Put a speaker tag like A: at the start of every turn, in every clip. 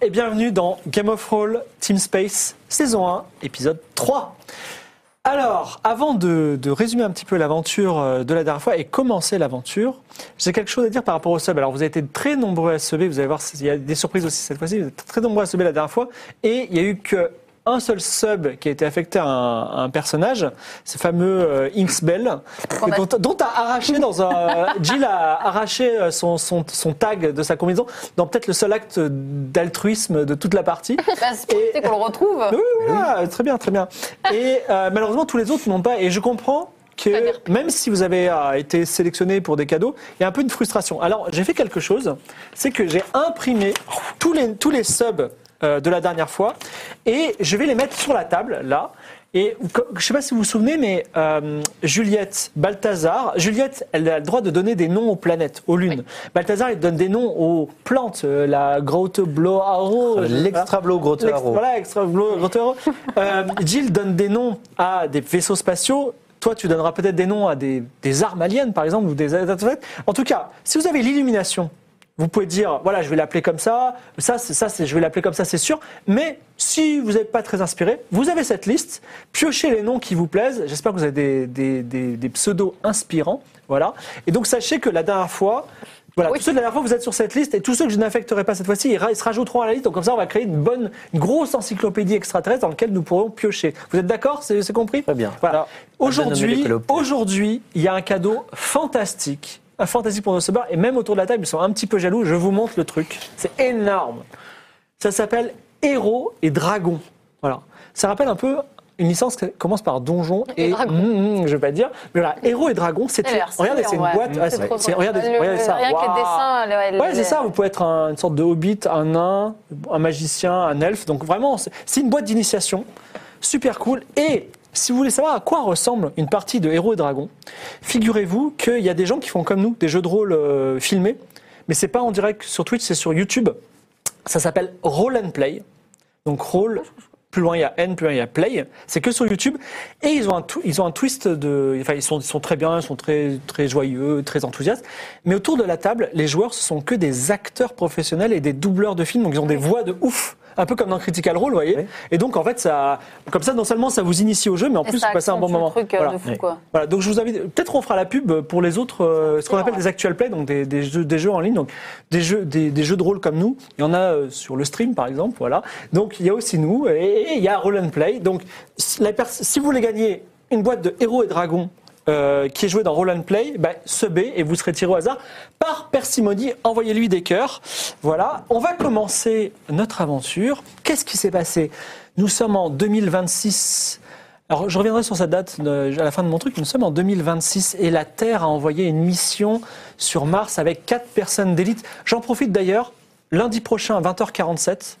A: et bienvenue dans Game of Roll Team Space, saison 1, épisode 3. Alors, avant de, de résumer un petit peu l'aventure euh, de la dernière fois et commencer l'aventure, j'ai quelque chose à dire par rapport au sub. Alors, vous avez été très nombreux à subber, vous allez voir, il y a des surprises aussi cette fois-ci, vous êtes très nombreux à subber la dernière fois, et il n'y a eu que un seul sub qui a été affecté à un, à un personnage, ce fameux euh, Inksbell,
B: Qu'on a-
A: dont, dont a arraché dans un. euh, Jill a arraché euh, son, son, son tag de sa combinaison dans peut-être le seul acte d'altruisme de toute la partie.
B: Bah, c'est pour
A: Et- euh,
B: éviter qu'on le retrouve.
A: Oui, oui, voilà, très bien, très bien. Et euh, malheureusement, tous les autres n'ont pas. Et je comprends que même si vous avez euh, été sélectionné pour des cadeaux, il y a un peu une frustration. Alors, j'ai fait quelque chose, c'est que j'ai imprimé tous les, tous les subs euh, de la dernière fois et je vais les mettre sur la table, là. Et co- je ne sais pas si vous vous souvenez, mais euh, Juliette, Balthazar, Juliette, elle a le droit de donner des noms aux planètes, aux lunes. Balthazar, il donne des noms aux plantes, euh, la Grote Blow Arrow,
C: L'extra-blow Grote
A: L'extra-
C: Arrow.
A: Voilà, extra glo- grand heureux. Euh, Jill donne des noms à des vaisseaux spatiaux. Toi, tu donneras peut-être des noms à des, des armes aliens, par exemple, ou des artefacts. En tout cas, si vous avez l'illumination, vous pouvez dire, voilà, je vais l'appeler comme ça, ça, c'est- ça, c'est- je vais l'appeler comme ça, c'est sûr. Mais si vous n'êtes pas très inspiré, vous avez cette liste. Piochez les noms qui vous plaisent. J'espère que vous avez des, des- des- des pseudos inspirants. Voilà. Et donc, sachez que la dernière fois, voilà,
B: Oui.
A: tous ceux de la dernière fois, vous êtes sur cette liste et tous ceux que je n'affecterai pas cette fois-ci, ils ra- ils se rajouteront à la liste. Donc comme ça, on va créer une bonne, une grosse encyclopédie extraterrestre dans laquelle nous pourrons piocher. Vous êtes d'accord C'est c'est compris
C: Très bien.
A: Voilà.
C: Alors, je donne
A: Aujourd'hui,
C: mes lécolopes.
A: aujourd'hui, il y a un cadeau fantastique. Un fantastique pour nos subeurs et même autour de la table, ils sont un petit peu jaloux. Je vous montre le truc. C'est énorme. Ça s'appelle Héros et Dragons. Voilà. Ça rappelle un peu une licence qui commence par donjon
B: Et
A: et,
B: dragon.
A: Mm, mm, je vais pas dire. Mais voilà, Héros et Dragons, c'est
B: Ça a l'air
A: regardez,
B: stylé,
A: c'est une
B: en vrai.
A: boîte. ouais,
B: C'est
A: c'est-
B: trop
A: c'est-
B: beau.
A: regardez,
B: Le-
A: regardez ça.
B: Rien que les
A: Waouh.
B: dessins. le- le-
A: Ouais, c'est ça. Vous pouvez être un- une sorte de hobbit, un nain, un magicien, un elfe. Donc vraiment, c'est c'est une boîte d'initiation. Super cool. Et si vous voulez savoir à quoi ressemble une partie de Héros et Dragons, figurez-vous qu'il y a des gens qui font comme nous, des jeux de rôle euh, filmés. Mais c'est pas en direct sur Twitch, c'est sur YouTube. Ça s'appelle Roll and Play. Donc roll, plus loin il y a N, plus loin il y a play. C'est que sur YouTube. Et ils ont un, tw- ils ont un twist de. Enfin, ils sont, ils sont très bien, ils sont très, très joyeux, très enthousiastes. Mais autour de la table, les joueurs, ce sont que des acteurs professionnels et des doubleurs de films. Donc ils ont des voix de ouf. Un peu comme dans Critical Role, vous voyez. Et donc en fait, ça, comme ça, non seulement ça vous initie au jeu, mais en
B: Et
A: plus
B: ça
A: vous passez un bon
B: accentue le
A: moment.
B: truc, euh,
A: Voilà.
B: de fou, quoi.
A: Voilà, donc je vous invite. Peut-être on fera la pub pour les autres, euh, ce qu'on
B: Absolument,
A: appelle
B: ouais.
A: des actual play, donc des, des jeux, des jeux en ligne, donc des jeux, des, des jeux de rôle comme nous. Il y en a euh, sur le stream par exemple, voilà. Donc il y a aussi nous et, et il y a Roll and Play. Donc si, la pers- si vous voulez gagner une boîte de héros et dragons. euh, qui est jouée dans Roll and Play, bah, subez et vous serez tiré au hasard par Persimony. Envoyez-lui des cœurs. Voilà, on va commencer notre aventure. Qu'est-ce qui s'est passé Nous sommes en 2026. Alors, je reviendrai sur cette date euh, à la fin de mon truc. Nous sommes en 2026 et la Terre a envoyé une mission sur Mars avec quatre personnes d'élite. J'en profite d'ailleurs, lundi prochain à 20h47,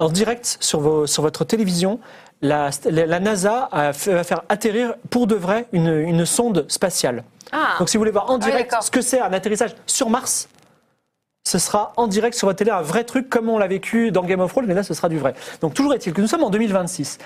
A: en direct sur, vos- sur votre télévision, la, la- la NASA a fait- va faire atterrir pour de vrai une, une sonde spatiale.
B: Ah.
A: Donc, si vous voulez voir en
B: oui,
A: direct
B: d'accord.
A: ce que c'est un atterrissage sur Mars, ce sera en direct sur votre télé, un vrai truc comme on l'a vécu dans Game of Thrones, mais là ce sera du vrai. Donc toujours est-il que nous sommes en 2026.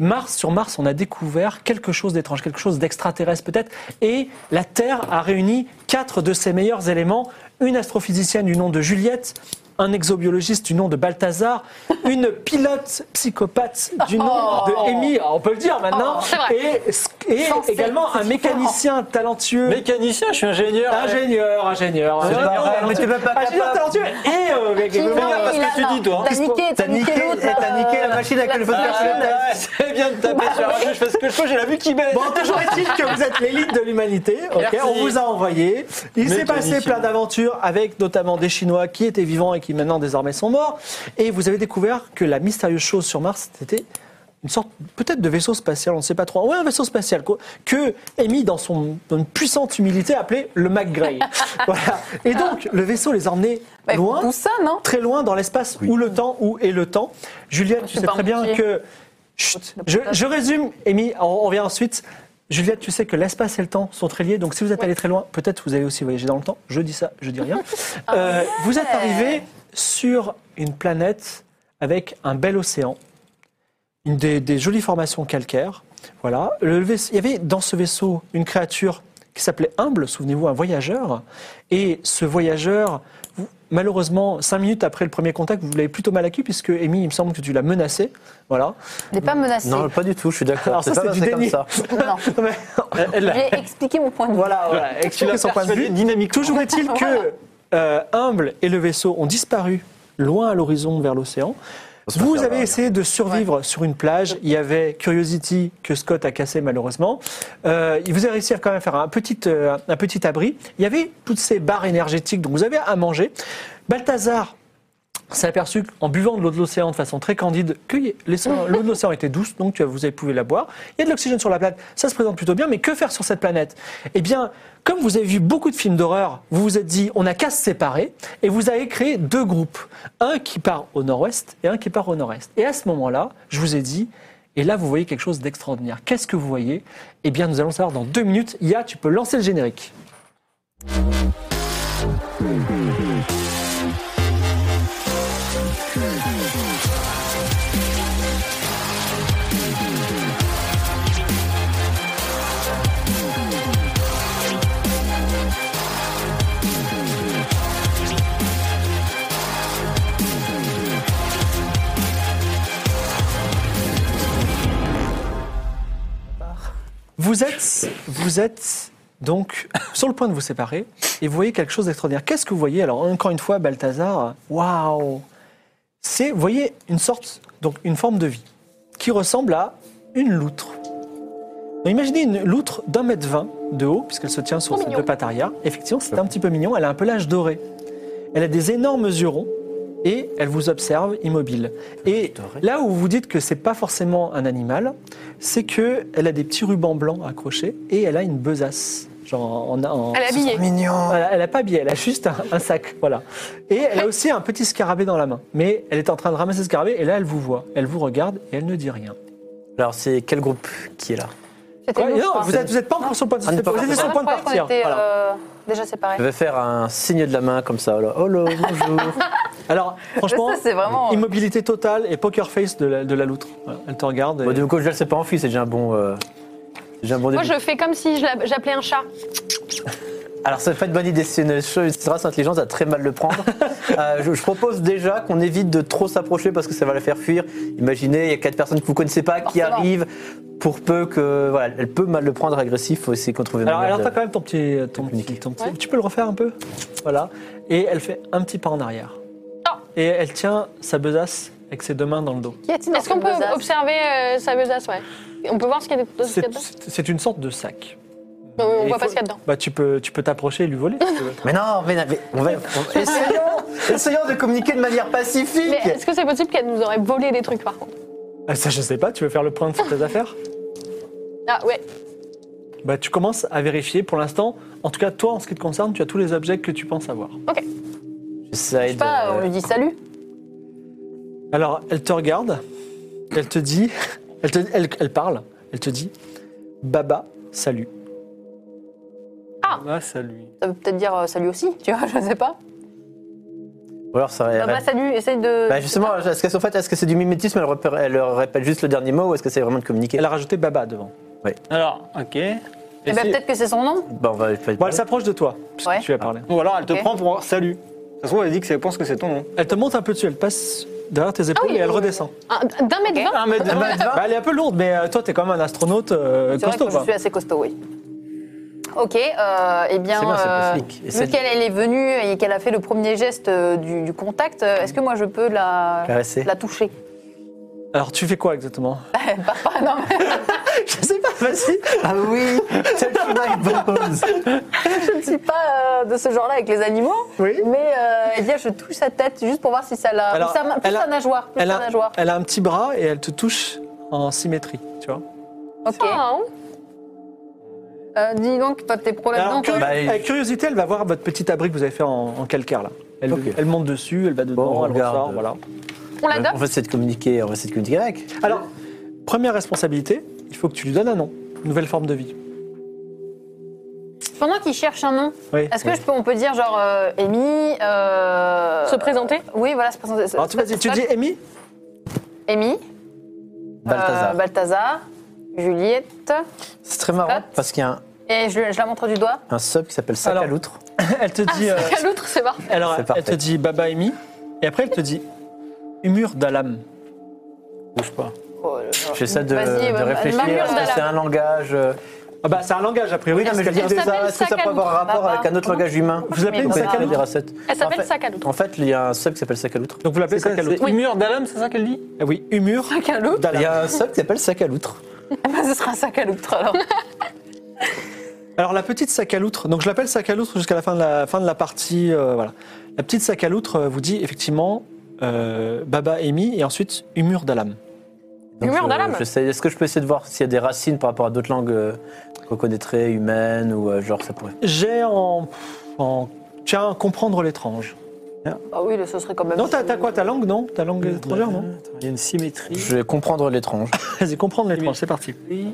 A: Mars, sur Mars, on a découvert quelque chose d'étrange, quelque chose d'extraterrestre peut-être, et la Terre a réuni quatre de ses meilleurs éléments, une astrophysicienne du nom de Juliette, un exobiologiste du nom de Balthazar, une pilote psychopathe du nom
B: Oh.
A: de Amy, on peut le dire maintenant,
B: Oh, c'est vrai.
A: et, et
B: Censé,
A: également un
B: c'est différent.
A: mécanicien talentueux.
C: Mécanicien, je suis ingénieur.
D: Ah,
A: Ingénieur, ingénieur,
C: C'est
A: ingénieur Ah,
C: pas vrai, mais t'es même pas
A: Ingénieur
C: capable.
A: talentueux et euh, mec,
B: Qui-
A: vraiment,
B: non,
C: parce
B: il
C: que
B: a-
C: tu
B: non,
C: dis, toi, hein.
B: T'as niqué, t'as niqué l'autre. là,
C: t'as niqué la
B: euh,
C: machine à laquelle il faut
B: là,
C: faire
B: euh,
C: chier. C'est bien de taper sur un jeu, je fais ce que je peux, j'ai la vue qui baisse.
A: Bon, toujours est-il que vous êtes l'élite de l'humanité. ok
C: Merci.
A: on vous a envoyé. Il s'est
C: Mécanicien.
A: passé plein d'aventures avec notamment des Chinois qui étaient vivants et qui maintenant désormais sont morts. Et vous avez découvert que la mystérieuse chose sur Mars, c'était une sorte peut-être de vaisseau spatial, on ne sait pas trop. Ouais, un vaisseau spatial quoi, que Amy, dans son dans une puissante humilité, appelait le McGray. voilà. Et donc le vaisseau les emmenait
B: bah, il faut
A: loin.
B: Tout ça, non
A: très loin dans l'espace où le temps, où est le temps. Juliette, tu
B: suis
A: sais
B: Oh, pas
A: très bien
B: entier.
A: que. Chut, je, je résume, Amy, on, on revient ensuite. Juliette, tu sais que l'espace et le temps sont très liés, donc si vous êtes allé très loin, peut-être vous avez aussi voyagé dans le temps. Je dis ça, je dis rien. Euh,
B: Ah
A: vous êtes arrivé sur une planète avec un bel océan, une des, des jolies formations calcaires. Voilà. Le vaisse- il y avait dans ce vaisseau une créature qui s'appelait Humble, souvenez-vous, un voyageur. Et ce voyageur, vous- malheureusement, cinq minutes après le premier contact, vous l'avez plutôt mal acquis, puisque Amy, il me semble que tu l'as menacé. Voilà.
B: Il n'est pas menacé.
C: Non, pas du tout, je suis d'accord.
A: Alors ça, c'est
C: pas
A: du
C: passé comme
A: déni.
C: ça.
B: Non.
A: Non, mais-
C: Elle l'a-
B: J'ai expliqué mon point de vue.
A: Voilà, voilà. Expliquez son point de vue.
C: dynamique.
A: Toujours est-il que euh, Humble et le vaisseau ont disparu loin à l'horizon vers l'océan.
C: se
A: Vous
C: faire
A: avez
C: mal.
A: essayé de survivre sur une plage. Il y avait Curiosity que Scott a cassé malheureusement. Euh, vous avez réussi à quand même faire un petit, euh, un petit abri. Il y avait toutes ces barres énergétiques, donc vous avez à manger. Balthazar s'est aperçu qu'en buvant de l'eau de l'océan de façon très candide que y- l'océan- l'eau de l'océan était douce, donc tu- vous avez pouvez la boire. Il y a de l'oxygène sur la planète, ça se présente plutôt bien, mais que faire sur cette planète Eh bien, comme vous avez vu beaucoup de films d'horreur, vous vous êtes dit, on n'a qu'à se séparer, et vous avez créé deux groupes, un qui part au nord-ouest et un qui part au nord-est. Et à ce moment-là, je vous ai dit, et là vous voyez quelque chose d'extraordinaire. Qu'est-ce que vous voyez Eh bien, nous allons savoir dans deux minutes. Ia, tu peux lancer le générique. Vous êtes, vous êtes donc sur le point de vous séparer et vous voyez quelque chose d'extraordinaire. Qu'est-ce que vous voyez Alors encore une fois, Balthazar, waouh C'est, vous voyez, une sorte, donc une forme de vie qui ressemble à une loutre. Donc, imaginez une loutre d'un mètre vingt de haut, puisqu'elle se tient sur ses deux pattes arrière. Effectivement, c'est un petit peu mignon. Elle a un pelage doré. Elle a des énormes yeux ronds et elle vous observe immobile. Et là où vous dites que c'est pas forcément un animal, c'est que elle a des petits rubans blancs accrochés et elle a une besace. Genre en, en-
E: Elle est habillée.
C: Mignon.
A: Voilà, elle a pas bien, elle a juste un, un sac, voilà. Et elle a aussi un petit scarabée dans la main. Mais elle est en train de ramasser ce scarabée et là elle vous voit, elle vous regarde et elle ne dit rien.
C: Alors, c'est quel groupe qui est là
B: C'était
A: Ouais,
B: nous, je
A: non,
B: crois.
A: vous êtes vous êtes pas encore sur le point de
C: Ah,
A: vous étiez sur le
B: Ah,
A: point de
B: je croyais qu'on
A: partir.
B: était,
A: Voilà.
B: euh, déjà
C: Je
B: séparés.
C: vais faire un signe de la main comme ça. Là. Hello, bonjour.
A: Alors franchement,
B: Ça, c'est vraiment-
A: immobilité totale et poker face de la, de la loutre. Voilà, elle te regarde. et-
C: bon, du coup, je ne sais pas en fuite, c'est déjà un bon. euh, J'ai un
B: euh,
C: bon
E: Moi,
C: début.
E: je fais comme si je l'a- j'appelais un chat.
C: Alors, c'est pas une bonne idée. C'est une, chose- une race intelligente à très mal le prendre. Euh, je, je propose déjà qu'on évite de trop s'approcher parce que ça va la faire fuir. Imaginez, il y a quatre personnes que vous connaissez pas qui
B: Forcément.
C: arrivent. Pour peu que. Voilà, elle peut mal le prendre agressif. Faut essayer qu'on trouve une
A: Alors elle
C: manière de-
A: entend quand même ton petit, ton petit, ton petit-
E: Ouais.
A: Tu peux le refaire un peu, voilà. Et elle fait un petit pas en arrière. Et elle tient sa besace avec ses deux mains dans le dos.
B: Qu'y a-t-il dans
E: Est-ce qu'on
B: cette
E: peut
B: besace
E: observer euh, sa besace ouais. On peut voir ce qu'il y a dedans- ce qu'il
A: C'est
E: y a dedans
A: c'est une sorte de sac.
E: Non, on
A: Il
E: voit
A: faut-
E: pas ce qu'il y a dedans.
A: Bah tu peux, tu peux t'approcher et lui voler. si tu veux.
C: Mais non, mais, mais on va. on- essayons, essayons de communiquer de manière pacifique.
E: Mais est-ce que c'est possible qu'elle nous aurait volé des trucs par contre
A: Ah, Ça je sais pas. Tu veux faire le point de sur tes affaires
E: Ah ouais.
A: Bah tu commences à vérifier. Pour l'instant, en tout cas toi en ce qui te concerne, tu as tous les objets que tu penses avoir.
C: J'essaie
B: Je sais pas,
C: de-
B: on lui dit salut.
A: Alors elle te regarde. Elle te dit. Elle, te, elle, elle parle. Elle te dit. Baba, salut.
E: Ah.
D: Bah,
A: Baba, salut.
B: Ça veut peut-être dire euh, salut aussi, tu vois, je sais pas.
C: Ou alors ça.
B: Bah, bah, salut, essaye de.
C: Bah, justement, est-ce que en fait, est-ce que c'est du mimétisme Elle, repère- elle leur répète juste le dernier mot ou est-ce que c'est vraiment de communiquer
A: Elle a rajouté Baba devant.
D: Alors, ok. Et
B: Eh ben,
D: si-
B: peut-être que c'est son
A: euh,
B: nom.
C: Bah, on va. je vais-
A: Bon, elle s'approche de toi, puisque
B: Ouais.
A: tu as parlé.
D: Ou alors elle te
B: Ok.
D: prend pour un salut. De toute façon, elle dit que c'est- elle pense que c'est ton nom.
A: Elle te monte un peu dessus, elle passe derrière tes épaules
E: Ah oui,
A: et elle
E: oui.
A: redescend.
E: Un- D'un mètre vingt
D: Un mètre
A: Bah, elle est un peu lourde, mais euh, toi, t'es quand même un astronaute euh,
B: C'est vrai
A: costaud.
B: que je
A: quoi.
B: suis assez costaud, oui. Ok, euh, eh bien,
C: C'est bien, c'est
B: euh,
C: pacifique. Et c'est-
B: vu qu'elle elle est venue et qu'elle a fait le premier geste euh, du, du contact, euh, est-ce que moi je peux la,
C: Caresser.
B: la toucher
A: Alors, tu fais quoi exactement
B: Papa, non, mais
A: Je sais pas, vas-y.
C: Ah oui C'est le chemin avec bonne pause.
B: je ne suis pas euh, de ce genre-là avec les animaux.
A: Oui.
B: Mais euh, eh bien, je touche sa tête juste pour voir si ça la.
A: Alors,
B: ou sa main- plus
A: elle a-
B: sa nageoire. Plus
A: Elle
B: sa
A: a,
B: nageoire.
A: elle a un petit bras et elle te touche en symétrie, tu vois.
B: Ok.
E: Ah, hein.
B: Euh, dis donc, toi, t'es pro là-dedans.
A: Alors,
B: toi.
A: curi-
C: Bah, il-
A: avec curiosité, elle va voir votre petit abri que vous avez fait en, en calcaire, là. Elle,
C: Ok.
A: elle monte dessus, elle va dedans,
C: Bon, on
A: elle
C: regarde.
A: ressort, voilà.
E: On
C: On
E: l'adopte
C: va essayer de communiquer, on va essayer de communiquer avec.
E: Euh,
A: Alors, première responsabilité, il faut que tu lui donnes un nom, une nouvelle forme de vie.
B: Pendant qu'il cherche un nom,
A: Oui.
B: est-ce que je peux, on peut dire genre euh, Amy euh,
E: Se présenter
B: Oui, voilà, se présenter.
A: Alors, tu, vas-y, tu dis Amy
B: Amy,
C: Balthazar.
E: bah,
B: euh, Balthazar, Juliette
C: C'est très marrant
B: Scott.
C: parce qu'il y a un
B: Et je, je la montre du doigt.
C: Un sub qui s'appelle Sac à
A: Alors,
C: l'outre.
A: Elle te dit, euh,
E: À l'autre, c'est marrant.
A: alors,
C: C'est
A: elle
C: parfait.
A: te dit Baba Emi, et après elle te dit Humur d'Alam. Bouge pas.
B: Oh là là.
C: J'essaie de,
B: Vas-y,
C: de
B: bah,
C: réfléchir.
B: Mamur
C: Est-ce que
B: Dalam.
C: c'est un langage euh,
A: Ah bah c'est un langage a priori.
C: Oui, non, mais je
A: parce
C: dis
A: qu'elle
E: s'appelle
C: ça. Est-ce que ça
E: Sac à
C: peut avoir un
E: l'outre.
C: rapport
B: Bah,
C: avec
B: bah.
C: un autre langage humain
A: Vous appelez
B: Mais
A: une
B: bah,
C: On peut
A: sac à
C: créer des
A: l'outre
C: recettes.
E: Elle s'appelle
C: En fait-
E: sac à l'outre.
C: En fait, il y a un sub qui s'appelle Sac à l'outre.
A: Donc vous l'appelez sac à l'outre.
D: Humur d'Alam, c'est ça qu'elle dit
A: Ah oui, Humur
E: Sac à l'autre.
C: Il y
A: d'Alam.
C: a un sub qui s'appelle Sac à l'outre.
B: Bah, ce sera un sac à l'outre alors.
A: Alors la petite sac à l'outre, donc je l'appelle sac à l'outre jusqu'à la fin de la, fin de la partie. euh, voilà. La petite sac à l'outre euh, vous dit effectivement euh, Baba Emi et ensuite Humur d'Alam.
C: Donc,
E: Humeur
C: je-
E: d'Alam.
C: je sais- Est-ce que je peux essayer de voir s'il y a des racines par rapport à d'autres langues euh, qu'on connaîtrait, humaines, ou euh, genre ça pourrait.
A: J'ai en, en. Tiens, comprendre l'étrange.
B: Ah oui, là, ce serait quand même.
A: Non, t'as t'as quoi Ta langue, non Ta langue étrangère, Euh, non
D: Attends, Euh, Il y a une symétrie.
C: Je vais comprendre l'étrange.
A: Vas-y, comprendre l'étrange, c'est parti.
D: Oui.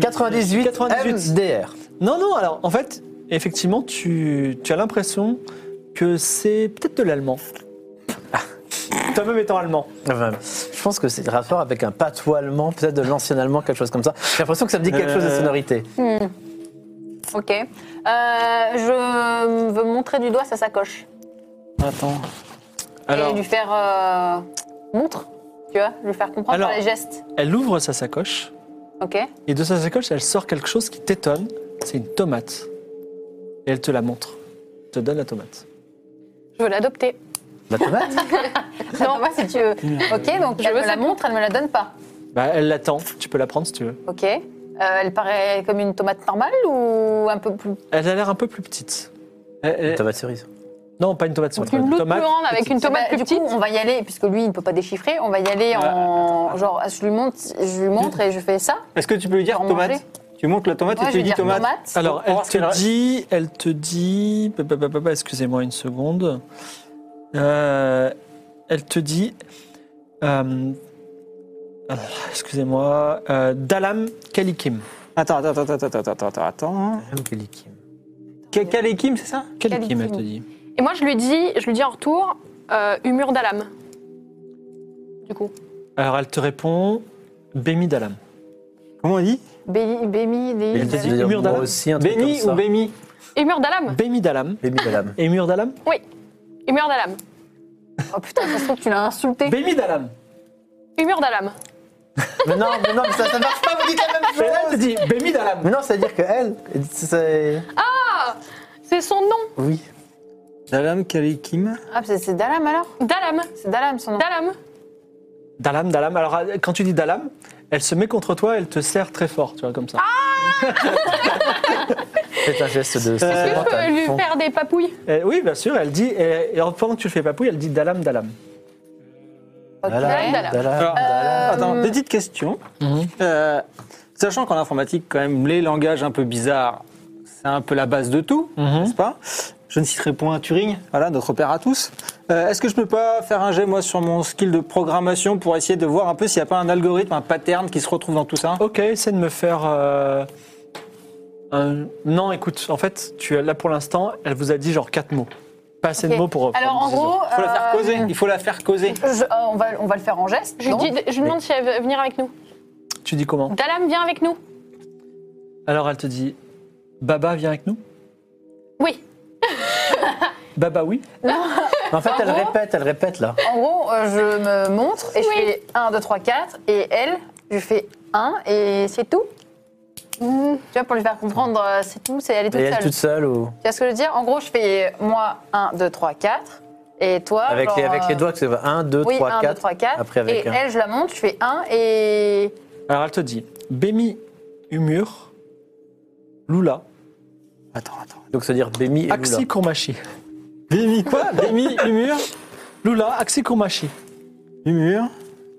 C: 98,
A: 98.
C: MDR.
A: Non, non, alors en fait, effectivement, tu, tu as l'impression que c'est peut-être de l'allemand.
D: Ah.
A: Toi-même étant allemand.
C: Enfin, je pense que c'est le rapport avec un patois allemand, peut-être de l'ancien allemand, quelque chose comme ça. J'ai l'impression que ça me dit quelque chose de
A: Euh.
C: sonorité.
B: Ok. Euh, je veux montrer du doigt sa sacoche.
D: Attends.
B: et lui faire. euh, montre, tu vois, lui faire comprendre
A: Alors-
B: par les gestes.
A: Elle ouvre sa sacoche,
B: Ok.
A: et de sa sacoche, elle sort quelque chose qui t'étonne. C'est une tomate. Et elle te la montre. Elle te donne la tomate.
E: Je veux l'adopter.
C: La tomate
B: Non, moi si tu veux. Ok, donc
E: Je
B: elle
E: veux
B: me la
E: sa
B: montre, elle me la donne pas.
A: Bah, elle l'attend. Tu peux la prendre si tu veux.
B: Ok. Euh, elle paraît comme une tomate normale ou un peu plus.
A: Elle a l'air un peu plus petite.
C: La tomate cerise.
A: Non, pas une tomate sur
E: Une loutre plus
A: tomate.
E: grande avec une tomate
B: Bah,
E: plus
B: du
E: petite.
B: coup, on va y aller, puisque lui, il ne peut pas déchiffrer. On va y aller en. Genre, je lui, montre, je lui montre et je fais ça.
D: Est-ce que tu peux lui dire
B: Pour manger.
D: tomate Tu montres la tomate
B: Moi,
D: et
B: je
D: tu
B: vais
D: lui
B: dire
D: dis tomate. Ah.
B: tomate.
A: Alors,
D: Pour
A: elle
D: voir ce qu'elle
A: te
D: a-
A: dit, elle te dit, pa- pa- pa- pa- pa- excusez-moi une seconde. Euh, elle te dit, euh, euh, excusez-moi, euh, Dalam Kalikim.
D: Attends, attends, attends, attends, attends, attends, attends. Ke- Kalekim, c'est ça
A: Kalikim,
B: Kalikim.
A: elle te dit.
E: Et moi, je lui dis, je lui dis en retour, euh, humeur d'alam. Du coup.
A: Alors, elle te répond, Bémi Dalam.
D: Comment on dit
B: Bé- Bémi, des.
A: Elle te dit,
C: D'ailleurs,
A: Humur
C: moi
A: Dalam.
C: aussi, un truc
D: Béni
C: comme
D: ou
C: ça.
D: Bémi
E: Humeur d'alam.
A: Bémi Dalam.
C: Béni d'Alam.
A: Et Mur Dalam
E: Humeur d'alam.
B: Oh putain, ça se trouve, tu l'as insulté.
A: Bémi Dalam.
E: Humeur d'alam.
C: Mais non, mais non, mais ça, ça marche pas, vous dites la même
A: Et là,
C: chose
A: elle te dit, Bémi Dalam.
C: Mais non, c'est-à-dire que elle, c'est.
E: C'est son nom.
C: Oui.
D: Dalam Kalekim.
B: Ah, c'est c'est Dalam alors
E: Dalam.
B: C'est Dalam son nom.
E: Dalam.
A: Dalam, Dalam. Alors, euh, quand tu dis Dalam, elle se met contre toi, elle te serre très fort, tu vois, comme
B: Ah.
A: ça.
C: C'est un geste de.
E: Est-ce que je peux lui
C: Bon.
E: faire des papouilles
A: Euh, oui, bien sûr, elle dit, et, et pendant que tu le fais papouille, elle dit Dalam, Dalam.
B: Ok.
C: Dalam,
E: Dalam.
B: Euh,
C: Dalam, Dalam.
D: Alors, Ah, bah attends, petite question. Euh, sachant qu'en informatique, quand même, les langages un peu bizarres, c'est un peu la base de tout,
A: Mhm.
D: n'est-ce pas Je ne citerai point Turing, voilà, notre père à tous. Euh, Est-ce que je peux pas faire un jet, moi, sur mon skill de programmation pour essayer de voir un peu s'il n'y a pas un algorithme, un pattern qui se retrouve dans tout ça
A: Ok, essaie de me faire. euh, un- Non, écoute, en fait, tu as- là pour l'instant, elle vous a dit genre quatre mots. Pas assez de
B: Ok.
A: mots pour.
B: Alors en
A: pour-
B: gros.
D: Il faut la faire
B: euh,
D: causer, il faut la faire causer.
B: je- euh, on, va, on va le faire en geste.
E: Je lui,
B: non
E: dis, je lui demande si elle veut venir avec nous.
A: Tu dis comment
E: Dalam, viens avec nous.
A: Alors elle te dit Baba, viens avec nous
E: Oui.
A: Baba, oui
C: En fait, elle répète, elle répète là.
B: En gros, euh, je me montre et je
E: Oui.
B: fais 1, 2, 3, 4. Et elle, je fais 1 et c'est tout.
E: Mm.
B: Tu vois, pour lui faire comprendre, euh, c'est tout, c'est elle est
C: Et
B: toute
C: elle
B: seule.
C: toute seule ou.
B: Tu vois ce que je veux dire En gros, je fais moi 1, 2, 3, 4. Et toi.
C: Avec les,
B: genre,
C: avec les
B: euh,
C: doigts, c'est 1, 2,
B: Oui,
C: 3,
B: 1, 2,
C: 4.
B: 3, 4.
C: Après avec
B: et
C: un.
B: elle, je la monte, je fais 1 et.
A: Alors elle te dit Bémi, Humur, Lula,
D: Attends, attends.
C: Donc, se dire Bémi et Lula.
A: Axi Kourmachi.
D: Bémi quoi Bémi, Humur,
A: Lula, Axi Kourmachi.
D: Humur,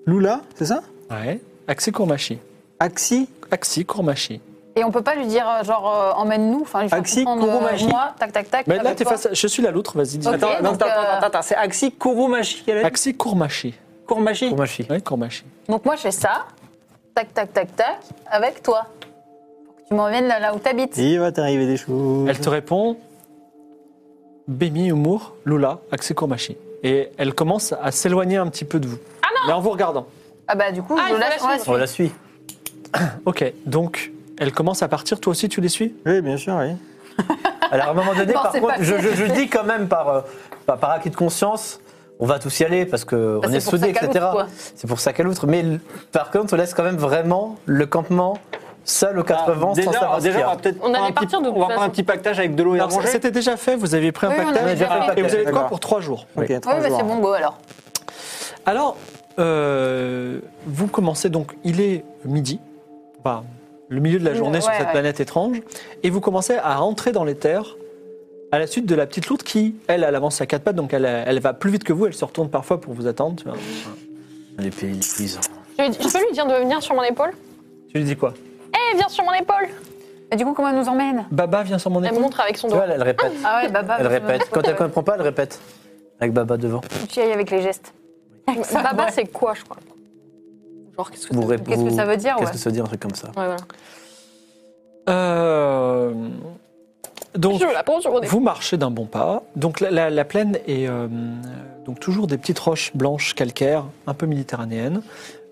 D: Lula, c'est ça
A: Ouais. Axi Kourmachi.
D: Axi
A: Axi Kourmachi.
B: Et on peut pas lui dire, euh, genre, euh, emmène-nous. Enfin, lui faire
D: Axi,
B: comprendre, euh,
D: Kurumachi.
B: moi, tac, tac, tac.
A: Mais là,
B: avec
A: t'es
B: toi.
A: face à- Je suis la loutre, vas-y, dis
B: Ok,
D: Attends, non,
B: donc,
D: attends, attends,
B: euh,
D: attends, attends, c'est Axi Kurumachi, quelle est
A: Axi Kourmachi.
D: Kurumachi
C: Kourmachi.
A: Ouais, Kourmachi.
B: Donc moi, je fais ça, tac, tac, tac, tac, avec toi. Pour que tu m'emmènes là, là où t'habites.
D: Il va t'arriver des choses.
A: Elle te répond Bémi, Humour, Lula, Axé Kourmachi. Et elle commence à s'éloigner un petit peu de vous. Mais en vous regardant.
B: Ah bah, du coup,
E: Ah, il
B: je
E: faut
B: la
E: la
B: on la
E: suivre.
C: On
B: suit.
C: la suit.
A: Ok, donc Elle commence à partir, toi aussi tu les suis
D: Oui, bien sûr, oui.
C: Alors à un moment donné,
B: Non,
C: par
B: c'est
C: contre,
B: pas
C: je,
B: fait.
C: je- je le dis quand même par, euh, par, par acquis de conscience, on va tous y aller parce
B: Bah,
C: qu'on on
B: c'est
C: est
B: pour
C: soudés,
B: ça qu'à
C: etc.
B: l'autre, quoi.
C: C'est pour ça qu'à l'outre. Mais l- par contre, on laisse quand même vraiment le campement seul aux quatre
D: Ah,
C: vents
D: déjà,
C: sans savoir ce
D: déjà,
C: qu'il y a.
D: on va peut-être
E: On allait
D: prendre un petit-
E: partir de
D: on va
E: toute
D: prendre un
E: façon.
D: petit pactage avec de l'eau et à
A: Alors,
D: manger.
A: C'était déjà fait, vous avez pris un
B: Oui, on
A: pactage
B: avait
C: déjà fait un
B: fait.
A: et
C: pactage.
A: vous avez de quoi
D: D'accord.
A: pour trois jours.
D: Ok,
B: Oui,
D: trois
B: bah,
D: jours.
B: c'est bon go alors.
A: Alors, euh, vous commencez donc, il est midi, enfin, le milieu de la
B: Oui,
A: journée sur
B: ouais,
A: cette
B: ouais.
A: planète étrange, et vous commencez à rentrer dans les terres à la suite de la petite lourde qui, elle, elle avance à quatre pattes, donc elle, elle va plus vite que vous, elle se retourne parfois pour vous attendre. tu vois.
C: Les pays les paysans.
E: Je, lui dis- je peux lui dire de venir sur mon épaule
A: Tu lui dis quoi
E: Eh, viens sur mon épaule
B: Mais du coup, comment elle nous emmène
A: Baba, viens sur mon
E: Elle me
A: épaule.
E: montre avec son
C: Tu vois,
E: doigt.
C: elle, elle répète.
B: Ah ouais, Baba.
C: Elle
B: parce que-
C: répète. Quand elle ne comprend pas, elle répète. Avec Baba devant.
B: Tu y ailles avec les gestes.
E: Baba, c'est quoi, je crois Genre, qu'est-ce que
C: Vous
E: c'est
C: répondez.
B: Qu'est-ce que ça veut dire ouais.
C: Qu'est-ce que ça veut dire un truc comme ça
E: Ouais, voilà.
A: Euh, donc,
E: Je la prends sur mon épaule.
A: Vous marchez d'un bon pas. Donc la, la- la plaine est euh, donc toujours des petites roches blanches calcaires, un peu méditerranéennes,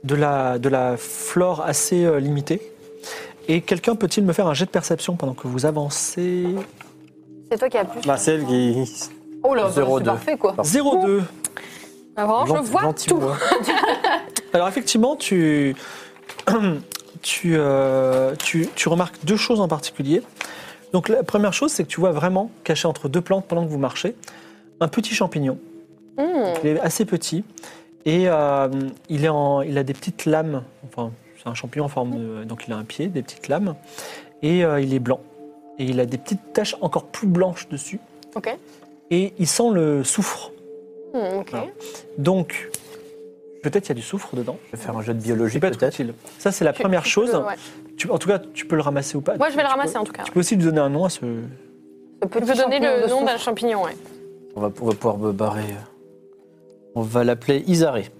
A: de la, de la flore assez euh, limitée. Et quelqu'un peut-il me faire un jet de perception pendant que vous avancez
B: C'est toi qui as plus.
D: Bah, c'est elle qui.
B: Oh là, bah, c'est
C: 0,2.
B: parfait quoi.
A: 02.
E: Ah,
B: Oh,
E: vraiment, je
C: Gentil-
E: vois
C: gentil
E: tout.
C: bois.
A: Alors effectivement, tu, tu, euh, tu, tu remarques deux choses en particulier. Donc la première chose, c'est que tu vois vraiment, caché entre deux plantes pendant que vous marchez, un petit champignon.
E: Hmm.
A: Il est assez petit et euh, il, est en- il a des petites lames. Enfin, c'est un champignon en forme de. Donc il a un pied, des petites lames. Et euh, il est blanc. Et il a des petites taches encore plus blanches dessus.
E: Ok.
A: Et il sent le soufre.
E: Hmm, ok.
A: Voilà. Donc, peut-être il y a du soufre dedans.
C: Je vais faire un jeu de
A: C'est
C: biologie
A: peut-être
C: peut-être.
A: utile. Ça, c'est la
E: Tu-
A: première
E: tu
A: chose.
E: peux- ouais.
A: Tu- en tout cas, tu peux le ramasser ou pas.
E: Moi, je vais le
A: Tu peux-
E: ramasser en tout cas.
A: Tu peux aussi lui donner un nom à ce.
B: Ce
E: Je
B: petit
E: peux donner
B: champignon
E: le
B: de
E: nom
B: son-
E: d'un champignon, ouais.
C: On va, on va pouvoir me barrer. On va l'appeler Isaré.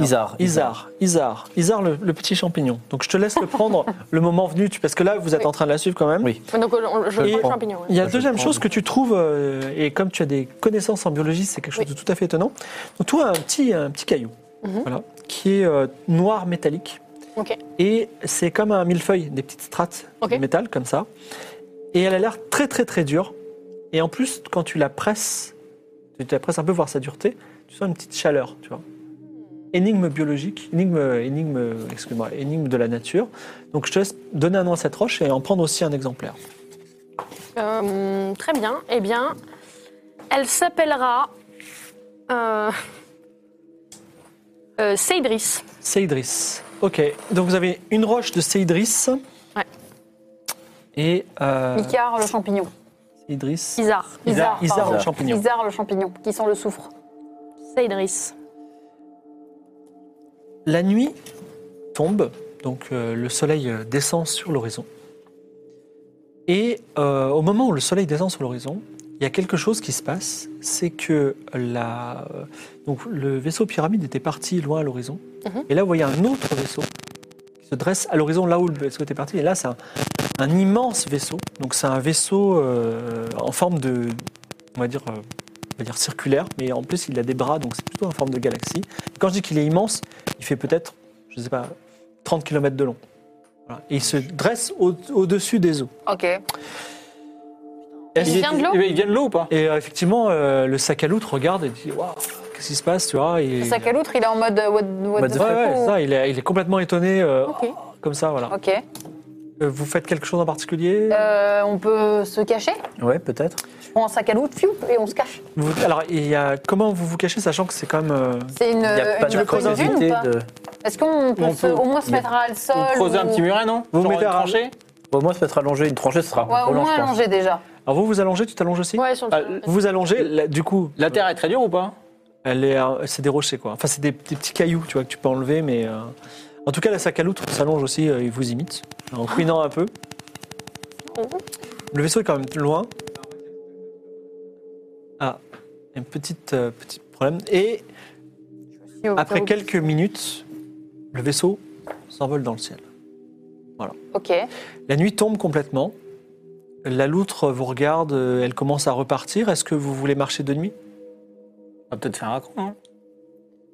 C: Isar.
A: Isar, Isar, Isar le, le petit champignon. Donc je te laisse le prendre le moment venu, tu- parce que là vous êtes en train de la suivre quand même.
C: Oui.
E: Donc, on- on- je
A: Et-
E: prends le champignon. ouais.
A: Il y a
C: Je
A: deuxième
C: prends.
A: chose que tu trouves, euh, et comme tu as des connaissances en biologie, c'est quelque chose de tout à fait étonnant. Donc, toi, un petit, un petit caillou,
E: Mhm.
A: voilà, qui est euh, noir métallique.
E: Ok.
A: Et c'est comme un millefeuille, des petites strates
E: Ok.
A: de métal comme ça. Et elle a l'air très, très, très dure. Et en plus, quand tu la presses, tu la presses un peu voir sa dureté, tu sens une petite chaleur, tu vois. Énigme biologique, énigme, énigme, excuse-moi, énigme de la nature. Donc je te laisse donner un nom à cette roche et en prendre aussi un exemplaire.
E: Euh, très bien. Eh bien, elle s'appellera. Euh, euh, Seydris.
A: Seydris. Ok, donc vous avez une roche de Seydris.
E: Ouais.
A: Et euh,
B: Icar le champignon.
A: Seydris.
E: Isar.
B: Isar.
A: Isar,
B: pardon.
A: le champignon.
B: Isar le champignon qui sent le soufre.
E: Seydris.
A: La nuit tombe, donc euh, le soleil euh, descend sur l'horizon. Et euh, au moment où le soleil descend sur l'horizon, il y a quelque chose qui se passe, c'est que la, euh, donc le vaisseau pyramide était parti loin à l'horizon,
E: Mhm.
A: et là vous voyez un autre vaisseau qui se dresse à l'horizon là où le vaisseau était parti, et là c'est un, un immense vaisseau, donc c'est un vaisseau euh, en forme de, on va dire, euh, on va dire circulaire, mais en plus il a des bras, donc c'est plutôt en forme de galaxie. Quand je dis qu'il est immense, il fait peut-être, je ne sais pas, 30 km de long. Voilà. Et il se dresse au- au-dessus des eaux.
B: Ok.
E: Il vient de l'eau
D: Eh, Il vient de l'eau ou pas
A: Et euh, effectivement, euh, le sac à loutre regarde et dit Waouh, qu'est-ce qui se passe tu vois, et-
B: Le sac à l'outre, il est en mode euh, what, what
C: What
B: the
C: the
A: Ouais,
B: fuck,
A: ouais,
B: ou-
A: ça, il, est, il est complètement étonné, euh,
E: Ok.
A: comme ça, voilà.
B: Ok.
A: Euh, Vous faites quelque chose en particulier
B: Euh, on peut se cacher
C: Euh. Ouais, peut-être.
B: Je prends un sac à l'outre, fiou, et on se cache.
A: Vous- Alors, il y a, comment vous vous cachez, sachant que c'est quand même. euh,
B: C'est une.
C: Il n'y a pas
B: une-
A: veux creuser un
B: une dune ou
C: d'opportunité
B: pas
C: de.
B: Est-ce qu'on peut,
D: On
B: se-
D: peut-
B: au moins se
C: il y a-
B: mettre à Euh, le sol
D: On creuse un
B: ou-
D: petit muret, non
A: Vous
D: Genre
A: mettez
D: une
A: à-
D: tranchée
C: Au moins, se mettre allongé, une tranchée, ce sera
B: Ouais, au
C: collant,
B: moins
C: je pense.
B: allongé déjà.
A: Alors, vous vous allongez, tu t'allonges aussi
E: Ouais, sur
D: Ah,
E: le
A: Vous vous allongez, là, du coup,
D: La terre est très dure ou pas
A: elle est, euh, c'est des rochers, quoi. Enfin, c'est des, des petits cailloux, tu vois, que tu peux enlever, mais. euh, En tout cas, la sac à loutre s'allonge aussi, euh, il vous imite, en couinant un peu. Le vaisseau est quand même loin. Ah, un petit, euh, petit problème. Et après quelques minutes, le vaisseau s'envole dans le ciel.
B: Ok.
A: La nuit tombe complètement. La loutre vous regarde, euh, elle commence à repartir. Est-ce que vous voulez marcher de nuit
D: On va peut-être faire un cran. hein.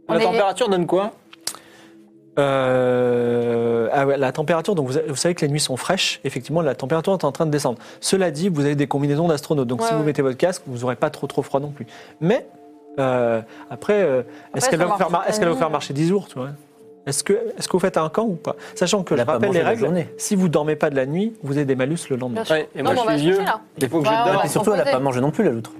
B: On
D: La
B: est-
D: température donne quoi
A: Euh, ah ouais, la température, donc vous, vous savez que les nuits sont fraîches, effectivement la température est en train de descendre. Cela dit, vous avez des combinaisons d'astronautes, donc
E: Ouais,
A: si vous
E: ouais.
A: mettez votre casque, vous n'aurez pas trop trop froid non plus. Mais euh, après, euh, est-ce
B: Après,
A: qu'elle
B: ça
A: va, vous faire
B: marche
A: mar- est-ce qu'elle va vous faire
B: toute
A: marcher 10 jours tu vois est-ce que, est-ce que vous faites un camp ou pas Sachant que
C: Elle
A: je
C: a pas
A: rappelle
C: mangé
A: les
C: de la
A: règles,
C: journée.
A: si vous dormez pas de la nuit, vous avez des malus le lendemain.
E: Bien sûr.
D: Ouais, et moi,
E: Non, mais on
D: je
E: va
D: suis
E: se
D: vieux.
E: coucher, là.
D: Il faut que
B: Bah, Ouais,
D: je
B: on
D: dors.
B: va
C: Et surtout, elle a
B: proposer.
C: pas mangé non plus, la loutre.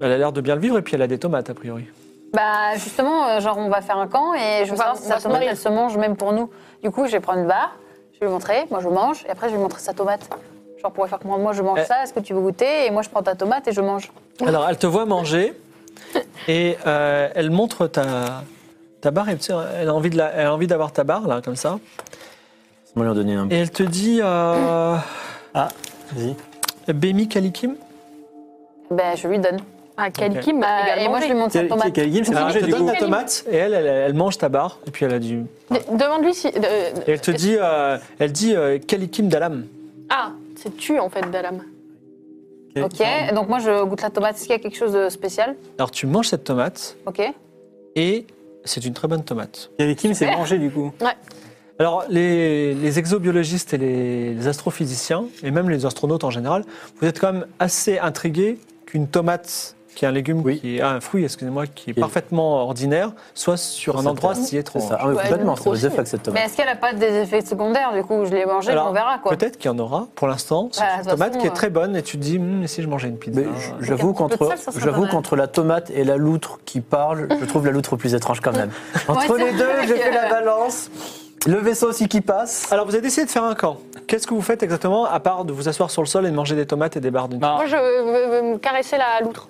A: Elle a l'air de bien le vivre et puis elle a des tomates a priori.
B: Bah justement, euh, genre on va faire un camp et je
E: On
B: veux
E: va-
B: savoir
E: on
B: si
E: va
B: sa
E: se
B: tomate
E: nourrir.
B: elle se mange même pour nous. Du coup, je vais prendre une barre, je vais lui montrer, moi je mange et après je vais lui montrer sa tomate. Genre pour lui faire comprendre, moi je mange
A: Eh.
B: ça, est-ce que tu veux goûter Et moi je prends ta tomate et je mange.
A: Alors, elle te voit manger et euh, elle montre ta, ta barre. Et, tu sais, elle a envie de la- elle a envie d'avoir ta barre, là, comme ça.
C: On va lui en donner un.
A: Et elle te dit euh,
D: Vas-y.
A: Bemi Kalikim
B: Ben je lui donne.
E: Ah, Kalikim,
B: Euh,
E: également.
B: et moi je lui montre sa
D: Quel-
B: tomate.
D: quel- quel game, c'est
A: Alors,
D: manger
A: Elle te
D: du
A: donne
D: coup.
A: la tomate et elle, elle, elle mange ta barre. Et puis elle a dit.
E: De- Demande-lui si. de-
A: Et elle te dit, euh, elle dit euh, Kalikim Dalam.
E: Ah, c'est tu en fait, Dalam.
B: Ok, donc moi je goûte la tomate, est-ce qu'il y a quelque chose de spécial
A: Alors, tu manges cette tomate
B: Ok.
A: et c'est une très bonne tomate.
D: Quel Kim, c'est manger du coup.
A: Alors, les, les exobiologistes et les, les astrophysiciens, et même les astronautes en général, vous êtes quand même assez intrigués qu'une tomate, qui est un légume, qui est ah, un fruit, excusez-moi, qui est
C: Qui est-
A: parfaitement ordinaire, soit sur
C: Sur
A: un
C: cette
A: endroit
C: terre.
A: si
C: C'est
A: étrange.
C: ça. Ah oui,
E: Ouais,
C: complètement.
E: c'est
C: C'est le
E: trop
C: fuck cette
B: Mais
C: tomate.
B: est-ce qu'elle a pas des effets secondaires du coup Je l'ai mangé,
A: Alors,
B: on verra quoi.
A: Peut-être qu'il y en aura. Pour l'instant, c'est
B: Bah, de
A: une
B: toute
A: tomate
B: façon,
A: qui est
B: euh,
A: très bonne et tu te dis, Hum, et si je mangeais une pizza
C: Mais
A: hein.
C: je- j'avoue
B: Un petit peu de
C: qu'entre,
B: sel, ça serait pas
C: j'avoue
B: mal.
C: qu'entre la tomate et la loutre qui parle, je trouve la loutre plus étrange quand même. Entre
B: Ouais, c'est
C: les deux,
B: vrai
C: j'ai
B: que-
C: fait la balance. Le vaisseau aussi qui passe.
A: Alors, vous avez décidé de faire un camp. Qu'est-ce que vous faites exactement, à part de vous asseoir sur le sol et de manger des tomates et des barres d'une
D: Non,
E: Moi, je veux, veux me caresser la loutre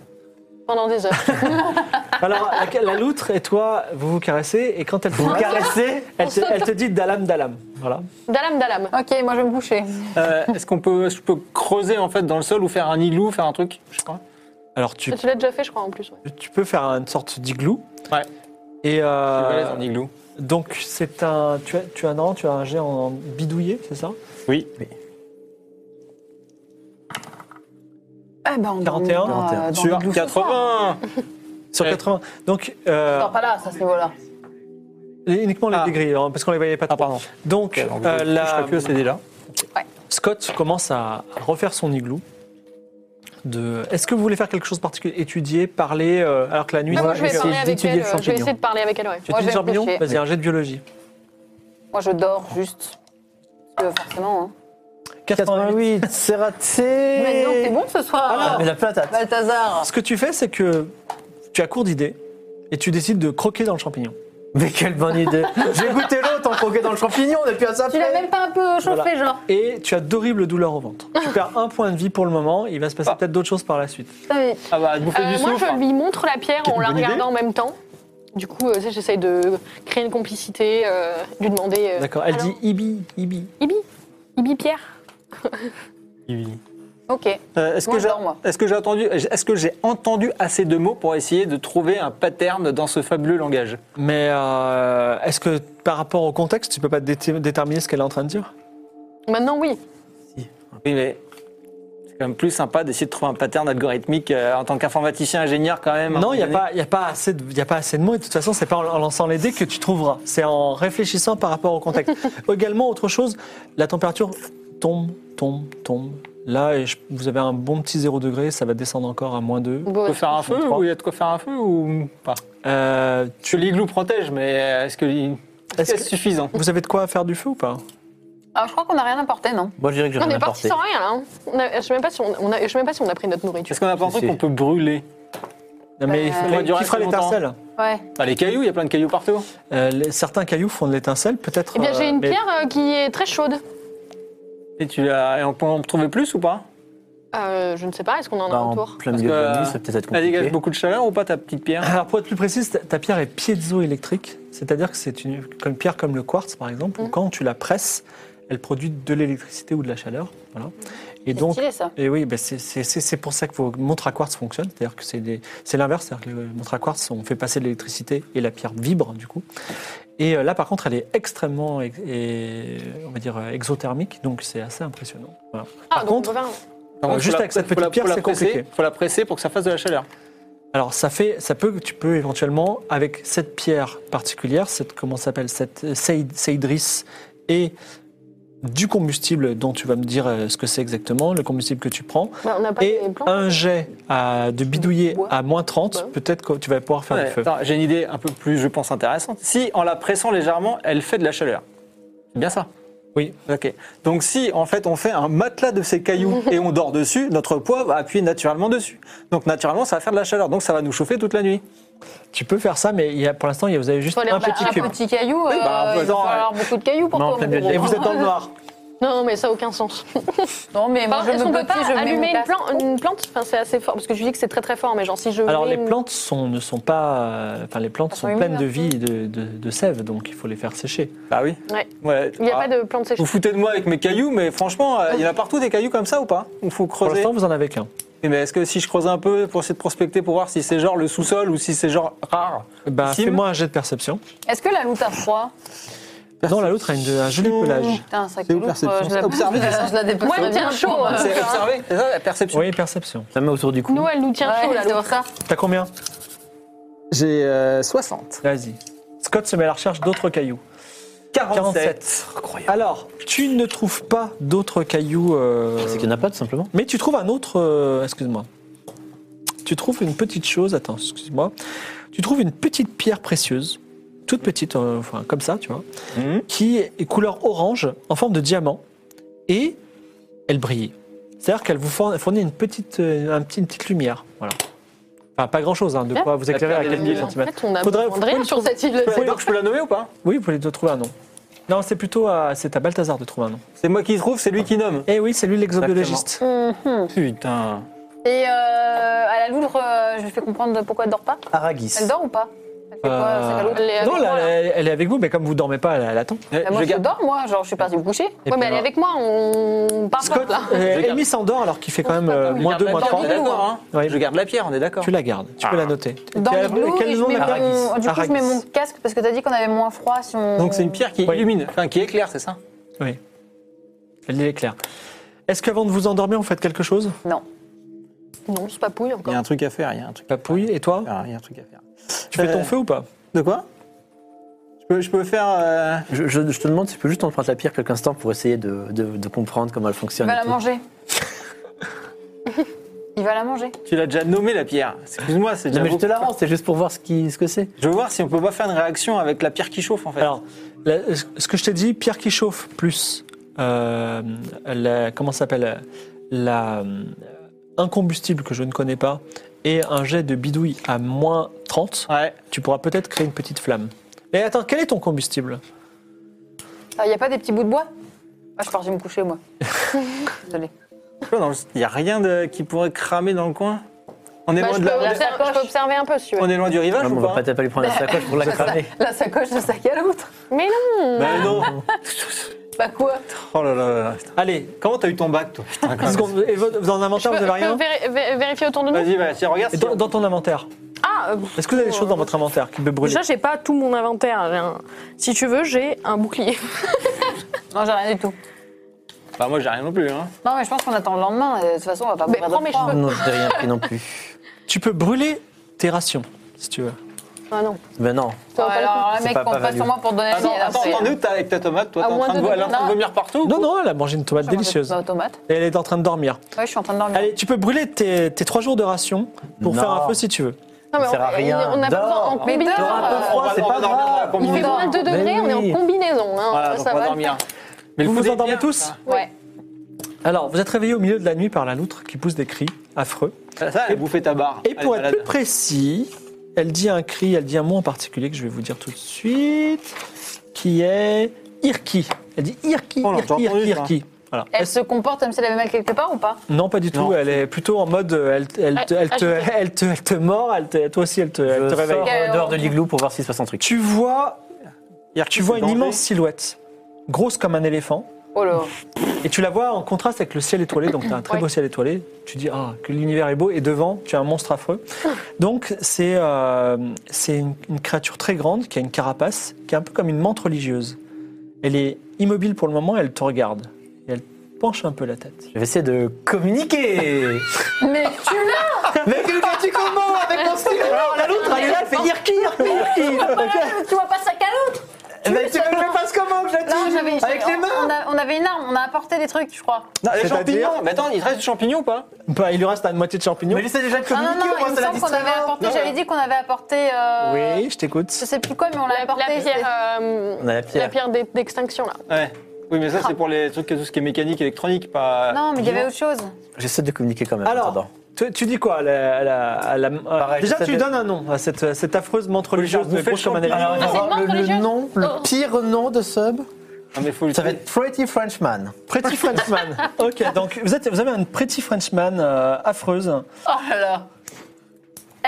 E: pendant des heures.
A: Alors, la, la loutre et toi, vous vous caressez, et quand elle vous
C: Vous caressez.
A: elle te, elle te dit Dalam, Dalam. Voilà.
E: Dalam, Dalam.
B: Ok, moi je vais me coucher.
D: euh, est-ce qu'on peut, est-ce que je peux creuser en fait dans le sol ou faire un îlot, faire un truc Je sais pas.
A: Alors, tu,
E: Tu l'as déjà fait, je crois, en plus. ouais.
A: tu peux faire une sorte d'igloo.
D: Ouais.
A: Et
D: Je
A: euh,
D: suis balèze en igloo.
A: donc, c'est un. Tu as, tu as, non, tu as un jet en bidouillé, c'est ça
D: Oui.
B: Ah ben
A: 41,
B: on dormira, euh, dans
D: Sur
B: le doux ce soir.
D: 80
A: Sur
D: Ouais.
A: 80. Donc, euh,
B: On dort pas là, ça, à ce niveau-là.
A: les- uniquement les
D: Ah.
A: degrés, hein, parce qu'on les voyait pas
D: Ah,
A: trop.
D: pardon.
A: donc,
D: Alors,
A: euh,
D: je- je
A: la-
D: crois que c'est déjà.
A: Scott commence à à refaire son igloo. De... Est-ce que vous voulez faire quelque chose de particulier Étudier, parler, euh, alors que la nuit.
E: Ah, moi,
C: va
E: je vais
C: essayer
E: parler avec
C: d'étudier
E: elle.
C: le
E: euh, Je vais
C: champignon.
E: essayer de parler avec elle, ouais.
A: Tu
B: Moi,
A: étudies
B: je
A: le
B: vais
A: champignon
B: réfléchir.
A: Vas-y, un jet de biologie.
B: Moi, je dors juste. Parce que forcément. Hein.
D: Oh,
C: 88, c'est raté.
B: Mais non, c'est bon ce soir.
C: Ah, mais la patate.
B: Balthazar.
A: Ce que tu fais, c'est que tu as court d'idées et tu décides de croquer dans le champignon.
C: Mais quelle bonne idée. J'ai goûté l'autre en croquet dans le champignon depuis un
B: Tu l'as
C: sapin.
B: même pas un peu chauffé,
A: Voilà.
B: genre.
A: Et tu as d'horribles douleurs au ventre. Tu perds un point de vie pour le moment, il va se
E: Ah.
A: passer peut-être d'autres choses par la suite.
B: Putain, mais-
D: Ah bah, bouffer
E: Euh,
D: du
E: moi,
D: soufre.
E: je lui montre la pierre en
D: Quelle
E: la
D: bonne idée.
E: regardant en même temps. Du coup, euh, tu sais, j'essaye de créer une complicité, euh, lui demander. euh,
A: D'accord, elle
E: alors,
A: dit Ibi, Ibi.
E: Ibi, Ibi Pierre.
D: Oui.
B: Ok.
D: Euh, est-ce,
B: Moi, je
D: que j'ai,
B: dors, moi.
D: est-ce que j'ai entendu, est-ce que j'ai entendu assez de mots pour essayer de trouver un pattern dans ce fabuleux langage
A: Mais euh, est-ce que par rapport au contexte, tu peux pas dé- déterminer ce qu'elle est en train de dire
E: Maintenant, oui.
D: Oui, mais c'est quand même plus sympa d'essayer de trouver un pattern algorithmique euh, en tant qu'informaticien ingénieur quand même. à
A: Non,
D: un moment
A: il n'y a,
D: donné.
A: pas- il y a, pas assez de- il y a pas assez de mots. Et de toute façon, c'est pas en en lançant les dés que tu trouveras. C'est en réfléchissant par rapport au contexte. Également, autre chose, la température tombe, tombe, tombe. Là, et je- vous avez un bon petit 0 degré, ça va descendre encore à moins 2.
D: On
E: Bon,
D: peut faire un feu
A: trois.
D: ou il y a de quoi faire un feu ou pas
A: Euh,
D: Je l'igloo protège, mais euh, est-ce que l'i- est-ce
A: Est-ce
D: que c'est suffisant
A: vous avez de quoi faire du feu ou pas
B: Alors, Ah, je crois qu'on n'a rien apporté, non
C: Moi, je dirais que j'ai
E: on
C: rien
E: est parti
C: apporté.
E: sans rien, là. hein. On a- je sais même pas si on, on a, je sais même pas si on a pris notre nourriture.
D: Est-ce qu'on a pas un truc
C: Si, si.
D: qu'on peut brûler
A: Non, mais il
B: Euh,
A: faut-
D: Ça va durer
A: qui fera
D: assez longtemps.
A: l'étincelle
B: Ouais.
D: Bah, Les cailloux, il y a plein de cailloux partout.
A: Euh, les- Certains cailloux font de l'étincelle, peut-être.
E: Eh bien, j'ai
A: euh,
E: une
A: mais-
E: pierre euh, qui est très chaude.
D: Et tu l'as- et on peut en trouver plus ou pas
E: Euh, je ne sais pas, est-ce qu'on en a
C: Bah,
E: un
C: en
E: autour
C: plein
D: Parce
C: milieu de
D: que,
C: la nuit, ça peut être
D: Elle dégage
C: compliqué.
D: beaucoup de chaleur ou pas ta petite pierre
A: Alors, pour être plus précise, ta- ta pierre est piézoélectrique, c'est-à-dire que c'est une, comme une pierre comme le quartz, par exemple, où quand tu la presses, elle produit de l'électricité ou de la chaleur. Voilà. Et
B: C'est
A: donc,
B: stylé, ça.
A: et oui, ben, c'est- c'est c'est- c'est pour ça que vos montres à quartz fonctionnent, c'est-à-dire que c'est des- c'est l'inverse, c'est-à-dire que les montres à quartz, on fait passer de l'électricité et la pierre vibre, du coup. Et euh, là, par contre, elle est extrêmement, ex- et, on va dire, euh, exothermique, donc c'est assez impressionnant. Voilà.
E: Ah,
A: Par
E: donc
A: contre,
E: on peut faire un-
D: Faut
A: juste
D: la-
A: avec cette
D: faut la-
A: petite pierre,
D: faut la
A: c'est
D: presser-
A: compliqué.
D: Faut la presser pour que ça fasse de la chaleur.
A: Alors ça fait, ça peut, tu peux éventuellement avec cette pierre particulière, cette comment ça s'appelle, cette euh, Seid- Seidris et du combustible dont tu vas me dire euh, ce que c'est exactement, le combustible que tu prends,
B: Bah, on n'a pas
A: et
B: les plans.
A: un jet à- de bidouiller
B: Bois.
A: à moins 30,
B: Bois.
A: peut-être que tu vas pouvoir faire
D: Ouais,
A: du feu.
D: attends, J'ai une idée un peu plus, je pense, intéressante. Si, en la pressant légèrement, elle fait de la chaleur. C'est bien ça
A: Oui.
D: Ok. Donc si, en fait, on fait un matelas de ces cailloux et on dort dessus, notre poids va appuyer naturellement dessus. Donc naturellement, ça va faire de la chaleur. Donc ça va nous chauffer toute la nuit.
A: Tu peux faire ça, mais il y a, pour l'instant, il y a- vous avez juste
B: Sur les-
A: un
B: bah,
A: petit
B: un
A: cube.
B: petit caillou, euh,
D: bah,
B: il va
D: attends,
B: falloir beaucoup de cailloux pour
C: Non, en
B: toi,
C: plein
B: mon
C: milieu de
B: gros.
D: Et vous êtes dans le noir.
B: Non, mais ça a aucun sens. non, mais moi,
E: Enfin,
B: je
E: Est-ce
B: me
E: qu'on peut
B: motive,
E: pas
B: je mets
E: allumer
B: mon
E: une,
B: casque.
E: plan- une plante Enfin, c'est assez fort, parce que je dis que c'est très très fort, mais genre si je.
A: Alors
E: mets
A: les
E: une-
A: plantes sont, ne sont pas, euh, enfin les plantes
B: Elles
A: sont
B: sont
A: pleines de vie,
B: immunes,
A: et de, de, de sève, donc il faut les faire sécher.
D: Bah oui.
E: Ouais.
D: Ouais.
E: Il n'y a
D: Ah,
E: pas de plante séchée.
D: Vous foutez de moi avec mes cailloux, mais franchement, euh, il y en a partout des cailloux comme ça ou pas Il faut
A: Pour
D: creuser.
A: l'instant, vous en avez qu'un.
D: Oui, Mais est-ce que si je creuse un peu pour essayer de prospecter pour voir si c'est genre le sous-sol ou si c'est genre rare
A: Bah,
D: Sim.
A: fais-moi un jet de perception.
B: Est-ce que la loutre a froid
A: Non, la loutre a une- euh, un joli pelage.
B: Putain, ça
D: C'est où
B: loutre,
D: perception
B: euh, je la-
D: Observer, c'est ça
B: Je la dépasse.
E: Moi, elle me tient chaud.
B: hein.
E: euh,
D: C'est observé, c'est ça la perception.
A: Oui, perception.
C: Ça met autour du cou.
E: Nous, elle nous tient chaud, la loutre.
B: ça.
A: T'as combien
D: J'ai euh, 60.
A: Vas-y. Scott se met à la recherche d'autres cailloux.
D: 47.
A: 47. Alors, tu ne trouves pas d'autres cailloux. euh,
C: C'est qu'il n'y en a pas, tout simplement.
A: Mais tu trouves un autre. euh, Excuse-moi. Tu trouves une petite chose. Attends, excuse-moi. Tu trouves une petite pierre précieuse, toute petite, euh, enfin comme ça, tu vois,
D: Mhm.
A: qui est couleur orange, en forme de diamant, et elle brille. C'est-à-dire qu'elle vous fourn- fournit une petite, euh, un petit- une petite lumière. Voilà. Enfin, pas grand-chose, hein, de
E: Ah,
A: quoi vous éclairer à
D: pierre de
A: quelques
D: lumière.
E: En
A: centimètres.
E: fait, on a
A: Faudrait-
E: besoin de rien sur cette île.
D: Ouais, donc je peux la nommer ou pas
A: Oui, vous pouvez trouver un nom. Non, c'est plutôt à, c'est à Balthazar de trouver un nom.
D: C'est moi qui trouve, c'est lui qui nomme.
A: Eh oui, c'est lui Mm-hmm. l'exobiologiste.
D: Putain.
B: Et euh, à la loutre, euh, je fais comprendre pourquoi elle dort pas.
C: Aragis.
B: Elle dort ou pas Elle fait quoi,
A: Euh,
B: sa loutre
E: Elle est avec
A: non, là,
E: moi, là.
A: elle, elle est avec vous, mais comme vous dormez pas, elle, elle attend.
D: Eh, Ah,
B: Bah, Moi, je dors, moi. Genre, je suis partie me coucher.
A: Et
E: Ouais,
A: puis,
E: mais elle est
A: euh,
E: avec moi, on
B: Ah,
E: part
A: Scott,
B: bah.
E: là.
A: euh,
D: Je garde.
A: Amy s'endort alors qu'il fait quand même euh,
E: Je
A: moins 2, moins 3.
D: On est d'accord, hein
A: Ouais.
D: Je garde la pierre, on est d'accord.
A: Tu la gardes, tu peux la noter.
B: Ah. Dans
A: Quel-
B: le bleu,
A: quel
B: et je
A: nom
B: mets
A: de-
B: mon-
A: Aragis.
B: Du coup, je mets mon
A: Aragis.
B: casque parce que t'as dit qu'on avait moins froid si on.
D: Donc c'est une pierre qui
A: Oui.
D: illumine, enfin qui éclaire, c'est ça
A: Elle est claire. Est-ce qu'avant de vous endormir, vous faites quelque chose
B: Non.
E: Non, c'est pas pouille
D: Il y
E: encore.
D: a un truc à faire, il y a un truc.
A: Papouille, et toi
D: Ah, il y a un truc à faire.
A: Tu fais ton
D: Euh,
A: feu ou pas
D: De quoi je peux, je peux faire. euh,
C: Je, je- je te demande si tu peux juste emprunter la pierre quelques instants pour essayer de, de- de comprendre comment elle
B: Il
C: fonctionne.
B: va Bah, la
C: et tout.
B: manger. Il va la manger.
D: Tu l'as déjà nommée la pierre. Excuse-moi, c'est
C: Non,
D: déjà.
C: mais je te la
D: beaucoup.
C: rends, c'est juste pour voir ce, qui, ce que c'est.
D: Je veux voir si on peut pas faire une réaction avec la pierre qui chauffe en fait.
A: Alors, la- ce que je t'ai dit, pierre qui chauffe plus. euh, la- comment ça s'appelle la, Un combustible que je ne connais pas et un jet de bidouille à moins 30,
D: ouais.
A: tu pourras peut-être créer une petite flamme. Mais attends, quel est ton
E: Ah,
A: combustible
B: Il n'y a pas des petits bouts de bois Ah, Je partais me coucher, moi. Désolée.
D: Quoi, dans le- Il n'y a rien de... qui pourrait cramer dans le coin. On est
E: Bah,
D: loin
E: je,
D: de
E: peux
D: la- on est-
E: observer, je peux observer un peu si tu veux.
D: on est loin du rivage
C: Non, mais
D: ou
C: on va
D: pas
C: peut-être pas lui prendre la sacoche pour la cramer.
B: La sacoche de sac à l'autre.
E: Mais non
D: Bah non.
B: Bah quoi
D: Oh là là là.
A: Allez,
D: Comment t'as eu ton bac toi Putain, quand
A: une
D: même.
A: seconde, et vo- dans
E: Je
A: l'inventaire, vous
E: peux,
A: avez
E: je
A: rien
E: peux vér- vé- vérifier autour de nous
D: Vas-y, vas-y, regarde.
A: Et
D: si-
A: dans, dans ton inventaire,
E: Ah, euh,
A: est-ce que vous avez des choses dans votre inventaire qui peut brûler
E: déjà, j'ai pas tout mon inventaire. j'ai un- Si tu veux, j'ai un bouclier.
B: Non, j'ai rien du tout.
D: Bah moi j'ai rien non plus. Hein.
B: Non, mais je pense qu'on attend le lendemain. euh, De toute façon, on va pas
E: Mais
B: mourir de
E: prends mes
B: froid.
E: cheveux.
C: Non, je n'ai rien pris non plus.
A: Tu peux brûler tes rations, si tu veux.
E: Ah non.
C: Ben non.
B: Ouais, alors, le
C: C'est
B: mec,
C: pas-
B: on
C: pas
B: passe sur
C: value.
B: moi pour donner
D: Attends,
B: la
D: attends, attends, nous t'as avec ta tomate, toi
E: À
D: t'es en
E: moins
D: train de,
E: de
D: vo- elle est en train de
E: deux-
D: vomir partout.
A: Non, non, elle a mangé une tomate délicieuse.
B: Bah, tomate.
A: Et elle est en train de dormir.
B: Ouais, je suis en train de dormir.
A: Allez, tu peux brûler tes, tes trois jours de rations pour
C: Non.
A: faire un feu si tu veux.
E: Non, mais
C: Ça sert à
E: on-
C: rien.
E: On a pas besoin
C: Dors.
E: en
C: Mais
E: combinaison.
B: dors un peu
E: euh,
D: On va-
C: c'est
D: on va
C: pas
D: dormir dans la
C: grave.
E: Il
D: combinaison.
E: fait moins de 2
C: Mais
E: degrés, on est
C: oui.
E: en combinaison. hein,
D: Voilà,
E: ça,
D: donc
E: ça
D: on va
E: va.
D: dormir. Mais le
A: vous
D: coup
A: vous
D: des
A: endormez
D: pierres,
A: tous
B: Ouais.
A: Alors, vous êtes réveillé au milieu de la nuit par la loutre qui pousse des cris affreux.
D: Ça, ça, elle a bouffé ta barre.
A: Et pour
D: Elle est
A: être plus
D: malade.
A: précis, elle dit un cri, elle dit un mot en particulier que je vais vous dire tout de suite, qui est Irki. Elle dit Irki,
D: Oh là,
A: Irki,
D: j'ai
A: Irki,
D: entendu ça.
A: Irki. Voilà.
B: Elle se comporte comme si elle avait mal quelque part ou pas
A: Non, pas du tout.
D: Non.
A: Elle est plutôt en mode, euh, elle, te- elle, te- elle, te,
E: Ah,
A: elle, te, elle te mord, elle te- toi aussi, elle te, elle
C: Je
A: te réveille.
C: sors
B: réveille.
C: euh, dehors de l'igloo pour voir s'il se passe un truc.
A: Tu vois,
D: Hier,
A: tu vois
D: c'est
A: une
D: danger.
A: immense silhouette, grosse comme un éléphant,
B: Oh là.
A: et tu la vois en contraste avec le ciel étoilé, donc tu as un très beau ciel étoilé. Tu dis ah, que l'univers est beau, et devant, tu as un monstre affreux. Donc, c'est euh, c'est une, une créature très grande qui a une carapace, qui est un peu comme une mante religieuse. Elle est immobile pour le moment, elle te regarde. Et elle penche un peu la tête.
C: Je vais essayer de communiquer.
B: Mais tu l'as
C: Mais que tu comment avec mon Alors la l'autre, elle est là, elle fait dire Kir
B: Tu vois pas ça qu'à l'autre
C: Mais tu me fasses comment que je la
B: Non,
C: tue
B: j'avais.
C: Avec les
B: on-
C: mains
B: on, a- on avait une arme, on a apporté des trucs, je crois.
D: Non, les
A: C'est-à-dire
D: champignons Mais attends, il te reste du champignon ou pas
A: Bah, il lui reste à une moitié de champignons.
C: Mais j'essaie déjà de
B: Ah non,
C: communiquer,
B: non,
C: moi,
B: il me
C: c'est la
B: semble qu'on avait
C: distraction.
B: apporté.
D: Non,
B: J'avais
D: ouais.
B: dit qu'on avait apporté. euh,
A: Oui, je t'écoute.
B: Je sais plus quoi, mais on
E: La,
B: l'avait apporté.
E: la pierre, euh,
C: On a la pierre.
E: la pierre d'e- d'extinction, là.
D: Ouais. Oui, mais ça, c'est pour les trucs, tout ce qui est mécanique, électronique, pas.
B: Non, mais il y avait autre chose.
C: J'essaie de communiquer quand même.
A: Alors,
C: attends.
A: tu, tu dis quoi à la- à la- à la-
C: Pareil,
A: Déjà,
C: ça
A: tu
C: fait-
A: donnes un nom à cette, à cette affreuse menthe religieuse
D: vous
A: de
D: faites
A: gauche comme un
D: champignon.
A: éléphant.
C: Alors, on va
B: Ah, c'est
C: voir
B: une
C: le,
B: marque
C: le
B: religieuse
C: nom, le
B: Oh.
C: pire nom de sub,
D: Non, mais faut lui
C: ça va être Pretty Frenchman.
A: Pretty Frenchman. ok, donc vous, êtes, vous avez une Pretty Frenchman euh, affreuse.
B: Oh là là.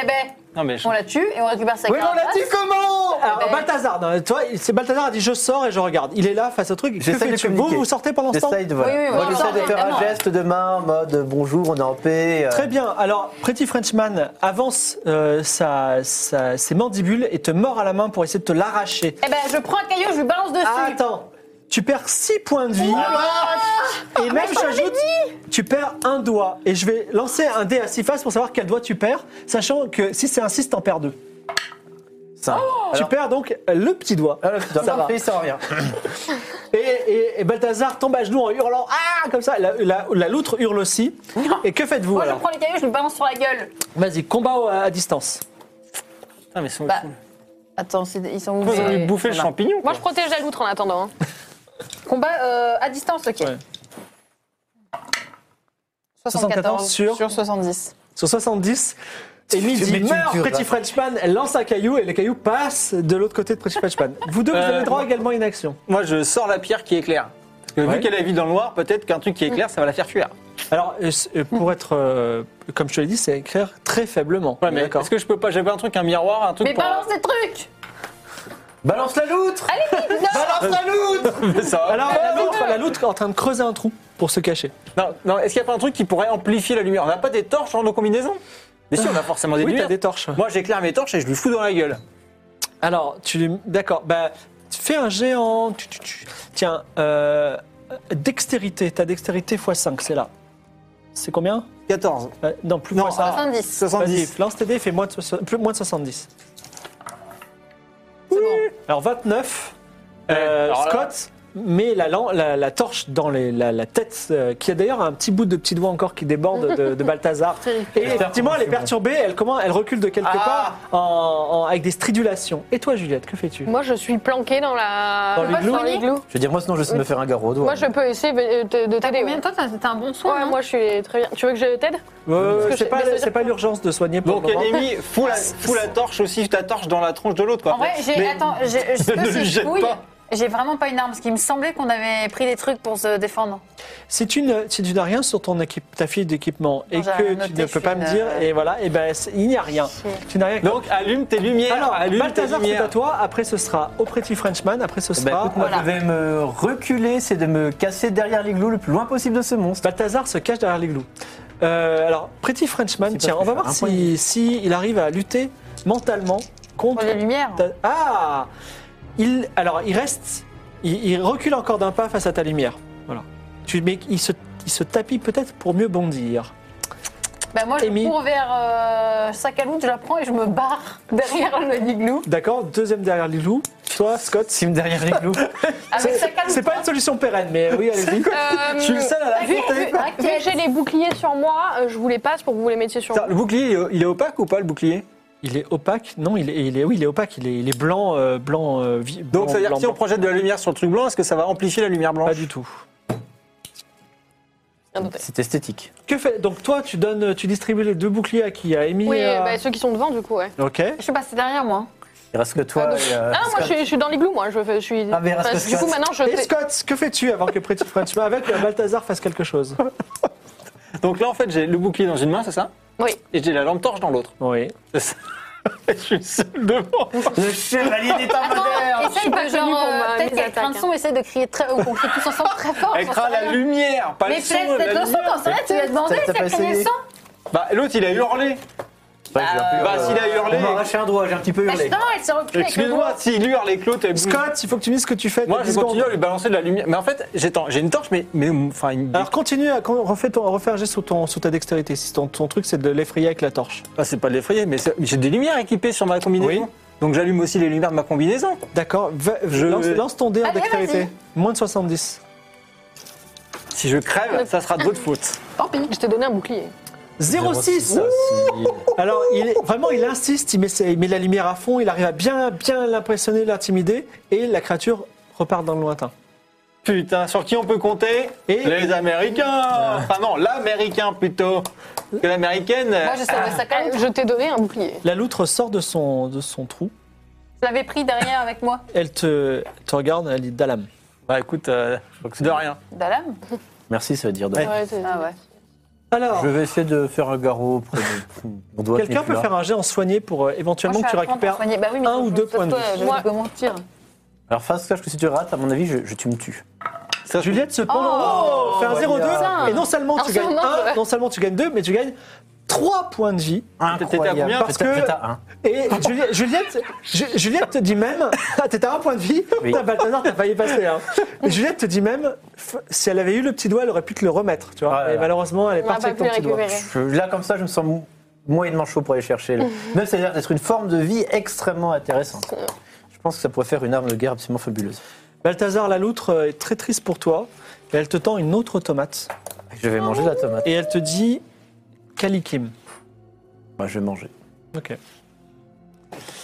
B: Eh ben,
D: Non, mais je-
B: on la tue et on récupère sa Ah,
A: Oui, mais on l'a
B: carapace.
A: dit comment Eh Alors,
B: ben-
A: Balthazar, non, toi, il- c'est Balthazar a dit je sors et je regarde. Il est là face au truc. Que
C: J'essaie de
A: fais-tu Vous,
C: communiquer.
A: vous sortez pendant ce temps
C: J'essaie de, voilà.
B: Oui, oui,
C: Moi,
B: voilà.
C: j'essaie de faire
B: Évidemment.
C: un geste de main en mode euh, bonjour, on est en paix. euh,
A: Très bien. Alors, Pretty Frenchman avance euh, sa- sa- ses mandibules et te mord à la main pour essayer de te l'arracher.
B: Eh ben, je prends un caillou, je lui balance dessus.
A: Ah, Attends, tu perds 6 points de vie. et même, j'ajoute, tu perds un doigt. Et je vais lancer un dé à 6 faces pour savoir quel doigt tu perds, sachant que si c'est un 6, t'en perds deux.
C: ça.
A: Tu perds donc Ah, le petit doigt.
C: Alors, tu dois
A: Ça
C: pas
A: va.
C: payer, ça revient.
A: Et, et- et Balthazar tombe à genoux en hurlant Ah Comme ça, la, la- la loutre hurle aussi. Et que faites-vous
B: Moi, je
A: alors
B: prends le caillou, je lui balance sur la gueule.
A: Vas-y, combat au- à distance.
D: Putain, mais ils sont.
B: Bah, Attends, c'est- ils sont où
D: ils ont
B: les-
D: lui bouffer le
B: Voilà.
D: champignon.
E: Moi, je protège la loutre en attendant. hein.
B: Combat euh, à distance, ok.
A: Ouais.
B: 74
A: sur-
B: 70.
A: Sur 70, Ellie
C: Tu-
A: dit
C: mais tu
A: Meurs,
C: me tueras.
A: Petit Frenchman Elle lance un caillou et le caillou passe de l'autre côté de Petit Frenchman. Vous deux, vous
D: Euh,
A: avez droit
D: moi-
A: également à une action.
D: Moi, je sors la pierre qui éclaire. Parce que
A: Ouais. Mm.
D: vu qu'elle est vide dans le noir, peut-être qu'un truc qui éclaire, ça va la faire fuir.
A: Alors, euh, c- euh, pour être, euh, comme je te l'ai dit, c'est écrire très faiblement.
D: Ouais, mais
A: D'accord.
D: est-ce que je peux pas. J'ai pas un truc, un miroir, un truc
B: Mais
D: pour.
B: balance des trucs
C: Balance la loutre Balance la loutre
D: Mais ça va.
A: Alors, la loutre, la loutre est en train de creuser un trou pour se cacher.
D: Non, non, est-ce qu'il n'y a pas un truc qui pourrait amplifier la lumière On n'a pas des torches en nos combinaisons Mais si, on a forcément des
A: oui, t'as
D: lumières.
A: des torches.
D: Moi, j'éclaire mes torches et je lui fous dans la gueule.
A: Alors, tu. D'accord, bah, tu fais un géant. tu- tu- tu- Tiens, euh, dextérité. Ta dextérité x5, c'est là. C'est combien
D: 14.
A: Euh, Non, plus
D: Non,
A: moins ça.
B: 70.
D: 70.
A: Vas-y, lance tes dés, fais moins de, soix- plus, moins de 70.
B: C'est bon.
A: Alors, 29.
D: Ouais,
A: euh,
D: alors là-
A: Scott met la, lan- la, la torche dans les- la, la tête, euh, qui a d'ailleurs un petit bout de petit doigt encore qui déborde de, de Balthazar. Et effectivement, elle est perturbée, elle, comment, elle recule de quelque
D: Ah.
A: part en- en- avec des stridulations. Et toi, Juliette, que fais-tu
E: Moi, je suis planquée dans la.
A: Dans
E: Je peux
A: l'igloo
E: pas soigner
C: Je veux dire, moi, sinon, je sais me faire un garrot au doigt.
E: Moi, je peux essayer de de- de t'aider.
B: Combien
E: ouais.
B: de temps T'as t'as un bon soin,
E: Ouais,
B: non
E: moi, je suis très bien. Tu veux que je t'aide
A: Euh,
E: que
A: c'est
E: je-
A: pas,
E: mais ça veut
A: c'est
E: dire
A: pas l'urgence de soigner pour
D: Donc,
A: le moment.
D: Amy, fous la, fous la torche aussi, ta torche dans la tronche de l'autre, quoi.
B: En vrai, j'ai.
D: Mais-
B: Attends, j'ai- je
D: Ne
B: peux
D: le
B: si je
D: jette
B: fouille.
D: pas.
B: J'ai vraiment pas une arme, parce qu'il me semblait qu'on avait pris des trucs pour se défendre.
A: Si tu ne- si tu n'as rien sur ton équipe, ta fiche d'équipement et
B: Non, j'ai rien
A: que tu
B: noté,
A: ne
B: je
A: peux pas
B: fais
A: me
B: une-
A: dire
E: euh,
A: et voilà, et ben c'est- il n'y a rien. Tu n'as rien.
D: Donc, allume tes lumières.
A: alors,
D: allume
A: Balthazar,
D: tes
A: c'est
D: lumières.
A: à toi. Après, ce sera au Pretty Frenchman. Après, ce
C: Eh
A: sera.
C: ben, écoute, moi,
B: Voilà.
C: je vais me reculer, c'est de me casser derrière l'igloo le plus loin possible de ce monstre.
A: Balthazar se cache derrière l'igloo. Euh, alors, Pretty Frenchman,
C: C'est
A: tiens,
C: parce
A: on
C: que
A: va
C: je
A: voir
C: fais un
A: si,
C: point de
A: si il arrive à lutter mentalement contre
B: Pour les lumières.
A: Ta- Ah il, Alors, il reste. Il, il recule encore d'un pas face à ta lumière. Voilà. Tu, mais il se, il se tapit peut-être pour mieux bondir.
B: Bah, moi, je
A: Amy.
B: cours vers euh, sac à loup, je la prends et je me barre derrière le igloo.
A: D'accord Deuxième derrière Lilou. Toi, Scott.
C: Si me derrière l'igloo.
E: Ah,
B: Avec sac à loup.
A: C'est pas une solution pérenne, mais oui, allez-y.
E: Euh,
D: Je suis le seul à la
E: Vu,
D: porter.
E: vu- vu que j'ai les boucliers sur moi, euh, je vous les passe pour que vous les mettiez sur
D: Attends, Le
E: moi.
D: bouclier, il est- il est opaque ou pas le bouclier
A: Il est opaque. Non, il est, il est, oui, il est opaque. Il est, il est blanc, euh, blanc, euh, vi- blanc,
D: Donc, ça veut dire
A: blanc,
D: que si on
A: blanc.
D: projette de la lumière sur le truc blanc, est-ce que ça va amplifier la lumière
A: Pas
D: blanche
A: du tout.
E: Bien noté.
C: C'est esthétique.
A: Que fait Donc, toi, tu donnes, tu distribues les deux boucliers à qui À euh, Amy
E: Oui,
A: et à-
E: bah, ceux qui sont devant, du coup, ouais.
A: Ok.
B: Je suis passée derrière moi.
C: Il reste que toi.
E: Ah,
C: et, euh,
E: Ah, non, moi, je, suis- je suis dans l'igloo, moi. Je, fais- je suis.
C: Ah, mais reste
E: du coup,
C: Scott.
E: maintenant, je.
A: Et Scott, que fais-tu avant que Pretty Frenchman avec euh, Balthazar fasse quelque chose
D: Donc là, en fait, j'ai le bouclier dans une main, c'est ça
E: Oui.
D: Et j'ai la lampe torche dans l'autre.
A: Oui.
D: C'est ça. Je suis le seul devant.
C: Le chevalier
B: Ah,
C: des temps
E: Ah,
C: modernes
B: Essaye
E: pas
B: de genre,
E: connue pour
B: euh,
E: ma-
B: peut-être
E: mes
B: qu'avec un
E: attaques,
B: son, essaye de crier très haut, qu'on crie tous ensemble très fort.
D: Elle
B: j'en
D: craint
B: sais rien.
D: la lumière, pas
B: Mais
D: le
B: peut-être
D: son, la
B: peut-être le son,
D: lumière.
B: t'en sais rien, tu lui as demandé, ça
C: T'as- t'as pas
B: criait le
C: essayé
B: son.
D: Bah, l'autre, il a hurlé.
C: Ouais, j'ai un peu
D: Bah,
C: hurlé.
D: s'il a hurlé-
C: On m'a arraché un doigt, j'ai un petit peu
B: Ah,
C: hurlé.
B: non, elle s'est reculée. avec le
D: Excuse-moi,
B: doigt.
D: s'il hurle et Claude, t'es
A: Scott, il faut que tu me dises ce que tu fais.
D: Moi,
A: t'as
D: je
A: 10
D: continue à
A: secondes.
D: lui balancer de la lumière. Mais en fait, j'ai ten- j'ai une torche, mais. mais enfin, une...
A: Alors continue à refaire ton, refais un geste sur, ton, sur ta dextérité. Si ton, ton truc c'est de l'effrayer avec la torche.
D: Ah, c'est pas de l'effrayer, mais c'est- j'ai des lumières équipées sur ma combinaison.
A: Oui.
D: Donc j'allume aussi les lumières de ma combinaison.
A: D'accord. va-
D: Je-
A: Lance, lance ton dé en
B: Allez,
A: dextérité.
B: vas-y.
A: Moins de 70.
D: Si je crève, ça sera de votre faute.
E: Tant pis, je t'ai donné un bouclier.
A: 06 Alors il, vraiment il insiste, il met, ses- il met la lumière à fond, il arrive à bien bien l'impressionner, l'intimider et la créature repart dans le lointain.
D: Putain, sur qui on peut compter
A: Et-
D: Les Ah. Américains Enfin non, l'Américain plutôt que l'Américaine.
B: Moi, je savais ça quand
E: Ah,
B: même.
E: Je t'ai donné un bouclier.
A: La loutre sort de son, de son trou,
B: Je l'avais pris derrière avec moi.
A: elle te, te regarde, elle dit Dalam.
D: Bah écoute, euh, je crois que c'est de rien.
E: Bah,
B: Dalam
C: Merci, ça veut dire de
E: Ouais, c'est-
B: Ah ouais.
A: Alors,
C: Je vais essayer de faire un garrot. auprès de- Mon doigt
A: quelqu'un
C: n'est
A: peut
C: plus là.
A: faire un jet en soigné pour euh,
B: Moi,
A: éventuellement
B: je
A: que tu
B: suis à fond pour
A: récupères.
B: soigner. Bah oui, mais
A: un
B: faut
A: ou
B: que
A: deux
B: je fasse
A: points de
B: quoi,
A: vie.
B: Je
E: Moi-
B: vais mentir.
C: Alors, face cache que si tu rates, à mon avis, je, je- tu me tues.
D: Ça, je-
A: Juliette se pend.
B: Oh,
A: Oh, fait un
C: Vania.
A: 0-2. Et non seulement tu
E: Un
A: gagnes
E: surnom,
A: 1,
E: ouais.
A: non seulement tu gagnes 2, mais tu gagnes 3 points de vie.
D: T'étais à
C: Incroyable.
D: combien
A: Parce que-
C: J'étais à un.
A: Et Juliette, Juliette, Ju- Juliette te dit même, Ah, t'étais à un point de vie,
C: Oui.
A: t'as Ah, Balthazar, t'as failli passer. hein. Et Juliette te dit même, f- si elle avait eu le petit doigt, elle aurait pu te le remettre, tu vois.
C: Ah là
A: Et
C: là.
A: malheureusement, elle est
E: On n'a
A: partie
E: pas
A: avec ton
E: pu
A: petit doigt.
E: récupérer.
C: Je- là, comme ça, je me sens mou- moyennement chaud pour aller chercher. là. Même, c'est-à-dire d'être une forme de vie extrêmement intéressante. Je pense que ça pourrait faire une arme de guerre absolument fabuleuse.
A: Balthazar, la loutre euh, est très triste pour toi. Et elle te tend une autre tomate.
C: Je vais manger la tomate.
A: Et elle te dit, Kalikim.
C: Moi, je vais manger.
A: Ok.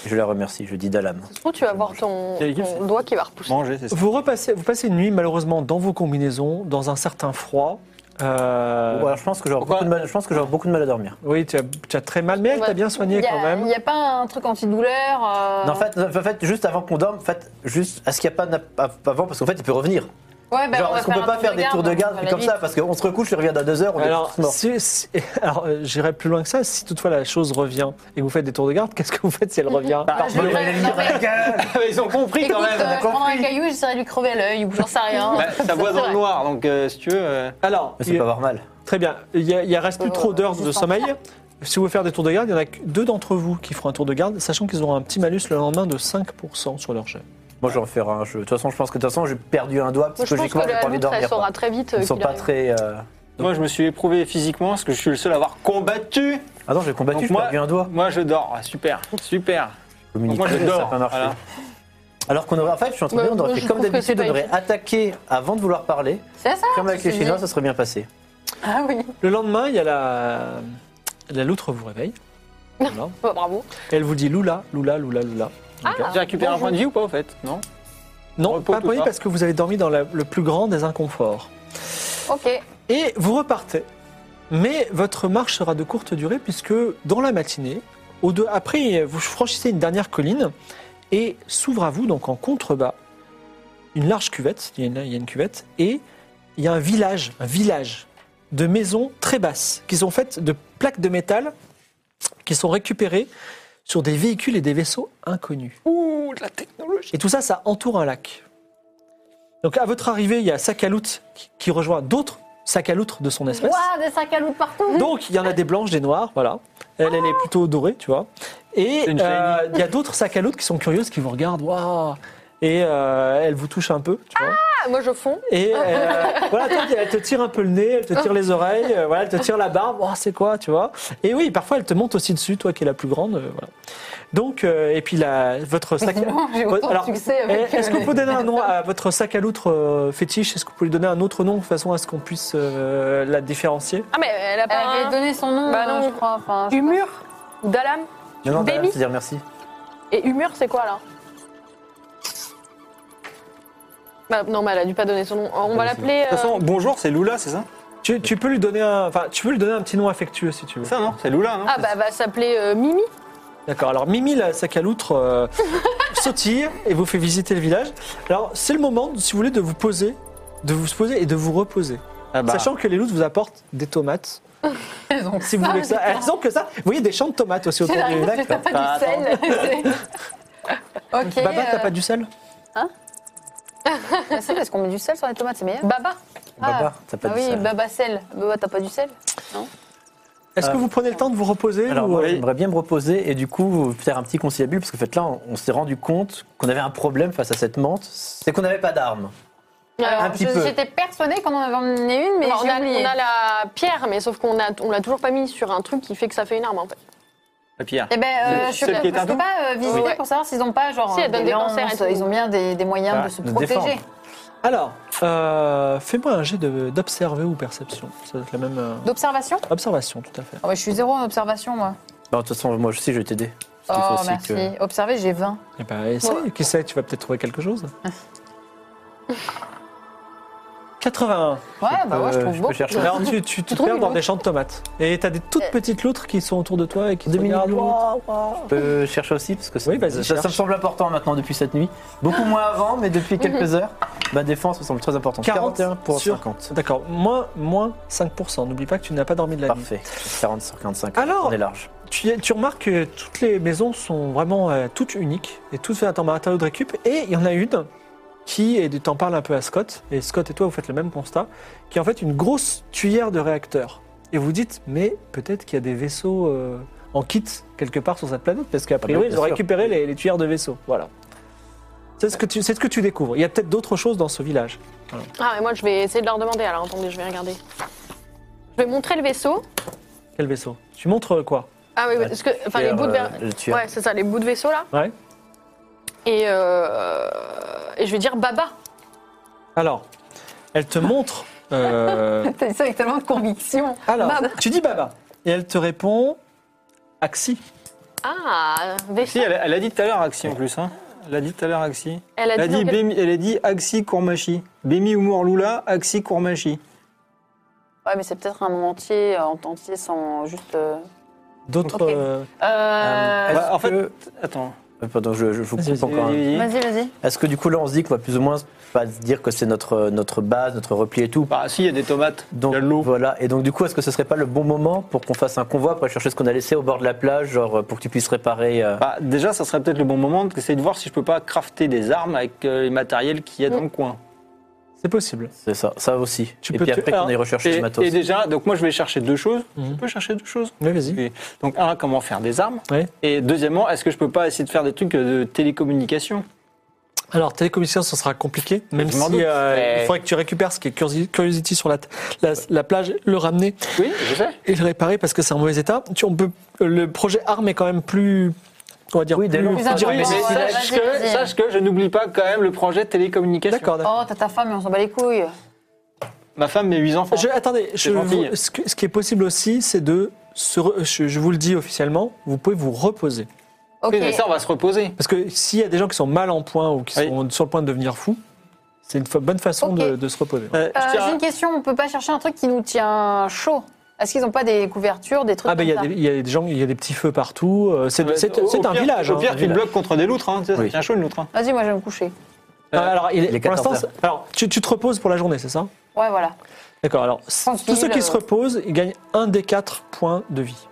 C: Je la remercie. Je dis Dalam.
E: Je trouve que Oh, tu vas voir ton,
D: Quel gif,
E: ton
D: c'est-
E: doigt qui va repousser.
D: Manger, c'est ça.
A: Vous, repassez, vous passez une nuit, malheureusement, dans vos combinaisons, dans un certain froid. Euh,
C: Bon, alors, je pense que j'aurai
D: Pourquoi
C: beaucoup, de mal- je pense que j'aurai beaucoup de mal à dormir.
A: Oui, tu as, tu as très mal, mais elle t'a bien soigné
B: Il y a-
A: quand même.
B: Il n'y a pas un truc antidouleur euh,
C: Non, en
A: Ah.
C: fait, en fait, juste avant qu'on dorme, en fait, juste, est-ce qu'il n'y a pas d'ap- avant parce qu'en fait, il peut revenir.
B: ouais, bah,
C: Genre,
B: on va
C: est-ce qu'on peut
B: un
C: pas
B: tour
C: faire des tours de
B: donc,
C: garde
B: à
C: puis
B: la
C: comme
B: limite.
C: ça Parce qu'on se recouche, je reviens dans deux heures, on est
A: Alors,
C: tous morts.
A: si- si- alors, euh, j'irai plus loin que ça. Si toutefois la chose revient et que vous faites des tours de garde, qu'est-ce que vous faites si elle revient
B: Ah, je
C: Bon,
B: vais-
C: allez,
B: non, mais-
D: Ils ont compris quand
B: Écoute,
D: même.
B: euh, je prendrai un caillou, j'essaierai de lui crever l'œil ou j'en sais rien.
D: Bah, ça voit dans le noir, donc euh, si tu veux. euh,
A: Alors,
C: Mais c'est
A: il-
C: pas avoir mal.
A: très bien. Il, y a- il y a reste plus
B: Euh,
A: trop d'heures de
B: distance.
A: sommeil. Si vous voulez faire des tours de garde, il y en a que deux d'entre vous qui feront un tour de garde, sachant qu'ils auront un petit malus le lendemain de 5% sur leur jet.
C: Moi, je vais en faire un. jeu. De toute façon, je pense que de toute façon, j'ai perdu un doigt
E: Moi, je pense que
C: psychologiquement, j'ai pas
E: la
C: envie de
E: loutre, elle
C: dormir. quoi.
E: saura très vite.
C: Ils
E: euh,
C: sont
E: qu'il
C: pas
E: arrive.
C: très. euh,
D: Moi, je me suis éprouvé physiquement parce que je suis le seul à avoir combattu.
C: Ah non, j'ai combattu,
D: Donc
C: j'ai
D: moi-
C: perdu un doigt.
D: Moi, je dors. Ah, Super, super. Donc
C: Communiquer,
D: moi, je
C: ça
D: dors.
C: a pas marché.
D: Voilà.
C: Alors qu'on aurait. En fait, je suis en train de dire, on
E: Ouais,
C: aurait
E: moi,
C: fait
E: je
C: comme
E: trouve que
C: d'habitude,
E: c'est
C: on
E: pas
C: aurait attaqué avant de vouloir parler.
B: C'est ça
C: Comme avec
B: c'est
C: les Chinois,
B: dit.
C: ça serait bien passé.
B: Ah oui.
A: Le lendemain, il y a la, la loutre vous réveille. Voilà.
E: Oh, bravo.
A: Elle vous dit Lula, Lula, Lula, Lula.
B: Ah,
D: J'ai récupéré un point de vie ou pas, au fait Non
A: Non,
D: Repos,
A: pas
D: tout
A: poli
D: ça.
A: parce que vous avez dormi dans la- le plus grand des inconforts.
B: Ok.
A: Et vous repartez. Mais votre marche sera de courte durée puisque dans la matinée, au deux, après vous franchissez une dernière colline et s'ouvre à vous, donc en contrebas, une large cuvette, il y a une, il y a une cuvette, et il y a un village, un village de maisons très basses qui sont faites de plaques de métal qui sont récupérées sur des véhicules et des vaisseaux inconnus.
D: Ouh, de la technologie.
A: Et tout ça, ça entoure un lac. Donc à votre arrivée, il y a Sakalout qui- qui rejoint d'autres Sakaloutes de son espèce.
B: Waouh, des sacs à loup partout.
A: Donc il y en a des blanches, des noires, voilà. Elle, elle est plutôt dorée, tu vois. Et
D: C'est une
A: euh, il y a d'autres Sakaloutes qui sont curieuses, qui vous regardent, waouh Et euh, elle vous touche un peu, tu vois.
E: Ah, moi, je fonds.
A: Et euh, voilà, toi, elle te tire un peu le nez, elle te tire les oreilles, euh, voilà, elle te tire la barbe, Ouah, c'est quoi, tu vois. Et oui, parfois elle te monte aussi dessus, toi qui es la plus grande, euh, voilà. Donc, euh, et puis la, votre sac.
B: Évidemment, j'ai autant de succès avec,
A: eh, Est-ce que vous
B: euh,
A: pouvez donner un nom à votre sac à loutre euh, fétiche Est-ce que vous pouvez lui donner un autre nom de façon à ce qu'on puisse euh, la différencier
E: Ah, mais elle a
B: Elle
E: pas
B: avait
E: un
B: donné son nom,
E: Bah
B: euh,
E: non.
B: je crois. Enfin, je-
E: humur ou d'alam.
C: Non, non,
E: Baby.
C: Dalam, c'est dire merci.
E: Et humur, c'est quoi, là Bah, non, mais elle a dû pas donner son nom. On va
D: De
E: l'appeler.
D: toute
E: euh,
D: façon, bonjour, c'est Lula, c'est ça
A: tu, tu peux lui donner un, enfin, tu peux lui donner un petit nom affectueux si tu veux.
D: C'est ça, non C'est Lula, non
E: Ah, bah, elle va s'appeler euh, Mimi.
A: D'accord. Alors Mimi, la sac à loutre, euh, sautille et vous fait visiter le village. Alors c'est le moment, si vous voulez, de vous poser, de vous poser et de vous reposer,
D: Ah bah.
A: sachant que les loutres vous apportent des tomates.
B: Elles ont
A: Si vous
B: ça,
A: voulez ça, elles ont que ça. Vous voyez des champs de tomates aussi
B: C'est
A: autour
B: la
A: du lac.
B: raison, t'as
D: Bah,
B: pas du sel. C'est- Ok.
A: Baba, bah, t'as
B: euh,
A: pas du sel
E: Ah,
B: bah, c'est parce qu'on met du sel sur les tomates, c'est meilleur.
E: Baba.
B: Ah.
C: Baba, t'as pas
B: ah
C: dit
B: oui,
C: ça.
B: Baba sel. Baba, t'as pas du sel
A: Est-ce que
C: Euh,
A: vous prenez le temps de vous reposer
C: Alors,
A: ou- euh,
C: moi, j'aimerais bien me reposer et du coup faire un petit conciliabule parce que, en fait, là, on, on s'est rendu compte qu'on avait un problème face à cette menthe, c'est qu'on n'avait pas d'armes.
B: Alors,
C: Un petit
B: je-
C: peu.
B: J'étais persuadée qu'on en avait emmené une, mais
E: on, a,
B: j'ai
E: on a-
B: oublié.
E: on a la pierre, mais sauf qu'on a, on l'a toujours pas mis sur un truc qui fait que ça fait une arme en fait.
D: La pierre.
B: Eh ben, euh,
D: C'est-
B: je suis
D: celle qui est
B: je
D: un
B: peux
D: doux
B: pas euh, visiter
E: Ouais.
B: pour savoir s'ils ont pas genre
E: Si, elle
B: euh,
E: donne des cancers et
B: lances,
E: tout.
B: ils ont bien des, des moyens
C: Bah,
B: de se
C: de
B: protéger.
C: défendre.
A: Alors, euh, fais-moi un jet de- d'observer ou perception. Ça doit être la même euh,
B: D'observation
A: observation, tout à fait.
B: Ah ouais, Je suis zéro en observation, moi.
C: Bah, de toute façon, moi aussi, je vais t'aider. Parce qu'il faut
B: Oh,
C: aussi
B: merci.
C: que-
B: Observer, j'ai 20.
A: Eh ben, essaye. Qui sait, tu vas peut-être trouver quelque chose. 81.
B: Ouais, bah ouais, je trouve
C: Euh, je peux
B: beaucoup.
C: chercher.
A: Alors, tu, tu, tu te
E: trouves
A: perds
E: une
A: dans
E: loutre
A: des champs de tomates. Et t'as des toutes petites loutres qui sont autour de toi et qui te regardent.
C: Je peux chercher aussi parce que ça,
A: Oui, vas-y,
C: ça-
A: cherche.
C: ça me semble important maintenant depuis cette nuit. Beaucoup moins avant, mais depuis quelques heures, ma défense me semble très importante.
A: 40
C: 41 pour
A: sur-
C: 50.
A: D'accord, moins, moins 5%. N'oublie pas que tu n'as pas dormi de la nuit.
C: Parfait. 40 sur 45.
A: Alors
C: on est large.
A: Tu, tu remarques que toutes les maisons sont vraiment euh, toutes uniques et toutes faites à matériaux de récup. Et il y en a une qui, et tu en parles un peu à Scott, et Scott et toi vous faites le même constat, qui est en fait une grosse tuyère de réacteurs. Et vous dites, mais peut-être qu'il y a des vaisseaux euh, en kit quelque part sur cette planète, parce qu'a priori
C: bien
A: ils ont
C: sûr.
A: récupéré les, les tuyères de vaisseaux. Voilà. C'est ce, que tu, c'est ce que tu découvres. Il y a peut-être d'autres choses dans ce village.
E: Ah, mais moi je vais essayer de leur demander. Alors attendez, je vais regarder. Je vais montrer le vaisseau.
A: Quel vaisseau Tu montres quoi
E: Ah oui, parce que enfin les
C: Pierre,
E: bouts de ver-
C: euh, le tuyau.
E: Ouais, c'est ça, les bouts de vaisseau là.
A: Ouais.
E: Et, euh, et je vais dire Baba.
A: Alors, elle te montre. euh,
B: T'as dit ça avec tellement de conviction.
A: Alors,
B: Baba.
A: tu dis Baba. Et elle te répond Axi.
E: Ah,
D: Si,
E: vaisseau.
D: elle, elle a dit tout à l'heure Axi en plus. Hein. Elle a dit tout à l'heure Axi.
E: Elle
D: Elle
E: a
D: a
E: dit.
D: dit,
E: dans quel-
D: Bémi- elle a dit Axi Kourmachi. Bemi Oumour Lula, Axi Kourmachi.
B: Ouais, mais c'est peut-être un nom entier, euh, en entier, sans juste. euh,
A: D'autres.
B: Ok.
A: euh,
B: euh,
C: Est-ce
D: Bah, en fait,
C: que-
D: attends.
C: Euh, Pardon, je, je vous
A: Vas-y, vas-y,
C: coupe encore. hein.
D: Vas-y, vas-y.
B: Vas-y, vas-y.
C: Est-ce que du coup, là, on se dit qu'on va plus ou moins pas se dire que c'est notre, notre base, notre repli et tout
D: Bah, si, il y a des tomates.
C: donc,
D: il y a de l'eau.
C: voilà. Et donc, du coup, est-ce que ce serait pas le bon moment pour qu'on fasse un convoi pour aller chercher ce qu'on a laissé au bord de la plage, genre euh, pour que tu puisses réparer euh,
D: Bah, déjà, ça serait peut-être le bon moment d'essayer de voir si je peux pas crafter des armes avec euh, les matériels qu'il y a dans
A: Mm.
D: le coin.
A: C'est possible.
C: C'est ça, ça aussi.
A: Tu
C: et
A: peux
C: puis
A: te-
C: après qu'on
A: alors,
C: aille rechercher
D: Et,
C: le matos.
D: et déjà, donc moi, je vais chercher deux choses.
A: Mhm.
D: Je peux chercher deux choses.
A: Oui, vas-y.
D: Et donc, un, comment faire des armes.
A: Ouais.
D: Et deuxièmement, est-ce que je peux pas essayer de faire des trucs euh, de télécommunication
A: Alors, télécommunication, ça sera compliqué, même
D: Je m'en
A: si
D: doute.
A: euh,
D: Mais-
A: il faudrait que tu récupères ce qui est Curiosi- Curiosity sur la, la, la plage, le ramener
D: Oui, je sais.
A: et le réparer parce que c'est en mauvais état. Tu, on peut, le projet arme est quand même plus. On va dire
C: Oui, dès
A: plus,
C: lors-
A: plus
B: Plus
A: dur-
D: Oui, mais
B: Ouais, ouais,
D: sache,
B: vas-y,
D: que,
B: vas-y.
D: sache que je n'oublie pas quand même le projet de télécommunication.
A: D'accord, d'accord.
B: Oh, t'as ta femme, mais on s'en bat les couilles.
D: Ma femme, mes huit enfants.
A: Je- attendez, je,
D: gentil.
A: vous- ce, que- ce qui est possible aussi, c'est de. se re- je- je vous le dis officiellement, vous pouvez vous reposer.
B: Ok.
D: Oui, mais ça, on va se reposer.
A: Parce que s'il y a des gens qui sont mal en point ou qui
D: Oui.
A: sont sur le point de devenir fous, c'est une fa- bonne façon
B: Ok.
A: de, de se reposer.
B: Euh,
D: Euh, je tiens à-
B: J'ai une question, on peut pas chercher un truc qui nous tient chaud Est-ce qu'ils ont pas des couvertures, des trucs
A: Ah ben il y, a
B: comme
A: des- il y a des gens, il y a des petits feux partout. euh, C'est
D: Ouais,
A: c'est-
D: au-
A: c'est
D: au
A: un
D: pire-
A: village.
D: Au
A: hein,
D: pire,
A: un
D: tu le
A: village.
D: bloques contre des loutres. Hein, tu sais, ça
C: Oui.
D: tient chaud, une loutre. hein.
B: ça Vas-y, moi je vais me coucher.
A: Euh, alors, il est-
C: Il est
A: pour l'instant,
C: 14 heures.
A: c'est- alors tu, tu te reposes pour la journée, c'est ça
B: Ouais, voilà.
A: D'accord. Alors c- tous ceux qui
B: Tranquille.
A: se reposent, ils gagnent un des quatre points de vie.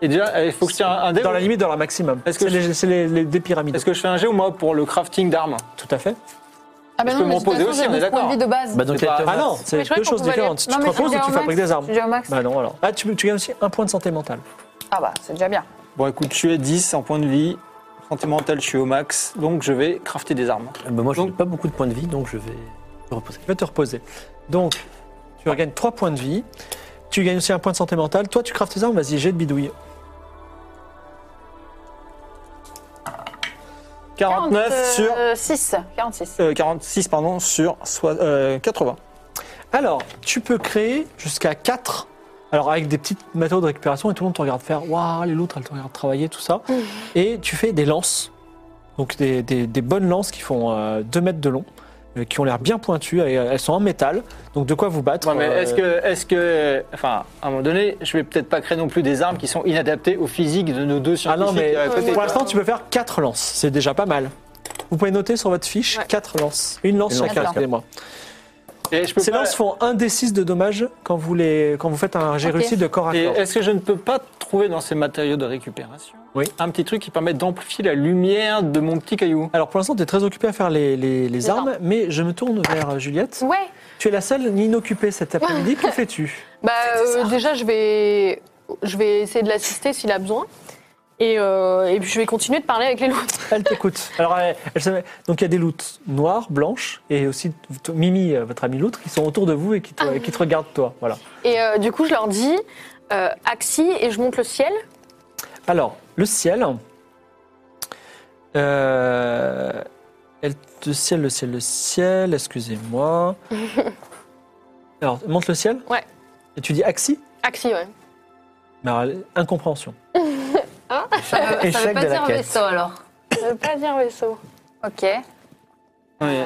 D: Et déjà, il faut que je tire un, un dé.
A: Dans
D: ou-
A: la limite, dans la maximum.
D: Est-ce
A: C'est
D: que je-
A: les, c'est les- les- des pyramides.
D: Est-ce que je fais un G ou moi pour le crafting d'armes
A: Tout à fait.
B: Ah ben
D: Je
B: non,
D: peux
B: mais
D: me
B: de toute
D: reposer
B: façon,
D: aussi,
B: j'ai
D: on est
B: mon point
D: d'accord.
B: de vie de base.
C: Bah, donc,
D: C'est
C: les
D: pas-
C: tomates-
A: Ah non,
E: Mais
A: c'est
E: je crois
A: deux
E: qu'on
A: choses
E: pouvait aller-
A: différentes. Tu
B: Non,
A: te
B: mais je
A: reposes
B: suis
A: ou tu
B: déjà au
A: fabriques
B: max.
A: des armes
B: Je suis déjà au max.
A: Bah non, alors. Ah, tu, tu gagnes aussi un point de santé mentale.
B: Ah bah, c'est déjà bien.
D: Bon, écoute, je suis à 10 en point de vie. Sentimental, je suis au max. Donc, je vais crafter des armes.
C: Euh, bah, moi, je n'ai
D: Donc-
C: pas beaucoup de points de vie, donc je vais me reposer.
A: Tu vas te reposer. Donc, tu regagnes 3 points de vie. Tu gagnes aussi un point de santé mentale. Toi, tu craftes tes armes. Vas-y, jet de bidouille.
D: 49 sur.
B: euh, 6. 46.
D: euh, 46, pardon, sur soi- euh, 80.
A: Alors, tu peux créer jusqu'à 4. Alors, avec des petites méthodes de récupération, et tout le monde te regarde faire Waouh, les loutres, elles te regardent travailler, tout ça. Et tu fais des lances. Donc, des, des- des bonnes lances qui font 2 mètres de long, euh, qui ont l'air bien pointues. Et, euh, elles sont en métal. Donc, de quoi vous battre
D: Ouais, mais
A: euh,
D: est-ce que, est-ce que, enfin, à un moment donné, je vais peut-être pas créer non plus des armes qui sont inadaptées au physique de nos deux
A: Ah
D: scientifiques.
A: non, mais
D: euh, à côté.
A: pour l'instant, tu peux faire 4 lances. C'est déjà pas mal. Vous pouvez noter sur votre fiche
E: Ouais.
A: 4 lances. Une lance
C: Une lance
A: chacun,
B: chacun.
A: excusez-moi.
D: Et je peux
A: Ces
D: pas-
A: lances font 1 des 6 de dommages quand vous, les, quand vous faites un jet
B: Ok.
A: réussi de corps à
D: Et
A: corps.
D: est-ce que je ne peux pas trouver dans ces matériaux de récupération
A: Oui.
D: un petit truc qui permet d'amplifier la lumière de mon petit caillou
A: Alors pour l'instant, tu es très occupé à faire les, les- les armes, mais je me tourne vers euh, Juliette.
E: Ouais.
A: Tu es la seule inoccupée cet après-midi. Que fais-tu
E: Bah euh, déjà je vais je vais essayer de l'assister s'il a besoin. Et, euh, et puis je vais continuer de parler avec les loups.
A: Elle t'écoute. Alors, elle- elle se met- donc il y a des loutres noires, blanches, et aussi t- Mimi, euh, votre amie loutre, qui sont autour de vous et qui te, qui te regardent toi. Voilà.
E: Et euh, du coup, je leur dis euh, Axi et je monte le ciel.
A: Alors, le ciel. Euh, elle, le ciel, le ciel, le ciel, excusez-moi. Alors, monte le ciel
E: Ouais.
A: Et tu dis Axi
E: Axi, ouais.
A: Mais alors, elle- Incompréhension.
B: Ça veut- Euh, ça veut
C: Échec
B: pas
C: de la
B: dire
C: quête.
B: vaisseau alors.
E: Ça veut pas dire vaisseau.
B: Ok.
D: Ouais.
E: Euh,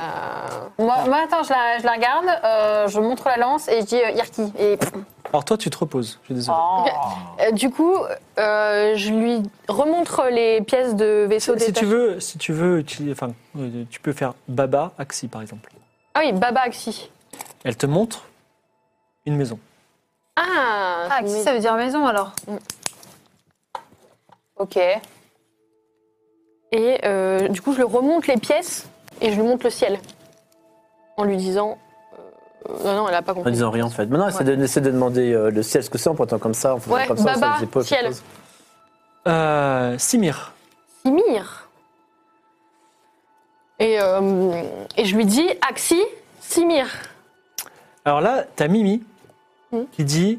B: Moi, moi, attends, je la, je la regarde, euh, je montre la lance et je dis euh, Irki. Et,
A: Alors, toi, tu te reposes, je suis désolé.
B: Oh.
E: Euh, du coup, euh, je lui remontre les pièces de vaisseau
A: si,
E: détachées.
A: tu veux, si tu veux, utiliser- enfin, euh, tu peux faire Baba, Axi, par exemple.
E: Ah oui, Baba Axi.
A: Elle te montre une maison.
E: Ah,
B: Ah, Axi,
E: mais-
B: ça veut dire maison alors. Mm. Ok.
E: Et euh, du coup, je lui remonte les pièces et je lui montre le ciel. En lui disant. euh, non, non, elle a pas
C: En
E: compris.
C: disant rien en fait. Maintenant, c'est de, c'est de demander euh, le ciel ce que c'est en pointant comme ça, en faisant
E: Ouais,
C: comme ça,
E: baba,
C: ça faisait pas autre
E: ciel.
C: chose.
A: Euh, Simir.
E: Simir. Et, euh, et je lui dis Axi, Simir.
A: Alors là, t'as Mimi
E: Hmm.
A: qui dit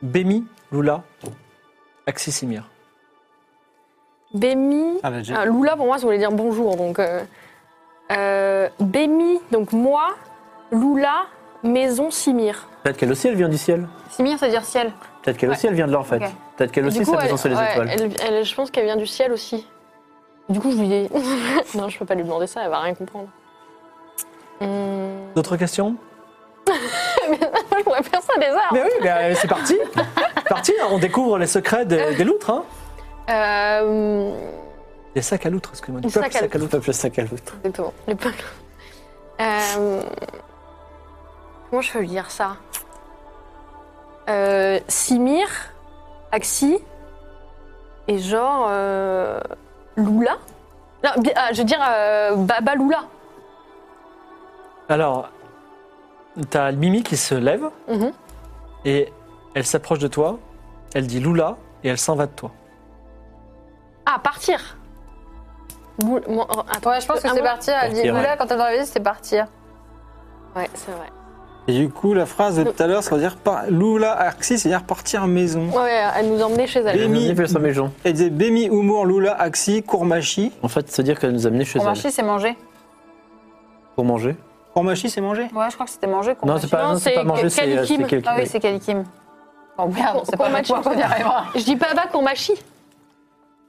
A: Bémi, Lula, Axi Simir.
E: Bémi.
D: Ah, bah, j'ai-
E: Ah, Lula, pour moi, ça voulait dire bonjour. Donc, euh, euh, Bémi, donc moi, Lula, maison Simir.
C: Peut-être qu'elle aussi, elle vient du ciel.
B: Simir, ça veut dire ciel.
C: Peut-être qu'elle aussi, elle vient de là en fait.
B: Ok.
C: Peut-être qu'elle
E: Et
C: aussi, ça maison sur les
E: ouais,
C: étoiles.
E: elle- elle- je pense qu'elle vient du ciel aussi. Du coup, je lui dis. non, je peux pas lui demander ça, elle va rien comprendre. Hum,
A: D'autres questions
E: je pourrais faire ça des heures.
A: Mais oui, mais, euh, c'est parti. C'est parti, hein. on découvre les secrets des, des loutres. Hein.
E: Euh,
A: Des sacs à loutres, excusez-moi. Du
E: Des
A: peuple,
E: sacs à
A: sacs à loutres.
C: Peuple sac à l'autre.
E: exactement, les peuples. Euh, comment je peux lui dire ça euh, Simir, Axi, et genre. euh, Lula Non, bi- ah, je veux dire euh, Baba Lula.
A: Alors, t'as Mimi qui se lève
E: Mhm.
A: et elle s'approche de toi. Elle dit Lula et elle s'en va de toi.
E: Ah, partir Lou- mon- oh, attends,
B: Ouais, je pense que
E: un
B: c'est
E: mot-
B: partir. Elle dit
C: Partir, ouais.
B: Lula, quand elle est dans la ville, c'est hein. partir.
E: Ouais, c'est vrai.
D: Et du coup, la phrase de tout à l'heure, ça veut dire par... Lula Axi, c'est-à-dire partir maison.
E: Ouais, elle nous emmenait chez elle.
D: Et-
C: Elle
D: Bémi.
C: nous a fait sa maison.
D: Elle disait Bemi Humour Lula Axi, Kourmachi.
C: En fait, se dire qu'elle nous a amenés chez
B: Pour
C: elle
B: marcher, c'est manger.
C: pour manger.
D: Kourmachi, c'est manger
B: Ouais, je crois que c'était manger. qu'on
C: Non,
B: marchait.
C: c'est pas,
E: Non,
C: non, c'est
E: c'est
C: pas manger, c'est euh,
E: Kalikim.
C: c'est
B: Ah
C: quelqu'un.
B: oui, c'est Kalikim. Bon, merde,
E: Qu'on-
B: c'est
E: qu'on
B: pas le
E: matche-
B: point qu'on y arrivera.
E: Je dis Baba Kourmachi.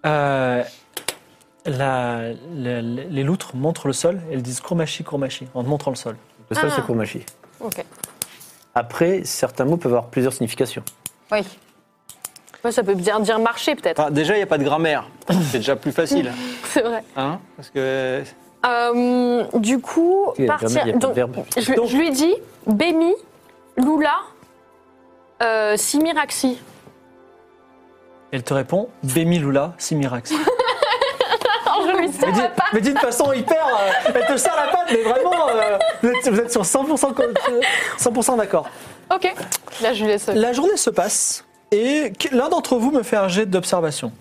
A: Euh, la- la- les loutres montrent le sol, elles disent Kourmachi, Kourmachi, en te montrant le sol.
C: Le seul,
E: Ah.
C: c'est Kourmachi.
E: Ok.
C: Après, certains mots peuvent avoir plusieurs significations.
B: Oui.
E: Ouais, ça peut bien dire marcher, peut-être.
D: Enfin, déjà, il n'y a pas de grammaire. C'est déjà plus facile.
C: Ah.
E: C'est vrai.
D: Hein Parce que.
E: Euh, du coup,
C: Il y a
E: partir.
C: il y a pas de
E: donc,
C: verbe.
E: je,
A: Donc-
E: je lui dis Bémi, Lula, euh, Simiraxi.
A: Elle te répond Bémi Lula, Simirax.
E: Non, Oh, je lui dis
A: mais dis- mais d'une façon hyper. euh, elle te serre la patte, mais vraiment, euh, vous, êtes, vous êtes sur 100%, co- 100 d'accord.
E: Ok. Là, je lui laisse.
A: La journée se passe et que- l'un d'entre vous me fait un jet d'observation.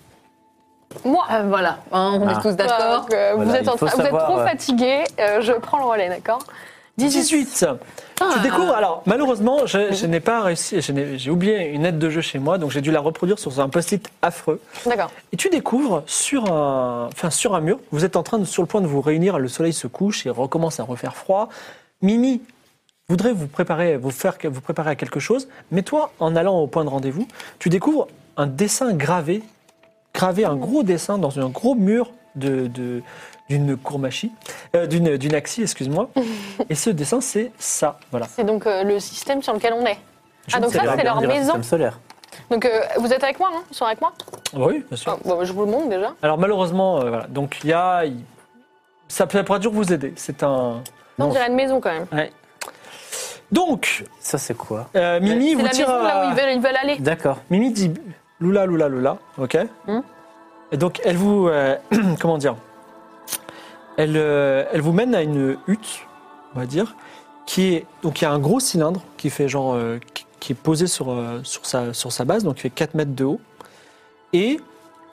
E: Moi.
B: Euh, voilà, Hein, on
C: Ah.
B: est tous d'accord.
E: Donc, euh, vous,
C: Voilà,
E: êtes en
C: il faut
E: train- vous êtes
C: savoir,
E: trop
C: euh,
E: fatigué. euh, je prends le relais, d'accord
A: 18. Tu découvres, alors malheureusement, je, je n'ai pas réussi, je n'ai- j'ai oublié une aide de jeu chez moi, donc j'ai dû la reproduire sur un post-it affreux.
E: D'accord.
A: Et tu découvres sur un, enfin sur un mur, vous êtes en train de, sur le point de vous réunir, le soleil se couche et recommence à refaire froid. Mimi voudrait vous préparer, vous faire, vous préparer à quelque chose, mais toi, en allant au point de rendez-vous, tu découvres un dessin gravé, gravé un gros dessin dans un gros mur de, de- d'une courmachie, euh, d'une, d'une axie, excuse-moi. Et ce dessin, c'est ça, voilà.
E: C'est donc euh, le système sur lequel on est.
A: Je
E: ah, donc
A: ne sais
E: ça,
A: pas.
E: c'est leur
C: On dirait un
E: maison.
C: système solaire.
E: Donc, euh, vous êtes avec moi, hein Ils sont avec moi
A: Oui, bien sûr.
E: Ah, bon, bah, Je vous le montre déjà.
A: Alors malheureusement, euh, voilà. Donc il y a, il- ça, ça pourra dur vous aider. C'est un.
E: On
C: Non.
E: dirait une maison quand même.
A: Donc
C: Ça, c'est quoi
A: euh, Mimi
E: C'est
A: vous
E: la
A: tire.
E: maison là
A: à-
E: où ils veulent, ils veulent aller.
C: D'accord.
A: Mimi dit Lula, Lula, Lula. Ok.
B: Hmm.
A: Et donc elle vous, euh, comment dire elle, euh, elle vous mène à une hutte, on va dire, qui est donc il y a un gros cylindre qui fait genre euh, qui- qui est posée sur, euh, sur, sa, sur sa base, donc qui fait 4 mètres de haut. Et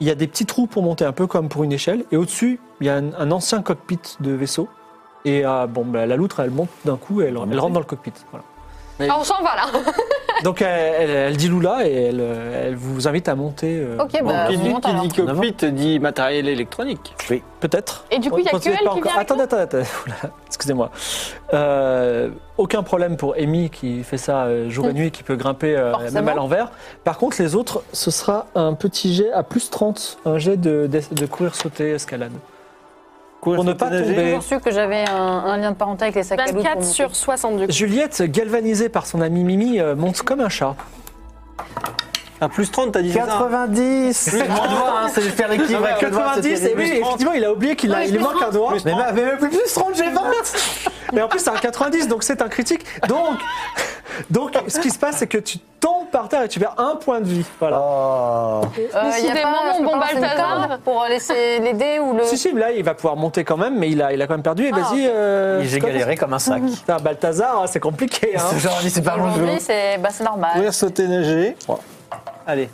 A: il y a des petits trous pour monter, un peu comme pour une échelle. Et au-dessus, il y a un, un ancien cockpit de vaisseau. Et euh, bon, bah, la loutre, elle monte d'un coup et elle, elle rentre dans le cockpit. Voilà.
E: Ah, on s'en va là.
A: Donc elle, elle- elle dit Lula et elle, euh, elle vous invite à monter. euh,
B: Ok, bah,
D: Qui
B: on
D: dit,
B: monte
D: qui
B: alors.
D: dit cockpit dit matériel électronique.
A: Peut-être.
E: Et du coup, il y a
A: Quand
E: que
A: vous êtes
E: elle
A: pas
E: qui vient
A: encore-
E: avec
A: Attendez, attendez, attendez. Ouh là là, Excusez-moi. Euh, aucun problème pour Amy qui fait ça euh, jour
E: Mm.
A: et nuit, qui peut grimper euh, même
B: Forcément.
A: à l'envers. Par contre, les autres, ce sera un petit jet à plus 30, un jet de, de- de courir, sauter, escalade. Pour ne pas
D: sauter, nager.
A: tomber.
B: J'ai su que j'avais un, un lien de parenté avec les sacs à loup.
E: 24 sur 60 du coup.
A: Juliette, galvanisée par son amie Mimi, euh, monte comme un chat.
D: Ah, plus 30, t'as dit c'est ça, hein
C: 90
D: Oui,
C: Un
D: moi.
C: doigt, hein, c'est faire l'équilibre avec le doigt, c'était
A: et
C: plus
A: eh oui,
C: 30.
A: effectivement, il a oublié qu'il a- il lui manque un doigt.
C: Mais ma- mais plus 30, j'ai 20
A: Mais en plus, c'est un 90, donc c'est un critique. Donc, donc, ce qui se passe, c'est que tu tombes par terre et tu perds un point de vie. Voilà.
C: Oh.
B: Il y a
E: Décidément,
B: pas
E: Euh, mon
B: mon
E: bon
B: bon
E: Balthazar.
B: balthazar pour laisser les dés ou le.
A: Si, si, mais là, il va pouvoir monter quand même, mais il a, il a quand même perdu. Et vas-y. euh,
C: J'ai
A: Scott.
C: galéré comme un sac.
A: Putain, Balthazar, c'est compliqué. Hein.
C: Genre, c'est pas mon jeu.
B: Aujourd'hui, c'est bah, c'est normal.
D: Courir, sauter, nager. Allez.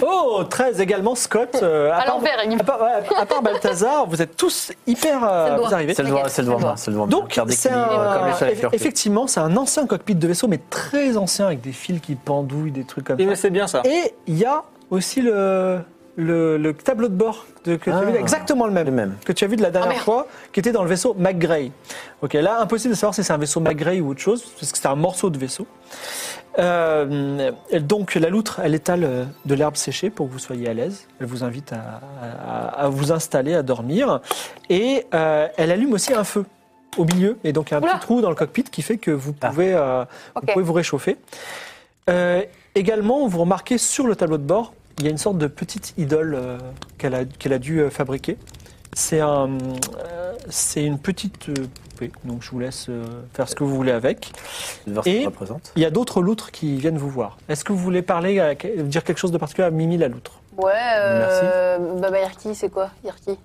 A: Oh, 13 également, Scott. euh, à,
E: À
A: part,
E: l'envers, il
A: à part- ouais, à part Balthazar, vous êtes tous hyper. euh,
B: C'est le doigt.
A: vous arrivez.
C: C'est le doigt, c'est le doigt, moi, c'est le doigt.
A: Donc,
C: Faire des
A: c'est
C: équilibres,
A: un-
C: comme les chats avec leurs queues.
A: effectivement, c'est un ancien cockpit de vaisseau, mais très ancien, avec des fils qui pendouillent, des trucs comme ça.
D: Oui, mais c'est bien ça.
A: Et il y a aussi le, le, le tableau de bord de- que tu as
C: Ah.
A: vu, exactement le même,
C: Le même.
A: que tu as vu de la dernière
E: Oh, merde.
A: fois, qui était dans le vaisseau McGray. Ok, là, impossible de savoir si c'est un vaisseau McGray ou autre chose, parce que c'est un morceau de vaisseau. Euh, donc la loutre, elle étale euh, de l'herbe séchée pour que vous soyez à l'aise. Elle vous invite à, à- à vous installer, à dormir. Et euh, elle allume aussi un feu au milieu. Et donc il y a un
E: Oula.
A: petit trou dans le cockpit qui fait que vous
C: Ah.
A: pouvez, euh,
B: Ok.
A: vous, pouvez vous réchauffer. Euh, également, vous remarquez sur le tableau de bord, il y a une sorte de petite idole euh, qu'elle a, qu'elle a dû euh, fabriquer. C'est un, euh, c'est une petite euh, poupée. Donc je vous laisse euh, faire ce que vous voulez avec.
C: De voir ce
A: Et-
C: qu'il représente.
A: Il y a d'autres loutres qui viennent vous voir. Est-ce que vous voulez parler, à- dire quelque chose de particulier à Mimi la loutre
B: Ouais, euh, Baba Yarki, c'est quoi Yarki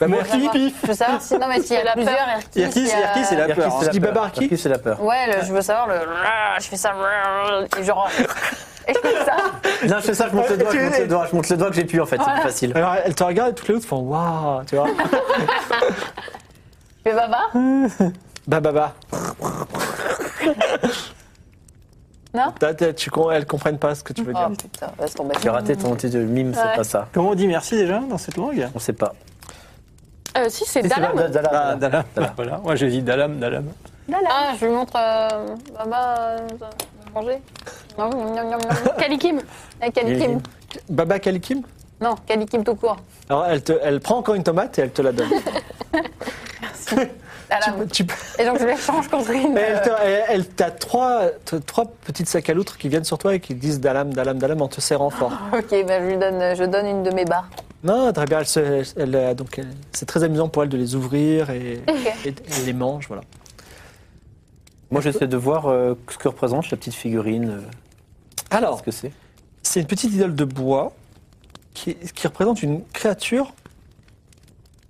B: Yarki, Je veux savoir si. Non, mais s'il y
E: Elle a
B: a plusieurs Yarki.
D: Yerkis,
B: s'il y a-
D: Yerkis, c'est la
C: Yerkis,
D: peur.
C: c'est
D: hein.
C: la
A: dis
C: peur.
A: Babarki
C: Yerkis, c'est la peur.
B: Ouais, le- je veux savoir le. Ah, Je fais ça. Et genre. Et je fais ça.
C: Non, je fais ça, je monte le doigt, je monte le doigt, je monte le doigt que j'ai pu en fait, c'est plus facile.
A: Alors elle te regarde et toutes les autres font waouh, tu vois.
B: Je fais Baba
A: bah bah bah.
B: Non
A: T'as- t'as- tu com- elles comprennent pas ce que tu veux dire.
B: Oh putain, laisse tomber.
C: Tu as raté ton petit mime, c'est
B: Ouais.
C: pas ça.
D: Comment on dit merci déjà dans cette langue
C: On sait pas.
E: Euh, si, c'est
C: Si, c'est
E: Dalam.
C: pas- Dalam,
D: Ah,
C: Dalam.
D: Dalam. Voilà, moi j'ai dit Dalam, Dalam.
B: Ah, je lui montre. euh, Baba, euh, ça, manger Non, non, non, non, non.
E: Kalikim.
B: Eh, Kalikim.
A: Baba Kalikim
B: Non, Kalikim tout court.
A: Alors elle, te, elle prend encore une tomate et elle te la donne.
B: Ah, là.
A: Tu peux- tu peux-
B: Et donc je l'échange contre une.
A: Mais elle
B: euh,
A: te- elle- elle- t'as trois, t'as trois petites sacs à loutre qui viennent sur toi et qui disent dalam, dalam, dalam en te serrant fort.
B: Ok, bah, je lui donne, je donne une de mes barres.
A: Non, très bien. Elle se- elle, euh, donc, elle- c'est très amusant pour elle de les ouvrir et, et- et elle les mange, voilà.
C: Moi, j'essaie de voir euh, ce que représente la petite figurine. euh,
A: Alors,
C: ce que c'est
A: c'est une petite idole de bois qui, qui représente une créature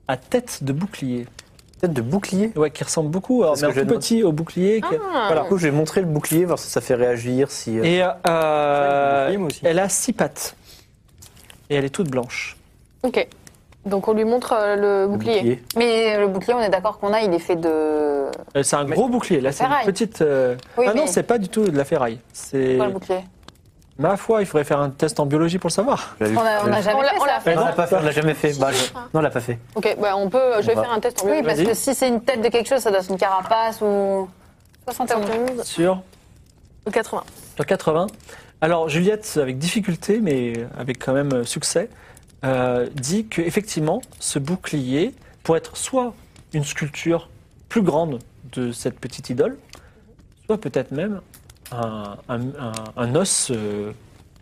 A: à tête de bouclier.
C: Tête de bouclier.
A: Ouais, qui ressemble beaucoup, alors,
C: C'est ce
A: mais
C: que
A: un
C: j'ai
A: tout petit au bouclier. qui-
B: Ah.
C: Du
A: Voilà.
C: coup, je vais montrer le bouclier, voir si ça fait réagir, si. euh,
A: Et euh,
D: le bouclier, moi aussi.
A: elle a six pattes. Et elle est toute blanche.
E: Ok. Donc on lui montre euh, le
C: le
E: bouclier.
B: Mais euh, le bouclier, on est d'accord qu'on a, il est fait de.
A: Euh, C'est un gros bouclier. Là, c'est une
B: ferraille.
A: petite. euh,
B: Oui,
A: ah non,
B: mais-
A: c'est pas du tout de la ferraille. C'est.
B: C'est quoi le bouclier
A: Ma foi, il faudrait faire un test en biologie pour le savoir.
C: Je l'avais-
B: On a, Ah. on a
E: On
B: jamais
E: l'a-
B: fait
E: on
B: ça.
E: l'a fait.
C: Ah, on l'a pas fait, on l'a jamais fait. Bah, je- Non, on l'a pas fait.
E: Ok, bah on peut. Je vais
C: On va-
E: faire un test en
B: Oui,
E: biologie.
B: parce que si c'est une tête de quelque chose, ça doit être une carapace ou. 71.
E: 71
A: Sûr.
E: ou 80.
A: Sur 80. Alors Juliette, avec difficulté, mais avec quand même euh, succès, euh, dit que effectivement, ce bouclier pourrait être soit une sculpture plus grande de cette petite idole, soit peut-être même un, un- un- un os euh,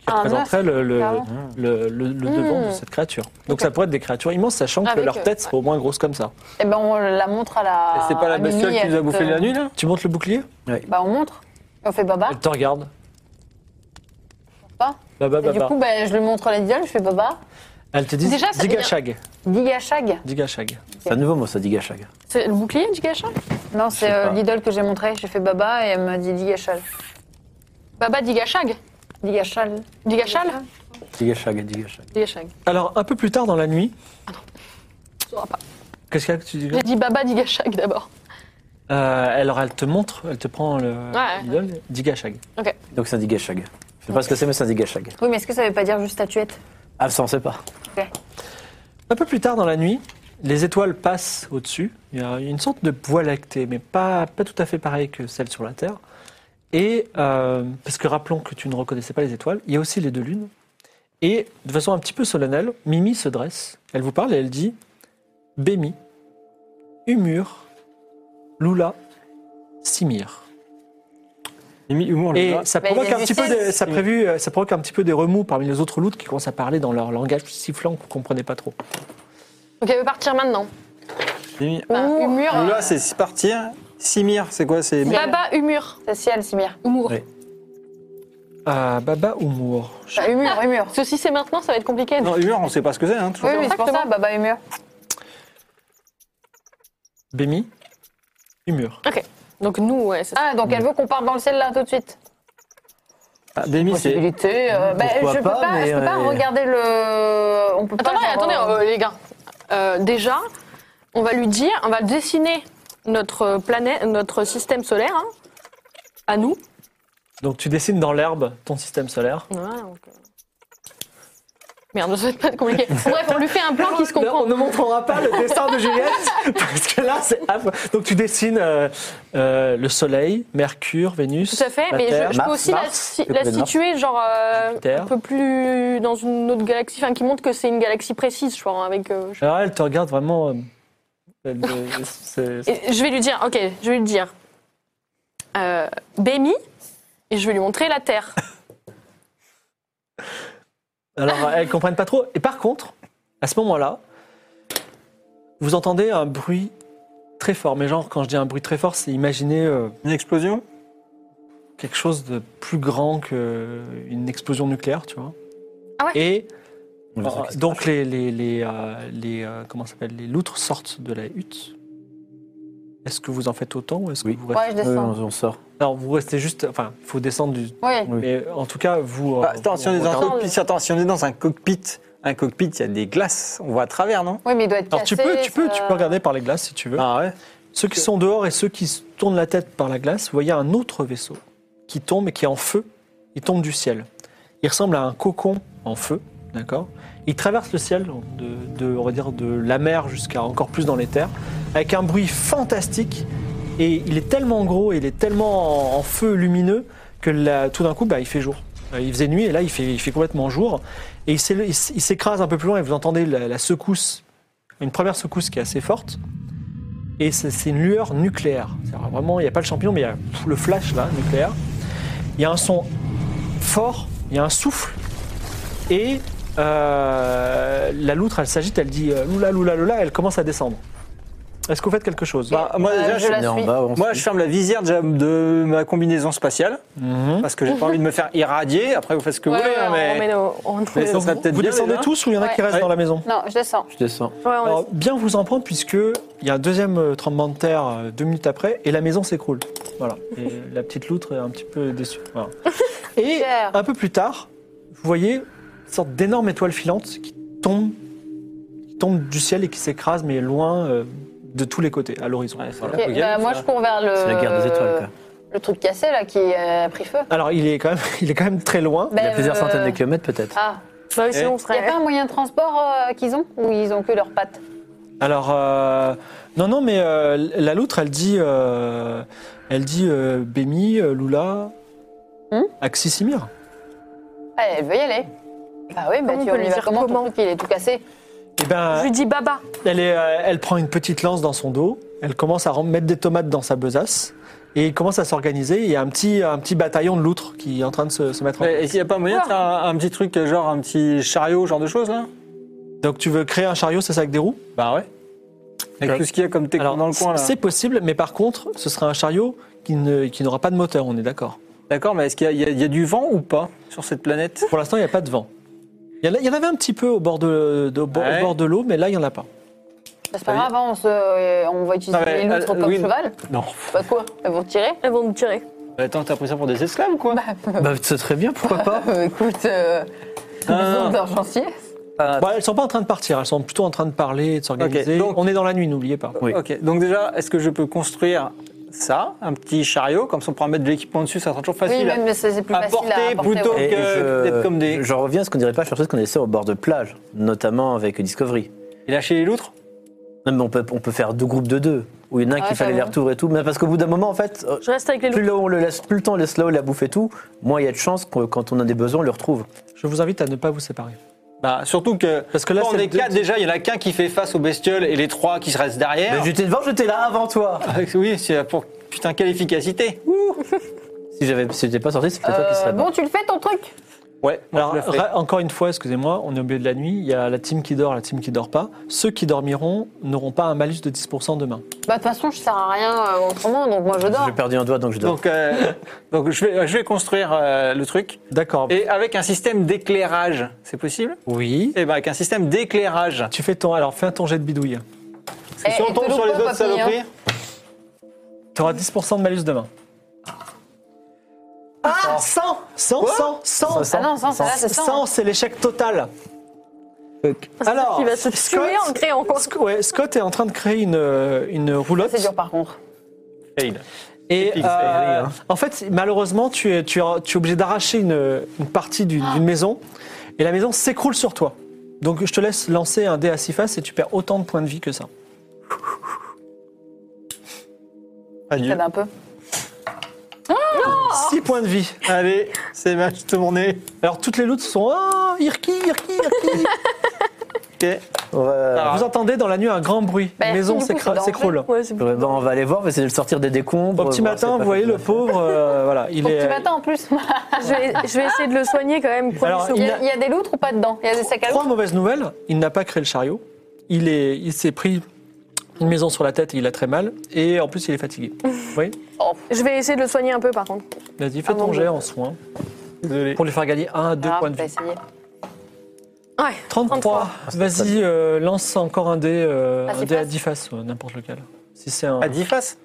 A: qui
E: Un os,
A: représenterait le, le-
E: clairement.
A: le- le- le devant de cette créature. Donc ça pourrait être des créatures immenses, sachant que
E: Avec, euh,
A: leur tête serait au moins grosse comme ça.
B: Eh ben, on la montre à la.
D: Et c'est pas la
B: à Mimi,
D: bestiole qui
B: elle
D: nous a
B: te-
D: bouffé la nuit là
A: Tu montes le bouclier
B: Bah, on montre. Et On fait
E: Ah.
B: baba.
A: Elle te regarde.
B: Pas.
A: Baba,
B: Et du
A: baba.
B: coup, bah, je lui montre la idole, je fais baba.
A: Elle te dit
E: Déjà, ça devient-
A: Digashag.
B: Digashag.
A: Digashag.
C: C'est un nouveau mot, ça, Digashag.
E: C'est le bouclier du gâchis
B: Non,
C: sais
B: c'est euh,
C: pas.
B: l'idole que j'ai montrée. J'ai fait baba et elle m'a dit Digashag.
E: Baba Digashag
B: Ligachal.
E: Digachal
C: Digashag, Digashag.
E: Digashag.
A: Alors, un peu plus tard dans la nuit,
E: Je sauras pas.
A: qu'est-ce qu'il y a que tu dis
E: J'ai dit Baba Digashag d'abord.
A: Euh, Alors, elle te montre, elle te prend le.
E: Ouais.
A: l'idole, Digashag.
C: Donc c'est un Digashag. Je sais pas ce que c'est, mais c'est un Digashag.
B: Oui, mais est-ce que ça veut pas dire juste statuette
C: Ah, ça, on sait pas.
A: Un peu plus tard dans la nuit, les étoiles passent au-dessus. Il y a une sorte de voie lactée, mais pas, pas tout à fait pareil que celle sur la Terre. Et, euh, parce que rappelons que tu ne reconnaissais pas les étoiles, il y a aussi les deux lunes. Et de façon un petit peu solennelle, Mimi se dresse. Elle vous parle et elle dit Bémi, Humur, Lula, Simir.
D: Mimi, humour,
A: Et
D: Lola.
A: ça
B: Mais bah, il y
A: provoque,
B: a
A: un
B: du
A: petit peu
B: sel.
A: des, ça, prévu, euh, ça provoque un petit peu des remous parmi les autres loups qui commencent à parler dans leur langage sifflant que vous ne comprenez pas trop.
E: Donc elle veut partir maintenant.
D: Mimi.
E: Bah,
B: Ouh.
E: Humur. euh,
D: Lola, c'est c'est partir. Simir, c'est quoi C'est
E: Baba Humur.
B: C'est ciel, Simir.
E: Humur.
C: Oui.
A: Ah, Baba Humour.
B: Enfin, Bah, humur, humur.
E: Parce que si c'est maintenant, ça va être compliqué.
D: Non, humeur, on sait pas ce que c'est. Hein, toujours.
B: Oui, oui, c'est pour ça, Baba Humur.
A: Bémi, Humur.
E: Donc nous, ouais, c'est ça.
B: Ah, donc elle veut qu'on parte dans le ciel là tout de suite.
D: Ah, Bémi, c'est.
B: Possibilité. euh, bah, je
C: Pourquoi
B: peux
C: pas,
B: pas,
C: mais,
B: je peux pas
C: euh,
B: regarder le. On peut pas.
E: Attendez,
B: genre,
E: attendez,
B: euh,
E: euh, les gars. Euh, déjà, on va lui dire, on va dessiner notre planète, notre système solaire hein, à nous.
A: Donc tu dessines dans l'herbe ton système solaire.
E: Ouais, donc, euh. Merde, ça va être pas compliqué. Bon, Bref, on lui fait un plan qui se comprend.
A: on ne montrera pas le dessin de Juliette parce que là c'est affreux. Donc tu dessines euh, euh, le Soleil, Mercure, Vénus.
E: Tout à fait,
A: la
E: mais je-
A: Terre.
E: je, peux
C: Mars,
E: aussi la,
C: Mars,
E: si-
C: le
E: la
C: planète Mars.
E: situer genre euh,
A: Jupiter.
E: un peu plus dans une autre galaxie, enfin qui montre que c'est une galaxie précise, je crois, avec. euh, je-
A: Alors Ah, elle te regarde vraiment. euh, elle, euh, c'est- c'est-
E: Et je vais lui dire, ok, je vais lui dire, euh, Bémi, et je vais lui montrer la Terre.
A: Alors elles comprennent pas trop. Et par contre, à ce moment-là, vous entendez un bruit très fort. Mais genre quand je dis un bruit très fort, c'est imaginer. euh,
D: Une explosion
A: quelque chose de plus grand qu'une explosion nucléaire, tu vois.
E: Ah ouais
A: Et euh, donc les, les, les, euh, les, euh, comment ça s'appelle, les loutres sortent de la hutte. Est-ce que vous en faites autant ou est-ce
C: Oui.
A: que vous restez...
B: Ouais, je
C: Oui,
B: descends.
C: Euh, on, on sort.
A: Alors vous restez juste... Enfin, il faut descendre du...
B: Oui.
C: Oui.
A: Mais en tout cas, vous... euh,
D: Ah, Attends, si on est
A: vous
D: dans un
A: regardez-
D: cockpit, attends, si on est dans un cockpit, un cockpit, il y a des glaces. On voit à travers, non
B: Oui, mais il doit être
A: Alors tu peux,
B: cassé,
A: tu, peux,
B: ça-
A: tu peux regarder par les glaces si tu veux.
D: Ah ouais.
A: Ceux qui sont dehors et ceux qui se tournent la tête par la glace, vous voyez un autre vaisseau qui tombe et qui est en feu. Il tombe du ciel. Il ressemble à un cocon en feu, d'accord Il traverse le ciel, de, de- on va dire de la mer jusqu'à encore plus dans les terres, avec un bruit fantastique. Et il est tellement gros, il est tellement en, en feu lumineux que là, tout d'un coup, bah, il fait jour. Euh, Il faisait nuit et là, il fait, il fait complètement jour. Et il s'éle- il s- il s'écrase un peu plus loin et vous entendez la- la secousse, une première secousse qui est assez forte et c'est c'est une lueur nucléaire. C'est-à-dire Vraiment, il n'y a pas le champignon, mais il y a pff, le flash là, nucléaire. Il y a un son fort, il y a un souffle, et euh, la loutre, elle s'agite, elle dit euh, loula, loula, loula, elle commence à descendre. Est-ce que vous faites quelque chose
D: Bah, moi,
B: Euh,
D: déjà,
B: je
D: je,
B: la
C: On est en
B: suis.
C: bas, on
D: moi,
C: se-
D: je ferme la visière déjà de ma combinaison spatiale
A: Mhm.
D: parce que j'ai pas envie de me faire irradier. Après, vous faites ce que vous
E: Ouais,
D: voulez, hein,
E: on
D: mais.
E: remet nos- on remet
D: Mais ça
E: nos-
D: serait peut-être
A: Vous
D: bien,
A: descendez
D: déjà.
A: tous ou il y en a qui
E: Ouais.
A: restent dans la maison
B: Non, je descends.
C: Je descends.
E: Ouais, on
A: Alors, bien vous en prendre puisque il y a un deuxième euh, tremblement de terre euh, deux minutes après et la maison s'écroule. Voilà. Et la petite loutre est un petit peu déçue. Voilà. Et
B: Cher.
A: un peu plus tard, vous voyez une sorte d'énorme étoile filante qui tombe, qui tombe du ciel et qui s'écrase mais loin euh, de tous les côtés à l'horizon.
D: Ouais, c'est
A: Voilà.
D: vrai.
B: Ok,
D: Ok,
B: bah,
D: ça
B: moi
D: va.
B: je cours vers le.
C: C'est la guerre des étoiles, quoi.
B: Le truc cassé là qui euh, a pris feu.
A: Alors il est quand même, il est quand même très loin.
C: Il y a plusieurs
B: euh,
C: centaines de kilomètres, peut-être.
B: Ah,
E: Bah oui,
D: Eh.
E: sinon on
B: il n'y
E: serait.
B: a pas un moyen de transport euh, qu'ils ont Ou ils ont que leurs pattes
A: Alors, euh, non, non, mais euh, la loutre, elle dit, euh, elle dit euh, Bémi, euh, Lula,
B: Hmm
A: Axis Simir.
B: Ah, elle veut y aller. Bah oui, bah
E: Comment on
B: tu
E: peut
B: on y
E: lui
B: va
E: dire
B: comment,
E: comment
B: ton truc il est tout cassé Bah,
A: Eh ben,
E: Je lui dis Baba.
A: Elle, est, euh, elle prend une petite lance dans son dos, elle commence à rem- mettre des tomates dans sa besace, et il commence à s'organiser. Il y a un petit, un petit bataillon de loutres qui est en train de se, se mettre en place.
D: Mais Est-ce qu'il n'y a pas moyen de faire un, un petit truc, euh, genre un petit chariot, genre de choses là
A: Donc tu veux créer un chariot, c'est ça, avec des roues
D: Bah ouais. Avec
A: Ok.
D: tout ce qu'il y a comme techno
A: Alors,
D: dans le coin là.
A: c'est possible, mais par contre, ce sera un chariot qui ne- qui n'aura pas de moteur, on est d'accord.
D: D'accord, mais est-ce qu'il y, a- il y a- il y a du vent ou pas sur cette planète
A: Pour l'instant, il n'y a pas de vent. Il y, en a- il y en avait un petit peu au bord de, de- au bord-
D: Ouais.
A: au bord de l'eau, mais là, il n'y en a pas.
B: Bah, C'est pas grave, hein, on, se, euh, on va utiliser
D: Non, mais,
B: les loutres
D: euh,
B: comme
D: oui,
B: cheval.
D: Non.
B: Bah quoi Elles vont tirer
E: Elles vont me tirer.
D: Attends, t'as pris ça pour des esclaves ou quoi
C: Bah, ce serait bien, pourquoi pas
B: Euh, écoute, euh,
D: Ah,
B: maison
D: non.
B: d'argentier.
A: Bon, Bah, elles sont pas en train de partir, elles sont plutôt en train de parler, de s'organiser.
D: Ok, donc-
A: On est dans la nuit, n'oubliez pas.
C: Oui.
D: Ok, donc déjà, est-ce que je peux construire ça, un petit chariot, comme ça on pourra mettre de l'équipement dessus, ça sera toujours
B: Oui,
D: facile.
B: mais mais c'est c'est plus
D: à
B: facile à
D: porter
B: apporter.
D: plutôt-
B: ouais.
D: Et
A: euh,
D: que d'être comme des-
C: je reviens à ce qu'on dirait pas chercher ce qu'on essaie au bord de plage, notamment avec Discovery.
D: Et lâcher les loutres
C: Non, mais on peut, on peut faire deux groupes de deux, où il y en a un
B: Ah,
C: qui fallait les
B: j'avoue.
C: retours et tout, mais parce qu'au bout d'un moment, en fait, euh,
E: Je reste avec les
C: plus,
E: loups.
C: là où on le laisse, plus le temps on laisse là où la bouffe et tout, moins il y a de chances que quand on a des besoins, on le retrouve.
A: Je vous invite à ne pas vous séparer.
D: bah, Surtout que,
A: Parce que là,
D: quand on
A: c'est
D: est
A: le deux-
D: quatre déjà, il y en a qu'un qui fait face aux bestioles et les trois qui se restent derrière.
B: Ah.
D: Ah,
C: Mais j'étais devant, j'étais là avant toi
D: Oui, c'est pour. Putain, quelle efficacité
C: Si j'avais, si j'étais pas sorti, c'est peut-être toi qui
B: Euh,
C: serais mort.
B: bon, tu le fais ton truc
D: Ouais,
A: Alors, ra- encore une fois, excusez-moi, on est au milieu de la nuit, il y a la team qui dort, la team qui dort pas. Ceux qui dormiront n'auront pas un malus de 10% demain.
B: Bah, de toute façon, je sers à rien euh, autrement, donc moi je dors.
C: J'ai perdu un doigt, donc je dois.
D: Donc, euh, donc je, vais, je vais construire euh, le truc.
A: D'accord.
D: Et avec un système d'éclairage, c'est possible
A: Oui.
D: Et ben avec un système d'éclairage.
A: Tu fais ton, alors fais un ton jet de bidouille.
D: Parce que
B: Eh,
D: si on
B: et
D: tombe
B: Pelopon,
D: sur les autres
B: papy, hein.
D: saloperies,
A: Tu auras 10% de malus demain. Ah 100 100 100 100
B: Ah non, ça, ça, là, c'est ça.
A: 100, c'est l'échec total. Alors,
E: Il va se
A: Scott-
E: tuer en créant quoi
A: Sc- ouais, Scott est en train de créer une, euh, une roulotte.
B: C'est dur par contre.
D: fail.
A: Et
D: Typique,
A: euh,
C: hein.
D: c'est-
A: en fait, malheureusement, tu es, tu es- tu es obligé d'arracher une, une partie d'une d'une maison et la maison s'écroule sur toi. Donc je te laisse lancer un dé à six faces et tu perds autant de points de vie que ça.
D: Adieu.
B: T'aides un peu.
A: 6 points de vie.
D: Allez, c'est match tourné.
A: Alors toutes les lootes sont Ah, Irki, Irki, Irki.
D: Ok.
C: On va-
D: Ah.
A: Vous entendez dans la nuit un grand bruit.
B: Bah,
A: la maison
B: du coup,
A: s'écra-
B: c'est
A: s'écroule.
E: Ouais, c'est
C: Ouais, bon, on va aller voir, on va essayer de le sortir des décombres.
A: Au petit
C: voir, c'est
A: matin,
C: pas
A: vous voyez le
C: facile.
A: pauvre, euh, voilà, il
B: Au petit
A: est.
B: matin en plus.
E: Je vais, je vais essayer de le soigner quand même. premier
A: Alors,
E: secours.
B: Il y,
A: il
B: a, il y a des loutres ou pas dedans Il y a des sacs à
A: Trois
B: loutres
A: mauvaises nouvelles. Il n'a pas créé le chariot. Il est, il s'est pris une maison sur la tête et il a très mal. Et en plus, il est fatigué. Oui.
B: Oh,
E: Je vais essayer de le soigner un peu par contre.
A: Vas-y, fais
E: Ah
A: ton
E: bon,
A: jet
E: bon.
A: en soins
D: Désolé.
A: pour lui faire gagner 1 à 2
B: grave,
A: points de
B: t'as
A: vie.
B: essayé.
A: 33.
D: Ah,
A: Vas-y, euh, lance encore un dé, euh,
B: À
A: un
B: dix
A: dé à
B: faces
A: 10 faces, ouais, n'importe lequel. Si c'est un,
D: À 10 faces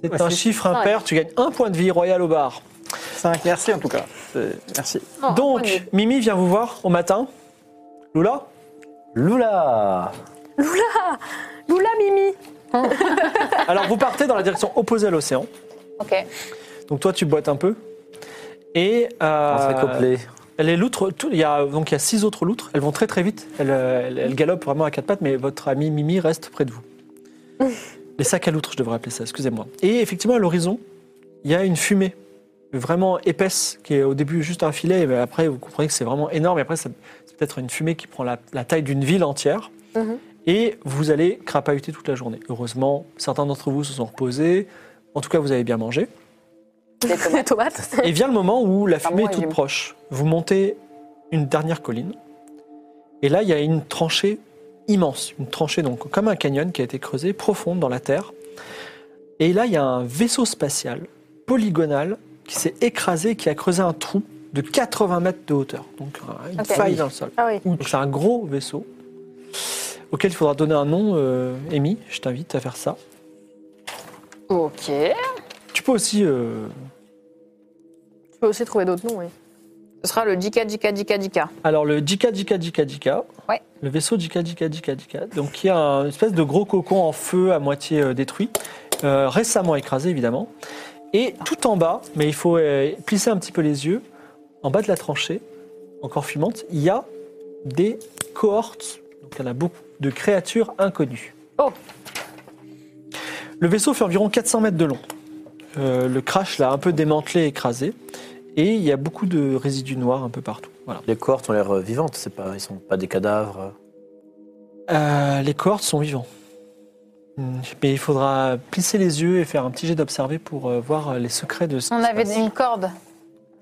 A: c'est
D: Ah, ouais,
A: un
D: c'est-
A: chiffre impair, tu gagnes 1 point de vie royal au bar.
D: 5, merci en tout cas. C'est- Merci.
B: Oh,
A: Donc,
B: bonne nuit.
A: Mimi vient vous voir au matin. Lula
C: Lula
A: Euh,
E: Loula Mimi
A: Alors, vous partez dans la direction opposée à l'océan.
B: Ok.
A: Donc, toi, tu boites un peu. Et euh,
C: On serait couplés.
A: les loutres, tout- il y a, donc il y a six autres loutres. Elles vont très très vite. Elles, euh, elles- elles galopent vraiment à quatre pattes, mais votre amie Mimi reste près de vous. Les sacs à loutres, je devrais appeler ça, excusez-moi. Et effectivement, à l'horizon, il y a une fumée vraiment épaisse qui est au début juste un filet, mais après vous comprenez que c'est vraiment énorme. Et après, ça- c'est peut-être une fumée qui prend la, la taille d'une ville entière.
E: Mhm.
A: Et vous allez crapahuter toute la journée. Heureusement, certains d'entre vous se sont reposés. En tout cas, vous avez bien mangé.
B: Des
E: Les
B: tomates.
E: tomates.
A: Et vient le moment où la
B: Enfin,
A: fumée
B: moi,
A: est toute
B: j'aime.
A: proche. Vous montez une dernière colline. Et là, il y a une tranchée immense. Une tranchée, donc, comme un canyon qui a été creusé, profonde dans la terre. Et là, il y a un vaisseau spatial polygonal qui s'est écrasé, qui a creusé un trou de 80 mètres de hauteur. Donc, une
B: Ok.
A: faille dans le sol.
E: Ah oui.
A: Donc, C'est un gros vaisseau auquel il faudra donner un nom, euh, Amy. Je t'invite à faire ça.
B: Ok.
A: Tu peux aussi. euh,
E: Tu peux aussi trouver d'autres noms, oui.
B: Ce sera le Jika Jika Jika Jika.
A: Alors le Jika Jika Jika Jika.
B: Ouais.
A: Le vaisseau Jika Jika Jika Jika. Donc qui a une espèce de gros cocon en feu à moitié euh, détruit, euh, récemment écrasé évidemment. Et tout en bas, mais il faut euh, plisser un petit peu les yeux, en bas de la tranchée, encore fumante, il y a des cohortes. Donc il y en a beaucoup de créatures inconnues.
B: Oh.
A: Le vaisseau fait environ 400 mètres de long. Euh, le crash l'a un peu démantelé, écrasé. Et il y a beaucoup de résidus noirs un peu partout. Voilà.
C: Les cohortes ont l'air euh, vivantes, c'est pas, ils sont pas des cadavres.
A: Euh, les cohortes sont vivants. Hmm, Mais il faudra plisser les yeux et faire un petit jet d'observer pour euh, voir euh, les secrets de ce qui
B: On
A: se
B: avait
A: passe.
B: une corde,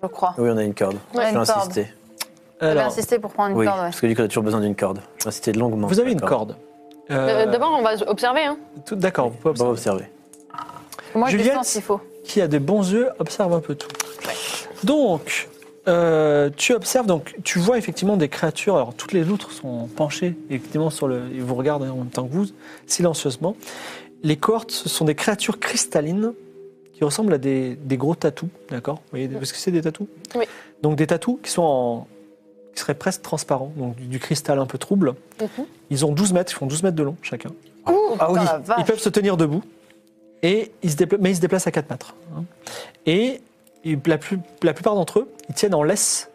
B: je crois.
C: Oui, on a une corde.
B: Ouais,
C: je vais
B: une corde.
C: insister.
B: On avait
A: Alors,
B: insisté pour prendre une
C: Oui,
B: corde, ouais.
C: parce que Lucas a toujours besoin d'une corde. Je vais insister longuement.
A: vous avez une
C: D'accord.
A: corde. Euh,
E: Euh, D'abord, on va observer. Hein.
A: tout- D'accord, vous pouvez
C: Bon,
A: observer.
C: observer.
B: Moi, je
A: Juliette
B: descends s'il faut.
A: Qui a des bons yeux observe un peu tout. Donc, euh, tu observes, donc tu vois effectivement des créatures. Alors, toutes les loutres sont penchées, effectivement, sur le. Ils vous regardent en même temps que vous, silencieusement. Les cohortes, ce sont des créatures cristallines qui qui ressemblent à des, des gros tatous, d'accord Vous voyez Parce que c'est des tatous
E: Oui.
A: Donc des tatous qui sont en, qui seraient presque transparents, donc du, du cristal un peu trouble. Ils ont 12 mètres, ils font 12 mètres de long chacun.
C: Ah oui.
B: Putain, la
A: Ils
B: vache.
A: peuvent se tenir debout, et ils se dépla- mais ils se déplacent à 4 mètres. hein. Et et la, plus- la plupart d'entre eux, ils tiennent en laisse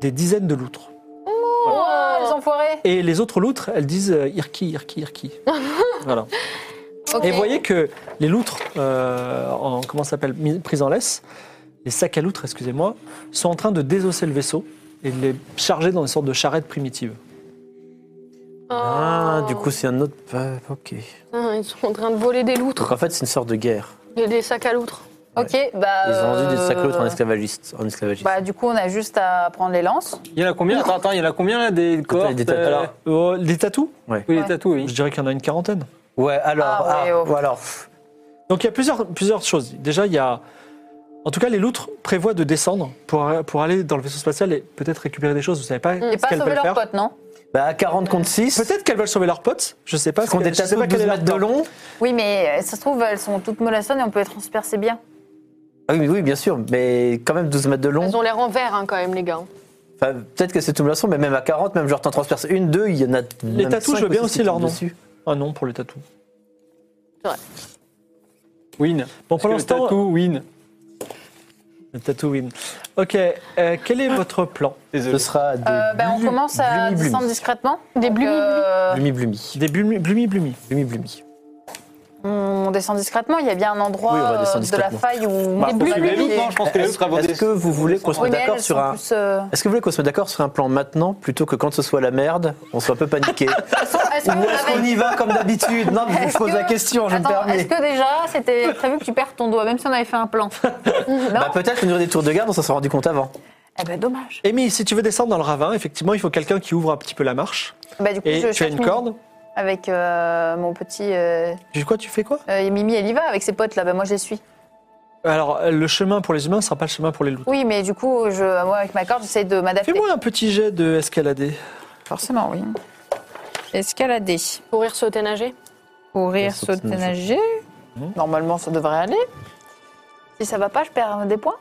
A: des dizaines de loutres.
B: Oh, les enfoirés.
A: Et les autres loutres, elles disent euh, Irki, Irki, Irki. voilà.
B: Ok.
A: Et vous voyez que les loutres, euh, en, comment ça s'appelle, mis- prises en laisse, les sacs à loutres, excusez-moi, sont en train de désosser le vaisseau et de les charger dans une sorte de charrette primitive.
C: Ah,
E: Oh.
C: du coup, c'est un autre. pa- Ok.
E: Ah, ils sont en train de voler des loutres,
C: Donc en fait, c'est une sorte de guerre.
E: des, des sacs à loutres.
B: Ok, bah.
C: Ils ont vendu des
B: euh,
C: sacs l'autre en esclavagiste. En esclavagiste.
B: Bah, du coup, on a juste à prendre les lances.
D: Il y en a combien Attends, attends, il y en a combien là des corps
C: des tatous.
A: Alors, euh, les tatous
D: oui, les
B: Ouais.
D: tatous, oui.
A: Je dirais qu'il y en a une quarantaine.
C: ouais, alors.
B: Ah, ouais,
C: ah,
B: oh.
C: alors. pff,
A: Donc il y a plusieurs, plusieurs choses. Déjà, il y a. En tout cas, les loutres prévoient de descendre pour, pour aller dans le vaisseau spatial et peut-être récupérer des choses. Vous savez pas
B: Et
A: ce
B: pas
A: qu'elles
B: sauver
A: veulent faire.
B: leurs potes, non
C: Bah, 40 contre 6.
A: Peut-être qu'elles veulent sauver leurs potes. Je sais pas.
C: Parce qu'on
A: Je
C: des
A: sais
C: tatous de
A: pas quel
C: 12
A: est leur
C: mètres de
A: plan.
C: long.
B: Oui, mais euh, ça se trouve, elles sont toutes mollastonnes et on peut les transpercer bien.
C: Ah oui, oui, bien sûr, mais quand même 12 mètres de long.
E: Ils ont l'air en vert hein, quand même, les gars.
C: Enfin, peut-être que c'est tout menaçant, mais même à 40, même genre t'en transperces une, deux, il y en a. même
A: tatous,
C: cinq
A: je veux bien
C: ou six
A: aussi
C: qui
A: leur
C: tombent
A: nom.
C: dessus.
A: Un nom Ah pour les tatous.
D: Win.
A: Bon, pour
D: Parce que
A: l'instant-
D: le tatou, win.
A: Le Tatooine. Ok, euh, quel est votre plan
C: Ce
D: Désolé.
C: sera des.
B: Euh, bah, on
C: blu-
B: commence à
C: blumi-blumi.
B: descendre discrètement.
E: Des
B: Donc,
E: blumi-blumi.
B: euh,
C: Blumi blumi.
A: Des blumi, blumi, blumi.
C: Blumi blumi.
B: On descend discrètement. Il y a bien un endroit
C: Oui, on va descendre
B: euh, de la
C: discrètement.
B: faille où.
D: Bah,
B: Les
D: faut
B: bulles,
D: suivre les
B: oui,
D: loutres, non Je pense que les
C: Est-ce
D: loutres avant
C: est-ce que
D: des-
C: vous voulez qu'on se
B: oui,
C: mette
B: mais
C: d'accord
B: elles
C: sur
B: sont
C: un.
B: plus, euh,
C: Est-ce que vous voulez qu'on se mette d'accord sur un plan maintenant plutôt que quand ce soit la merde, on soit un peu paniqué
B: elles sont
C: Ou est-ce
B: avec-
C: qu'on y va comme d'habitude Non, mais je pose la question, je me
B: Ah, Attends,
C: permets.
B: est-ce que déjà c'était prévu que tu perds ton doigt, même si on avait fait un plan Non
C: Bah, peut-être au niveau des tours de garde, on s'en sera rendu compte avant.
B: Eh ben dommage.
A: Amy, si tu veux descendre dans le ravin, effectivement, il faut quelqu'un qui ouvre un petit peu la marche.
B: Bah, du coup,
A: Et
B: je
A: tu as
B: cherche
A: une
B: Mimi.
A: corde.
B: Avec euh, mon petit. euh,
A: Tu quoi Tu fais quoi
B: euh, Mimi, elle y va avec ses potes là, bah moi je les suis.
A: Alors, euh, le chemin pour les humains ne sera pas le chemin pour les loups.
B: Oui, mais du coup, je, moi avec ma corde, j'essaie de m'adapter.
A: Fais-moi un petit jet de escalader.
B: Forcément, oui. Escalader.
E: Courir, sauter, nager.
B: Courir,
C: Ouais, sauter,
B: sauter, nager. Normalement, ça devrait aller. Si ça va pas, je perds des points.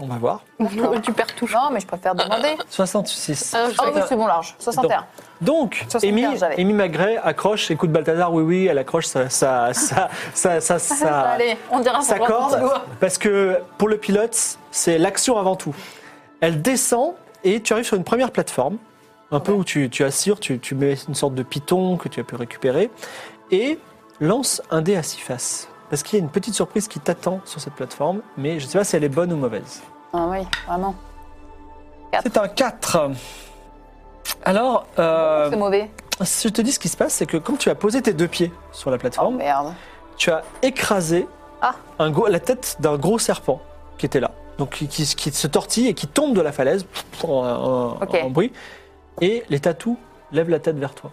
A: On va voir.
E: tu perds tout.
B: Non, mais je préfère demander.
A: 66.
E: Ah,
B: Oh oui, c'est bon large. 61.
A: Donc,
B: 75,
A: Amy,
B: j'avais.
A: Amy Magret accroche, écoute Balthazar, oui, oui, elle accroche sa, sa, sa, sa, sa, sa-
B: Allez, on dira
A: sa
B: ça. pour un petit
A: corde,
B: doigt.
A: parce que pour le pilote, c'est l'action avant tout. Elle descend et tu arrives sur une première plateforme, un peu où tu, tu assures, tu, tu mets une sorte de piton que tu as pu récupérer, et lance un dé à six faces. Parce qu'il y a une petite surprise qui t'attend sur cette plateforme, mais je ne sais pas si elle est bonne ou mauvaise.
B: Ah oui, vraiment.
A: C'est un 4. Alors, euh,
B: C'est mauvais.
A: si je te dis ce qui se passe, c'est que quand tu as posé tes deux pieds sur la
B: Oh
A: plateforme,
B: merde.
A: tu as écrasé
B: Ah.
A: un gros- la tête d'un gros serpent qui était là, donc qui, qui- qui se tortille et qui tombe de la falaise en, en-
B: Ok.
A: en bruit. Et les tatous lèvent la tête vers toi.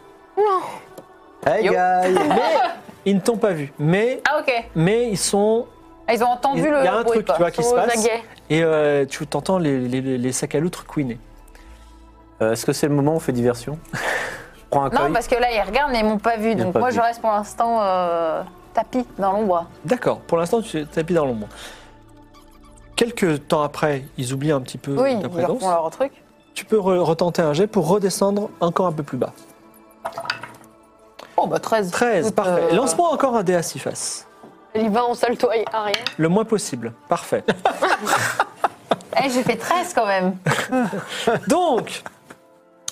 C: Hey
B: Yo.
C: guys
A: Ils ne t'ont pas vu, mais,
B: Ah ok.
A: mais ils sont.
B: Ah, Ils ont
A: Il
B: entendu
A: il y
B: le.
A: a un
B: bruit,
A: truc,
B: quoi.
A: tu vois, qui se
E: Aux
A: passe.
E: aguets.
A: Et euh, tu t'entends les, les- les- les sacs à loutre couiner.
C: Euh, Est-ce que c'est le moment où on fait diversion Je prends un
B: Non,
C: coin.
B: parce que là, ils regardent, mais ils m'ont pas vu.
C: Ils m'ont
B: Donc
C: pas
B: moi,
C: vu.
B: je reste pour l'instant euh, tapis dans l'ombre.
A: D'accord. Pour l'instant, tu es tapis dans l'ombre. Quelques temps après, ils oublient un petit peu ta
B: Oui, ils leur
A: présence.
B: font leur truc.
A: Tu peux re- retenter un jet pour redescendre encore un peu plus bas.
B: Oh, bah 13.
A: 13,
B: Écoute,
A: parfait.
B: euh,
A: Lance-moi encore un dé à 6 faces.
E: Elle y va en salto arrière.
A: Le moins possible. Parfait.
B: Eh, j'ai fait 13 quand même.
A: Donc,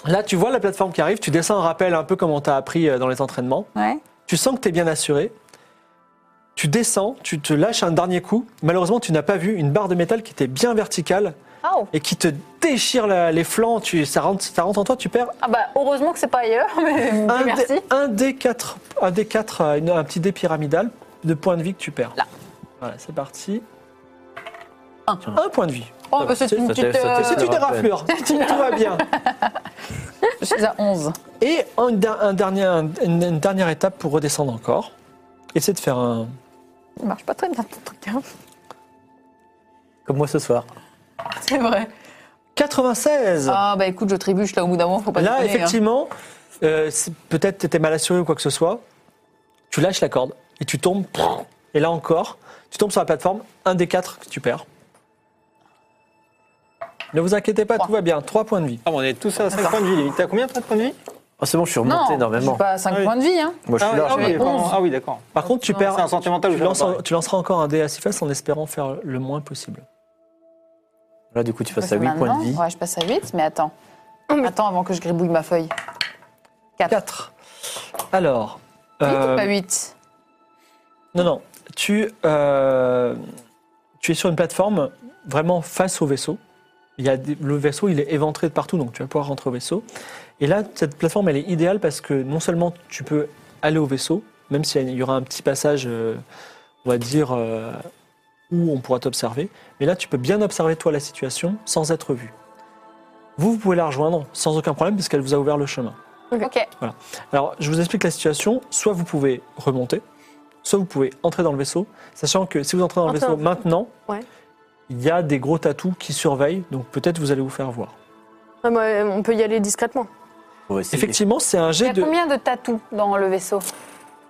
A: là, tu vois la plateforme qui arrive. Tu descends un rappel un peu comme on t'a appris euh, dans les entraînements.
B: Ouais.
A: Tu sens que tu es bien assuré. Tu descends, tu te lâches un dernier coup. Malheureusement, tu n'as pas vu une barre de métal qui était bien verticale
B: Oh.
A: et qui te déchire la- les flancs. Tu, ça, rentre, ça rentre en toi, tu perds
B: Ah bah heureusement que c'est pas ailleurs, mais
A: un,
B: merci.
A: dé- un dé 4, un dé 4 euh, une- un petit dé pyramidal de points de vie que tu perds. Là. Voilà, c'est parti.
B: Un.
A: un point de vie.
B: Oh, bah, c'est une
C: Ça t'est-
B: petite.
C: ça t'est-
A: C'est
B: euh,
A: une
C: Ça rappelle.
A: éraflure, tout va bien.
B: Je suis à 11.
A: Et un, un dernier, une, une dernière étape pour redescendre encore. Essayer de faire un.
B: Il marche pas très bien ton truc. hein.
C: Comme moi ce soir.
B: C'est vrai.
A: 96
B: Ah bah écoute, je trébuche là au bout d'un moment, faut pas
A: Là,
B: déconner, hein.
A: effectivement, euh, c'est- peut-être t'étais mal assuré ou quoi que ce soit. Tu lâches la corde et tu tombes Et là encore, tu tombes sur la plateforme, un des quatre que tu perds. Ne vous inquiétez pas, tout va bien. Trois points de vie.
D: Ah, bon, on est tous à 5 points de vie. T'as combien toi, de points de vie
C: Oh, c'est bon, je suis
B: Non,
C: remonté
B: je
C: énormément.
B: suis pas à 5
D: Ah oui.
B: points de vie. Hein.
C: Moi, je suis
D: ah,
C: là.
D: oui, ah
C: je
D: oui,
C: suis là.
D: d'accord.
B: Onze.
D: Ah oui, d'accord.
A: Par contre, tu
B: C'est
A: perds.
D: C'est un sentimental.
A: Tu,
D: je vais
A: lances-
D: pas parler.
A: tu lanceras encore un dé à six faces en espérant faire le moins possible.
C: Là, du coup, tu passes à
B: Parce que
C: 8 points de
B: maintenant-
C: vie.
B: Ouais, je passe à 8, mais attends. Attends avant que je gribouille ma feuille. 4.
A: 4. Alors.
B: 8
A: euh,
B: ou pas 8
A: Non, non. Tu, euh, tu es sur une plateforme vraiment face au vaisseau. Il y a des- le vaisseau, il est éventré de partout, donc tu vas pouvoir rentrer au vaisseau. Et là, cette plateforme, elle est idéale parce que non seulement tu peux aller au vaisseau, même s'il y a- il y aura un petit passage, euh, on va dire, euh, où on pourra t'observer, mais là, tu peux bien observer toi la situation sans être vu. Vous, vous pouvez la rejoindre sans aucun problème puisqu'elle vous a ouvert le chemin.
B: Ok.
A: Alors, je vous explique la situation. Soit vous pouvez remonter, soit vous pouvez entrer dans le vaisseau, sachant que si vous entrez dans le
E: Entrer
A: vaisseau
E: dans le
A: maintenant,
E: Ouais.
A: il y a des gros tatous qui surveillent, donc peut-être vous allez vous faire voir.
E: Ah, mais on peut y aller discrètement.
C: On va essayer.
A: Effectivement, c'est un
B: Il y
A: jet
B: a
A: de...
B: combien de tatous dans le vaisseau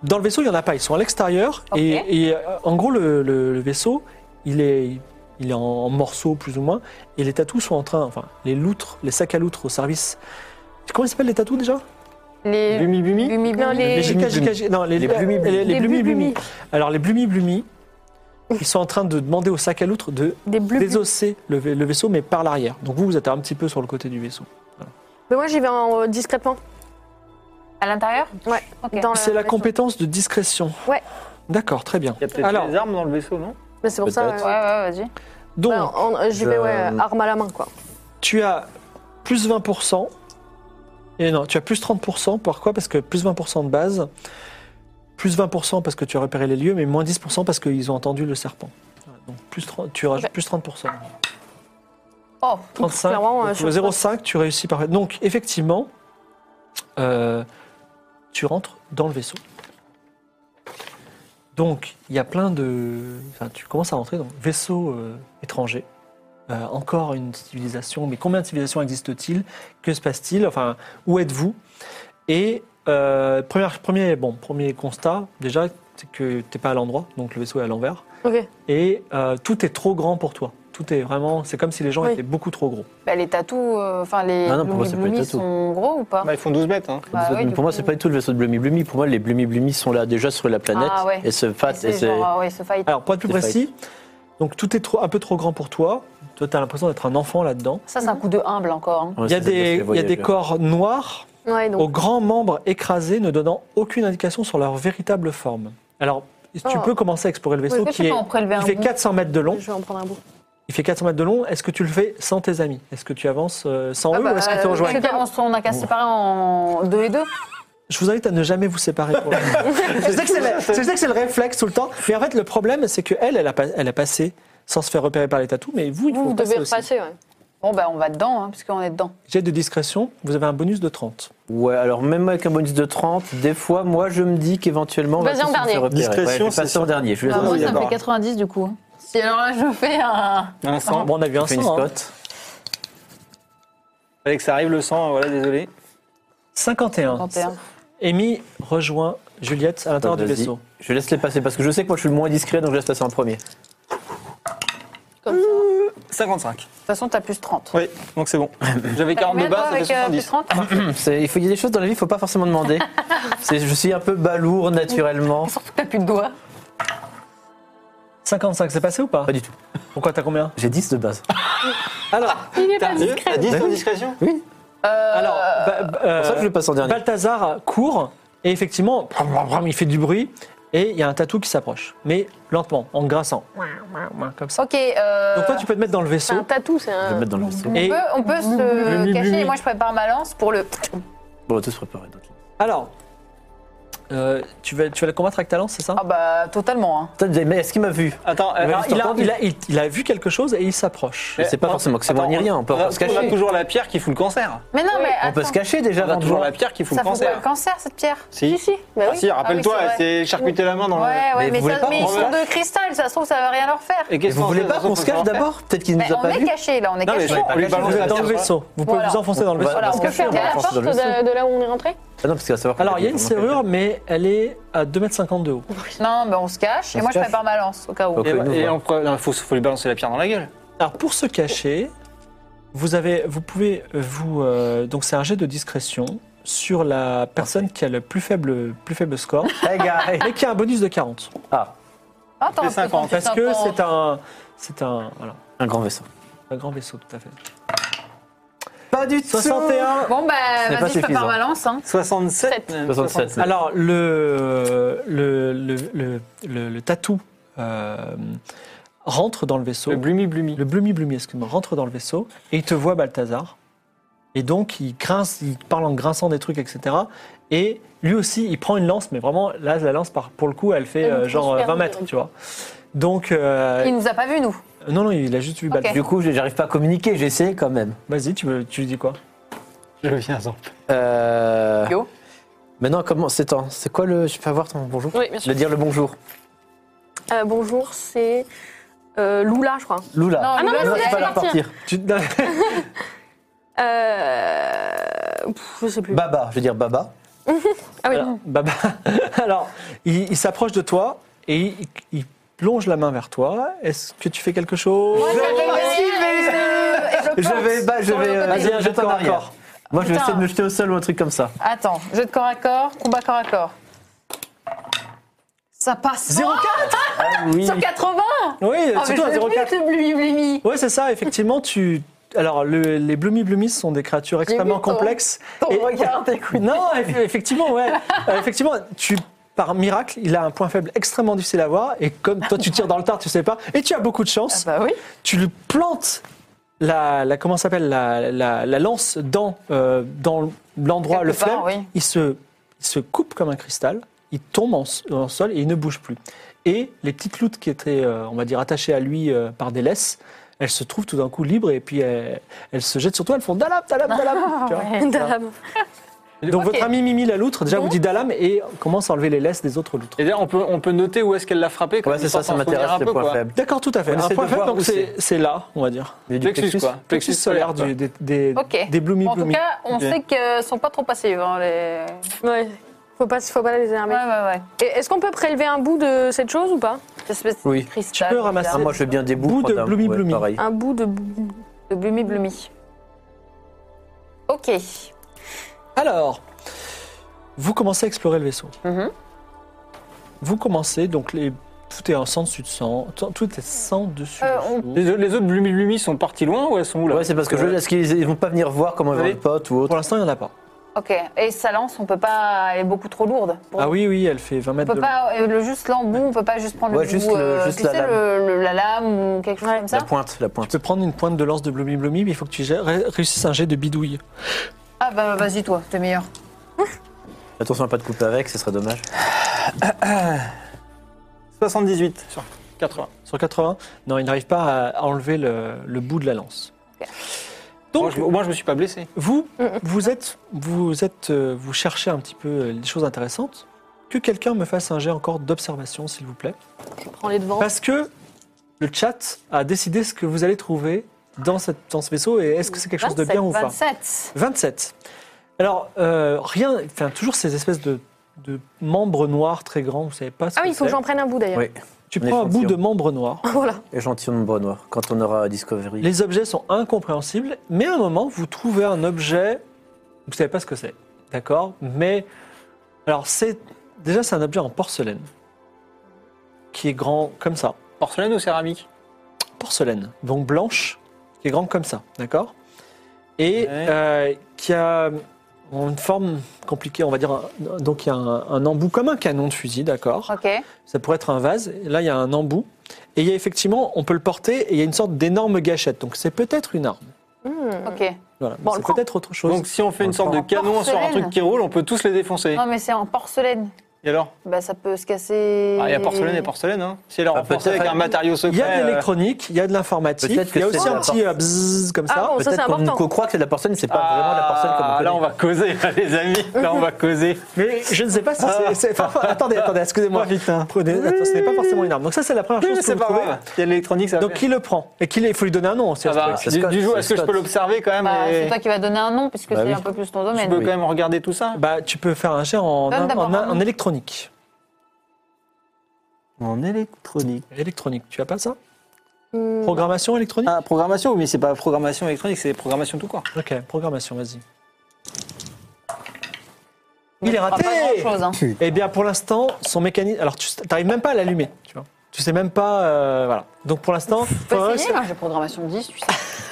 A: Dans le vaisseau, il n'y en a pas, ils sont à l'extérieur,
B: Ok.
A: et, et, euh, en gros, le, le- le vaisseau, il est... Il est en, en morceaux plus ou moins, et les tatous sont en train, enfin les loutres, les sacs à loutres au service. Comment ils s'appellent les tatous déjà
B: Les
D: Bumi Bumi
B: Lumi
E: Non, les-
A: Les giga- giga- giga- non, les,
C: Les blumi-
A: les- les
E: des
A: blumi- blumi.
E: blumi-blumi.
A: Alors les blumi blumi, ils sont en train de demander au sac à loutre de
E: Des bleus.
A: désosser le, vai- le vaisseau, mais par l'arrière. Donc vous, vous êtes un petit peu sur le côté du vaisseau.
E: Mais moi, j'y vais en, euh, discrètement.
B: À l'intérieur
E: Ouais.
B: Ok.
E: Dans
A: C'est la
E: maison.
A: compétence de discrétion.
E: Ouais.
A: D'accord, très bien.
D: Il y a peut-être
A: Alors-
D: des armes dans le vaisseau, non
E: Mais c'est pour ça.
B: Ouais,
C: Peut-être.
B: ouais,
E: euh,
B: vas-y.
A: Donc,
E: ouais, en- euh, j'y vais,
C: je-
E: ouais, euh, arme à la main, quoi.
A: tu as plus 20%. Et non, tu as plus 30%. Pourquoi Parce que plus 20% de base, plus 20% parce que tu as repéré les lieux, mais moins 10% parce qu'ils ont entendu le serpent. Voilà, Donc plus 30, tu
E: Bah
A: rajoutes plus 30%.
B: Oh,
A: 35.
E: Clairement,
A: donc
E: euh,
A: au
E: sur-
A: 0,5, tu réussis parfait. Donc, effectivement, euh, tu rentres dans le vaisseau. Donc, il y a plein de. Enfin, tu commences à rentrer dans le vaisseau euh, étranger. Euh, encore une civilisation. Mais combien de civilisations existent-ils Que se passe-t-il Enfin, où êtes-vous Et euh, premier, premier, bon, premier constat, déjà, c'est que tu n'es pas à l'endroit, donc le vaisseau est à l'envers
E: Ok.
A: et euh, tout est trop grand pour toi. Tout est vraiment, c'est comme si les gens
E: Oui.
A: étaient beaucoup trop gros.
B: bah, les tatous, euh, enfin les
C: Ah non, pour moi,
B: Lumi
C: ça peut être
B: Lumi
C: tatou.
B: sont gros ou pas
D: Bah, ils font 12 mètres. Hein.
C: Le vaisseau
B: Bah
C: de-
B: oui, du
C: pour moi,
B: coup.
C: c'est pas du tout le vaisseau de Blumi Blumi. Pour moi, les Blumi Blumi sont là déjà sur la planète
B: Ah ouais.
C: et se
B: Et
C: fassent.
B: c'est
C: Et c'est-
B: genre, ah ouais, ce fight.
A: Alors pour être plus
C: C'est
A: précis, donc tout est trop, un peu trop grand pour toi. Toi, tu as l'impression d'être un enfant là-dedans.
B: Ça, c'est un coup de humble encore. hein.
C: Ouais,
A: il y a
C: c'est-à-dire que les
A: des, il y a des
C: voyageurs.
A: corps noirs
E: Ouais, donc.
A: aux grands membres écrasés, ne donnant aucune indication sur leur véritable forme. Alors tu
E: Oh.
A: peux commencer à explorer le vaisseau
B: Est-ce que
A: qui est,
B: en prélever un
A: il fait
B: bout
A: 400 mètres de long.
E: Je vais en prendre un bout.
A: Il fait 400 mètres de long. Est-ce que tu le fais sans tes amis Est-ce que tu avances euh, sans
B: Ah
A: eux
B: bah,
A: ou est-ce que tu
B: euh,
A: rejoins
B: je veux dire, on se- on a qu'à se séparer en deux et deux.
A: Je vous invite à ne jamais vous séparer. Pour le moment. je, sais que c'est le, je sais que c'est le réflexe tout le temps. Mais en fait, le problème, c'est que elle, elle a, pas- elle a passé sans se faire repérer par les tatous. Mais vous, il faut
E: Vous, vous
A: passer
E: devez
A: aussi.
E: repasser, ouais.
B: Bon, bah, on va dedans, hein, puisqu'on est dedans.
A: Jet de discrétion, vous avez un bonus de 30.
C: Ouais, alors même avec un bonus de 30, des fois, moi, je me dis qu'éventuellement. on va
E: Vas-y, en
C: tous se
E: dernier.
C: faire repérer.
D: Discrétion,
C: Ouais, je vais
D: c'est
C: passer en
D: ça.
C: dernier. Je vais
D: Ah,
B: moi,
D: oui,
B: ça me fait
D: d'accord.
B: 90 du coup. hein. Si alors là, je fais un.
D: Un sang.
A: Bon, on a vu un
C: on fait une
A: sang, hein.
C: spot.
D: Fallait que ça arrive le sang, voilà, désolé.
A: 51.
B: 31.
A: Amy rejoint Juliette à l'intérieur du
C: Vas-y.
A: vaisseau.
C: Je laisse les passer parce que je sais que moi, je suis le moins discret, donc je laisse passer en premier.
B: Comme ça. De
D: 55.
B: toute façon, t'as plus 30.
D: Oui, donc c'est bon. J'avais 40 de base, ça fait
B: avec euh, plus
D: 70.
B: 30
C: C'est- Il faut, il y a des choses dans la vie, il faut pas forcément demander. C'est- je suis un peu balourd naturellement.
B: Surtout que t'as plus de doigts.
A: 55, c'est passé ou pas
C: Pas du tout.
A: Pourquoi t'as combien
C: J'ai 10 de base.
A: Alors,
D: T'as vu T'as 10 de discrétion
B: Euh,
A: alors bah, bah, euh,
C: C'est pour ça que je le passe en dernier.
A: Balthazar court et effectivement, brum, brum, brum, il fait du bruit et il y a un tatou qui s'approche. Mais lentement, en grinçant. Comme ça.
B: Ok. Euh,
A: Donc toi, tu peux te mettre dans le
E: C'est
A: vaisseau.
E: un tatou, c'est
C: Je vais le
E: un.
C: mettre dans le vaisseau.
B: on,
A: Et-
B: peut, on peut se cacher. Et moi, je prépare ma lance pour le.
C: Bon, on va tous préparer d'autres.
A: Alors, euh, tu, vas, tu vas le combattre avec ta lance, c'est ça
B: Ah, bah, totalement. hein.
C: Putain, mais est-ce qu'il m'a vu
D: Attends, euh,
A: Alors,
D: juste
A: il, a,
D: entendu.
A: il a- il- il a vu quelque chose et il s'approche.
C: Je sais pas
D: Eh,
C: forcément que c'est
D: attends,
C: moi ni rien, on peut encore se
D: On a
C: cacher.
D: toujours la pierre qui fout le cancer.
B: Mais non, mais.
C: On peut
B: attends,
C: se cacher déjà
D: On a
C: avant de
D: toujours
C: voir.
D: la pierre qui fout
B: Ça
D: le
B: fout pas
D: cancer.
B: le cancer, cette pierre
D: Si.
E: Si, si. Bah
D: Ah
E: oui.
D: si, rappelle-toi,
B: Ah oui, c'est vrai.
D: c'est charcuter la main dans
B: Ouais,
D: le.
B: ouais,
C: Mais
B: mais,
C: vous voulez
B: ça-
C: pas
B: mais ils
D: qu'on
B: sont
D: sache
B: de cristal, ça se trouve, ça va rien leur faire.
D: Et
C: Et
D: qu'est-ce
C: vous
D: qu'on
C: voulez
D: fait,
C: pas
D: ça se
C: qu'on se cache
D: trouve,
C: d'abord Peut-être qu'il nous
B: Mais
C: a
B: on
C: pas
B: est
C: vu.
B: caché là, on est
D: Non, mais
B: caché.
D: je- on lui
C: Pas
D: balance
A: Vous
C: caché,
D: la
A: êtes dans
D: pierre.
A: le vaisseau. Vous pouvez
B: Voilà.
A: vous enfoncer dans le
C: On va
A: vaisseau.
B: Voilà.
C: se
E: Est-ce que
C: cacher, on
E: fermer
C: va
E: la
C: foncer
E: porte
C: dans le vaisseau.
E: de, de là où on est rentré
C: Ah non, parce qu'il va savoir. qu'on
A: Alors, il y a une
C: vraiment quelqu'un.
A: serrure, mais elle est à 2,50 m de haut.
B: Non, ben on se cache.
C: On
B: et
C: se
B: moi, je
C: cache.
B: prépare ma lance, au cas où.
C: Ok.
D: Et,
C: nous
D: et
C: voir.
D: on pre- non, faut, faut lui balancer la pierre dans la gueule.
A: Alors, pour se cacher, vous, avez, vous pouvez euh, vous. euh, donc, c'est un jet de discrétion sur la personne qui a le plus faible, plus faible score,
C: Hey, gars, hey.
A: mais qui a un bonus de 40.
C: Ah,
B: Attends,
D: Fais 50,
A: Parce que c'est un. C'est un. Voilà.
C: un grand vaisseau.
A: Un grand vaisseau, tout à fait.
C: Pas du tout
A: 61
B: Bon,
C: Ce
B: ben
C: n'est pas
B: vas-y, je prépare
C: suffisant.
B: ma lance. Hein.
D: 67.
C: 67.
A: Alors, le, le, le, le, le- le tatou euh, rentre dans le vaisseau.
D: Le blumi blumi.
A: Le blumi blumi, excuse-moi, rentre dans le vaisseau et il te voit, Balthazar. Et donc, il grince, il parle en grinçant des trucs, etc. Et lui aussi, il prend une lance, mais vraiment, là, la lance, par- pour le coup, elle fait
E: Elle
A: euh,
E: nous
A: genre euh,
E: transperce
A: 20
E: de-
A: mètres, tu vois. Donc, euh,
B: Il nous a pas vu, nous.
A: non, non, il a juste vu Balthazar.
C: Du coup, j'arrive pas à communiquer, j'ai essayé quand même.
A: Vas-y, tu, veux- tu lui dis quoi
D: Je viens en
C: Euh...
B: Yo.
C: Maintenant, comment c'est temps C'est quoi le Je peux avoir ton bonjour
E: Oui, bien
C: Je
E: sûr.
C: vais dire le bonjour.
E: Euh, bonjour, c'est euh, Lula, je crois.
C: Loula.
B: Non, Ah non, Lula, non,
C: Lula,
B: c'est
C: tu
B: elle
C: vas
B: qui
C: la
E: va partir.
C: partir.
A: Tu- non,
E: Euh... pff, je sais plus.
C: Baba, je vais dire Baba.
E: ah oui.
A: Alors, Baba, Bah, alors, il, il s'approche de toi et il, il plonge la main vers toi. Est-ce que tu fais quelque chose
B: Moi, j'avais gagné. Et
C: Je vais, bah, je
B: Sur le
C: vais, euh,
B: côté.
C: vas-y,
A: Vas-y, un
C: je
A: jet de corps à corps.
C: Moi, je vais
B: Putain.
C: essayer de me jeter au sol ou un truc comme ça.
B: Attends, jeu de corps à corps, combat corps à corps. Ça passe. hein,
A: 04
C: Ah oui.
B: Sur 80
A: Oui,
B: Oh, mais
A: c'est toi,
B: je l'ai
A: 04.
B: plus, le blumi blumi.
A: Ouais, c'est ça, effectivement, tu... Alors, le- les Bloomy Bloomies sont des créatures extrêmement
B: vu ton-
A: complexes.
B: Ton
A: Et-
B: regard, écoute.
A: Non, eff- effectivement, ouais. Euh, effectivement, tu... Par miracle, il a un point faible extrêmement difficile à voir, et comme toi tu tires dans le tard, tu sais pas, et tu as beaucoup de
B: Ah
A: chance,
B: bah oui.
A: tu lui plantes la, la comment ça s'appelle la, la- la lance dans euh, dans l'endroit
B: Quelque
A: le
B: part,
A: flemme.
B: oui.
A: Il se il se coupe comme un cristal. Il tombe en, s- en sol et il ne bouge plus. Et les petites loutes qui étaient euh, on va dire attachées à lui euh, par des laisses, elles se trouvent tout d'un coup libres et puis elles, elles se jettent sur toi. Elles font dalam dalam dalam. tu vois.
E: Dame.
A: Donc
B: Ok. Mhm.
A: votre ami Mimi la loutre déjà vous dit dalam et commence à enlever les laisses des autres loutres.
D: Et d'ailleurs, on peut, on peut noter où est-ce qu'elle l'a frappé. comme
C: Ouais, c'est
D: histoire
C: ça, ça
D: pour en fournir
C: m'intéresse
D: un
C: les
D: peu,
C: points
D: quoi.
C: faibles.
A: D'accord, tout à fait.
C: On
A: Un
C: essaie
A: point
C: de
A: faible,
C: voir
A: donc
C: où
A: c'est
C: c'est.
A: c'est là, on va dire.
C: Il y a du
D: Plexus, quoi.
A: Plexus solaire
D: quoi.
A: du- des des,
B: Ok.
A: des bloomy
B: Bon, en tout
A: bloomy.
B: cas, on
D: Ok.
B: sait qu'elles sont pas trop passives. hein, les...
C: Ah
E: Ouais. Faut pas, faut pas les énerver.
B: Ouais, ouais, ouais.
E: Et Est-ce qu'on peut prélever un bout de cette chose ou pas
B: Cette espèce
C: Oui.
B: de cristal.
A: Tu peux ramasser.
C: Ah, moi, je veux bien des bouts.
A: Bout de
C: prendre un
A: Bloomy
C: ouais,
A: Bloomy.
C: pareil.
E: Un bout de.
B: De blumi blumi. Ok.
A: Alors, vous commencez à explorer le vaisseau.
B: Mhm.
A: Vous commencez, donc les, tout est en sans dessus de sang, tout tout est sans dessus.
B: Euh,
A: dessous.
D: Les, au- les autres blumi blumi sont partis loin ou elles sont où là Euh,
C: Ouais, c'est parce que je est-ce qu'ils ils vont pas venir voir comment va
D: Oui.
C: le pote ou autre
A: Pour l'instant, il n'y en a pas.
B: Ok. Et sa lance, on peut pas. Elle est beaucoup trop lourde. Pour-
A: Ah oui, oui, elle fait 20
B: On
A: mètres
B: peut
A: de
B: pas. euh, Le juste l'embout, on peut pas juste prendre
C: Ouais,
B: le
C: juste
B: bout,
C: le-
B: euh,
C: juste
B: tu
C: la
B: sais,
C: lame.
B: le- le- la lame ou quelque chose comme
C: La
B: ça.
C: pointe, la
A: Tu
C: pointe.
A: peux prendre une pointe de lance de Bloomy Bloomy, mais il faut que tu gères- ré- réussisses un jet de bidouille.
B: Ah bah vas-y toi, t'es meilleur.
C: Attention à pas te couper avec, ce serait dommage.
D: 78 sur 80.
A: Sur 80 Non, il n'arrive pas à- à enlever le, le bout de la lance.
B: Ok. Mm,
D: Moi,
A: Donc,
D: je, moi, je me suis pas blessé.
A: vous, vous êtes, vous êtes, euh, vous cherchez un petit peu euh, des choses intéressantes. Que quelqu'un me fasse un jet encore d'observation, s'il vous plaît.
E: Je prends les devants.
A: Parce que le chat a décidé ce que vous allez trouver dans, cette- dans ce vaisseau et est-ce que c'est quelque chose de bien ou pas
B: 27.
A: 27. Alors, euh, rien, enfin, toujours ces espèces de, de membres noirs très grands, vous savez pas ce
E: Ah
A: que
E: oui, il faut que
A: c'est.
E: j'en prenne un bout d'ailleurs.
C: Oui.
A: Tu
C: On est
A: prends un bout
C: gentillon.
A: de membre noir.
E: Voilà.
C: Échantillon de bois noir, quand on aura Discovery.
A: Les objets sont incompréhensibles, mais à un moment, vous trouvez un objet, vous savez pas ce que c'est, d'accord Mais, alors, c'est déjà, c'est un objet en porcelaine qui est grand comme ça.
D: Porcelaine ou céramique
A: porcelaine, donc blanche, qui est grande comme ça, d'accord Et
D: Ouais.
A: euh, qui a une forme compliquée, on va dire. un- Donc il y a un, un embout comme un canon de fusil, d'accord
E: Ah.
B: Ok.
A: Ça pourrait être un vase. Et Là, il y a un embout. Et il y a effectivement, on peut le porter, et il y a une sorte d'énorme gâchette. Donc c'est peut-être une arme.
B: Ok.
A: Voilà. Mais
E: Bon, on le
A: c'est
E: prend.
A: peut-être autre chose.
D: Donc si on fait
C: On
D: une
C: le
D: sorte de
C: prend.
D: canon sur un
B: Porcelaine.
D: truc qui roule, on peut tous les défoncer.
B: Non mais c'est en porcelaine.
D: Et alors
B: Bah, ça peut se casser.
D: Ah, Il
E: Mm,
D: y a porcelaine et porcelaine. Hein. Si elle est
C: Bah,
D: renforcée
C: peut-être-
D: avec un matériau secret.
A: Il y a de
D: euh,
A: l'électronique, il y a de l'informatique,
C: Peut-être que
A: il y a aussi
C: c'est
A: un
C: la
A: petit euh, bzzz comme
E: Ah
A: ça.
E: bon, ça c'est
C: Peut-être qu'on
E: important.
C: qu'on croit que c'est de la porcelaine, c'est pas vraiment de la porcelaine comme on
D: ah,
C: connaît.
D: Là, on va causer, là, les amis. Là, on va causer.
A: Mais je ne sais pas si
D: Ah.
A: c'est- c'est. enfin, attendez, attendez, excusez-moi.
D: putain.
A: Prenez, attends, ce n'est pas forcément une arme. Donc ça, c'est la première
D: hein.
A: chose
D: Oui, mais
A: que
D: c'est
A: vous
D: pas
A: trouvez.
D: grave. Il y a de l'électronique, ça va
A: Donc
D: faire.
A: qui le prend Et qu'il il faut lui donner un nom. c'est-
D: Ça va.
C: c'est
D: Du,
C: Scott,
D: Ah bah, du jour,
C: c'est
D: est-ce que je peux
C: Scott.
D: l'observer quand même
B: Bah,
D: et-
B: C'est toi qui vas donner un nom, puisque
C: Bah
B: c'est
C: oui.
B: un peu plus ton
D: Je
B: domaine.
D: peux
C: Oui.
D: quand même regarder tout ça
A: Bah, tu peux faire un cher en,
B: Donne
A: en-
B: d'abord
A: en-
B: un nom.
A: en électronique.
D: En électronique.
A: Électronique, tu as pas ça
B: Hum,
A: Programmation électronique
D: Ah, programmation, mais c'est pas programmation électronique, c'est programmation tout court.
A: Ok, programmation, vas-y.
B: mais
A: il est
B: on fera
A: raté.
B: Pas grand chose, hein.
A: Eh bien, pour l'instant, son mécanisme. Alors, tu n'arrives même pas à l'allumer, tu vois. Tu sais même pas. euh, voilà. Donc, pour l'instant.
B: Faut
A: faudrait-
B: essayer, hein, j'ai programmation 10, tu sais.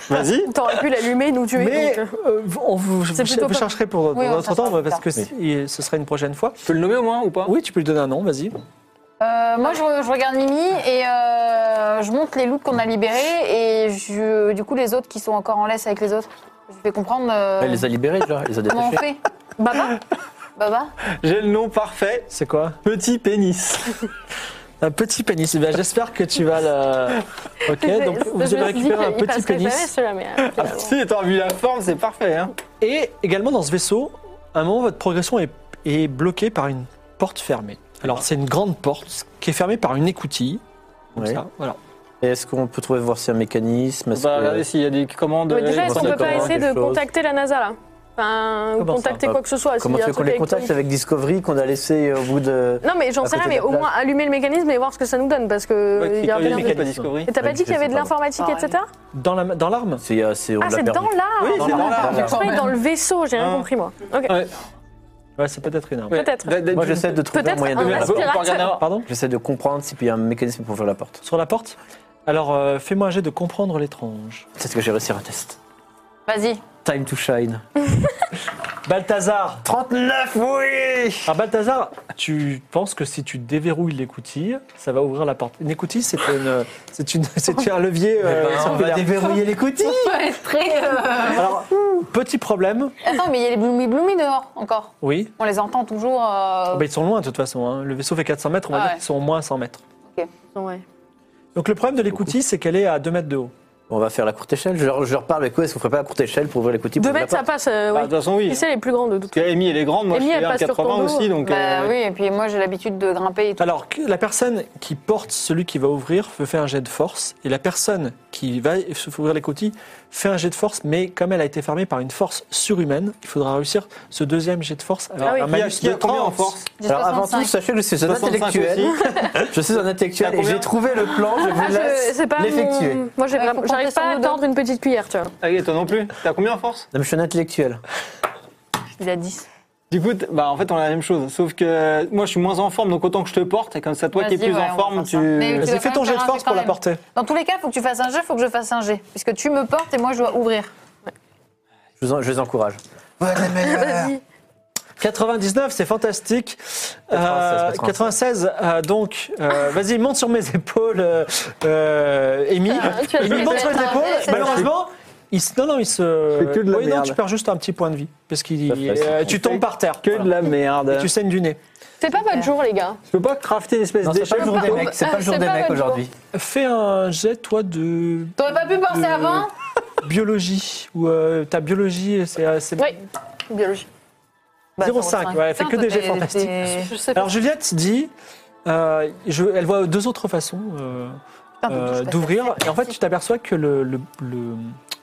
D: Vas-y.
E: T'aurais pu l'allumer, nous tuer.
A: Mais
E: donc, euh,
A: euh, on vous, vous,
E: C'est plutôt
A: vous
E: pas-
A: chercherez pour
B: Oui, on
A: notre temps,
B: cherchera
A: parce que
B: plus
A: si- ce sera une prochaine fois.
D: Tu peux le nommer au moins ou pas
A: Oui, tu peux lui donner un nom, vas-y.
B: Euh, moi, je, je regarde Mimi et euh, je monte les loups qu'on a libérés et je, du coup, les autres qui sont encore en laisse avec les autres. Je vais comprendre euh,
C: Elle les a libérés déjà, elle les a
B: comment on
C: détachés.
B: fait. Baba Baba
D: J'ai le nom parfait.
A: C'est quoi
D: Petit pénis.
A: Un petit pénis. Eh bien, J'espère que tu vas le.
D: Euh,
A: Ok,
E: je-
A: donc
E: je me
A: vous
E: suis
A: allez récupérer
E: dit
A: un petit
E: qu'il passerait jamais
A: pénis.
E: celui-là, mais, euh, finalement.
D: si t'as vu la forme, c'est parfait. Hein.
A: Et également dans ce vaisseau, à un moment, votre progression est, est bloquée par une porte fermée. Alors, c'est une grande porte qui est fermée par une écoutille. Comme
C: Ouais.
A: ça, voilà.
C: Et Est-ce qu'on peut trouver voir si un mécanisme
D: On
C: est-ce
D: va
C: que-
D: regarder s'il y a des commandes.
E: Mais déjà,
D: euh,
E: est-ce qu'on peut pas
C: D'accord,
E: essayer de
C: quelque chose.
E: contacter la NASA là Enfin, ou
A: Comment ça
E: contacter
C: Bah,
E: quoi que ce soit s'il
C: Comment
E: y a
C: tu
E: un
C: veux qu'on
E: truc
C: les contacte
E: électronique.
C: avec Discovery qu'on a laissé au bout de.
E: Non, mais j'en
C: à
E: sais rien,
C: côté de
E: mais
C: la
E: au
C: plage
E: moins allumer le mécanisme et voir ce que ça nous donne parce que il y a
D: Discovery,
E: rien de.
D: Mecha Discovery.
E: Et T'as pas
C: Ouais,
E: dit qu'il y avait de
C: c'est ça,
E: l'informatique,
B: pardon.
E: etc.
A: Dans la- dans l'arme
C: C'est euh, c'est- on
E: Ah,
C: l'a
E: c'est
C: perdu.
E: dans l'art
D: Oui, c'est dans l'arbre.
E: Je croyais dans le vaisseau, j'ai rien
D: Ah.
E: compris moi. Ok.
D: Ouais.
A: Ouais, c'est peut-être une arme.
D: Ouais.
E: Peut-être.
D: D'a- d'a-
C: Moi
D: du-
C: j'essaie de trouver un
E: Peut-être
C: moyen de
E: un
D: On peut
C: l'ouvrir.
E: aspirateur.
D: regarder un-
A: Pardon
C: J'essaie de comprendre s'il y a un mécanisme pour ouvrir la porte.
A: Sur la porte Alors, euh, fais-moi un jet de comprendre l'étrange.
C: Peut-être que j'ai réussi un test.
B: Vas-y.
C: Time to shine.
A: Balthazar
C: 39, oui
A: Alors, Balthazar, tu penses que si tu déverrouilles l'écoutille, ça va ouvrir la porte. Une écoutille, c'est une, euh, c'est une, c'est un levier euh, circulaire.
C: déverrouiller l'écoutille
B: Très, euh,
A: Alors, petit problème.
B: Attends, mais il y a les Bloomy Bloomy dehors encore.
A: Oui.
B: On les entend toujours. euh,
A: Ah bah, ils sont loin de toute façon. hein. Le vaisseau fait 400 mètres, on va
B: Ah
A: dire
B: ouais.
A: qu'ils sont au moins à 100 mètres.
E: Ouais.
A: Donc, le problème de l'écoutille, c'est qu'elle est à 2 mètres de haut.
C: On va faire la courte échelle. Je leur, je leur parle, mais quoi, est-ce qu'on ferait pas la courte échelle pour ouvrir l'écoutille
E: Deux
C: pour
E: mètres, ça
C: ouvrir
E: passe.
D: Bah,
E: euh,
D: De
E: ouais.
D: toute façon, oui.
E: Qui c'est les plus grands de tout
D: Parce que Amy, elle est grande. Moi,
E: Amy, elle
D: je
E: passe
D: suis
E: sur ton
D: 80 aussi.
E: dos.
D: Donc,
B: bah
D: euh,
B: oui, et puis moi, j'ai l'habitude de grimper et tout.
A: Alors, que la personne qui porte celui qui va ouvrir peut faire un jet de force, et la personne qui va se faire ouvrir les cotilles fait un jet de force, mais comme elle a été fermée par une force surhumaine, il faudra réussir ce deuxième jet de force avec
E: Ah oui.
A: un
D: Qui a,
A: malus
D: qui a
A: de
D: combien en
A: 30.
D: force
B: J'ai
C: Alors avant tout,
B: 65.
C: sachez que je suis un
D: 65
C: intellectuel. je suis un intellectuel
D: T'as
C: et
D: combien
C: j'ai trouvé le plan, je vous
E: Ah, je-
C: laisse
E: c'est pas mon-
C: l'effectuer.
E: Moi, j'ai-
B: Ouais, faut compter
E: j'arrive
B: sur
E: pas à
B: nos doigts.
E: tendre une petite cuillère, tu vois.
D: Ah, et toi non plus T'as combien en force
C: Non, mais je suis un intellectuel.
B: Il a 10.
D: Du coup, t- bah, en fait, on a la même chose. Sauf que moi, je suis moins en forme, donc autant que je te porte. Et comme ça, toi qui es
B: Vas-y,
D: plus
B: ouais, on va
D: en forme,
B: faire
D: tu.
B: ça. Mais tu
A: Vas-y,
B: vas
A: fais
B: quand
A: ton
B: même
A: jet de
B: faire Ah, un
A: force pour
B: jet quand
A: la
B: même.
A: porter.
B: Dans tous les cas, faut que tu fasses un jeu, faut que je fasse un jet. Puisque tu me portes et moi, je dois ouvrir.
C: Je, vous en- je les encourage.
A: 99, c'est fantastique.
C: 96,
A: 96, euh, donc,
D: Ah.
A: euh, vas-y, monte sur mes épaules, euh, euh, Amy.
E: Ah, tu as
A: Amy,
E: fait
A: monte sur mes
B: ça.
A: épaules.
B: Ouais, c'est
A: Malheureusement, il se... non, non, il se.
D: C'est que de la
A: Oui, non,
D: merde.
A: tu perds juste un petit point de vie. Parce qu'il
C: Ça fait, ça
A: euh, tu
D: fait
A: tombes par terre.
D: Que
A: Voilà.
D: de la
A: Et
D: merde.
A: tu saignes du nez.
E: C'est pas votre jour, les gars.
D: Je peux pas crafter une espèce
C: Non, c'est pas le
D: d'échelle
C: jour des
E: pas-
C: mecs, c'est pas le jour
E: c'est
C: des
E: pas
C: mecs
E: votre jour.
C: aujourd'hui.
A: Fais un jet, toi, de
B: T'aurais pas pu penser
A: Euh,
B: avant
A: biologie. Ou euh, ta biologie, c'est assez.
E: Oui. Biologie.
B: Bah,
A: 0,5, ouais, elle fait que
B: Putain,
A: des
B: toi,
A: jets
B: t'es-
A: fantastiques.
B: t'es-
E: Je sais pas.
A: Alors, Juliette dit. euh, je- elle voit deux autres façons. euh,
B: Putain, t'es-
A: euh,
B: je passe
A: d'ouvrir.
B: la
A: Et en fait, tu t'aperçois que le, le, le-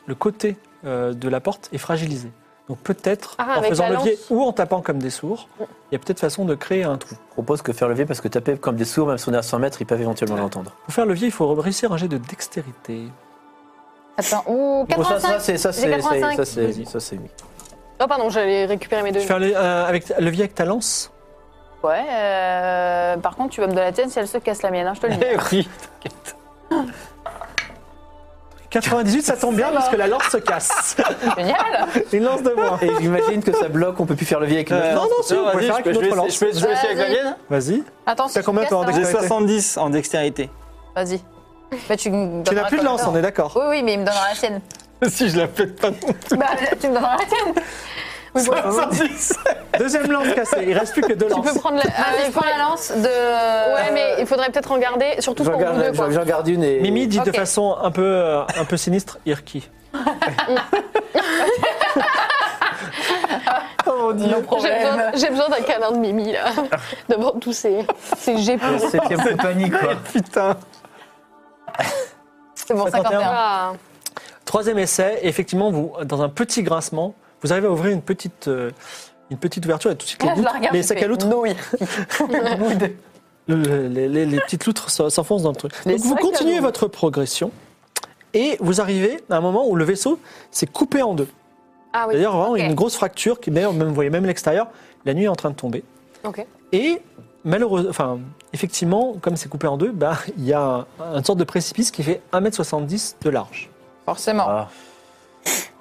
A: le côté euh, de la porte est fragilisé. Donc peut-être
E: Ah,
A: en
E: avec
A: faisant
E: la
A: levier
E: lance.
A: ou en tapant comme des sourds, il y a peut-être façon de créer un trou.
C: Je propose que faire levier parce que taper comme des sourds, même si on est à 100 mètres, ils peuvent éventuellement l'entendre.
A: Pour faire levier, il faut réussir un jet de dextérité.
B: Attends, ouh,
C: Bon, ça, ça,
B: 85
C: c'est ça,
B: J'ai
C: c'est-
B: 85.
C: ça, c'est ça, c'est mis.
E: Oh, pardon, j'allais récupérer mes deux.
A: Tu fais un le- un- avec ta- levier avec ta lance
B: Ouais, euh, par contre, tu vas me donner la tienne si elle se casse la mienne, hein, je te le dis.
D: Eh oui.
A: 98, ça tombe bien
B: C'est
A: parce
B: bon.
A: que la lance se casse.
B: Génial
A: Une lance de bois.
C: Et j'imagine que ça bloque, on peut plus faire levier avec une
D: Euh,
A: non, si, on
D: vas-y,
A: pourrait faire
D: je peux
A: avec une
D: jouer-
A: autre lance.
D: Je peux jouer aussi avec la
B: Vas-y.
D: mienne
A: Vas-y.
B: Attends, si
A: T'as
B: tu
A: combien,
B: casses
A: toi, en
B: ta
A: dex-
D: J'ai
A: Dextérité.
D: 70 en dextérité.
B: lance- Vas-y. Bah, tu
A: Tu n'as plus de lance, on est d'accord.
B: Oui, oui, mais il me donnera la tienne.
D: si je la pète pas.
B: bah, tu me donneras la tienne.
E: Oui,
A: Oui, voilà. Deuxième lance cassée, il reste plus que deux
E: Tu peux
A: lances.
E: prendre la.
B: Vas-y, Ah, prends la lance de. euh,
E: Ouais, mais il faudrait peut-être en garder, surtout
C: J'en
E: pour vous deux,
C: garde,
E: quoi.
C: j'en- j'en garde une et.
A: Mimi dit de
E: Ok.
A: façon un peu, euh, un peu sinistre, Irki.
B: Nos
E: J'ai
B: problèmes.
E: besoin, j'ai besoin d'un câlin de Mimi, là. Devant tous ces, ces
C: La
E: GP.
C: Septième compagnie, quoi.
D: Putain.
B: C'est bon,
A: 51.
B: 51.
E: Ah.
A: Troisième essai, et effectivement, vous, dans un petit grincement, vous arrivez à ouvrir une petite, euh, une petite ouverture et tout de suite les,
B: Ah, je la
A: loutres-
B: regarde,
A: les
B: je
A: sacs
B: fais,
A: à loutres,
B: no, oui.
A: le- les, les- les petites loutres s'en- s'enfoncent dans le truc.
B: Les
A: Donc vous
B: sacs à
A: continuez
B: loutres.
A: votre progression et vous arrivez à un moment où le vaisseau s'est coupé en deux.
E: Ah oui.
A: D'ailleurs, vraiment
E: ok.
A: une grosse fracture qui, d'ailleurs, même, vous voyez même l'extérieur, la nuit est en train de tomber.
E: Ok.
A: Et malheureusement, enfin, effectivement, comme c'est coupé en deux, bah, il y a un- une sorte de précipice qui fait 1m70 de large.
B: Forcément.
C: Ah.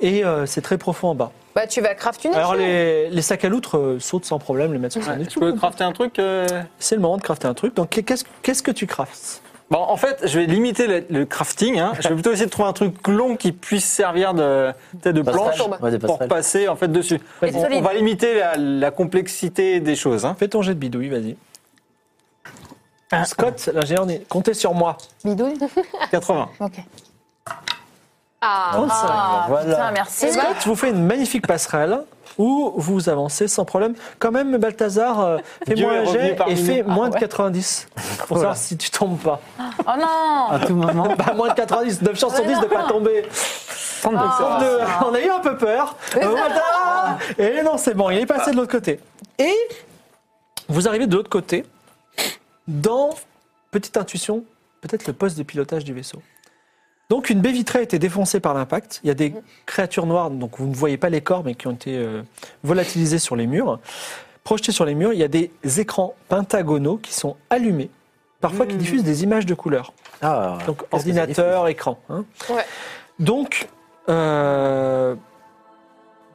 A: Et euh, c'est très profond en bas.
B: Bah, tu vas craft une
A: Alors
B: échelle.
A: les, les sacs à loutres euh, sautent sans problème, les mettent sur
D: Ouais, je peux crafter un truc euh,
A: C'est le moment de crafter un truc. Donc qu'est-ce qu'est-ce que tu craftes
D: Bon, en fait, je vais limiter le, le crafting. hein. Je vais plutôt essayer de trouver un truc long qui puisse servir de, peut-être de
C: Passerelle.
D: planche
C: Ouais, des
D: pour
C: passerelles.
D: passer en fait dessus.
A: Et
D: On, on va limiter la, la complexité des choses. hein.
A: Fais ton jet de bidouille, vas-y. Scott, l'ingénieur, n'est- comptez sur moi.
B: Bidouille
D: 80.
B: Ok.
E: Ah.
B: Ah,
C: voilà.
B: putain, merci.
A: Scott vous fait une magnifique passerelle où vous avancez sans problème. Quand même, Balthazar, euh, fais-moi
D: est
A: un
D: revenu
A: jet et
D: parmi
A: fais
B: Ah,
A: moins de
B: ouais.
A: 90 pour savoir si tu tombes pas.
B: Oh
D: Ah
B: non
C: À tout moment.
A: Bah, moins de 90, 9 chances sur 10 de pas tomber.
D: Ah.
A: Comme de- on a eu un peu peur. Euh, voilà. Et non, c'est bon, il est passé de l'autre côté. Et vous arrivez de l'autre côté, dans, petite intuition, peut-être le poste de pilotage du vaisseau. Donc une baie vitrée a été défoncée par l'impact. Il y a des créatures noires, donc vous ne voyez pas les corps, mais qui ont été euh, volatilisées sur les murs. Projetées sur les murs, il y a des écrans pentagonaux qui sont allumés, parfois qui diffusent des images de couleurs.
C: Ah,
A: Donc
C: qu'est-ce que ça
A: ordinateur, écran. hein.
E: Ouais.
A: Donc, euh,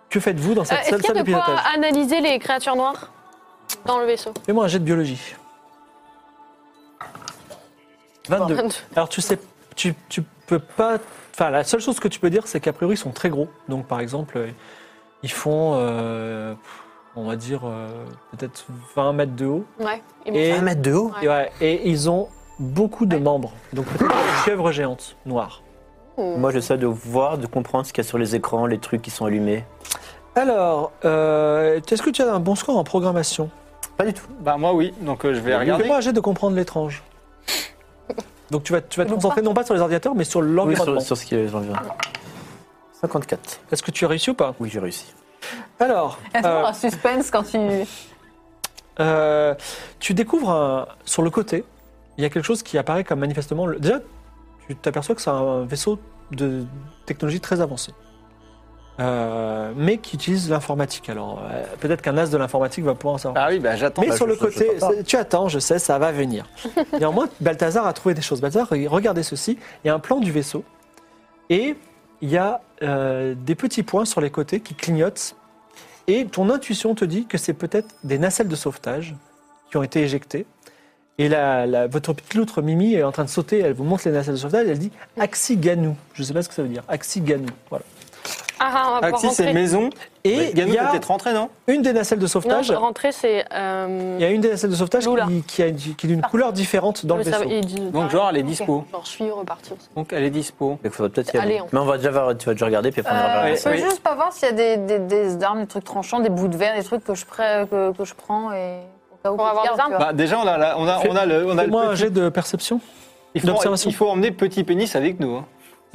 A: que faites-vous dans
E: Euh,
A: cette
E: Est-ce
A: seule
E: qu'il y
A: salle
E: a
A: de
E: de quoi
A: pilotage
E: analyser les créatures noires dans le vaisseau
A: Fais-moi un jet de biologie. 22. Alors tu sais, tu, tu peux pas... Enfin, la seule chose que tu peux dire, c'est qu'a priori, ils sont très gros. Donc, par exemple, euh, ils font, euh, on va dire, euh, peut-être 20 mètres de haut.
E: Ouais. il me
A: Et,
C: Un mètre de haut
A: et ouais, et ils ont beaucoup de membres. Donc, peut-être des chèvres géantes noires.
E: semble.
C: Moi, j'essaie de voir, de comprendre ce qu'il y a sur les écrans, les trucs qui sont allumés.
A: Alors, euh, est-ce que tu as un bon score en programmation
C: Pas du tout.
D: Bah moi oui, donc euh, je vais regarder.
A: Fais-moi un jet de comprendre l'étrange. Donc tu vas, tu vas te
B: Donc,
A: concentrer non pas sur les ordinateurs, mais sur
C: Oui,
A: l'environnement.
C: sur, sur ce qui est l'environnement. 54.
A: Est-ce que tu as réussi ou pas
C: Oui, j'ai réussi.
A: Alors, euh,
E: Ah,
B: Attends, un suspense quand tu.
A: euh, tu découvres un- sur le côté, il y a quelque chose qui apparaît comme manifestement... le- Déjà, tu t'aperçois que c'est un vaisseau de technologie très avancée. Euh, mais qui utilise l'informatique. Alors, euh, peut-être qu'un as de l'informatique va pouvoir en savoir.
D: Ah oui, bah j'attends.
A: Mais
C: bah,
A: sur
C: je-
A: le
C: je-
A: côté,
C: je comprends.
A: c'est- tu attends, je sais, ça va venir. Néanmoins, Balthazar a trouvé des choses. Balthazar, regardez ceci. Il y a un plan du vaisseau et il y a euh, des petits points sur les côtés qui clignotent. Et ton intuition te dit que c'est peut-être des nacelles de sauvetage qui ont été éjectées. Et la, la- votre petite loutre Mimi est en train de sauter. Elle vous montre les nacelles de sauvetage. Elle dit Axiganou. Je ne sais pas ce que ça veut dire. Axiganou. Voilà.
E: Ah, ah, on va pouvoir
D: Axis, c'est
E: rentrer.
D: maison.
A: Et il
D: Ganou
A: y
D: peut
A: a
D: peut-être rentré, non
A: une des nacelles de
E: Non,
A: sauvetage.
E: rentrer, c'est. euh,
A: Il y a une des nacelles de sauvetage
E: Oula.
A: qui, qui a une- qui est d'une couleur différente dans le
E: mais ça-
A: vaisseau.
E: il dit-
D: Donc genre elle est dispo.
E: Genre, je suis reparti.
D: Donc elle est dispo.
C: Il faudrait peut-être y
E: Allez,
C: aller.
E: on-
C: Mais on va déjà, voir- tu vas déjà regarder, puis après on
B: Euh,
C: va
D: Ouais,
B: je peux
D: bah, oui.
B: juste pas voir s'il y a des, des, des armes, des trucs tranchants, des bouts de verre, des trucs que je, prends- que, que je prends et. Au cas où que
E: Pour
B: je
E: avoir des
B: garde,
E: armes
B: tu vois.
D: Bah déjà on a la- on a on a le on a le
A: Fais-moi un
D: petit-
A: jet de perception.
D: il faut,
A: d'observation.
D: il faut emmener petit pénis avec nous. hein.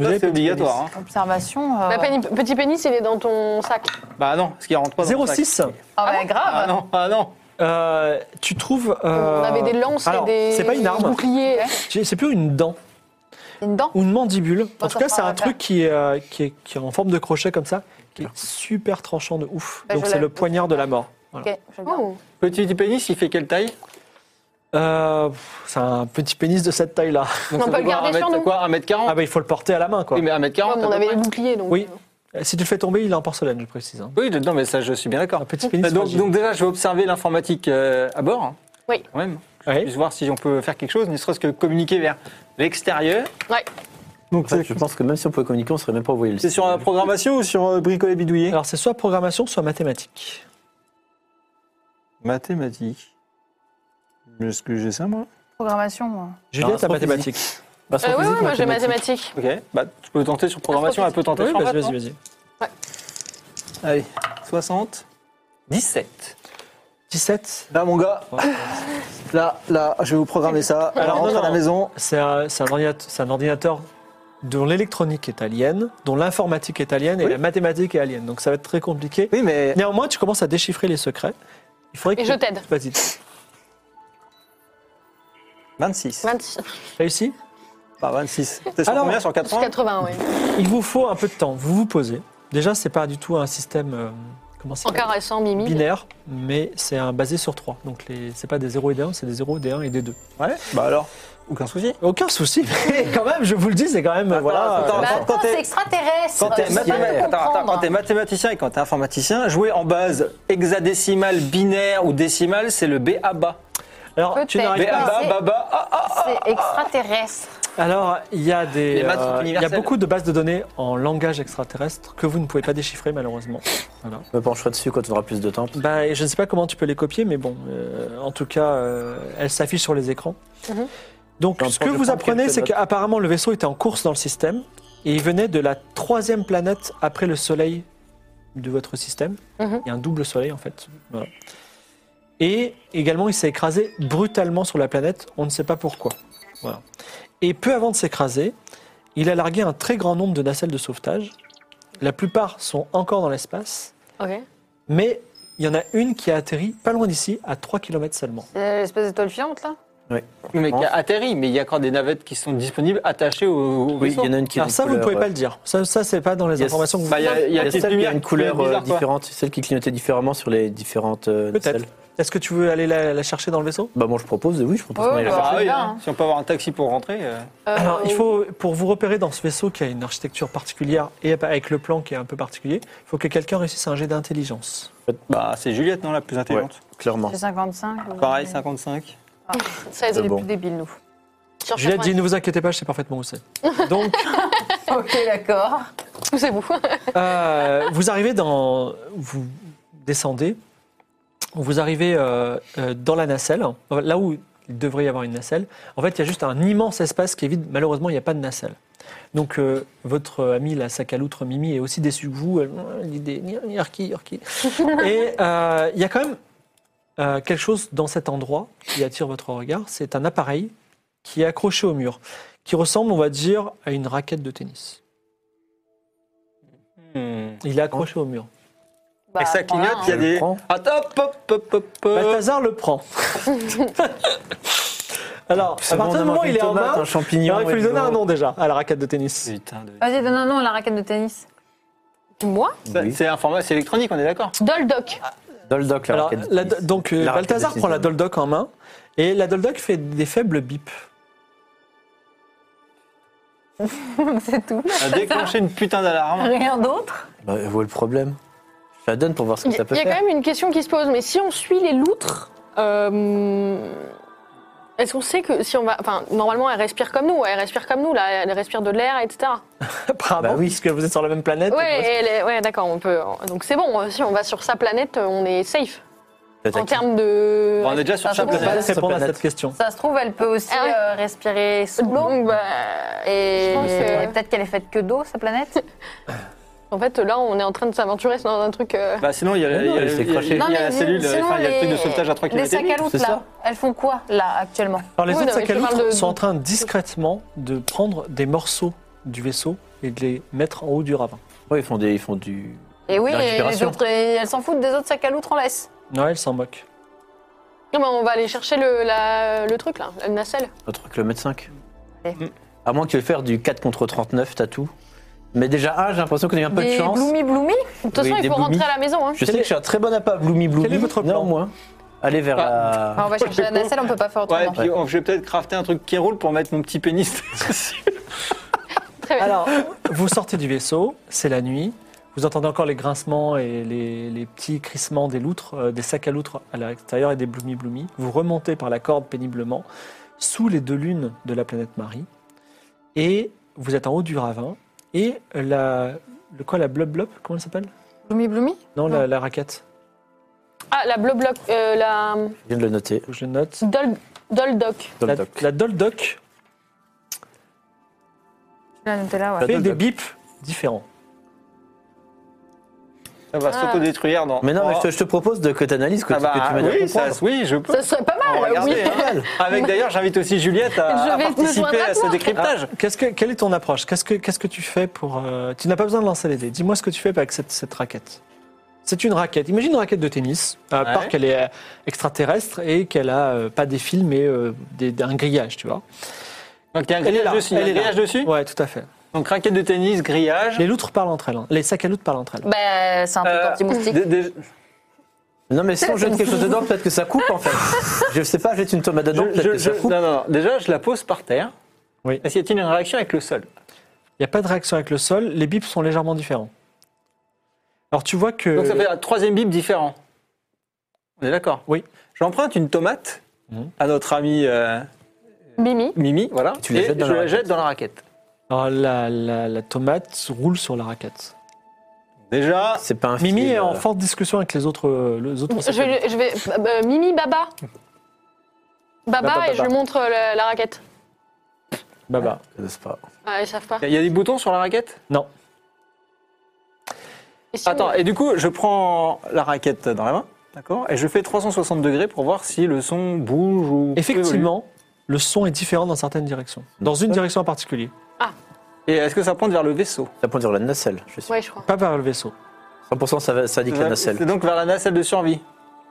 A: Vous
D: Ça,
A: avez
D: c'est
A: petit
D: obligatoire. hein.
B: Observation. euh,
E: La
B: ouais.
E: péni- Bah, Petit pénis, il est dans ton sac.
D: Bah non, parce qu'il rentre pas dans le sac.
A: 06,
B: Ah, bah, grave.
D: Ah non, ah non.
A: euh, tu trouves. euh,
E: On avait des lances
A: alors,
E: et des
A: C'est pas une arme,
E: boucliers.
A: c'est c'est plus une dent
B: C'est une dent.
A: ou une mandibule. En
B: Bon,
A: tout
B: ça
A: cas,
B: fera
A: c'est
B: un
A: un
B: verre.
A: truc qui est, euh, qui, est, qui est en forme de crochet comme ça, qui est super tranchant de ouf.
B: Bah,
A: Donc
B: je
A: c'est
B: l'ai.
A: le poignard de la mort. Voilà.
B: Ok, je le garde.
E: Oh.
D: Petit pénis, il fait quelle taille
A: Euh, pff, c'est un petit pénis de cette taille-là.
D: Donc,
E: On
D: ça
E: peut
D: fait
E: le
D: quoi,
E: garder
D: 1m-
E: sur nous.
D: Quoi, 1m40
A: Ah bah il faut le porter à la main quoi.
D: Oui, mais 1m40.
E: Ouais, mais on
D: à peu
E: avait
D: près.
E: les boucliers, donc.
A: Oui.
E: euh,
A: Si tu le fais tomber, il est en porcelaine, je précise. hein.
D: Oui, non, mais ça, je suis bien d'accord.
A: Un petit pénis.
D: Euh, donc,
A: fragile.
D: donc déjà, je vais observer l'informatique euh, à bord. hein.
E: Oui.
D: Quand même.
A: Ouais.
D: Juste voir si on peut faire quelque chose, ne serait-ce que communiquer vers l'extérieur.
E: Ouais.
D: Donc
C: En fait,
D: c'est-
C: je pense que même si on pouvait communiquer, on serait même pas envoyé le
D: c'est sur la programmation ou sur euh, bricoler bidouiller
A: Alors c'est soit programmation, soit mathématiques.
D: Mathématiques. Est-ce que j'ai ça moi
B: Programmation, moi.
A: Juliette, la
C: astrophysique.
A: mathématiques.
C: Bah, sur
E: Euh, ouais,
C: physique,
E: ouais, moi j'ai
C: mathématiques.
E: mathématiques.
D: Ok, bah tu peux tenter sur programmation, elle peut tenter
A: Oui,
D: sur
E: bah,
A: vas-y,
D: maths,
A: vas-y, vas-y.
D: non Allez, 60. 17.
A: 17,
D: Là mon gars, là, là, je vais vous programmer ça.
A: Non,
D: Alors
A: non,
D: rentre à la
A: non.
D: maison.
A: c'est un, c'est un ordinate- c'est un ordinateur dont l'électronique est alien, dont l'informatique est alien et
D: Oui.
A: la mathématique est alien. Donc ça va être très compliqué.
D: Oui mais
A: Néanmoins, tu commences à déchiffrer les secrets. Il faudrait que
E: Et je t'aide.
A: Vas-y.
D: 26.
E: 26.
A: Réussi
D: Enfin, 26. T'es sur
A: Alors,
D: combien sur 80
E: 80, oui.
A: Il vous faut un peu de temps. Vous vous posez. Déjà, c'est pas du tout un système euh, comment ça
E: En
A: s'appelle
E: caressant Mimi.
A: binaire, mais c'est un basé sur 3. Donc les c'est pas des 0 et des 1, c'est des 0, des 1 et des 2.
D: Ouais, bah alors, aucun souci.
A: Aucun souci. Mais quand même, je vous le dis, c'est quand même euh, voilà.
D: attends,
A: euh,
B: Bah
D: Quand- quand
B: attends,
D: t'es-
B: c'est extraterrestre.
D: Quand t'es
B: tu peux
D: mathéma-
B: pas
D: attends, attends,
B: comprendre.
D: quand t'es mathématicien et quand t'es informaticien, jouer en base hexadécimale, binaire ou décimale, c'est le BABA.
A: Alors, tu n'arrives
B: Peut-être.
A: pas.
D: BABA,
B: c'est-
D: BABA, ah, ah, ah.
B: C'est extraterrestre.
A: Alors, il y a des,
D: Les maths sont
A: euh, il y a
D: universelles.
A: beaucoup de bases de données en langage extraterrestre que vous ne pouvez pas déchiffrer malheureusement. Voilà.
C: Je me pencherai dessus quand on aura plus de temps.
A: Bah, et je ne sais pas comment tu peux les copier, mais bon, euh, en tout cas, euh, elles s'affichent sur les écrans.
E: Mhm.
A: Donc,
C: J'en
A: ce
C: prends-
A: que
C: je
A: vous
C: prends
A: apprenez,
C: quelques
A: c'est
C: notes.
A: qu'apparemment, le vaisseau était en course dans le système, et il venait de la troisième planète après le Soleil de votre système.
E: Mhm.
A: Il y a un double Soleil, en fait. Voilà. Et également, il s'est écrasé brutalement sur la planète, on ne sait pas pourquoi. Voilà. Et peu avant de s'écraser, il a largué un très grand nombre de nacelles de sauvetage. La plupart sont encore dans l'espace.
E: Ok.
A: Mais il y en a une qui a atterri pas loin d'ici, à 3 km seulement.
B: C'est l'espèce d'étoile filante, là
D: Mais qui
C: Hein
D: a atterri, mais il y a encore des navettes qui sont disponibles attachées au, au
C: Oui,
D: vaisseau.
C: il y en a une qui est
A: Alors
C: d'une
A: ça, vous ne
C: couleur,
A: pouvez
C: ouais.
A: pas le dire. Ça, ça c'est pas dans les
C: Yes.
A: informations que vous...
D: Bah, il y a, il y a
C: Il y a
D: petite
C: celle qui
D: lumière
C: a une
D: qui fait
C: couleur euh,
D: bizarre, quoi.
C: différente, celle qui clignotait différemment sur les différentes euh,
A: Peut-être.
C: nacelles.
A: Est-ce que tu veux aller la, la chercher dans le vaisseau
C: Bah moi je propose, oui, je propose.
B: Ouais,
C: qu'on aille la
B: bah,
C: chercher.
D: Ah oui,
B: bien,
D: hein.
B: hein.
D: Si on peut avoir un taxi pour rentrer. euh.
E: Euh,
A: Alors, il faut, pour vous repérer dans ce vaisseau qui a une architecture particulière et avec le plan qui est un peu particulier, il faut que quelqu'un réussisse un jet d'intelligence.
D: Bah, c'est Juliette, non, la plus intelligente.
C: Clairement.
B: J'ai 55. vous
D: Pareil,
B: en avez-
D: 55.
E: Ça,
C: C'est
E: c'est les
C: bon.
E: plus débiles, nous. Sur
A: Juliette
E: 80.
A: dit, ne vous inquiétez pas, je sais parfaitement où c'est. Donc,
B: Ok, d'accord.
E: C'est vous.
A: Euh, vous arrivez dans. Vous descendez. Vous arrivez euh, euh, dans la nacelle, là où il devrait y avoir une nacelle. En fait, il y a juste un immense espace qui est vide. Malheureusement, il n'y a pas de nacelle. Donc, euh, votre amie, la sac à loutre Mimi, est aussi déçue que vous. Elle, Ah, l'idée, ni- ni Yarki, Yarki. Et euh, il y a quand même euh, quelque chose dans cet endroit qui attire votre regard. C'est un appareil qui est accroché au mur, qui ressemble, on va dire, à une raquette de tennis.
D: Hmm.
A: Il est accroché au mur.
B: Bah,
D: et ça
B: prends-la,
D: clignote,
B: hein.
D: il y a
C: Je le
D: des.
C: prends.
D: Attends, hop, hop, hop,
C: Euh,
D: hop.
A: Balthazar le prend. Alors, à partir
C: bon, on a
A: du moment où
C: mangé
A: il
C: une
A: est en
C: tomate,
A: main,
C: un champignon
A: il aurait
C: et
A: fallu lui
C: du
A: donner un
C: gros.
A: nom déjà à la raquette de tennis.
D: Putain de.
B: Vas-y, donne un nom à la raquette de tennis.
E: Moi
D: Ça,
C: Oui.
D: Bah, C'est un format, c'est électronique, on est d'accord.
E: Doldoc.
C: Doldoc, la
A: Alors,
C: raquette
A: la-
C: de tennis.
A: donc, euh,
C: La raquette
A: Balthazar
C: de tennis. hein.
A: prend la Doldoc en main et la Doldoc fait des faibles bips.
B: c'est tout.
D: A déclenché une putain d'alarme.
B: Rien d'autre
C: Bah, où est le problème Je la donne pour voir ce
E: Il
C: que
E: y,
C: ça peut
E: a quand
C: faire.
E: même une question qui se pose, mais si on suit les loutres, euh, est-ce qu'on sait que si on va, enfin, normalement, elles respirent comme nous, elles respirent comme nous, là, elles respirent de l'air, etc.
A: Apparemment,
C: Bah oui.
A: puisque vous êtes sur la même planète.
E: Ouais,
A: Et-
E: elle est- ouais, d'accord, on peut. Donc c'est bon, euh, si on va sur sa planète, on est safe en
C: Peut-être qu'il-
E: termes de.
D: Bon, on est déjà sur
B: Ça
D: sa
B: se trouve,
D: planète.
A: Pas
C: sur
A: répondre à
C: planète.
A: cette question.
B: Ça se trouve, elle peut aussi
E: Ah ouais.
B: euh, respirer sous l'eau.
E: Donc, bah,
B: Et
E: je pense que-
B: peut-être qu'elle est faite que d'eau, sa planète.
E: en fait, là, on est en train de s'aventurer dans un truc. euh,
D: Bah sinon, il y a,
C: Mais
D: il y a-
C: non, elle s'est
D: il y a-
C: crachée.
D: il y a
B: mais
D: la cellule,
B: sinon,
D: enfin, il y a le truc de
B: les-
D: sauvetage à 3
B: Les
D: km.
B: sacs à
C: c'est
B: loutre,
C: ça
B: là, elles font quoi, là, actuellement
A: Alors, les
E: Oui,
A: autres
E: non, mais
A: sacs à
E: je parle
A: loutre
E: de-
A: sont en train discrètement de prendre des morceaux du vaisseau et de les mettre en haut du ravin.
C: Ouais, ils font des, ils font du.
B: Et oui,
C: La
B: et les
C: récupération.
B: autres, et elles s'en foutent des autres sacs à loutre en laisse.
A: Noël s'en moque.
E: non, mais on va aller chercher le, la- le truc là, la nacelle.
C: Un truc le mètre 5.
B: Ouais.
C: À moins que tu veuilles faire du 4 contre 39, t'as tout. Mais déjà, un, j'ai l'impression qu'on a eu un peu de
B: Des
C: chance.
B: bloomy bloomy
E: De toute
C: Oui,
E: façon,
C: des
E: il faut rentrer
C: bloomies.
E: à la maison. Hein.
C: Je sais que je suis un très bon appât, Bloomy Bloomy.
A: est votre plan
C: Néanmoins, aller vers
B: Ah, On
C: la.
B: va chercher la nacelle, on peut pas faire
D: Ouais, et
B: autrement.
D: puis on- je vais peut-être crafter un truc qui roule pour mettre mon petit pénis dessus.
E: Très bien.
A: Alors, vous sortez du vaisseau, c'est la nuit. Vous entendez encore les grincements et les, les petits crissements des loutres, euh, des sacs à loutres à l'extérieur et des bloomy bloomy. Vous remontez par la corde péniblement sous les deux lunes de la planète Marie et vous êtes en haut du ravin et la. Le quoi, la blub blub Comment elle s'appelle
B: Bloomy Bloomy
A: Non, la, la raquette.
E: Ah, la bleu bloc, euh, la
C: Je viens de le noter.
A: Faut que Je le note.
E: dol, dol doc.
C: Dans
A: La,
C: le doc.
A: la Doldoc
B: Tu l'as noté là, ouais.
C: La
A: fait des
C: Doldoc.
A: bips différents.
D: Ça va
E: Ah.
D: s'autodétruire dans.
C: Mais non, mais je te,
D: Oh.
C: je te propose de, que tu analyses, que,
D: Ah
C: tu-
D: bah,
C: que tu m'as dit à
D: oui, ça,
C: comprendre.
D: oui, je peux.
E: Ça serait pas mal,
D: Regardez,
E: oui.
D: hein. Avec d'ailleurs, j'invite aussi Juliette à,
E: Je
D: à
E: vais me
D: participer
E: joindre à
D: à ce
E: toi.
D: décryptage.
A: Qu'est-ce que, quelle est ton approche Qu'est-ce que Qu'est-ce que tu fais pour... euh, tu n'as pas besoin de lancer les dés. Dis-moi ce que tu fais avec cette, cette raquette. C'est une raquette. Imagine une raquette de tennis, à
D: Ouais.
A: part qu'elle est euh, extraterrestre et qu'elle a euh, pas des fils, mais euh, des- des- un grillage, tu vois.
D: Donc il y a un
A: Elle est
D: grillage
A: là,
D: dessus. il y a
A: elle
D: un
A: est là.
D: grillage dessus.
A: Ouais, tout à fait.
D: Donc raquette de tennis, grillage.
A: Les loutres parlent entre elles. hein. Les sacs à loutres parlent entre elles.
B: Bah, c'est un peu
D: Euh,
B: anti-moustique.
D: dé- dé-
C: Non, mais si on jette quelque chose dedans, peut-être que ça coupe en fait. je sais pas, jette une tomate dedans,
D: je-
C: peut-être que
D: je-
C: ça
D: non,
C: coupe.
D: non, non. Déjà, je la pose par terre.
A: Oui.
D: Est-ce qu'il y a-t-il une réaction avec le sol
A: Il n'y a pas de réaction avec le sol. Les bips sont légèrement différents. Alors tu vois que...
D: Donc ça fait un troisième bip différent. On est d'accord
A: Oui.
D: J'emprunte une tomate
A: Mhm.
D: à notre ami euh,
E: Mimi.
D: Mimi, voilà.
C: Tu la
D: et
C: jettes dans
D: je
C: la
D: la
C: raquette.
D: jette dans la raquette.
A: Alors, la, Oh la- la tomate roule sur la raquette.
D: Déjà,
C: C'est pas un
A: Mimi
C: fil,
A: est en
C: euh,
A: forte discussion avec les autres... euh, les autres
E: Je,
A: sacs à loutres.
E: je vais. euh, Mimi, Baba. Baba,
C: Baba,
E: et je
C: Baba.
E: lui montre euh, la, la raquette.
A: Baba.
C: je sais pas.
E: Ah, ils savent pas.
D: il y a des boutons sur la raquette
A: Non.
E: Et si-
D: Attends, et du coup, je prends la raquette dans la main, d'accord Et je fais 360 degrés pour voir si le son bouge ou...
A: Effectivement, le son est différent dans certaines directions.
D: Mm.
A: Dans une direction en particulier.
D: Et est-ce que ça pointe vers le vaisseau
C: Ça pointe vers la nacelle, je suis
E: Ouais, je crois.
A: Pas vers le vaisseau,
C: 100% ça, va- ça indique la
D: C'est
C: nacelle.
D: donc vers la nacelle de survie.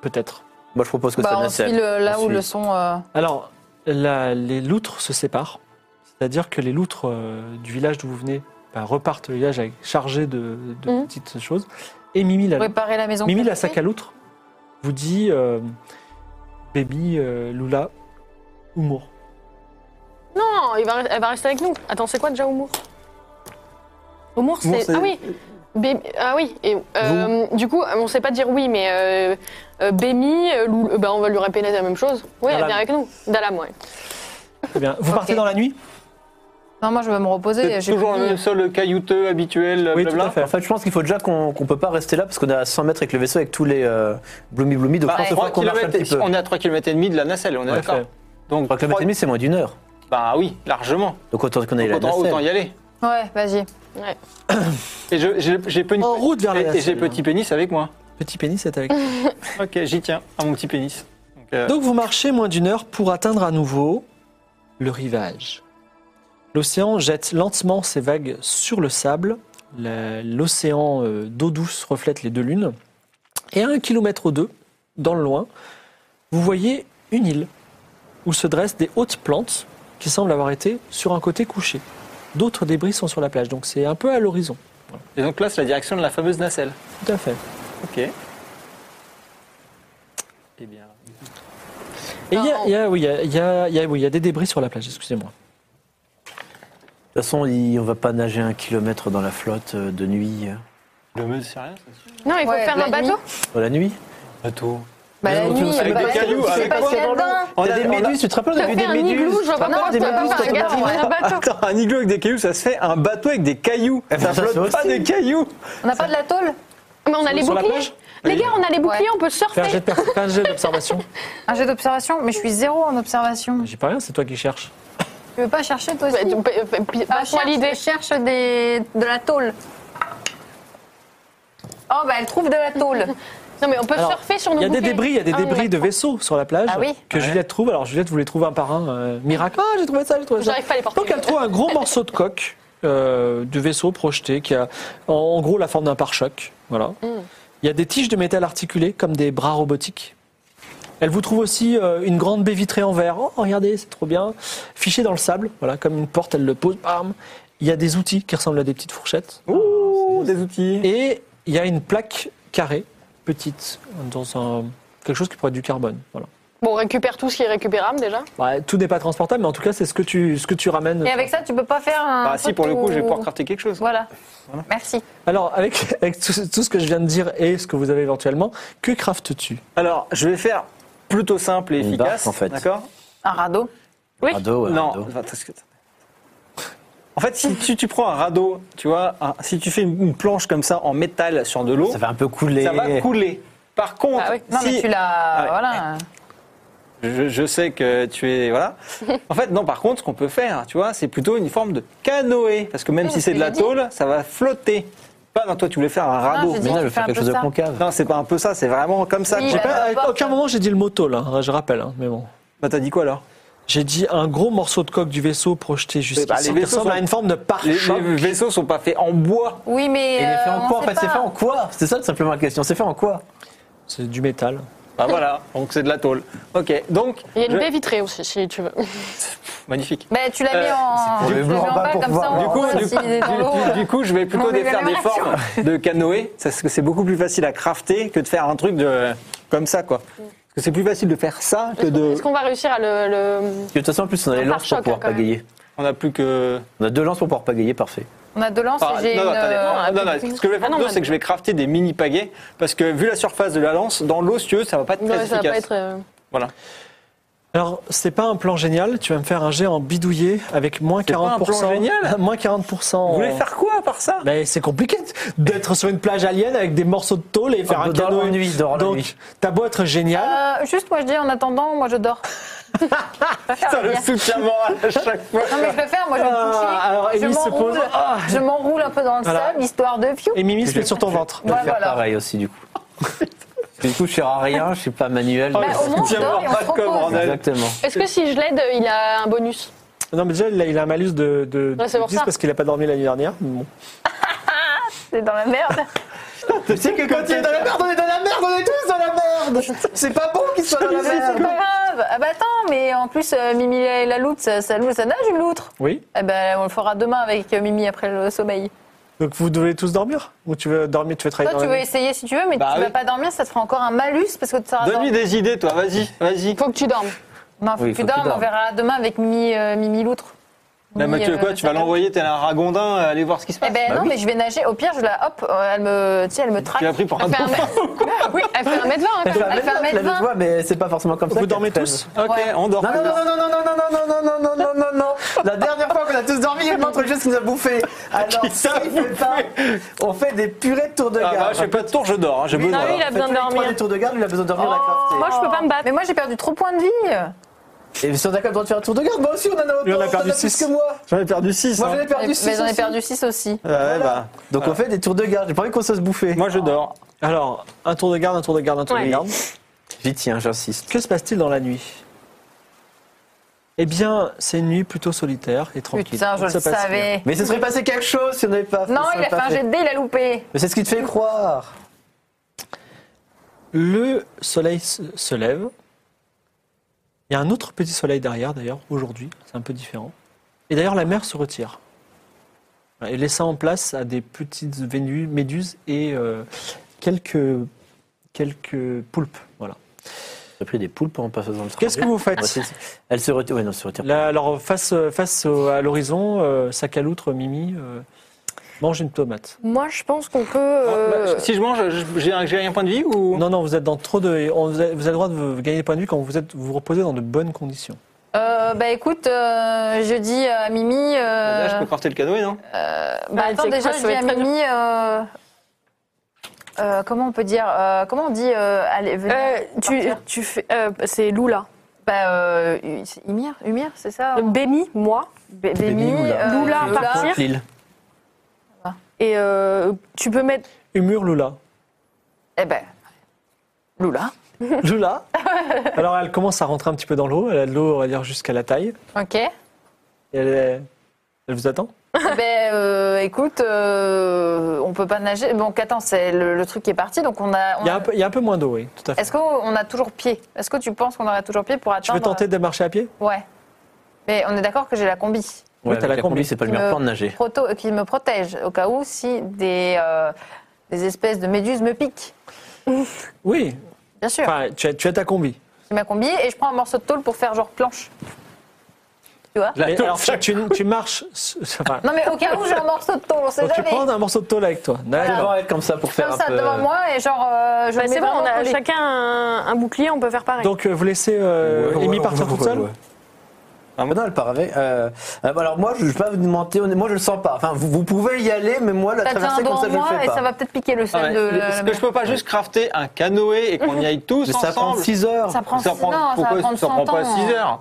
A: peut-être.
C: Moi je propose que
B: Bah,
C: c'est la
B: on
C: nacelle.
B: suit le- là
C: On
B: où
C: suit.
B: le son. euh,
A: Alors, la- les loutres se séparent. C'est-à-dire que les loutres euh, du village d'où vous venez bah, repartent au village avec- chargées de, de
E: Mhm.
A: petites choses. Et Mimi, la,
B: Réparer la maison.
A: Mimi, la
B: cachée.
A: sac à loutre, vous dit euh, Baby, euh, Lula, humour.
E: Non, il va- elle va rester avec nous. Attends, c'est quoi déjà Oumour Oumour,
D: Oumour,
E: c'est.
D: c'est-
E: Ah oui Bé- Ah oui, et euh, du coup, on sait pas dire oui, mais euh, euh, Bémi, euh, Lou- euh, bah, on va lui répéter la même chose. Oui, elle
A: Dalam.
E: vient avec nous. Dalam, ouais.
A: Très Eh bien. Vous partez
B: Ok.
A: dans la nuit
B: Non, moi je vais me reposer.
D: C'est
B: j'ai
D: toujours
B: plus
D: le
B: dit.
D: même sol caillouteux habituel,
A: Oui,
D: blabla.
A: tout à fait.
C: En fait, je pense qu'il faut déjà qu'on qu'on peut pas rester là parce qu'on est à 100 mètres avec le vaisseau avec tous les euh, bloomy bloomy. Donc
D: Bah,
C: je pense qu'il
D: trois
C: faut qu'on marche un
D: kilomètres-
C: petit peu.
D: on est à 3 km et demi de la nacelle, on est
A: Tout à
D: d'accord.
A: fait.
D: Donc,
C: 3 km et demi, c'est moins d'une heure.
D: bah oui, largement.
C: Donc autant qu'on ait la
D: Autant, autant
C: nacelle.
D: y aller.
B: Ouais, vas-y.
D: Et je- j'ai j'ai pe-
A: En route vers la
D: et- et j'ai
A: nacelle.
C: hein.
D: petit pénis avec moi.
A: Petit pénis est avec
D: Ok, j'y tiens, à mon petit pénis. Donc, euh,
A: Donc vous marchez moins d'une heure pour atteindre à nouveau le rivage. L'océan jette lentement ses vagues sur le sable. La- L'océan euh, d'eau douce reflète les deux lunes. Et à un kilomètre ou deux, dans le loin, vous voyez une île où se dressent des hautes plantes qui semblent avoir été sur un côté couché. D'autres débris sont sur la plage, donc c'est un peu à l'horizon.
D: et donc là, c'est la direction de la fameuse nacelle.
A: Tout à fait.
D: Ok. Eh bien.
A: Et il y
E: Ah,
A: a- il y a- oui, il y a- il y a- il y a- oui, il y a des débris sur la plage, excusez-moi.
C: De toute façon, il- on va pas nager un kilomètre dans la flotte euh, de nuit. euh,
D: Le meule, c'est rien,
E: Non, il faut
B: Ouais,
E: faire
B: la
E: un bateau.
B: nuit.
C: Dans la nuit
D: Bateau.
B: Bah, la
C: Mais non, tu
B: nuit,
C: sais,
B: bah,
D: avec
B: la
D: des
B: nuit,
D: cailloux,
B: tu sais
D: avec
B: pas
D: quoi
B: s'il y a
D: dans
B: dedans.
D: On
C: T'as
D: a
C: des
D: on a-
C: méduses, tu te rappelles, on
E: T'as
C: a vu
E: fait
C: des
E: un
C: méduses.
E: igloo, je vois.
C: Encore
E: Non,
C: des
E: je peux
C: méduses,
E: pas faire un
C: t'as
E: gâteau,
C: pas-
E: ouais. Un bateau.
D: Attends, un igloo avec des cailloux, ça se fait un bateau avec des cailloux.
C: Eh ben,
D: ça
C: ça se
D: flotte
C: fait
D: pas
C: aussi.
D: des cailloux.
B: On n'a pas de la tôle
E: Mais on a les
D: Sur la
E: boucliers.
D: plage
E: Les
D: Oui.
E: gars, on a les boucliers, on peut
A: Fais un
E: surfer.
A: jet de per- fais un jet d'observation.
B: Un jet d'observation Mais je suis zéro en observation.
A: J'ai pas rien, c'est toi qui cherches.
B: Tu veux pas chercher toi aussi Bah,
E: Passe-moi
B: cherche-
E: l'idée.
B: Cherche des... de la tôle. Oh, bah elle trouve de la tôle.
E: Non, mais on peut
A: Alors,
E: surfer sur nos
A: Il y a
E: boucliers.
A: des débris, il y a des
E: Ah, on
A: débris
E: va-
A: de vaisseaux sur la plage
B: Ah oui.
A: que Juliette trouve. Alors Juliette vous les trouve un par un, euh, miracle. Ah, j'ai trouvé ça, j'ai trouvé ça.
E: J'arrive pas à les porter.
A: Donc elle trouve un gros morceau de coque euh, du vaisseau projeté qui a en, en gros la forme d'un pare-choc. Voilà.
E: Mm.
A: Il y a des tiges de métal articulées comme des bras robotiques. Elle vous trouve aussi euh, une grande baie vitrée en verre. Oh, regardez, c'est trop bien. Fichée dans le sable, voilà, comme une porte, elle le pose. Bam. Il y a des outils qui ressemblent à des petites fourchettes.
D: Ouh, des outils.
A: Et il y a une plaque carrée, petite, dans un, quelque chose qui pourrait être du carbone. Voilà.
E: Bon, on récupère tout ce qui est récupérable déjà.
A: Bah, tout n'est pas transportable, mais en tout cas, c'est ce que tu, ce que tu ramènes.
B: Et avec ça, tu peux pas faire un.
D: Bah si, pour le coup, je vais pouvoir
B: photo-
D: crafter quelque chose.
B: Voilà. Merci.
A: Alors, avec, avec tout, tout ce que je viens de dire et ce que vous avez éventuellement, que
B: Euh,
A: craftes-tu
D: Alors, je vais faire plutôt simple et
C: Une
D: efficace.
C: barque, en fait.
D: D'accord
B: Un radeau.
E: Oui.
C: Radeau, ouais,
D: Non.
C: radeau.
D: attends, excuse- En fait, si tu, tu prends un radeau, tu vois, un- si tu fais une, une planche comme ça en métal sur de l'eau,
C: Ça
D: ça,
C: va un peu couler.
D: va couler. Par contre,
B: Ah oui. Non,
D: si-
B: mais tu l'as.
D: Ah ouais.
B: Voilà.
D: je, je sais que tu es voilà. En fait, non. Par contre, ce qu'on peut faire, tu vois, c'est plutôt une forme de canoë, parce que même
B: Ah,
E: Oui,
D: si c'est de
E: je
D: la
E: l'ai dit.
D: tôle, ça va flotter. Pas non, toi, tu voulais faire un radeau.
B: j'ai
C: Mais
B: dit-
C: là, je vais
B: Fais un
C: faire quelque
B: peu
C: chose de
B: ça.
C: concave.
D: Non, c'est pas un peu ça. C'est vraiment comme ça.
B: Oui,
D: J'ai
B: bah,
D: pas-
A: Pas-
B: la
A: à
B: porte.
A: aucun moment j'ai dit le mot tôle, hein, je rappelle, hein, mais bon.
D: Bah, t'as dit quoi alors
A: J'ai dit un gros morceau de coque du vaisseau projeté
D: Eh ben,
A: jusqu'à
D: les
A: ça qui
D: vaisseaux
A: ressemble
D: sont-
A: à une forme de
D: les,
A: pare-choc.
D: les vaisseaux sont pas faits en bois.
B: Oui, mais.
C: Et il est fait
B: euh,
C: en
B: on
C: quoi En
B: sait
C: fait, c'est
B: pas.
C: fait en quoi C'est ça tout simplement la question. C'est fait en quoi
A: C'est du métal.
D: Bah voilà. Donc c'est de la tôle. Ok. Donc
E: Il y a une
D: je-
E: baie vitrée aussi, si tu veux.
D: magnifique.
B: Ben, tu l'as mis
D: Euh,
B: en.
C: pour
B: tu
C: les
B: l'as
C: blancs
B: mis
C: en
B: en
C: bas
B: bas,
C: pour
B: comme Oh, ça,
C: voir.
B: on
D: Du coup,
B: voit
D: du,
B: s'il est dans
D: du-
B: l'eau.
D: du- du coup, je vais plutôt
B: Non, mais
D: défaire
B: la
D: des formes de canoë, parce que c'est beaucoup plus facile à crafter que de faire un truc de, comme ça, quoi. Parce que c'est plus facile de faire ça que de.
E: Est-ce qu'on va réussir à le. le-
C: De toute façon, en plus, on a les
E: Un
C: lances pour
E: pare-choc,
C: pouvoir
E: hein, quand même.
C: pagayer.
D: On a plus que.
C: On a deux lances pour pouvoir pagayer, parfait.
B: On a deux lances
D: Ah,
B: et j'ai
D: non,
B: une.
D: non, attendez.
B: euh,
D: Non, non, Ce que je vais faire
E: Ah non,
D: plutôt,
E: on a-
D: c'est que je vais crafter des mini pagaies, parce que vu la surface de la lance, dans l'eau, si tu veux, ça va pas être très
E: Ouais, ça va
D: efficace.
E: pas être. euh,
D: Voilà.
A: Alors, c'est pas un plan génial, tu vas me faire un jet en bidouillé avec moins 40%.
D: C'est pas un plan génial
A: Moins 40%.
D: Vous
A: en-
D: voulez faire quoi par ça
A: Mais c'est compliqué d'être sur une plage alien avec des morceaux de tôle et faire un
C: Oh, Dans
A: canoë.
C: l'ennui, dans l'ennui.
A: Donc, t'as beau être génial.
B: euh, juste, moi, je dis en attendant, moi, je dors.
D: Putain, le soutien moral à chaque fois.
B: Non, mais je le faire, moi, je vais me coucher.
A: Ah, alors,
B: je
A: Émilie se
B: m'enroule-
A: pose. Ah.
B: Je m'enroule un peu dans le
A: Voilà.
B: sable, histoire de piou.
A: Et Mimi se
C: Je vais-
A: met sur ton ventre.
C: Je vais
B: Ouais,
C: faire
B: voilà.
C: pareil aussi, du coup. Parce que du coup, je sers à rien, je suis pas manuel.
D: Oh,
B: Bah, au moins, on
D: soutien
B: dort et on se
D: moral comme
B: repose.
D: bordel.
C: Exactement.
E: Est-ce que si je l'aide, il a un bonus
A: Non, mais déjà, il a, il a un malus de, de,
E: Ouais, c'est
A: de
E: pour
A: 10
E: ça.
A: parce qu'il a pas dormi la nuit dernière. Bon.
B: C'est dans la merde.
C: Tu sais que quand tu es dans la merde, on est dans la merde, on est tous dans la merde C'est pas bon qu'ils soient dans
B: Ah bah, c'est pas grave. Ah bah attends, mais en plus, euh, Mimi et la loutre, ça, ça, lou- ça nage une loutre.
A: Oui.
B: Eh ben, on le fera demain avec euh, Mimi après le sommeil.
A: Donc, vous devez tous dormir Ou tu veux dormir, tu veux travailler
B: Toi,
A: dans
B: tu
A: la
B: veux
A: nuit
B: essayer si tu veux, mais
D: Bah
B: tu
D: oui.
B: vas pas dormir, ça te fera encore un malus parce que tu seras dormi.
D: Donne-lui des idées, toi, vas-y, vas-y.
E: Faut que tu dormes.
B: Non, faut
C: Oui,
B: que tu dormes, on
C: dormes.
B: verra demain avec Mimi, euh, Mimi loutre.
D: Là,
B: Mimi,
D: Bah, Mathieu,
B: euh,
D: quoi, tu
B: ça
D: vas
B: va.
D: l'envoyer tel un ragondin euh, aller voir ce qui se
B: Eh
D: passe.
B: ben
C: Bah
B: non,
C: oui.
B: mais je vais nager. Au pire, je la hop, euh, elle me, tu sais, elle me traque.
D: Tu l'as pris pour un
E: Elle fait un
D: dauphin.
E: mètre- oui, elle fait 1m20 hein, quand même.
B: Elle fait un mètre
C: La
B: vingt.
C: voix, mais c'est pas forcément comme ça.
A: Vous
C: qu'elle
A: dormez
C: traîne.
A: tous
D: Ok,
B: Ouais.
D: on dort.
C: Non, non,
D: on
C: non,
D: dort.
C: non, non, non, non, non, non, non, non, non, non, non. La dernière fois qu'on a tous dormi, il montre juste ce qu'il nous a bouffé. Alors,
D: Qui
C: si
D: t'a
C: fait pas, on fait des purées de tour de
D: Ah, bah,
C: garde.
D: je fais pas de tour, je dors, hein, j'ai besoin.
E: Ah oui,
D: hein.
E: il a besoin de dormir.
C: Les tours de garde, il a besoin de dormir à
E: Moi,
B: Oh.
C: crafter.
E: je peux pas me battre.
B: Mais moi, j'ai perdu trop de points de vie.
C: Et si on a quand même le droit de faire un tour de garde, moi aussi on en a autant.
A: Lui, on a
C: en
A: perdu
C: plus
A: six.
C: que moi.
D: J'en ai perdu 6.
C: Moi j'en ai perdu hein.
B: Mais
C: 6.
B: j'en ai perdu 6 aussi.
D: Ouais, bah.
C: Donc on fait des tours de garde. J'ai pas envie qu'on soit se bouffer.
D: Moi je dors.
A: Alors, un tour de garde, un tour de garde, un tour
E: Ouais.
A: de garde.
C: J'y tiens, j'insiste.
A: Que se passe-t-il dans la nuit Eh bien, c'est une nuit plutôt solitaire et tranquille.
B: Putain, je
A: Il ne
B: le
A: se passe rien.
B: savais.
C: Mais ce serait passé quelque chose si on n'avait
B: Non,
C: pas si on
B: il a
C: n'avait
B: fait
C: pas
B: un jet de dés, il a loupé.
C: Mais c'est ce qui te fait croire.
A: Le soleil se, se lève. Il y a un autre petit soleil derrière, d'ailleurs, aujourd'hui. C'est un peu différent. Et d'ailleurs, la mer se retire. Voilà, Et laissant en place à des petites vénu- méduses et euh, quelques, quelques poulpes. Voilà.
C: J'ai pris des poules pour en passer dans le
A: Qu'est-ce que vous faites
C: Elle se retire. Ouais, non, elle se retire.
A: Là, Alors, face, euh, face au- à l'horizon, euh, sac à loutre, Mimi, euh, mange une tomate.
E: Moi, je pense qu'on peut. euh,
D: Bah, Si je mange, je- j'ai un, j'ai un point de vie ou
A: Non, non, vous êtes dans trop de. on- vous, avez, vous avez le droit de vous- gagner des points de vue quand vous êtes, vous, vous reposez dans de bonnes conditions.
B: Euh, bah écoute, euh, je dis à Mimi.
D: Bah,
B: Euh,
D: déjà, je peux porter le canoë, non
B: bah,
E: Ah,
B: attends,
E: tu sais
B: déjà,
E: quoi,
B: je
E: ça va
B: dis à
E: être très
B: Mimi. Euh, euh, comment on peut dire euh, Comment on dit euh, Allez, venez.
E: euh, tu,
B: partir.
E: tu fais. euh, c'est Lula.
B: Bah, euh, c'est Ymir, Ymir, c'est ça
E: Béni, Euh, moi.
B: Bé-
C: Béni,
B: Béni,
C: Lula.
B: euh,
E: Lula,
B: Lula.
E: partir.
C: Lille.
E: Et euh, tu peux mettre.
A: Humure Lula.
B: Eh ben, Lula.
A: Lula. Alors elle commence à rentrer un petit peu dans l'eau. Elle a de l'eau, on va dire, jusqu'à la taille.
B: Ok. Eh
A: Et elle, est- elle vous attend.
B: ben, euh, écoute, euh, on peut pas nager. Bon, attends, c'est le, le truc qui est parti, donc on a. on
A: Il y a
B: a-
A: un peu, il y a un peu moins d'eau, oui, tout à fait.
B: Est-ce qu'on a toujours pied Est-ce que tu penses qu'on aurait toujours pied pour
A: Tu
B: atteindre
A: veux tenter de marcher à pied
B: Ouais. Mais on est d'accord que j'ai la combi.
A: Oui,
C: Ouais,
A: t'as la
C: avec la combi,
A: combi.
C: c'est pas le
B: Me-
C: meilleur plan de nager.
B: proto- qui me protège au cas où si des, euh, des espèces de méduses me piquent.
A: Oui.
B: Bien sûr,
A: Enfin, tu as, tu as ta combi.
B: j'ai ma combi et je prends un morceau de tôle pour faire genre planche. Tu vois
D: La
A: Mais
D: tôle,
A: alors,
D: ça-
A: tu, tu- tu marches. enfin,
B: Non mais au cas où j'ai un morceau de tôle, on sait
A: donc tu
B: jamais.
A: prends un morceau de tôle avec toi. D'accord.
C: Devant elle, comme ça, pour faire
B: Comme
C: un
B: ça
C: peu...
B: devant moi et genre euh, je
E: Bah,
B: le mets
E: c'est bon,
B: vraiment
E: on a
B: collé.
E: chacun un, un bouclier, on peut faire pareil.
A: Euh, Donc euh, vous laissez euh, Amy partir toute seule
C: Ah, mais non, elle part avec. euh, euh, alors moi, je ne vais pas vous demander, honnêtement, moi je le sens pas. Enfin, vous, vous pouvez y aller, mais moi la
B: T'as bien un
C: traversée
B: dos
C: comme ça,
B: en
C: je le
B: moi
C: fais
B: et
C: pas.
B: ça va peut-être piquer le
D: Ah
B: sel
D: ouais.
B: de.
D: Est-ce que je peux pas juste crafter un canoë et qu'on y aille tous
C: Mais ça prend
D: ensemble
C: 6 heures.
B: Ça prend,
D: Ça prend,
B: non, ça va
D: pourquoi
B: prendre
D: ça
B: 100
D: prend pas
B: ans,
D: 6
B: hein.
D: heures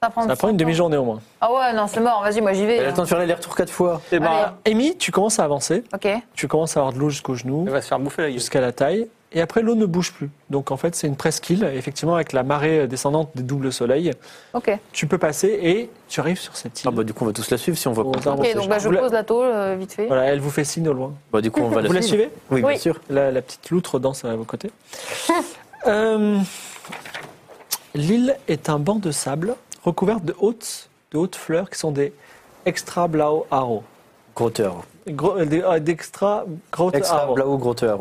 B: Ça prend,
A: Ça prend une
B: 100 ans.
A: demi-journée au moins.
B: Ah ouais, non, c'est mort. Vas-y, moi j'y vais. hein.
C: Elle a le temps de faire l'aller-retour 4 fois.
D: Eh ben,
B: Allez.
A: Amy, tu commences à avancer.
B: Ok.
A: Tu commences à avoir de l'eau jusqu'aux genoux,
D: elle va se faire bouffer la gueule.
A: jusqu'à la taille. Et après, l'eau ne bouge plus. Donc en fait, c'est une presqu'île, effectivement, avec la marée euh, descendante des doubles soleils.
B: Ok.
A: Tu peux passer et tu arrives sur cette île.
C: Ah bah du coup on va tous la suivre si on voit
A: Aux
C: pas.
A: arbres
B: Ok,
A: séchés.
B: donc bah, je
A: Vous la-
B: pose la tôle euh, vite fait.
A: Voilà, elle vous fait signe au loin.
C: Bah du coup on va la
A: vous la
C: suivre.
A: suivez
C: Oui, bien
E: Oui.
C: sûr.
A: la, la petite loutre danse à vos côtés. Euh, L'île est un banc de sable recouvert de hautes, de hautes fleurs qui sont des extra blau haro.
C: Grotteur.
A: Gro- euh, des- euh, D'extra grotte
C: Extra
A: haro.
C: blau grotteur.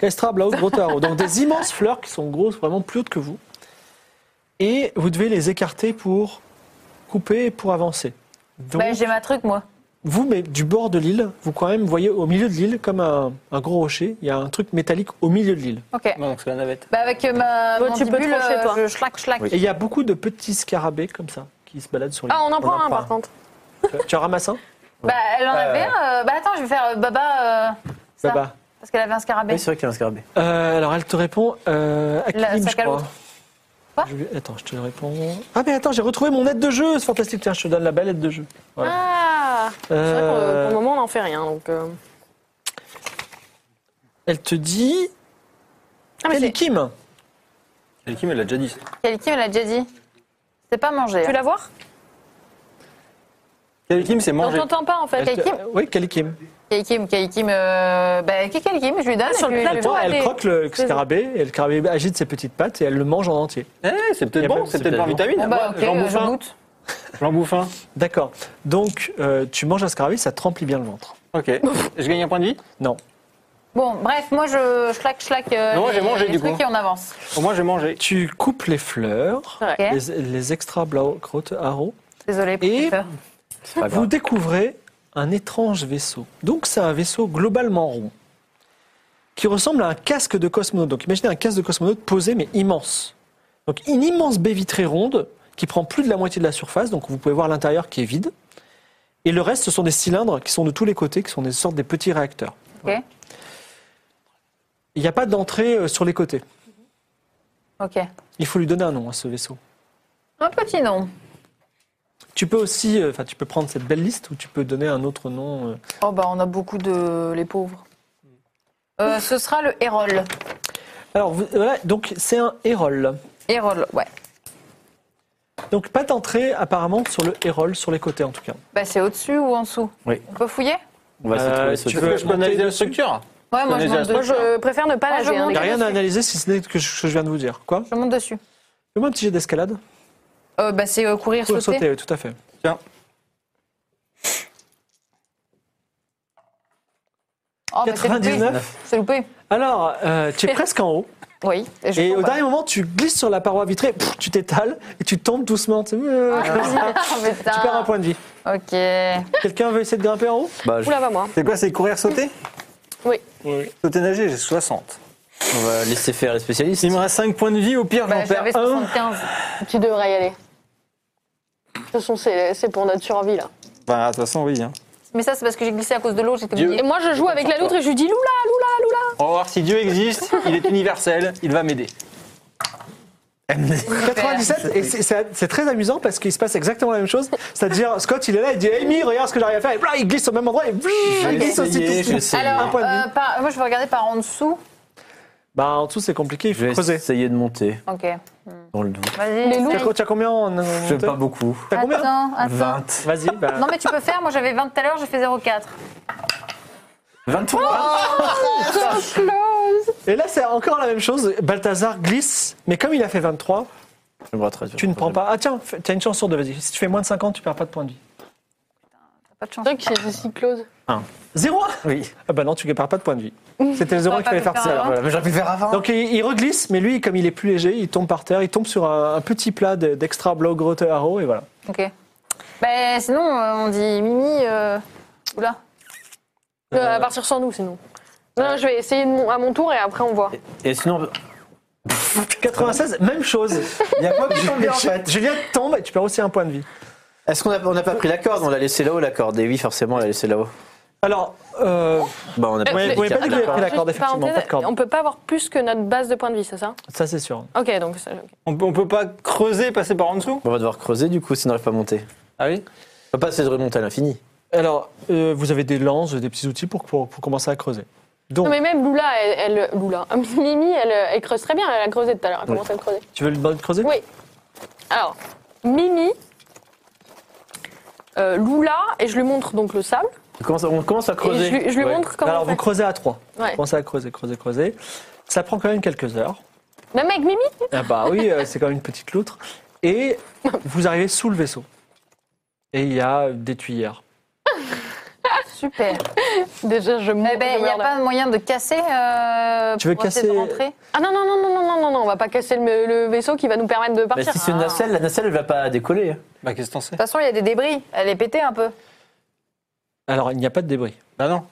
A: Extra blau grotte haro. Donc des immenses fleurs qui sont grosses, vraiment plus hautes que vous. Et vous devez les écarter pour couper et pour avancer. Donc,
B: Bah, j'ai ma truc, moi.
A: vous, mais du bord de l'île, vous quand même voyez au milieu de l'île, comme un, un gros rocher, il y a un truc métallique au milieu de l'île.
B: Ok.
D: Non, donc c'est la navette.
B: Bah, avec euh, ma
E: Bon, tu peux
B: mandibule,
E: trancher,
B: euh,
E: toi.
B: je schlac, schlac.
C: Oui.
A: Et il y a beaucoup de petits scarabées comme ça qui se baladent sur les.
E: Ah, on en prend un par contre.
A: Tu en ramasses un
B: Bah, elle en
C: Euh.
B: avait un. euh, Bah, attends, je vais faire euh, Baba. euh, ça.
A: Baba.
B: Parce qu'elle avait un scarabée.
C: Oui c'est vrai qu'il y a un scarabée.
A: Euh, alors elle te répond. Euh, Hakim,
B: La-
A: je
B: sac à
A: crois.
B: l'autre. Quoi
A: Je vais- Attends, je te réponds. Ah, mais attends, j'ai retrouvé mon aide de jeu, c'est fantastique. Tiens, je te donne la belle aide de jeu. Voilà.
E: Ah C'est vrai que
A: Euh,
E: pour le moment, on n'en fait rien. Donc, euh.
A: Elle te dit.
E: Ah, mais c'est-
A: Kalikim
D: Elle qui me l'a déjà dit. ça.
B: Quelqu'un me l'a déjà dit. C'est pas manger.
E: Tu veux
B: hein.
E: la voir
D: Kim, c'est
E: On
D: manger.
E: t'entend pas en fait.
A: Elle te-
B: Kalikim
A: Oui, Kalikim.
B: Kalikim, Kalikim. euh, Bah, Kalikim, je lui donne.
E: Ah, sur
B: et
E: le
B: puis-
E: plateau.
A: Attends,
E: Toi,
A: elle
E: allez.
A: croque le
E: Fais-en.
A: scarabée et le scarabée agite ses petites pattes et elle le mange en entier.
D: Eh, c'est
A: Y a
D: peut-être
A: même-
D: bon, c'est
A: c'est
D: peut-être par
A: peut-être
D: vitamine.
B: Bon, bah, ok,
D: J'en
B: euh,
D: bouffe
B: je
D: un.
B: goûte.
D: J'en bouffe un.
A: D'accord. Donc, euh, tu manges un scarabée, ça te remplit bien le ventre.
D: Ok. Je gagne un point de vie
A: Non.
B: Bon, bref, moi je schlac, schlac. euh,
D: Non, moi, j'ai
B: les-
D: mangé,
B: les
D: du
B: trucs
D: coup.
B: et on avance.
D: Au moins, j'ai mangé.
A: Tu coupes les fleurs,
E: Ouais.
B: Ok.
A: les, les extra blaukraut haro,
B: Désolée pour
A: Et-
B: cette peur.
C: Pas
A: Vous
C: grave.
A: découvrez un étrange vaisseau. Donc c'est un vaisseau globalement rond qui ressemble à un casque de cosmonaute. Donc imaginez un casque de cosmonaute posé mais immense. Donc une immense baie vitrée ronde qui prend plus de la moitié de la surface. Donc vous pouvez voir l'intérieur qui est vide. Et le reste, ce sont des cylindres qui sont de tous les côtés, qui sont des sortes des petits réacteurs.
B: Ok.
A: Il n'y a pas d'entrée euh, sur les côtés.
B: Ok.
A: Il faut lui donner un nom à ce vaisseau.
B: Un petit nom.
A: Tu peux aussi, euh, enfin, tu peux prendre cette belle liste ou tu peux donner un autre nom. euh,
B: Oh bah on a beaucoup de les pauvres. Euh, ce sera le Hérol.
A: Alors vous- voilà, donc c'est un Hérol.
B: Hérol, ouais.
A: Donc pas d'entrée apparemment sur le Hérol, sur les côtés en tout cas.
B: Bah c'est au-dessus ou en dessous
C: Oui.
B: On peut fouiller
C: On va essayer de trouver
A: Euh,
C: ce
A: tu
D: Est-ce que
A: veux
D: je peux
A: monter
D: analyser la
A: dessus
D: structure
B: Ouais, moi je
D: Connais
B: monte
D: déjà-
E: Moi,
B: dessus.
E: je préfère ne pas hein,
B: Ah,
E: la
B: je
E: gérer.
B: monte.
A: Il n'y a rien à
B: dessus.
A: analyser si ce n'est que ce que je viens de vous dire. Quoi
B: Je monte dessus.
A: Fais-moi un petit jet d'escalade.
B: Euh, bah c'est euh, courir,
A: Faut
B: sauter. bah,
A: Sauter, oui, tout à fait.
B: Oh, bah, c'est loupé.
A: 99.
B: C'est loupé.
A: Alors, euh, tu es presque en haut.
B: Oui. Et, je bah.
A: Et au
B: tombe.
A: dernier moment, tu glisses sur la paroi vitrée, pff, tu t'étales et tu tombes doucement. Tu, euh,
B: Ah, putain.
A: tu perds un point de vie.
B: Ok.
A: Quelqu'un veut essayer de grimper en haut
C: Bah, je-
E: Oula, va moi.
D: C'est quoi C'est courir, sauter
E: Oui.
D: Sauter, nager, j'ai 60.
C: on va laisser faire les spécialistes.
D: Il me reste 5 points de vie, au pire,
B: Bah,
D: j'en
B: j'avais
D: perds un.
B: 75.
E: Tu devrais y aller. De toute façon, c'est c'est pour notre survie là.
D: Bah, de toute façon, oui. hein.
B: Mais ça c'est parce que j'ai glissé à cause de l'eau, j'étais
D: Dieu.
E: Et
B: mouillée.
E: moi, je joue avec la loutre et je lui dis Loula, Loula, Loula.
D: On va voir si Dieu existe, il est universel, il va m'aider.
A: 97, et c'est- c'est c'est très amusant parce qu'il se passe exactement la même chose. C'est-à-dire, Scott, il est là, il dit Amy, regarde ce que j'arrive à faire. Et bla, il glisse au même endroit et blouh, il glisse aussi tout
C: Essayez,
A: de suite.
C: j'essaie.
A: un
B: Alors,
A: point de
B: euh, par- moi je vais regarder par en dessous.
A: Bah, en dessous, c'est compliqué, il
C: Je
A: faut
C: vais
A: creuser.
C: essayer de monter
B: Ok.
C: dans le doute.
B: Vas-y.
E: Les loups.
A: T'as co- t'as combien en. en
C: Je
A: monteur
C: pas beaucoup.
A: T'as combien
B: Attends, attends.
C: 20.
A: Vas-y, bah.
B: Non mais tu peux faire, moi j'avais 20 tout à l'heure, j'ai fait 0,4.
A: Ah.
C: 23
A: Et là, c'est encore la même chose. Balthazar glisse, mais comme il a fait 23,
C: Je me rattrape.
A: tu ne prends pas. Ah tiens, fais- t'as une chance sur deux, vas-y. Si tu fais moins de 50, tu perds pas de points de vie.
B: Pas de chance.
E: C'est vrai que c'est cyclose.
A: Zéro
C: Oui.
A: Ah bah non, tu ne perds pas de points de vie. C'était le zéro
B: Ça hein.
A: qu'il fallait faire.
B: va pas te faire
A: tirer.
C: Voilà, mais j'aurais pu le faire avant.
A: Donc il, il reglisse, mais lui, comme il est plus léger, il tombe par terre, il tombe sur un, un petit plat de- d'extra bloc grotte haro, et voilà.
B: Ok. Ben sinon, euh, on dit Mimi. Euh... Oula.
E: Euh. Elle va partir sans nous sinon. Non, je vais essayer de mon- à mon tour et après on voit.
C: Et sinon,
A: 96, même chose.
C: Il y a quoi qui tombe bien, en fait.
A: Julien tombe et tu perds aussi un point de vie.
C: Est-ce qu'on a- on n'a pas pris la corde On l'a laissé là-haut, la corde. Et oui, forcément, on l'a laissé là-haut.
A: Alors, euh,
C: Bah, on a
E: Euh,
C: pris
E: vous
A: pouvez pas dire que vous avez pris la
E: Juste
A: corde, effectivement,
E: parenthèse,
A: pas de corde.
E: On peut pas avoir plus que notre base de points de vie, c'est ça
A: ça c'est sûr.
E: Ok, donc ça- ok.
A: Oh.
D: On peut, on peut pas creuser, passer par en dessous
C: On va devoir creuser du coup si on n'arrive pas à monter.
D: Ah oui
C: On va pas essayer de remonter à l'infini.
A: Alors, euh, vous avez des lances, des petits outils pour, pour, pour commencer à creuser. Donc,
E: Non mais même Lula, elle, elle- Lula, Mimi, elle, elle creuse très bien. Elle a creusé tout à l'heure. Elle
C: Oui.
E: commence à le creuser.
A: tu veux le demander de creuser
E: Oui. Alors, Mimi, euh, Lula, et je lui montre donc le sable.
C: On commence, on commence à
E: Et je
C: creuser.
E: lui, je lui
C: Ouais.
E: montre comment.
A: Alors,
E: on
A: vous
E: fait.
A: creusez à trois.
E: Ouais.
A: Commencez à creuser, creuser, creuser. Ça prend quand même quelques heures.
E: Même avec Mimi
A: Ah bah oui, euh, c'est quand même une petite loutre. Et vous arrivez sous le vaisseau. Et il y a des tuyères.
B: Super.
E: Déjà, je me.
B: Eh ben, il n'y a pas moyen de casser euh,
A: Tu veux
B: pour essayer de
A: casser-
B: rentrer
E: Ah non, non, non, non, non, non, non, non, on va pas casser le, le vaisseau qui va nous permettre de
C: Bah,
E: partir.
C: si c'est une
E: Ah.
C: nacelle, la nacelle elle va pas décoller. hein.
D: Bah qu'est-ce que t'en
B: De
D: sais
B: toute façon, il y a des débris. Elle est pétée un peu.
A: Alors, il n'y a pas de débris.
D: Bah non.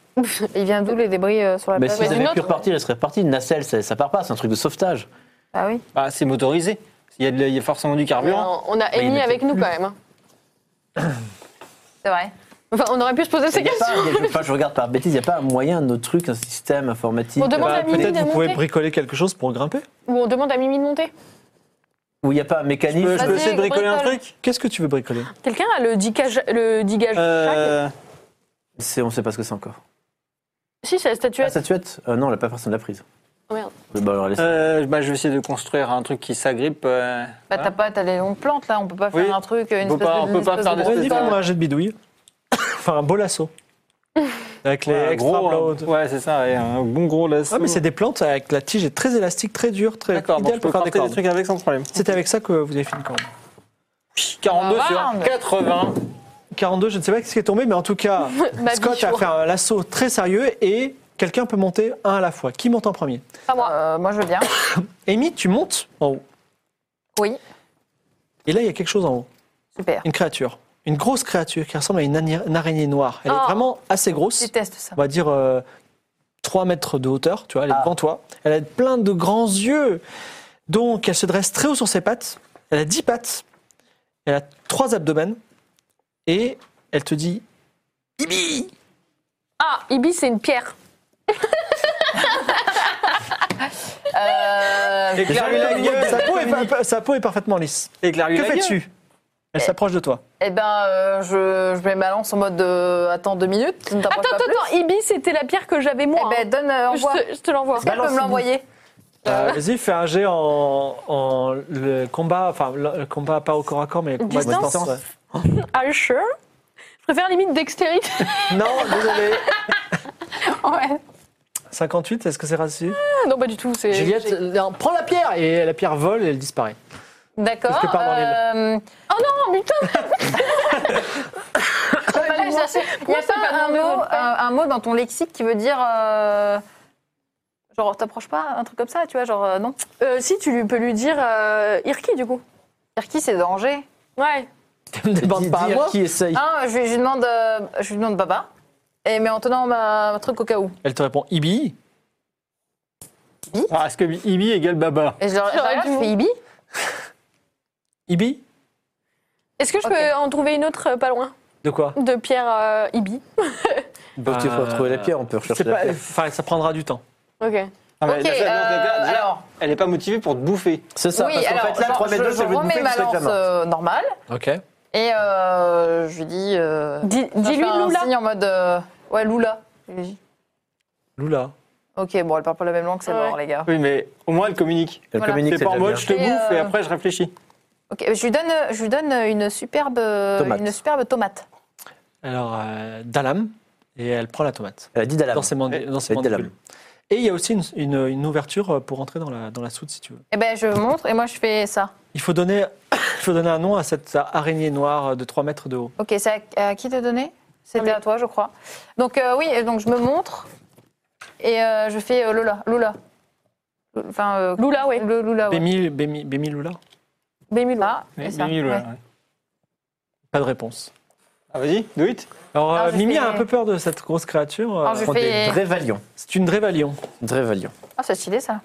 B: Il vient d'où les débris euh,
A: Bah,
B: sur la
C: Mais
B: plage
C: Bah, si
E: une
C: elle avait pu
E: autre,
C: repartir, elle serait repartie. Une nacelle, ça, ça part pas, c'est un truc de sauvetage.
B: Ah oui.
D: Bah c'est motorisé. Il y, a de la- il y a forcément du carburant.
E: On on a
C: il
E: Amy
C: n'était
E: avec nous quand même. hein.
B: C'est vrai.
E: Enfin, on aurait pu se poser ces
C: Il y a
E: questions.
C: pas- il y a- enfin, je regarde par bêtise, il n'y a pas un moyen, un autre truc, un système informatique
E: On demande
C: euh,
E: à Mimi
A: Bah, Peut-être
E: de
A: vous pouvez
E: monter.
A: bricoler quelque chose pour grimper.
E: Ou on demande à Mimi de monter.
C: où il n'y a pas un
D: Je peux,
C: mécanisme.
D: je peux
B: Vas-y,
D: essayer de bricoler un
E: bricole.
D: truc
A: Qu'est-ce que tu veux bricoler
E: Quelqu'un a le digage. Le digage
D: Euh,
C: C'est- on sait pas ce que c'est encore.
E: Si, c'est la
C: La
E: statuette.
C: statuette Euh, Non, la pas personne l'a prise.
E: Oh, merde.
C: Bah, alors, laisse-
D: euh, bah, je vais essayer de construire un truc qui s'agrippe. euh,
B: Bah,
D: voilà.
B: t'as pas, t'as des longues plantes là. On peut pas faire
D: Oui.
B: un truc, une
D: peut
B: espèce
D: pas-
B: de.
D: on peut
B: une
D: pas
B: espèce
D: faire
E: Ah,
B: de
D: des-
B: grosse
A: Vas-y,
B: balle.
A: prends un jet de bidouille. enfin, un beau lasso. Avec les
D: Ouais, un
A: extra
D: gros,
A: blows.
D: hein. Ouais, c'est ça, ouais, un bon gros lasso.
A: Ah, mais c'est des plantes avec la tige est très élastique, très dure, très
D: D'accord, donc
A: idéale
D: je peux
A: pour faire des
D: porter des
A: cordes.
D: trucs avec sans problème.
A: C'était avec ça que vous avez fini une corde.
D: 42
B: Ah,
D: sur
B: merde.
D: 80.
A: 42, je ne sais pas ce qui est tombé, mais en tout cas,
E: Ma
A: Scott a
E: bichou.
A: fait un lasso très sérieux et quelqu'un peut monter un à la fois. Qui monte en premier
E: Pas
D: Ah.
E: moi.
B: Euh, moi, je veux bien.
A: Amy, tu montes en haut.
B: Oui.
A: Et là, il y a quelque chose en haut.
B: Super.
A: Une créature. Une grosse créature qui ressemble à une, ani- une araignée noire. Elle est
E: Oh.
A: vraiment assez
B: Je
A: grosse.
B: déteste ça.
A: On va dire euh, 3 mètres de hauteur. Tu vois, elle est
C: Ah.
A: devant toi. Elle a plein de grands yeux. Donc, elle se dresse très haut sur ses pattes. Elle a 10 pattes. Elle a trois abdomens. Et elle te dit
E: Ah, Ibi, c'est une pierre.
B: Euh,
D: Éclaire-lui la gueule.
A: sa, peau est pa- pa- sa peau est parfaitement lisse.
D: Éclaire-lui
A: Que
D: la gueule.
A: fais-tu Elle s'approche de toi.
B: eh ben, euh, je, je mets ma lance en mode euh, attends deux minutes. tu ne t'approches
E: Attends,
B: pas
E: attends,
B: plus.
E: attends. Ibi, c'était la pierre que j'avais moi.
B: Eh ben, donne, euh,
E: hein.
B: envoie.
E: je, te, je te l'envoie.
B: Elle peut me l'envoyer.
A: Euh, Vas-y, fais un jet en, en le combat, enfin le le combat pas au corps à corps, mais le combat à
E: Distance.
A: distance.
E: Are you Ah, sure Je préfère limite dextérité.
A: ouais. Non, désolé.
E: ouais.
A: 58, est-ce que c'est raciste
E: Non, pas du tout. C'est.
A: Juliette, euh,
E: j'ai-
A: non, prends la pierre et la pierre vole et elle disparaît.
B: D'accord.
A: Parce que part dans
B: euh,
E: Oh non, putain
B: Là, j'ai cherché. Il n'y a
E: Pourquoi c'est
B: pas
E: pas
B: un
E: dans le
B: mot,
E: mot de Euh, paix
B: un, un mot dans ton lexique qui veut dire. euh, genre, t'approches pas, un truc comme ça, tu vois, genre, euh, non.
E: Euh, Si, tu lui- peux lui dire euh, Irki, du coup.
B: Dire qui c'est danger
E: Ouais.
A: Ne me demande
C: Dis-
A: pas à
C: dire
A: moi.
C: qui essaye.
B: Ah, je, lui- je lui demande, euh, je lui demande Baba, et, mais en tenant ma, ma truc au cas où.
A: Elle te répond Ibi.
D: Alors, est-ce Ah, que Ibi égale Baba
B: Et je leur je leur
E: J'aurais
B: regarde,
E: dû-
B: je fais Ibi.
A: Ibi
E: Est-ce que je
B: Ok.
E: peux en trouver une autre euh, pas loin
A: De quoi
E: De pierre euh, Ibi.
C: Bah, tu
A: Euh,
C: peux retrouver la pierre, on peut rechercher
A: C'est
C: la
A: pas-
C: pierre.
A: Enfin, ça prendra du temps.
E: Ok.
D: Ah, mais
B: Ok,
D: la- la- la- la-
B: euh,
D: déjà,
B: alors.
D: Elle n'est pas motivée pour te bouffer.
C: C'est ça,
B: oui,
C: parce qu'en
B: alors,
C: fait là,
B: genre,
C: 3 mètres
B: je,
C: d'eau, ça
B: je
C: veut te
B: remets
C: bouffer
B: ma
C: juste avec la
B: lance
C: main.
B: euh, normale,
A: Ok.
B: et euh, je lui dis. euh,
E: Dis-
B: je
E: Dis-lui
B: fais un
E: Lula.
B: signe en mode. euh, ouais, Lula. Je lui dis,
A: Lula.
B: Ok, bon, elle parle pas la même langue, c'est
E: Ouais.
B: mort, les gars.
D: Oui, mais au moins elle communique.
C: Elle
B: Voilà.
C: communique,
D: C'est
C: c'est
D: pas en
C: déjà
D: mode
C: bien.
D: je te
B: Et,
D: bouffe et
B: euh,
D: après je réfléchis.
B: Ok, je lui donne, je lui donne une superbe,
C: Tomate.
B: une superbe tomate.
A: Alors, euh, Dalam. Et elle prend la tomate
C: Elle a dit d'aller
A: dans ses, mandi- dans ses
C: elle dit Dalam.
A: mandibules. Et il y a aussi une, une- une ouverture euh, pour entrer dans la, dans la soute si tu veux.
B: Eh ben, je montre et moi je fais ça.
A: Il faut donner, il faut donner un nom à cette araignée noire de 3 mètres de haut.
B: Ok, c'est à, à qui de donner C'était
E: Ah,
B: à toi, je crois. Donc euh, oui, et donc je me montre et euh, je fais euh, Lola, Lola. Enfin, euh,
E: Lula, ouais.
B: Le- Lula. Ouais.
A: Bémi, Bémi- Bémi Lula
E: Bémi Lula.
B: Ah, et ça.
D: Mimi, le-
B: ouais.
D: ouais.
A: Pas de réponse.
D: Ah, vas-y, do it.
A: Alors,
B: Alors,
A: euh,
B: je
A: Mimi a
B: fais-
A: un peu peur de cette grosse créature.
B: Alors,
A: euh,
B: je
C: On est
B: fais.
C: des vrais valions.
A: C'est une drévalion.
C: Vrais valions.
B: Ah, c'est stylé ça.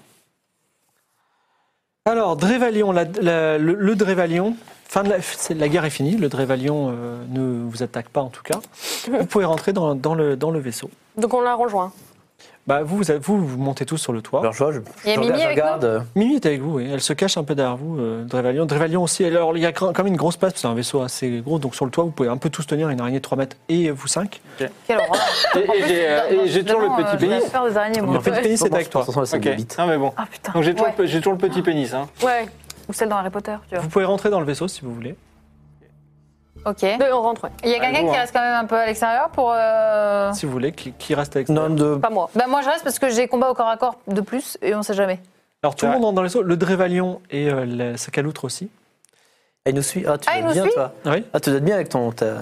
A: Alors, Drévalion, la- la- le, le Drévalion, fin de la, c'est- la guerre est finie, le Drévalion euh, ne vous attaque pas en tout cas. Vous pouvez rentrer dans, dans le, dans le vaisseau.
E: Donc on la rejoint.
A: Bah, vous, vous, êtes- vous, vous montez tous sur le toit.
C: Alors, je vois, je,
B: Il y a
C: je
B: Mimi
C: regarde, je
B: avec
C: regarde, euh,
A: Mimi est avec vous, oui. elle se cache un peu derrière vous, euh, Drévalion. Drévalion aussi, alors il y a quand même une grosse place, c'est un vaisseau assez gros, donc sur le toit vous pouvez un peu tous tenir, une araignée de 3 mètres et vous 5.
B: Quelle horreur.
D: Et, et j'ai euh, et j'ai toujours le petit
B: J'ai
D: pénis.
B: peur des araignées, moi.
A: Le petit pénis est avec toi.
C: De toute façon, c'est
D: Ok.
C: des bites.
D: Non mais bon.
B: Ah putain.
D: Donc j'ai toujours,
B: Ouais.
D: le pe- j'ai toujours le petit pénis. Hein.
E: Ouais.
B: Ou celle dans Harry Potter, tu vois.
A: Vous pouvez rentrer dans le vaisseau si vous voulez.
B: Ok.
E: De- on rentre, ouais.
B: Il y a quelqu'un
D: Allô,
B: qui
D: hein.
B: reste quand même un peu à l'extérieur pour. euh,
A: Si vous voulez, qui, qui reste avec
C: Non, de...
E: Pas moi.
B: Bah moi je reste parce que j'ai combat au corps à corps de plus et on sait jamais.
A: Alors tout le monde rentre dans le vaisseau, le Drévalion et euh, la- sa caloutre aussi.
C: Elle nous suit. Ah, tu
B: Ah, il
C: donnes
B: nous
C: bien,
B: suit
C: toi.
A: Oui.
C: Ah, tu donnes bien avec ton. ta-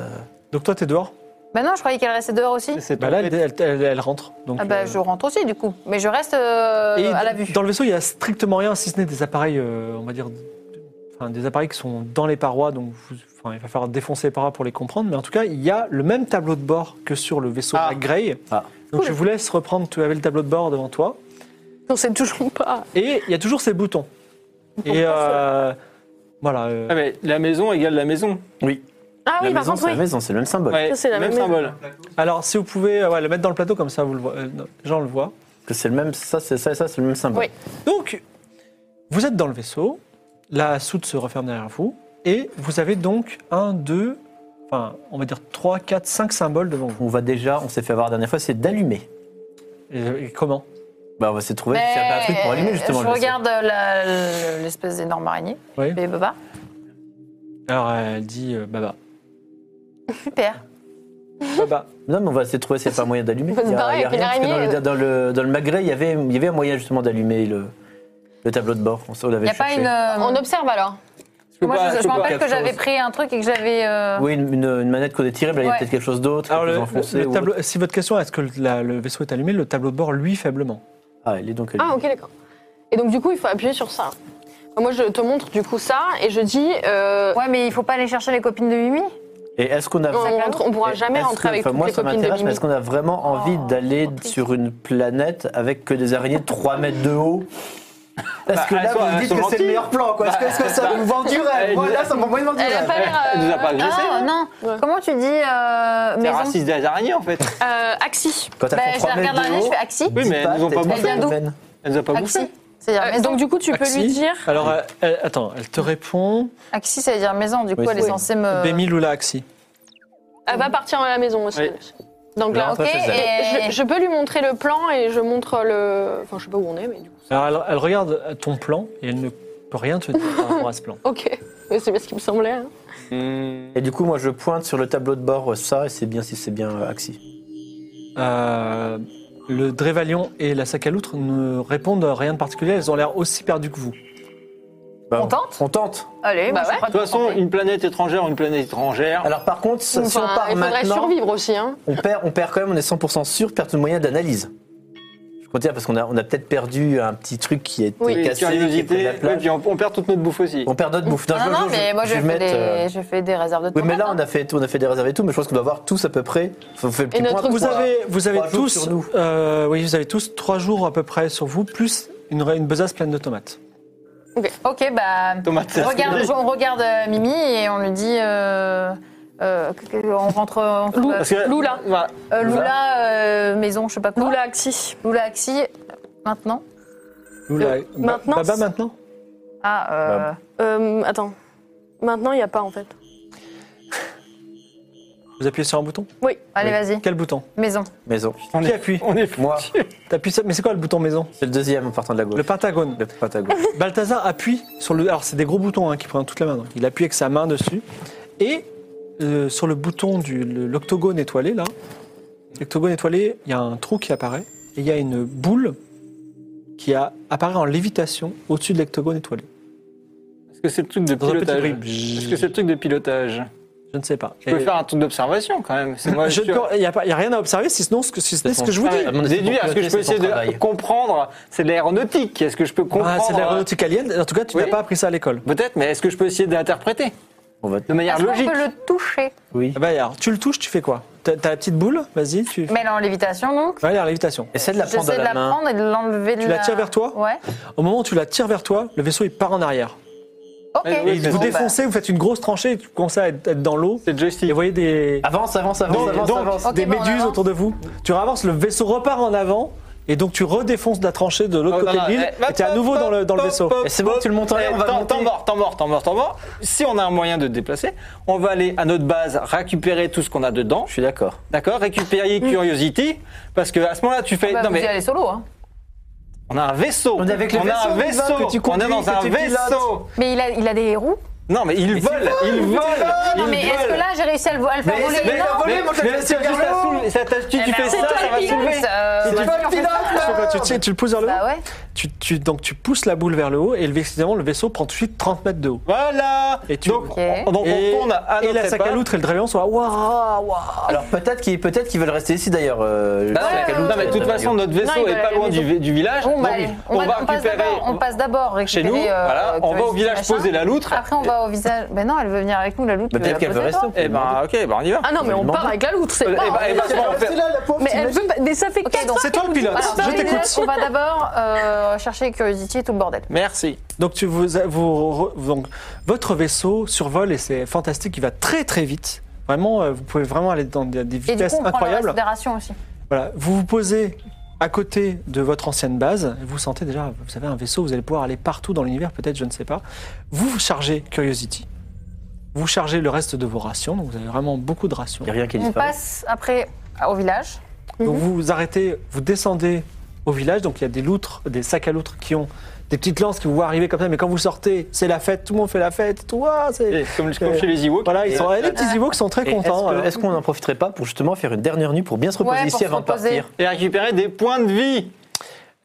A: Donc toi t'es dehors
B: Bah non, je croyais qu'elle restait dehors aussi.
D: C'est
A: Bah là, elle, elle- elle- elle rentre. Donc,
B: Ah bah
A: euh,
B: je rentre aussi du coup, mais je reste euh,
A: et
B: à la
A: d-
B: vue.
A: Dans le vaisseau, il n'y a strictement rien, si ce n'est des appareils, euh, on va dire, enfin, des appareils qui sont dans les parois, donc vous- enfin, il va falloir défoncer les parois pour les comprendre. Mais en tout cas, il y a le même tableau de bord que sur le vaisseau
D: Ah.
A: à Grey.
C: Ah.
A: Donc
E: Cool.
A: je vous laisse reprendre, tu avais le tableau de bord devant toi.
E: On sait toujours pas.
A: Et il y a toujours ces boutons. Et euh, voilà. euh,
D: Ah, mais la maison égale la maison.
C: Oui.
E: Ah
C: la
E: oui, par
C: maison,
E: contre,
C: c'est la
E: oui.
C: maison, c'est le même symbole.
D: Ouais,
E: Ça, c'est la
D: même
E: même maison.
D: symbole.
A: Alors si vous pouvez euh, ouais, le mettre dans le plateau, comme ça vous le voit- euh, non, Jean le voit.
C: Que c'est le même. Ça, c'est ça, et ça, c'est le même symbole.
E: Oui.
A: Donc, vous êtes dans le vaisseau, la soute se referme derrière vous, et vous avez donc un, deux, enfin, on va dire trois, quatre, cinq symboles devant vous.
C: On va déjà, on s'est fait avoir la dernière fois, c'est d'allumer.
A: Et, et comment
C: Bah, on va s'est trouvé
B: Mais euh,
C: faire un truc pour allumer justement.
B: Je
C: le vaisseau.
B: regarde la- le- l'espèce d'énorme araignée,
A: Oui.
B: bébé baba.
A: Alors elle dit euh, Baba.
C: Bah,
B: Super.
A: Baba.
C: Non, mais on va essayer de trouver s'il n'y a pas moyen d'allumer.
E: On va se
C: Il y a-
E: barrer
C: il y a
E: avec une
C: rien, parce que
E: araignée.
C: dans le, dans le, dans le magret, il y avait, il y avait un moyen justement d'allumer le, le tableau de bord. On, s- on
B: Il
C: l'avait
B: n'y a pas
C: cherché.
B: une. euh,
E: On observe alors.
D: peux
B: Moi
D: pas-
B: je-
D: tu
B: je me
D: peux pas
B: rappelle
D: faire
B: que j'avais
D: chose.
B: pris un truc et que j'avais. euh,
C: Oui, une, une- une manette qu'on détirait, mais là, il y a
B: Ouais.
C: peut-être quelque chose d'autre.
A: Alors
C: quelque
A: le,
C: chose enfoncé
A: le
C: ou
A: tableau-
C: autre.
A: si votre question est est-ce que le, la- le vaisseau est allumé, le tableau de bord lui faiblement.
C: Ah, il est donc allumé.
E: Ah, ok, d'accord. Et donc, du coup, il faut appuyer sur ça. Bah, Moi, je te montre du coup ça et je dis. euh,
B: Ouais, mais il faut pas aller chercher les copines de Mimi.
C: Et est-ce qu'on a.
E: on, rentre- on pourra
C: est-ce
E: jamais
C: que-
E: rentrer avec
C: enfin,
E: toutes
C: moi,
E: les
C: ça
E: copines de
C: m'intéresse, mais
E: Mimi.
C: Est-ce qu'on a vraiment envie
B: Oh,
C: d'aller
B: trop triste.
C: sur une planète avec que des araignées de 3 mètres de haut Parce
D: Bah,
C: que
D: elles
C: là,
D: sont-
C: vous
D: elles
C: dites
D: sont
C: que c'est
D: gentilles. Bah,
C: le meilleur plan, quoi. Est-ce que- Est-ce que ça vous vend du rêve
D: elles
C: Moi,
D: nous-
C: là, ça me vend moyen de vendre du
B: Elle a
C: rêve.
B: pas l'air.
D: Elle nous a pas agressés,
B: Ah,
D: hein.
B: non.
E: Ouais.
B: Comment tu dis euh,
D: C'est
B: maison
D: raciste des araignées en fait.
E: Euh, Axi.
C: Quand elles
B: Bah,
C: font
B: je la
C: 3
B: regarde
C: mètres de
B: l'araignée, je
C: haut. Bah,
B: fais axi.
D: Oui, mais elles nous ont pas bouffé.
B: vient d'où
D: Elle nous a pas bouffé.
B: Axi. C'est-à-dire
E: Euh,
B: maison.
E: donc, du coup, tu peux
B: ah,
A: Axi.
E: lui dire.
A: Alors euh, elle- attends, elle te répond
B: Axi, ça veut dire maison. Du coup,
C: Oui,
B: elle est
C: oui.
B: censée me.
A: Bémi Lula Axi.
E: Elle va partir à la maison aussi.
D: Oui.
E: elle. Donc là,
C: Là,
E: ok.
B: Ok.
C: Après,
B: Et...
C: c'est
E: Je, je peux lui montrer le plan et je montre le. Enfin, je sais pas où on est, mais du coup.
A: Alors elle, elle regarde ton plan et elle ne peut rien te dire par rapport à ce plan.
E: Ok. Mais C'est bien ce qui me semblait. hein.
D: Mmh.
B: Hmm.
C: Et du coup, moi, je pointe sur le tableau de bord euh, ça, et c'est bien si c'est bien euh, axi.
A: Euh, le Drévalion et la sac à loutre ne répondent à rien de particulier, elles ont l'air aussi perdues que vous.
C: Bah,
B: On tente
C: On tente.
B: Allez, moi,
E: Bah
B: je suis
E: ouais.
B: prête
D: De toute
B: pour
D: façon,
B: tenter.
D: une planète étrangère, une planète étrangère.
A: Ah,
C: Alors, par contre, si si on
E: Enfin,
C: part
E: il faudrait
C: maintenant,
E: survivre aussi. Hein.
C: on perd, on perd quand même, on est 100% sûr, perte de moyen d'analyse. Je continue parce qu'on a, on a peut-être perdu un petit truc qui était
E: Oui,
D: Oui,
C: cassé. qui était
D: curiosité.
C: à la plage.
D: Ouais, puis on, on perd toute notre bouffe aussi.
C: On perd notre bouffe.
B: Non, non, mais moi, je
C: vais
B: fais
C: mettre, euh,
B: des- je fais des réserves de
C: Oui,
B: tomates,
C: mais là, on a fait, tout- on a fait des réserves et tout, mais je pense qu'on doit avoir tous à peu près. Enfin, on fait le petit
E: notre
C: point.
E: truc
A: Vous
E: Trois-
A: avez, vous avez
C: trois jours
A: tous,
C: sur nous.
A: euh, oui, vous avez tous trois jours à peu près sur vous, plus une, une besace pleine de tomates.
B: Ok, bah.
D: Tomate, c'est
B: On regarde,
D: aspergé.
B: on regarde euh, Mimi et on lui dit. Euh, euh, que- que- on rentre. On trouve,
D: Parce que-
E: Lula.
D: Voilà.
B: euh, Lula, euh, maison, je sais pas quoi.
E: Lula Axi.
B: Lula Axi, maintenant.
A: Nous, la-
E: Euh,
A: Ba-
E: maintenant,
A: Baba
E: c'est-
A: maintenant.
B: Ah, euh,
E: Euh, attends. Maintenant, il n'y a pas en fait.
A: Vous appuyez sur un bouton.
B: allez, vas-y,
A: Quel bouton
B: maison.
C: Maison.
D: On
A: Qui
D: est,
A: appuie
D: on est fou.
C: Moi,
A: T'appuies sur- Mais c'est quoi le bouton maison
C: c'est le deuxième en partant de la gauche.
A: Le Pentagone.
C: Le Pentagone.
A: Balthazar appuie sur le. Alors c'est des gros boutons hein, qui prennent toute la main. donc il appuie avec sa main dessus et euh, sur le bouton du le- l'octogone étoilé là, l'octogone étoilé, il y a un trou qui apparaît et il y a une boule qui a, apparaît en lévitation au-dessus de l'octogone étoilé.
D: Est-ce que c'est le truc de
A: Dans un petit
D: pilotage
A: bribe.
D: Est-ce que c'est le truc de pilotage
A: Je ne sais pas.
D: Je peux
A: Et-
D: faire un truc d'observation quand même. C'est moi
A: Je-
D: je suis-
A: Il n'y a, pas- il y a rien à observer, si sinon ce que, si ce n'est ce que je vous dis.
C: Ah, mon avis,
D: Déduire,
C: pour
D: est-ce que je peux
C: piloter, c'est
D: essayer
C: ton travail.
D: de comprendre C'est de l'aéronautique. Est-ce que je peux comprendre euh,
A: Ah, c'est de l'aéronautique alien. En tout cas, tu
D: Oui.
A: n'as pas appris ça à l'école.
D: Peut-être, mais est-ce que je peux essayer d'interpréter
C: On va-
D: de manière
B: Est-ce qu'on
D: logique
B: peut le toucher
C: Oui.
A: Ah bah, alors, tu le touches, tu fais quoi T'as t'as la petite boule Vas-y,
D: Mm.
A: tu.
B: Mais elle est en lévitation, donc.
A: Ouais, elle est en lévitation.
C: Essaie de la prendre
B: J'essaie
C: à
B: de
C: la
B: la
C: main.
B: prendre et de l'enlever de
A: Tu la tires vers toi
B: Ouais.
A: Au moment où tu la tires vers toi, le vaisseau il part en arrière.
B: Ok.
D: Et oui,
A: Vous
B: Bon,
A: défoncez, vous fête une grosse tranchée, tu commences à être être dans l'eau.
D: C'est
A: Et
D: joystick.
A: vous voyez des,
C: Avance, avance, avance,
A: Donc-
C: avance,
A: donc-
C: avance.
B: Ok,
A: des
B: bon, on
A: méduses
B: avance.
A: autour de vous. Tu ravances, le vaisseau repart en avant. Et donc tu redéfonces la tranchée de l'autre
D: Oh,
A: côté
D: non,
A: de l'île.
D: non,
A: Et eh, t'es à nouveau dans le, dans le vaisseau.
D: Pop,
C: Et c'est bon,
D: pop,
C: tu le montes en l'air,
D: eh,
C: on va
D: tant-
C: monter.
D: tant mort, tant mort, tant mort, tant mort. Si on a un moyen de te déplacer, on va aller à notre base récupérer tout ce qu'on a dedans.
C: Je suis d'accord.
D: D'accord Récupérer Curiosity. Parce que à ce moment-là, tu fais.
B: bah,
D: non,
B: vous y
D: mais
B: allez solo, hein.
D: on a un vaisseau.
C: On est avec le
D: a un
C: vaisseau, Niva,
D: vaisseau.
C: que tu
D: on est
C: conduis,
D: dans
C: que
D: un
C: tu pilotes.
D: vaisseau.
B: Mais il a, il a des roues.
D: Non, mais ils volent. Ils volent.
B: Non,
D: ils
B: mais est-ce que
D: volent.
B: là j'ai réussi à le, à le faire
C: Mais-
B: voler
C: mais-
B: Non.
C: volé,
D: Mais-
C: moi, je l'ai
D: mais
C: laissé
D: c'est
C: vers
D: juste la
C: le haut.
D: soule. Ça, t'as- tu
B: Eh
D: tu
B: ben,
D: fais
B: c'est
D: ça,
B: toi
D: ça
B: le
D: va
B: pilote,
D: soulever.
B: euh,
D: C'est
B: bah,
D: toi
B: oui, on fait ça.
A: Sur quoi tu, tires- tu le pousses vers le haut.
B: Bah ouais.
A: tu, tu- donc tu pousses la boule vers le haut et le- évidemment, le vaisseau prend tout de suite 30 mètres de haut.
D: Voilà.
A: Et tu-
D: donc,
B: Ok.
D: on, donc, on
A: et,
D: tourne à
A: et
D: notre
A: la sac à
D: épave.
A: loutre et le dragon sont là. Waouh, waouh.
C: Alors peut-être qu'ils peut-être qu'ils veulent rester ici d'ailleurs. euh,
D: Bah
C: sur
D: non,
C: la
D: mais-
C: caloute,
D: non, mais de
C: euh,
D: toute façon, notre
E: Non, il
D: vaisseau
E: va
D: est
E: à
D: pas
E: la
D: loin du,
E: maison.
D: du village.
B: Bon, bah,
D: donc,
B: allez,
D: on, va
B: on passe
D: récupérer.
B: d'abord- On passe d'abord
D: Chez
B: récupérer.
D: nous,
B: euh,
D: voilà, on va au
B: Curiosity,
D: village
B: machin.
D: poser la loutre.
B: Après, on va au visage. Ben non, elle veut venir avec nous, la loutre.
C: Mais
B: tu
C: peut-être
B: la
C: qu'elle veut
B: poser,
C: rester.
B: toi
C: on peut
D: Eh ben, ok, bah on y va.
E: Ah non, mais on part avec la loutre, c'est
D: Eh ben,
E: pas-
D: eh ben, c'est bon, on fait-
E: Mais elle veut pas- mais ça fait quatre
B: donc,
E: fois
A: C'est toi
E: qu'elle
A: le
E: nous dit
A: pilote.
E: pas.
B: Alors,
A: Je
B: dans les
A: t'écoute.
B: villages, On va d'abord euh, chercher Curiosity et tout le bordel.
D: Merci.
A: Donc, tu vous, vous- donc, votre vaisseau survole et c'est fantastique. Il va très très vite. Vraiment, euh, vous pouvez vraiment aller dans des, des
B: Et du
A: vitesses
B: coup, on prend la
A: incroyables.
B: considération aussi.
A: Voilà, vous vous posez à côté de votre ancienne base, vous sentez déjà, vous avez un vaisseau, vous allez pouvoir aller partout dans l'univers, peut-être, je ne sais pas. Vous vous chargez Curiosity, vous chargez le reste de vos rations, donc vous avez vraiment beaucoup de rations.
C: Il n'y a rien qui
B: On
C: disparaît.
B: passe après au village. Mhm.
A: Donc vous vous arrêtez, vous descendez au village, donc il y a des loutres, des sacs à loutres qui ont des petites lances qui vous voient arriver comme ça, mais quand vous sortez, c'est la fête, tout le monde fait la fête, tout, ah, c'est...
D: Et Comme, comme chez les Ewoks.
A: Voilà, ils sont,
D: Et-
A: les petits Ewoks sont très
C: Et Est-ce
A: contents.
C: que-
A: alors.
C: est-ce qu'on n'en profiterait pas pour justement faire une dernière nuit pour bien se reposer
B: Ouais, pour
C: ici
B: se
C: avant de
B: reposer.
C: partir
D: Et récupérer des points de vie.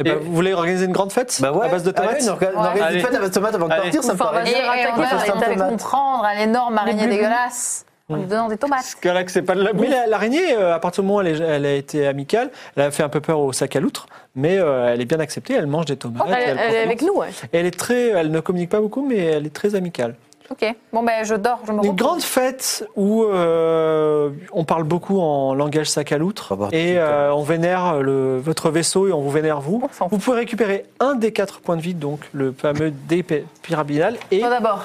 A: Eh ben,
D: et-
A: vous voulez organiser une grande fête
C: Bah ouais.
A: à base de tomates
C: Allez, on orga- on organise
D: Allez.
C: une fête à base de tomates avant de
D: Allez.
C: partir, ça me
E: Enfin,
C: paraît.
B: Et,
E: vas-y.
B: et
E: attaquer
B: on
E: les
B: va
E: tomates.
B: fait comprendre à l'énorme araignée
E: bulles.
B: dégueulasse en lui donnant des tomates.
D: Que là, que c'est pas de la
A: Oui,
D: bouffe.
A: la- l'araignée, euh, à partir du moment où elle, est- elle a été amicale, elle a fait un peu peur au sac à loutre, mais euh, elle est bien acceptée, elle mange des tomates.
C: Ah,
A: et
E: Elle, elle est
A: profite.
E: avec nous, ouais.
A: Elle est très, elle ne communique pas beaucoup, mais elle est très amicale.
B: Ok. Bon, ben je dors, je me
A: Une
B: repose.
A: grande fête où euh, on parle beaucoup en langage sac à loutre
C: Ah bah,
A: et
C: putain.
A: euh, on vénère le, votre vaisseau et on vous vénère vous.
B: On s'en fout.
A: Vous pouvez récupérer un des quatre points de vie, donc le fameux dé pi- pyramidal et
B: Toi d'abord.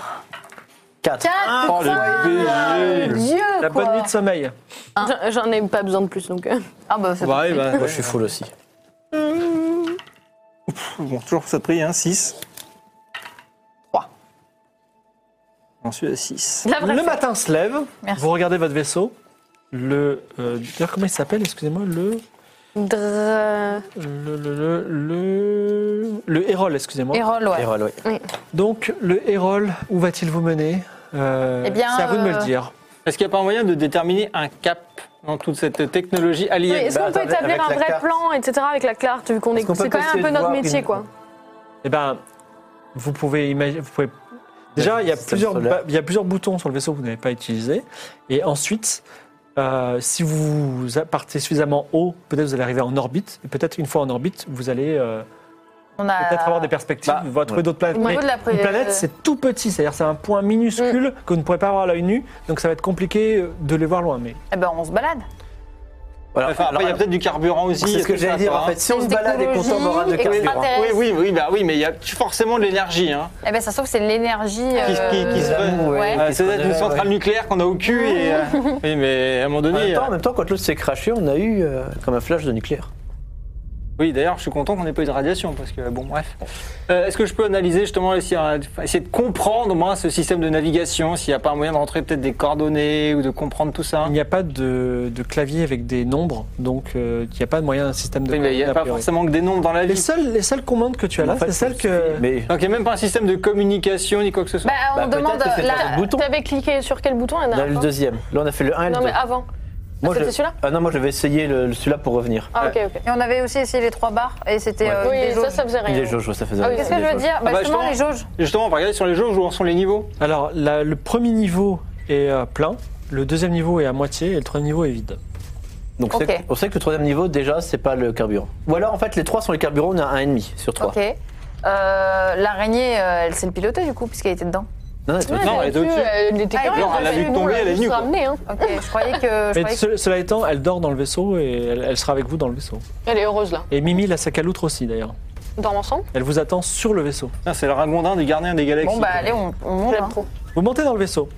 C: Quatre.
B: Quatre
D: Oh, le BG.
B: Dieu,
A: la
B: quoi.
A: bonne nuit de sommeil.
E: J'en- J'en ai pas besoin de plus, donc. euh.
B: Ah bah c'est
D: Bah,
B: parfait.
D: ouais, bah,
C: Moi je suis full aussi.
D: bon, toujours ça pris, hein, 6. 3. J'en suis à 6.
E: La vraie
A: Le
E: fête.
A: matin se lève,
B: Merci.
A: vous regardez votre vaisseau, le... euh, d'ailleurs, comment il s'appelle, excusez-moi, le...
E: Drrr.
A: Le, le, le, le, le Hérol, excusez-moi.
B: Hérole, ouais.
C: Et voilà, ouais.
A: Donc, le Hérol, où va-t-il vous mener Euh,
B: Eh bien,
A: C'est à vous de me
B: euh,
A: le dire.
D: Est-ce qu'il n'y a pas un moyen de déterminer un cap dans toute cette technologie
E: Oui,
D: alliée
E: Est-ce qu'on
C: Bah,
E: peut
C: avec-
E: établir
C: avec
E: un
C: la
E: vrai
C: carte.
E: plan, etc., avec la carte, vu qu'on est.
C: Est-ce qu'on peut
E: C'est quand même un
C: essayer
E: peu
C: de
E: notre
C: voir
E: métier,
C: une-
E: quoi.
A: Eh bien, vous pouvez imaginer. Vous pouvez... Déjà, il y, a
C: système
A: plusieurs,
C: solaire.
A: ba- il y a plusieurs boutons sur le vaisseau que vous n'avez pas utilisés. Et ensuite, euh, si vous partez suffisamment haut, peut-être vous allez arriver en orbite. Et peut-être une fois en orbite, vous allez euh,
B: On a.
A: peut-être avoir des perspectives.
D: Bah,
A: vous allez trouver d'autres planètes.
B: Au niveau
A: Mais-
B: de la pré- euh, Mm.
A: Une planète, c'est tout petit, c'est-à-dire c'est un point minuscule que vous ne pourrez pas avoir à l'œil nu, donc ça va être compliqué euh, de les voir loin. Mais
B: Eh ben on se balade.
C: Voilà.
D: Enfin, après, il y a
C: Ah, Alors,
D: peut-être du carburant aussi.
C: C'est ce que
D: tout
C: j'allais
D: ça,
C: dire
D: quoi,
C: en
D: hein.
C: fait. Si
B: Une
C: on se balade et qu'on
B: technologie
C: s'embarrasse de carburant.
B: extraterrestre.
D: Oui, oui, oui, bah oui, mais il y a forcément de l'énergie, hein.
B: Eh ben ça sauve c'est de l'énergie.
D: Qui- qui- qui se
B: euh,
D: donne,
B: ouais.
C: ouais.
D: Euh, c'est peut-être une
C: Ouais,
D: centrale
C: ouais.
D: nucléaire qu'on a au cul et. euh, oui, mais à un moment
C: En
D: donné.
C: même temps,
D: euh,
C: en même temps, quand l'autre s'est craché, on a eu euh, comme un flash de nucléaire.
D: Oui, d'ailleurs, je suis content qu'on n'ait pas eu de radiation, parce que, bon, bref. Euh, Est-ce que je peux analyser, justement, essayer, enfin, essayer de comprendre, au moins, ce système de navigation, s'il n'y a pas un moyen de rentrer peut-être des coordonnées ou de comprendre tout ça
A: il n'y a pas de, de clavier avec des nombres, donc euh, il n'y a pas de moyen d'un système de.
D: Oui, mais Il n'y a
A: commande,
D: pas
A: priori.
D: forcément que des nombres dans la
A: les
D: vie.
A: seules, les seules commandes que tu as
C: Mais
A: là,
C: en fait,
A: c'est
C: ça
A: celles que.
C: Mais
D: Donc, il n'y a même pas un système de communication ni quoi que ce soit.
B: Bah, on
C: Bah, peut-être
B: demande
C: que c'est
B: la-
C: sur le bouton.
E: euh, T'avais cliqué sur quel bouton la
C: on a eu
E: dernière
C: le
E: fois
C: deuxième. Là, on a fait le 1 et le
E: Non,
C: 2.
B: ah,
E: mais avant.
C: Moi,
E: c'était
C: je-
E: celui-là
C: Ah non, moi, je vais essayer le- celui-là pour revenir.
E: Ah, ok, ok.
B: Et on avait aussi essayé les trois barres et c'était. euh, des
E: Oui, ça,
B: jauges.
E: ça faisait
C: Il est
E: rien.
C: jauge, ça faisait
E: Ah oui,
C: rien.
B: Qu'est-ce
C: Il
B: que
C: est
B: je veux
C: jauge.
B: dire bah,
D: Ah bah,
B: Justement les
D: justement.
B: jauges.
D: Justement, on va regarder sur les jauges où en sont les niveaux.
A: Alors, la- le premier niveau est euh, plein, le deuxième niveau est à moitié et le troisième niveau est vide.
C: Donc, c'est-
B: Ok.
C: on sait que le troisième niveau, déjà, c'est pas le carburant. Ou alors, en fait, les trois sont les carburants, on a un et demi sur trois.
B: Ok. Euh, L'araignée, euh, elle sait le piloter du coup puisqu'elle était dedans.
C: Non, non,
E: Ouais,
D: Non, elle est
E: dessus,
D: au-dessus.
E: Elle était
B: Ah,
E: carrée,
B: genre,
E: hein,
B: elle l'a
E: parce
B: vu
E: que nous,
D: tomber,
E: on l'a
D: elle est
E: juste
D: nue, quoi.
E: ramenée, hein.
B: Ok, je croyais que. je
A: Mais
B: croyais
A: ce- cela étant, elle dort dans le vaisseau et elle, elle sera avec vous dans le vaisseau.
E: Elle est heureuse là.
A: Et Mimi, la sac à loutre aussi d'ailleurs.
E: On dort ensemble.
A: Elle vous attend sur le vaisseau.
D: Putain, C'est le ragondin des gardiens des
B: que-
D: galaxies.
B: Bon, bah allez, on, on monte.
E: J'aime
B: hein.
E: trop.
A: Vous montez dans le vaisseau.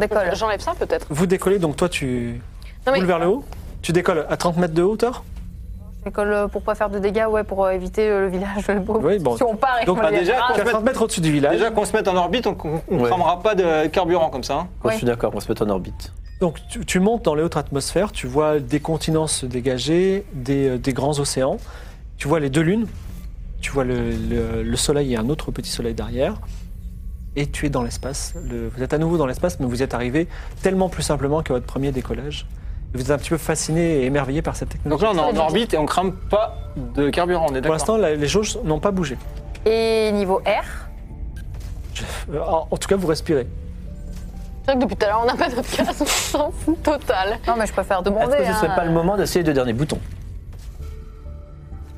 B: Décolle.
E: J'enlève ça peut-être.
A: Vous décollez, donc toi tu
E: Non, mais-
A: roules vers le haut. Tu décolles à 30 mètres de hauteur.
B: Décolle euh, pour pas faire de dégâts, ouais, pour euh, éviter euh, le village. le pauvre.
A: Oui, bon.
B: Si on part et
A: Donc,
B: qu'on
D: bah,
B: les
D: déjà,
B: attrape,
D: quatre-
A: 40 mètres au-dessus du village.
D: Déjà qu'on se mette en orbite, on ne
C: Ouais.
D: cramera pas de carburant comme ça. hein.
C: Ouais,
B: Ouais.
C: Je suis d'accord, on se met en orbite.
A: Donc tu, tu montes dans les hautes atmosphères, tu vois des continents se dégager, des, euh, des grands océans, tu vois les deux lunes, tu vois le, le- le soleil et un autre petit soleil derrière, et tu es dans l'espace. Le- vous êtes à nouveau dans l'espace, mais vous y êtes arrivé tellement plus simplement que votre premier décollage. Et vous êtes un petit peu fasciné et émerveillé par cette
D: Donc
A: technologie.
D: là, on est en
E: Très
D: orbite et on crame pas de carburant, on est
A: Pour
D: d'accord.
A: l'instant, la- les jauges n'ont pas bougé.
B: Et niveau air,
A: Euh, En, en tout cas, vous respirez.
E: C'est vrai que depuis tout à l'heure on n'a pas notre casque, on s'en fout total.
B: non mais je préfère
C: Est-ce
B: demander.
C: que ce
B: hein.
C: serait pas le moment d'essayer les deux derniers boutons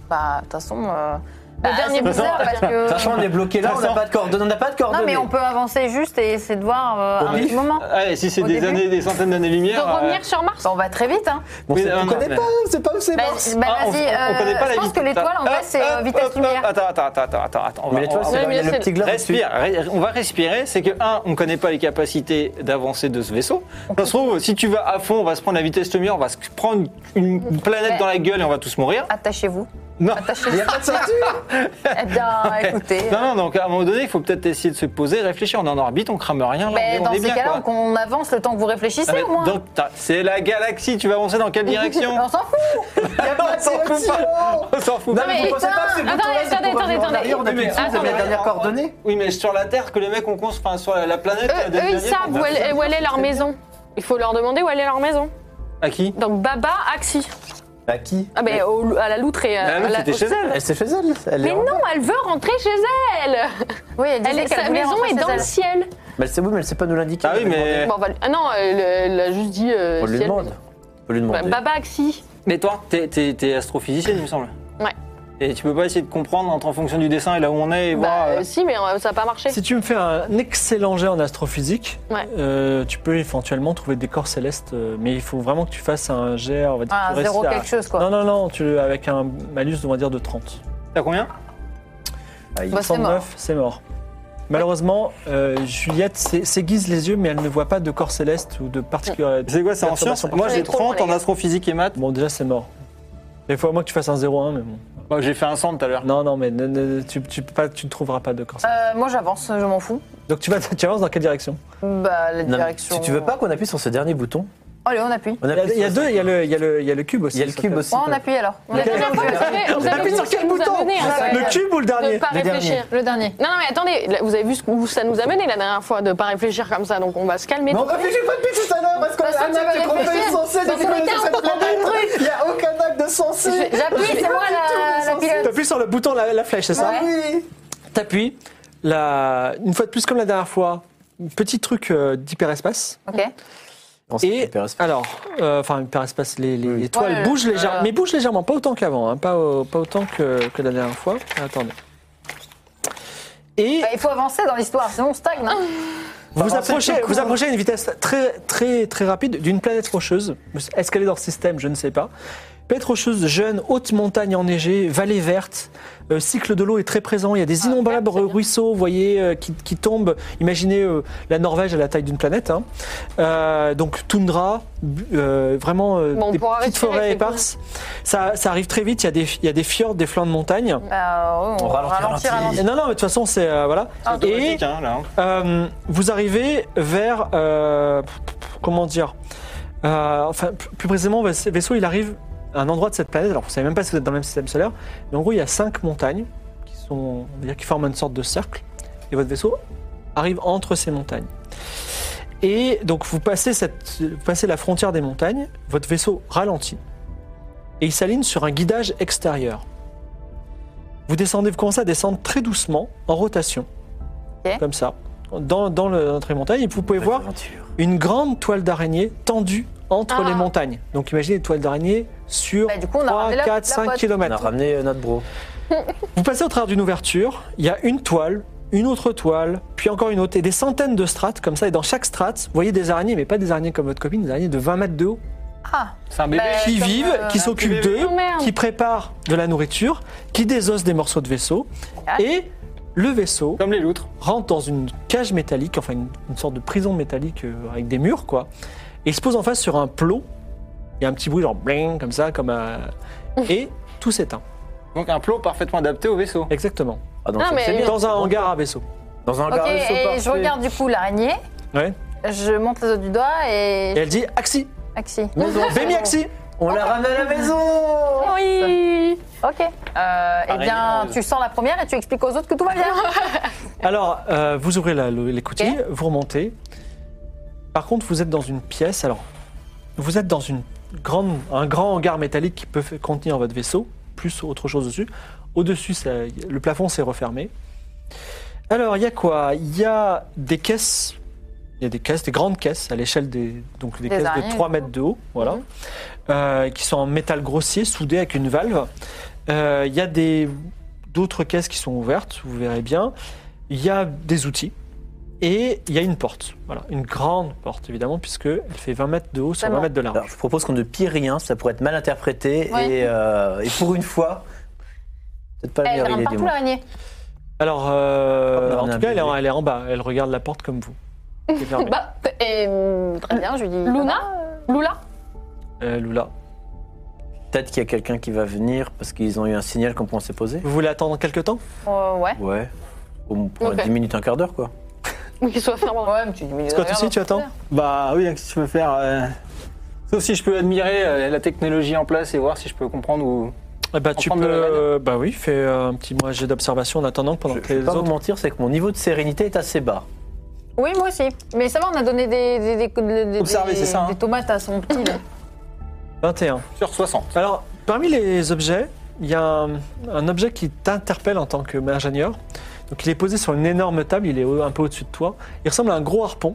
B: Bah, de toute façon. euh,
E: Le
B: bah,
E: dernier
B: c'est bizarre
E: bouton,
B: parce que.
C: Sachant on est bloqué là, on n'a pas de coordonnées. On n'a pas de
B: Euh, Non,
C: coordonnées.
B: mais on peut avancer juste et essayer de voir euh,
D: Au
B: un
D: pif.
B: petit moment.
D: Ah, et si c'est
B: Au
D: des
B: début.
D: années, des centaines
E: De
D: d'années-lumière.
E: revenir sur Mars
B: Bah, on va très vite, hein.
C: Bon,
D: Oui,
C: c'est-
D: euh,
C: on
D: non,
C: connaît
D: mais-
C: pas, c'est pas où c'est
B: Bah,
C: Mars.
B: bah,
D: Ah, on-
B: vas-y,
D: on connaît
B: euh,
D: pas la
B: je pense
D: vitesse.
B: que l'étoile, en
D: Hop,
B: vrai, c'est euh,
D: hop,
B: vitesse
D: hop,
B: lumière.
D: hop, Attends, attends, attends, attends, attends, attends. on
C: Mais
D: va-
C: l'étoile,
D: on va-
C: c'est
E: Ouais,
C: là où il y a
E: mais
C: le
E: c'est-
C: petit glace.
D: Respire, re- on va respirer, c'est que, un, on connaît pas les capacités d'avancée de ce vaisseau. Ça se trouve, si tu vas à fond, on va se prendre la vitesse lumière, on va se prendre une planète
B: Ouais.
D: dans la gueule et on va tous mourir.
B: Attachez-vous.
D: Non.
C: Il n'y a pas de ceinture
B: Eh bien, écoutez.
D: Non, non, donc à un moment donné, il faut peut-être essayer de se poser, réfléchir. On est en orbite, on crame rien,
B: euh,
D: là,
B: Mais
D: on est- on
B: dans
D: est
B: ces
D: bien.
B: cas-là,
D: quoi.
B: on avance le temps que vous réfléchissez,
D: Ah, mais
B: au moins.
D: donc, t'as- c'est la galaxie, tu vas avancer dans quelle direction
B: on s'en fout.
D: On s'en fout pas On s'en fout
C: Non,
D: pas
C: mais
E: mais
C: vous pensez pas que ces
E: putain,
C: boutons-là,
E: attendez,
C: c'est pour
E: attendez,
C: revenir en
E: attendez.
C: arrière, on appuie
D: Mais
C: dessus, vous avez
D: attendez.
C: la dernière coordonnée
D: Oui, mais sur la Terre, que les mecs on construit, enfin sur la, la planète. la
E: Eux,
D: dernière,
E: eux, ils savent
D: enfin,
E: où elle, où elle est leur maison. Il faut leur demander où elle est leur maison.
D: À qui
E: Donc Baba, Axi.
C: Bah qui
E: Ah ben au- à la loutre et
D: La
E: à,
D: loutre,
E: à la-
D: Ah c'était
E: au-
D: chez elle. hein.
C: Elle c'est chez elle. elle est
E: Mais
C: en-
E: non, elle veut rentrer chez elle.
B: Oui, elle
E: Elle
B: disait
E: est,
B: qu'elle
E: sa
B: voulait
E: maison
B: rentrer
E: est
B: chez
E: dans
B: elle.
E: le ciel.
C: Mais elle sait oui, mais elle sait pas nous l'indiquer.
D: Ah oui,
C: On va
D: mais.
E: Bon, on va lui- Ah non, elle, elle a juste dit euh,
C: demander. On lui
E: ciel.
C: demande. On lui
E: Bah,
C: demander.
E: Baba, Axi.
D: Mais toi, t'es- t'es t'es astrophysicienne, il me semble.
E: Ouais.
D: Et tu peux pas essayer de comprendre entre en fonction du dessin et là où on est et
E: Bah
D: voir. euh,
E: euh, si, mais euh, ça n'a pas marché.
A: Si tu me fais un excellent jet en astrophysique,
E: Ouais.
A: euh, tu peux éventuellement trouver des corps célestes, euh, mais il faut vraiment que tu fasses un jet, on va dire,
B: Ah,
A: tu
B: zéro
A: restes à-
B: quelque chose, quoi.
A: Non, non, non, tu, avec un malus, on va dire, de 30.
E: euh,
D: T'as combien
C: Aïe.
B: Bah, c'est mort.
A: 109, c'est mort. Malheureusement, euh, Juliette s'é- s'aiguise les yeux, mais elle ne voit pas de corps céleste ou de particulier.
D: C'est quoi, c'est en sciences
A: Perturbation
D: Moi
E: partielle.
D: j'ai 30 en astrophysique et maths.
A: Bon, déjà, c'est mort. Des fois, moi, que tu fasses un 0-1, mais bon.
D: Moi j'ai fait un centre tout à l'heure.
A: Non, non, mais ne- ne- tu, tu peux pas, tu ne trouveras pas de corps céleste.
B: Euh, moi, j'avance, je m'en fous.
A: Donc, tu, vas, tu avances dans quelle direction
B: Bah, la
C: Non, mais
B: direction.
C: Si tu veux pas qu'on appuie sur ce dernier bouton,
B: Allez, on appuie.
C: on
A: Il y a,
C: appuie
A: il y a
C: sur-
A: deux, il y a le, il y a le- il y a le cube aussi.
C: Il y a le
A: sur
C: cube
A: lequel-
C: aussi.
B: Ouais, on appuie alors. On
E: La
B: appuie.
E: dernière fois, vous avez, vous avez
C: T'appuies
E: vu
C: sur
E: ce
C: quel
E: qui nous a
C: bouton
E: mené, hein,
B: Ah,
E: ouais.
A: Le cube ou le
E: de
A: dernier
E: pas
C: Le dernier.
E: réfléchir.
B: Le dernier.
E: Non, non, mais attendez, là, vous avez vu ce- où ça nous a mené la dernière fois, de pas réfléchir comme ça, donc on va se calmer.
C: Mais on réfléchit pas depuis tout à l'heure parce qu'on
B: Parce que tu vas
C: a un acte de
B: réfléchir.
C: compétence censé
B: Dans tous les cas,
C: sur
B: on
C: cette
B: comprend pas le
C: planète. Il n'y a aucun acte de censé.
B: Je- j'appuie, c'est moi la- la pilote.
A: T'appuies sur le bouton, la, la flèche, c'est ça
B: Ouais.
C: Oui.
A: T'appuies. La... Une fois de plus, comme la dernière fois, petit truc euh, d'hyperespace.
B: Ok.
C: On s'est
A: Et
C: fait perdre.
A: alors, euh, enfin, hyperespace, les, les, les toiles
B: Ouais, Euh.
A: bougent
B: ouais,
A: légèrement,
B: ouais.
A: mais bougent légèrement, pas autant qu'avant, hein, pas, au- pas autant que, que la dernière fois. Attendez. Et
B: Bah, il faut avancer dans l'histoire, sinon on stagne. hein.
A: vous
C: avancer
A: approchez,
C: tout court.
A: vous approchez à une vitesse très très très rapide d'une planète rocheuse. Est-ce qu'elle est dans le système Je ne sais pas. Planète rocheuse, jeune, haute montagne enneigée, vallée verte. euh, cycle de l'eau est très présent. Il y a
E: Ah,
A: des innombrables ruisseaux, vous voyez, euh, qui, qui tombent. Imaginez euh, la Norvège à la taille d'une planète. hein. Euh, donc toundra, bu- euh, vraiment euh,
E: Bon,
A: des
E: pour
A: petites
E: respirer,
A: forêts
E: c'est
A: éparses. Ça, ça arrive très vite. Il y a des, il y a des fjords, des flancs de montagne.
C: Ah.
B: Bah, ouais,
C: On
B: on
C: ralentit,
B: ralentit,
C: ralentit.
B: ralentit.
E: Ah,
A: Et Non, non, mais de toute façon, c'est euh, voilà. Et
D: Automatique, hein, là, hein.
A: euh, vous arrivez vers. euh, comment dire Euh, Enfin, plus plus précisément, votre vaisseau, il arrive à un endroit de cette planète. Alors, vous savez même pas si vous êtes dans le même système solaire. Mais en gros, il y a cinq montagnes qui, sont, on va dire, qui forment une sorte de cercle. Et votre vaisseau arrive entre ces montagnes. Et donc, vous passez, cette, vous passez la frontière des montagnes. Votre vaisseau ralentit. Et il s'aligne sur un guidage extérieur. Vous descendez, vous commencez à descendre très doucement, en rotation comme ça, dans, dans le- l'entrée montagne. Et vous pouvez voir une grande toile d'araignée tendue entre
E: Ah.
A: les montagnes. Donc imaginez une toile d'araignée sur
B: Bah, du coup, on a
A: 3,
B: ramené la-
A: 4,
B: la
A: 5
B: boîte.
C: On a
A: km.
C: ramené euh, notre bro.
A: Vous passez au travers d'une ouverture, il y a une toile une autre toile, puis encore une autre, et des centaines de strates comme ça. Et dans chaque strate, vous voyez des araignées, mais pas des araignées comme votre copine, des araignées de 20 mètres de haut,
B: Ah,
D: C'est un bébé.
B: Bah,
A: qui
B: comme,
A: vivent,
B: euh,
A: qui
B: un
A: s'occupent
D: bébé.
A: d'eux,
E: Oh, merde.
A: qui préparent de la nourriture, qui désossent des morceaux de vaisseau.
B: Ah.
A: Et le vaisseau
D: Comme les loutres.
A: rentre dans une cage métallique, enfin une, une sorte de prison métallique euh, avec des murs, quoi. Et il se pose en face sur un plot. Il y a un petit bruit genre bling, comme ça, comme un... Et tout s'éteint.
D: Donc un plot parfaitement adapté au vaisseau.
A: Exactement.
C: Ah, donc
E: Non,
C: c'est-
E: mais-
C: c'est bien.
A: Dans un hangar à vaisseau.
C: Dans un
B: ok,
C: hangar vaisseau
B: et je
C: parfait.
B: regarde du coup l'araignée,
A: Ouais.
B: je monte les autres du doigt et.
A: Et elle dit Axi
B: Axi.
C: Maison.
A: Bémi Axi
C: On la ramène à la maison
E: Oui
B: Ok. Euh, eh bien,
D: rose.
B: tu sens la première et tu expliques aux autres que tout va bien.
A: Alors, euh, vous ouvrez la- le- l'écoutille, vous remontez. Par contre, vous êtes dans une pièce. Alors, vous êtes dans une grande, un grand hangar métallique qui peut f- contenir votre vaisseau, plus autre chose dessus. Au-dessus, ça- le plafond s'est refermé. Alors, il y a quoi Il y a des caisses. Il y a des caisses, des grandes caisses à l'échelle des, donc des
B: Des
A: caisses de
B: araignées,
A: 3
B: du
A: mètres de haut, voilà,
B: Mhm.
A: Euh, qui sont en métal grossier, soudées avec une valve. Euh, Il y a des d'autres caisses qui sont ouvertes, vous verrez bien. Il y a des outils et il y a une porte. Voilà, une grande porte évidemment puisque elle fait 20 mètres de haut sur
B: Vraiment.
A: 20 mètres de large.
C: Alors, je propose qu'on ne pille rien, ça pourrait être mal interprété.
B: Ouais.
C: Et, euh, et pour une fois, peut-être pas la
B: Eh, Elle
C: meilleure
B: grimpe
C: idée
B: partout
C: du monde.
B: l'araignée.
A: Alors, euh,
C: Hop, Ah, on
A: en
C: a
A: tout cas, elle est, en,
C: abusé.
A: elle est en bas. Elle regarde la porte comme vous. Elle est fermée.
B: Bah, et hum, très bien, je lui dis.
E: Luna Lula
A: Euh, Lula,
C: Peut-être qu'il y a quelqu'un qui va venir parce qu'ils ont eu un signal qu'on on s'est posé.
A: vous voulez attendre quelques temps
B: Euh, ouais.
C: Ouais. Au pour
E: Ok.
C: 10 minutes, un quart d'heure, quoi.
E: Qu'il soit ferme.
B: Ouais, mais tu dis. mais
A: Scott
B: regarde,
A: aussi, tu attends
D: Bah oui, qu'est-ce que tu veux faire euh, Sauf si je peux admirer euh, la technologie en place et voir si je peux comprendre où.
A: Eh ben, tu
D: prend
A: peux.
D: de la veine.
A: euh, bah oui, fais euh, un petit moi jet d'observation en attendant que pendant
C: Je,
A: que
C: je vais
A: les
C: pas vous
A: autres.
C: mentir, c'est que mon niveau de sérénité est assez bas.
B: Oui, moi aussi. Mais ça va, on a donné des, des, des, des-
D: Observer,
B: des-
D: c'est ça, hein.
B: des tomates à son petit. là.
A: 21.
D: Sur 60.
A: Alors, parmi les objets, il y a un, un objet qui t'interpelle en tant que ingénieur. Donc, il est posé sur une énorme table, il est au- un peu au-dessus de toi. Il ressemble à un gros harpon.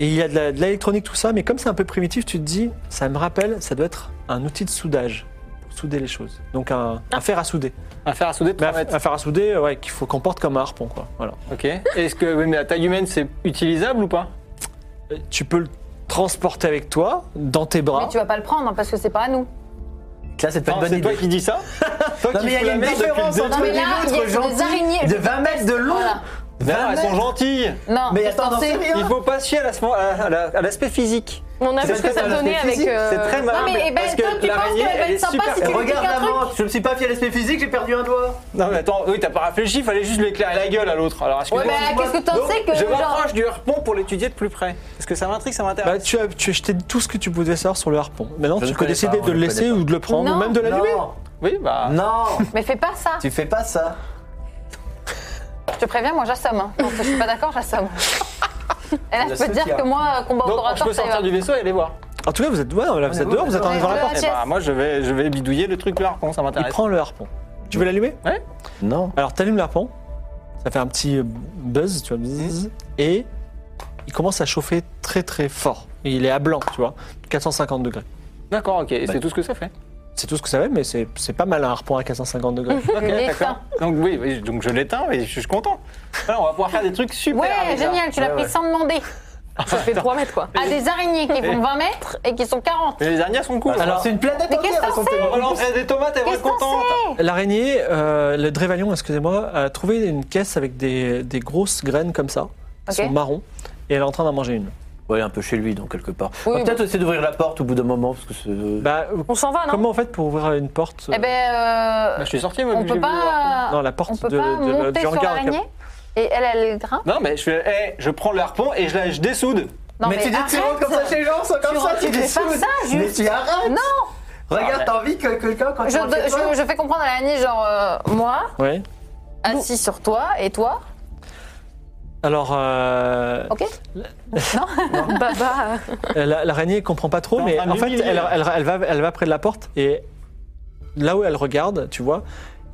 A: Et il y a de la- de l'électronique, tout ça, mais comme c'est un peu primitif, tu te dis, ça me rappelle, ça doit être un outil de soudage pour souder les choses. Donc, un, un fer à souder.
D: Un fer à souder de
A: Mais
D: 3
A: un,
D: mètres.
A: un fer à souder, ouais, qu'il faut qu'on porte comme un harpon, quoi. Voilà.
D: Ok. Est-ce que oui, mais la taille humaine c'est utilisable ou pas
A: Euh, Tu peux le transporter avec toi, dans tes bras.
B: Mais tu vas pas le prendre hein, parce que c'est pas à nous.
C: Donc Là, c'est pas
D: Non,
C: une bonne
D: C'est toi
C: idée.
D: qui dis ça Toi
C: Non,
D: qui
C: mais il y a
D: fous la
C: une
D: merde depuis le
C: différence
D: début.
C: entre
B: Non, mais
C: les
B: là, il y a
C: autres
B: des araignées,
C: gentils de
B: je
C: 20 mètres de long.
B: Voilà.
C: 20
D: Non, elles
C: mètres.
D: sont gentilles.
B: Non,
C: Mais
B: je
C: attends,
B: pensais-
C: non, c'est-
D: Il faut pas chier à la- à la- à l'aspect physique.
E: On a
D: C'est
E: vu ce que
D: très
E: ça
D: malin.
E: donnait
D: C'est
E: avec.
D: physique,
E: euh,
D: C'est très malin.
B: Non, mais, eh ben,
D: parce
B: toi,
D: que
B: tu penses
D: l'araignée,
B: qu'elle va
D: elle
B: être
D: est
B: sympa
D: super
B: si tu
D: forte.
B: lui piques
C: Eh, Regarde
B: un
C: la
B: truc.
C: main, je ne suis pas fier à l'aspect physique, j'ai perdu un doigt.
D: Non mais attends, oui t'as pas réfléchi, fallait juste lui éclairer la gueule à l'autre. Alors excuse-moi.
B: Ouais, mais qu'est-ce que t'en
D: Donc,
B: sais que,
D: Je
B: genre-
D: m'approche du harpon pour l'étudier de plus près. Parce que ça m'intrigue, ça m'intéresse.
A: Bah, tu as, tu as jeté tout ce que tu pouvais savoir sur le harpon. Maintenant, tu
C: Je ne
A: peux
C: connais
A: décider
C: pas,
A: de
C: je
A: le
C: ne
A: laisser
C: connais
A: ou de le prendre,
B: Non.
A: ou même de l'allumer. Ah.
C: Non,
D: Oui bah.
C: non,
B: Mais fais pas ça.
C: tu fais pas ça.
B: Je te préviens, moi j'assomme. hein. Quand je suis pas d'accord, j'assomme. Et là,
C: La
B: je peux te dire
C: soutien.
B: que moi, euh, combat au
D: Donc
B: corps à
D: je
B: corps,
D: peux
B: ça y
D: sortir
B: va.
D: du vaisseau et aller voir.
A: En tout cas, vous êtes, ouais, voilà, vous
C: Ouais,
A: êtes dehors, vous êtes en
B: ouais,
A: devant la
B: ouais.
A: porte.
D: Eh
B: Chef.
D: bah moi je vais je vais bidouiller le truc le harpon, ça
A: Il
D: m'intéresse.
A: prend le harpon. Tu veux l'allumer
C: Non.
A: Alors, t'allumes le harpon, ça fait un petit euh, buzz, tu vois,
B: Mhm.
A: bzzz, et il commence à chauffer très très fort. Et il est à blanc, tu vois, 450 degrés.
D: D'accord, ok, et
C: Bah.
D: c'est tout ce que ça fait.
A: C'est tout ce que ça fait, mais c'est c'est pas mal un harpon à 450 degrés.
D: Ok,
B: l'éteins.
D: Donc oui, oui, donc je l'éteins et je suis content. Alors on va pouvoir faire des trucs super.
B: Ouais,
D: avec ça.
B: génial, tu l'as
C: Ouais,
B: pris
C: ouais.
B: sans demander.
E: Ça fait 3 mètres quoi.
B: À des araignées qui font 20 mètres et qui sont 40.
D: Mais les dernières sont cool.
A: Alors,
C: c'est une planète
B: Mais
C: entière,
B: qu'est-ce que
C: elles sont
B: t'en
D: on
C: tellement-
D: va lancer des tomates, elles vont
B: Qu'est-ce
D: être
B: qu'on
D: contentes.
A: L'araignée, euh, le drévalion, excusez-moi, a trouvé une caisse avec des, des grosses graines comme ça, qui
B: Ok.
A: sont marron, et elle est en train d'en manger une.
C: Ouais, un peu chez lui, donc quelque part.
B: Oui,
C: On va Peut-être essayer d'ouvrir la porte au bout d'un moment, parce que c'est.
A: Bah,
E: On s'en va, non
A: comment on fait pour ouvrir une porte euh,
B: Eh ben, euh,
D: Bah, je suis sorti, moi.
B: on
D: obligé
B: peut
D: de le voir.
B: pas,
A: Non, la porte
B: on peut
A: de,
B: pas
A: de- de-
B: monter
A: du
B: sur
A: hangar.
B: l'araignée et elle, elle grimpe.
D: Non, mais je, fais, eh, je prends le harpon et je, la- je dessoude.
B: Non,
C: tu dis, tu
B: arrête.
C: rentres comme ça chez les gens, ça, comme
B: Tu
C: ça,
B: rentres,
C: tu
B: tu fais
C: dis
B: pas ça, juste.
C: Mais tu arrêtes
B: Non.
C: Regarde, t'as envie que quelqu'un, quand
B: Je,
C: tu rentres chez toi-
B: je- je fais comprendre à l'araignée, genre, euh, moi,
A: Ouais.
B: assis Ah, sur toi et toi,
A: Alors, euh,
B: ok
E: Baba.
A: la- l'araignée comprend pas trop,
D: T'es en
A: mais
D: train de
A: en fait,
D: l'humilier,
A: elle,
D: là.
A: elle- elle va, elle va près de la porte et là où elle regarde, tu vois,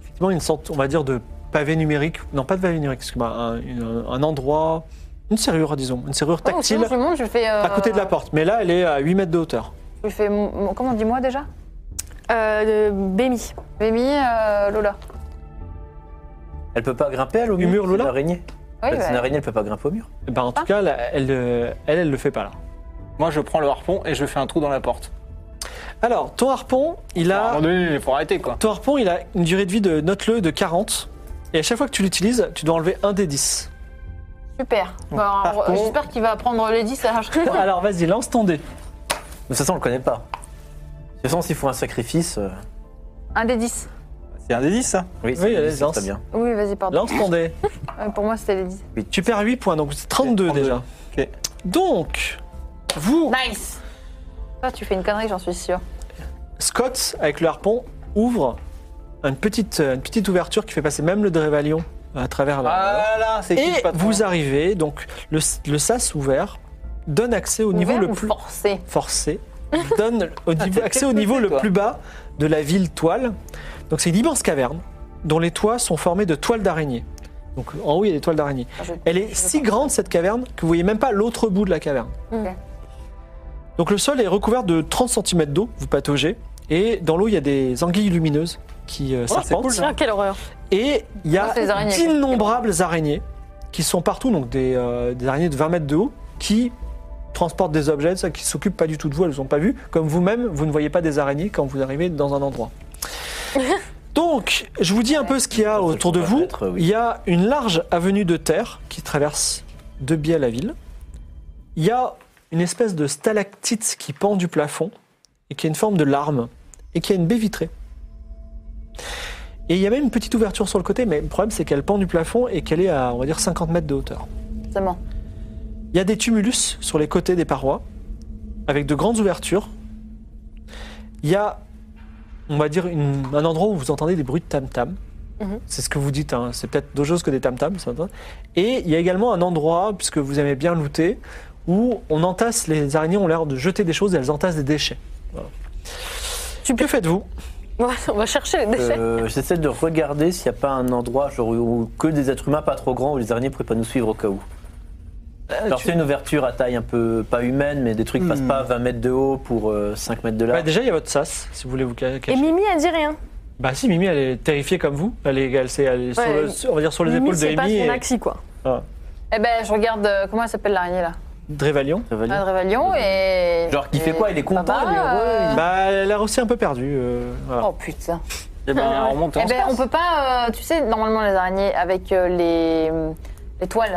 A: effectivement, une sorte, on va dire, de pavé numérique. Non, pas de pavé numérique, excuse-moi, un, une- un endroit, une serrure, disons, une serrure
B: Ouais, ou
A: tactile
B: sinon, je lui montre, je lui fais. Oh, euh,
A: à côté de la porte. Mais là, elle est à 8 mètres de hauteur.
B: Je lui fais. mon- Comment on dit moi déjà
E: Euh, Bémi.
B: Bémi, euh, Lola.
C: Elle peut pas grimper, elle, au mur
A: Humeur,
C: c'est
A: Lola
C: une araignée.
B: Oui,
C: C'est une
B: bah,
C: araignée, elle peut pas grimper au mur.
A: Bah, en tout cas, là, elle, euh, elle, elle le fait pas là.
D: Moi, je prends le harpon et je fais un trou dans la porte.
A: Alors, ton harpon, il
D: À un
A: a,
D: moment donné, il faut arrêter, quoi.
A: ton harpon, il a une durée de vie de, note-le, de 40. Et à chaque fois que tu l'utilises, tu dois enlever un des 10.
B: super. Bah,
D: Par
B: on-
D: contre-
B: J'espère qu'il va prendre les 10 à la
A: Bon, alors, vas-y, lance ton dé.
C: De toute façon, on le connaît pas. De toute façon, s'il faut un sacrifice. euh,
B: Un des 10.
D: C'est un des 10, ça
C: Oui,
A: Oui, allez,
C: c'est
A: lance.
C: très bien.
B: Oui, vas-y, pardon.
A: Lance ton dé.
B: Euh, Pour moi, c'était les 10.
A: Tu perds 8 points, donc c'est 32
D: 32.
A: déjà.
D: Ok.
A: Donc, vous,
B: Nice Toi, tu fais une connerie, j'en suis sûre.
A: Scott, avec le harpon, ouvre une petite, une petite ouverture qui fait passer même le Drévalion à travers la.
D: Ah là, c'est qui
A: Et
D: le patron
A: vous arrivez, donc le, le sas ouvert donne accès au niveau
B: Ouvert
A: le
B: ou
A: plus
B: forcé.
A: forcé, donne au niveau-
D: t'es
A: accès au niveau le
D: technophile,
A: plus bas de la ville Toile. Donc c'est une immense caverne dont les toits sont formés de toiles d'araignée. Donc en haut il y a des toiles d'araignée.
B: Ah, Je-
A: Elle est
B: je-
A: si grande cette caverne que vous voyez même pas l'autre bout de la caverne.
B: Ok.
A: Donc le sol est recouvert de 30 cm d'eau, vous pataugez, et dans l'eau il y a des anguilles lumineuses qui euh,
D: c'est
A: serpentent.
D: cool, ça.
E: Ah, quelle horreur.
A: Et il y
B: Oh,
A: a
B: c'est des araignées.
A: d'innombrables araignées qui sont partout, donc des, euh, des araignées de 20 mètres de haut, qui transportent des objets, ça, qui ne s'occupent pas du tout de vous, elles ne vous ont pas vu. Comme vous-même, vous ne voyez pas des araignées quand vous arrivez dans un endroit. donc, je vous dis un peu ce qu'il y a
C: Ça, ça,
A: autour
C: je
A: de
C: peux
A: vous.
C: admettre, oui.
A: Il y a une large avenue de terre qui traverse de biais la ville. Il y a une espèce de stalactite qui pend du plafond et qui a une forme de larme et qui a une baie vitrée. Et il y a même une petite ouverture sur le côté, mais le problème c'est qu'elle pend du plafond et qu'elle est à, on va dire, 50 mètres de hauteur.
B: C'est bon.
A: Il y a des tumulus sur les côtés des parois, avec de grandes ouvertures. Il y a, on va dire, une- un endroit où vous entendez des bruits de tam-tam.
E: Mhm.
A: C'est ce que vous dites, hein. c'est peut-être d'autres choses que des tam-tams. ça m'étonne. Et il y a également un endroit, puisque vous aimez bien looter, où on entasse, les araignées ont l'air de jeter des choses, elles entassent des déchets. Voilà. Que faites-vous
E: Ouais, on va chercher les déchets.
C: Euh, J'essaie de regarder s'il n'y a pas un endroit genre, où que des êtres humains pas trop grands où les araignées pourraient pas nous suivre au cas où.
E: Euh,
C: Alors
A: Ah, tu-
C: c'est une ouverture à taille un peu pas humaine, mais des trucs passent pas 20 mètres de haut pour euh, 5 mètres de
A: Bah,
C: large.
A: Déjà, il y a votre sas, si vous voulez vous ca- cacher.
E: Et Mimi, elle dit rien.
A: Bah si, Mimi, elle est terrifiée comme vous. Elle est, elle, s'est- elle est sur
E: Ouais,
A: le- sur- on va dire sur les
E: Mimi,
A: épaules de
E: c'est pas
A: Amy
E: son
A: et
E: axi, quoi.
B: Eh ben, je regarde. euh, comment elle s'appelle l'araignée là
A: Drévalion.
C: Ça va aller.
B: Madre Valion et.
C: Genre, qui fait
B: et
C: quoi Il est content,
B: papa,
C: il est heureux,
B: euh,
A: Bah, elle a l'air aussi un peu perdue. euh, voilà.
B: Oh putain.
D: Eh ben, on remonte
B: Eh ben, on peut pas. euh, tu sais, normalement, les araignées, avec euh, les. Les toiles,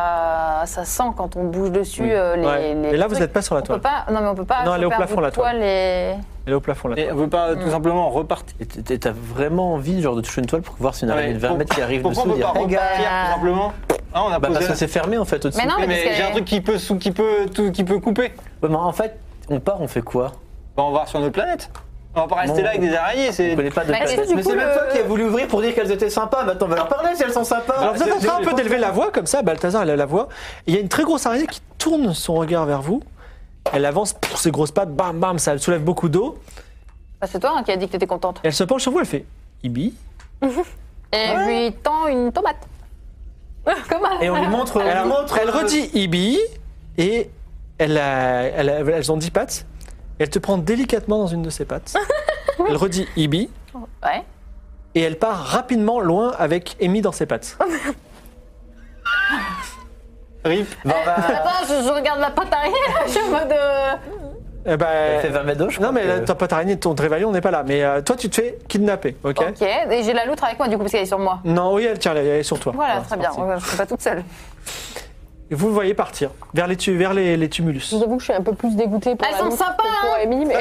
B: ça, ça sent quand on bouge dessus. euh, les,
A: Ouais.
B: les
A: Et là, vous
B: trucs.
A: n'êtes pas sur la
B: On
A: toile.
B: peut pas. Non, mais on peut pas.
A: Non, elle est au
B: choper un
A: plafond,
B: bout de
A: la toile.
B: et-
A: Elle est au plafond, la toile.
D: Et on peut pas euh, tout simplement repartir.
C: Et t- T'as vraiment envie genre, de toucher une toile pour voir si une
D: Ouais,
C: araignée de 20
D: pour-
C: mètres qui arrive
D: Pourquoi
C: dessous
D: on peut
C: dire,
D: pas
C: Eh,
D: repartir
B: bah-
D: tout simplement Ah, on a
C: bah,
D: posé
C: Parce que
D: la-
C: c'est fermé en fait au-dessus.
B: Mais non, mais, parce
D: Mais j'ai
B: qu'elle-
D: un truc qui peut, sous, qui peut, tout, qui peut couper.
C: Ouais, Bah, mais en fait, on part, on fait quoi
D: Bah, on va sur notre planète. On va pas rester
C: Bon.
D: là avec des araignées.
C: On
D: C'est
C: connaît pas de
B: Bah,
C: planète.
B: est-ce que du
C: Mais
B: coup,
C: c'est même
B: le-
C: toi qui as voulu ouvrir pour dire qu'elles étaient sympas. Maintenant, on va leur parler si elles sont sympas.
A: Alors, vous êtes en train un peu d'élever la voix comme ça. Balthazar, elle a la voix. Et Il y a une très grosse araignée qui tourne son regard vers vous. Elle avance pour ses grosses pattes. Bam, bam, ça elle soulève beaucoup d'eau.
B: Bah, c'est toi hein, qui a dit que t'étais contente.
A: Et Elle se penche sur vous, elle fait Ibi.
B: Et je lui tends une tomate. Comment
C: Bah, Et on lui montre. on lui
A: Alors,
C: montre,
A: elle
C: euh,
A: redit Ibi. Et elle a- elle a- elles ont dix pattes. Elle te prend délicatement dans une de ses pattes. elle redit Ibi.
B: Ouais.
A: et elle part rapidement loin avec Amy dans ses pattes.
D: rip.
B: Ah.
C: bah, bah,
B: Attends, je, je regarde la pâte arrière, je suis en mode. euh,
A: Eh ben,
C: Elle fait 20 mètres de haut, je
A: non
C: crois
A: mais là,
C: que-
A: t'as pas t'araignée, ton Drévalion n'est pas là, mais euh, toi tu te fais kidnapper, ok,
C: Oh.
B: Ok, et j'ai la loutre avec moi du coup, parce qu'elle est sur moi.
A: Non, oui, elle tient, elle est sur toi.
B: Voilà,
A: Voilà, Ah,
B: très
A: c'est
B: bien,
A: parti.
B: Ouais, je suis pas toute seule.
A: Et vous le voyez partir vers les, tu- vers les, les tumulus.
E: Je vous avoue que je suis un peu plus dégoûtée pour Ah,
B: Elles
E: la
B: sont
E: loutre
B: sympas,
E: que pour Amy, mais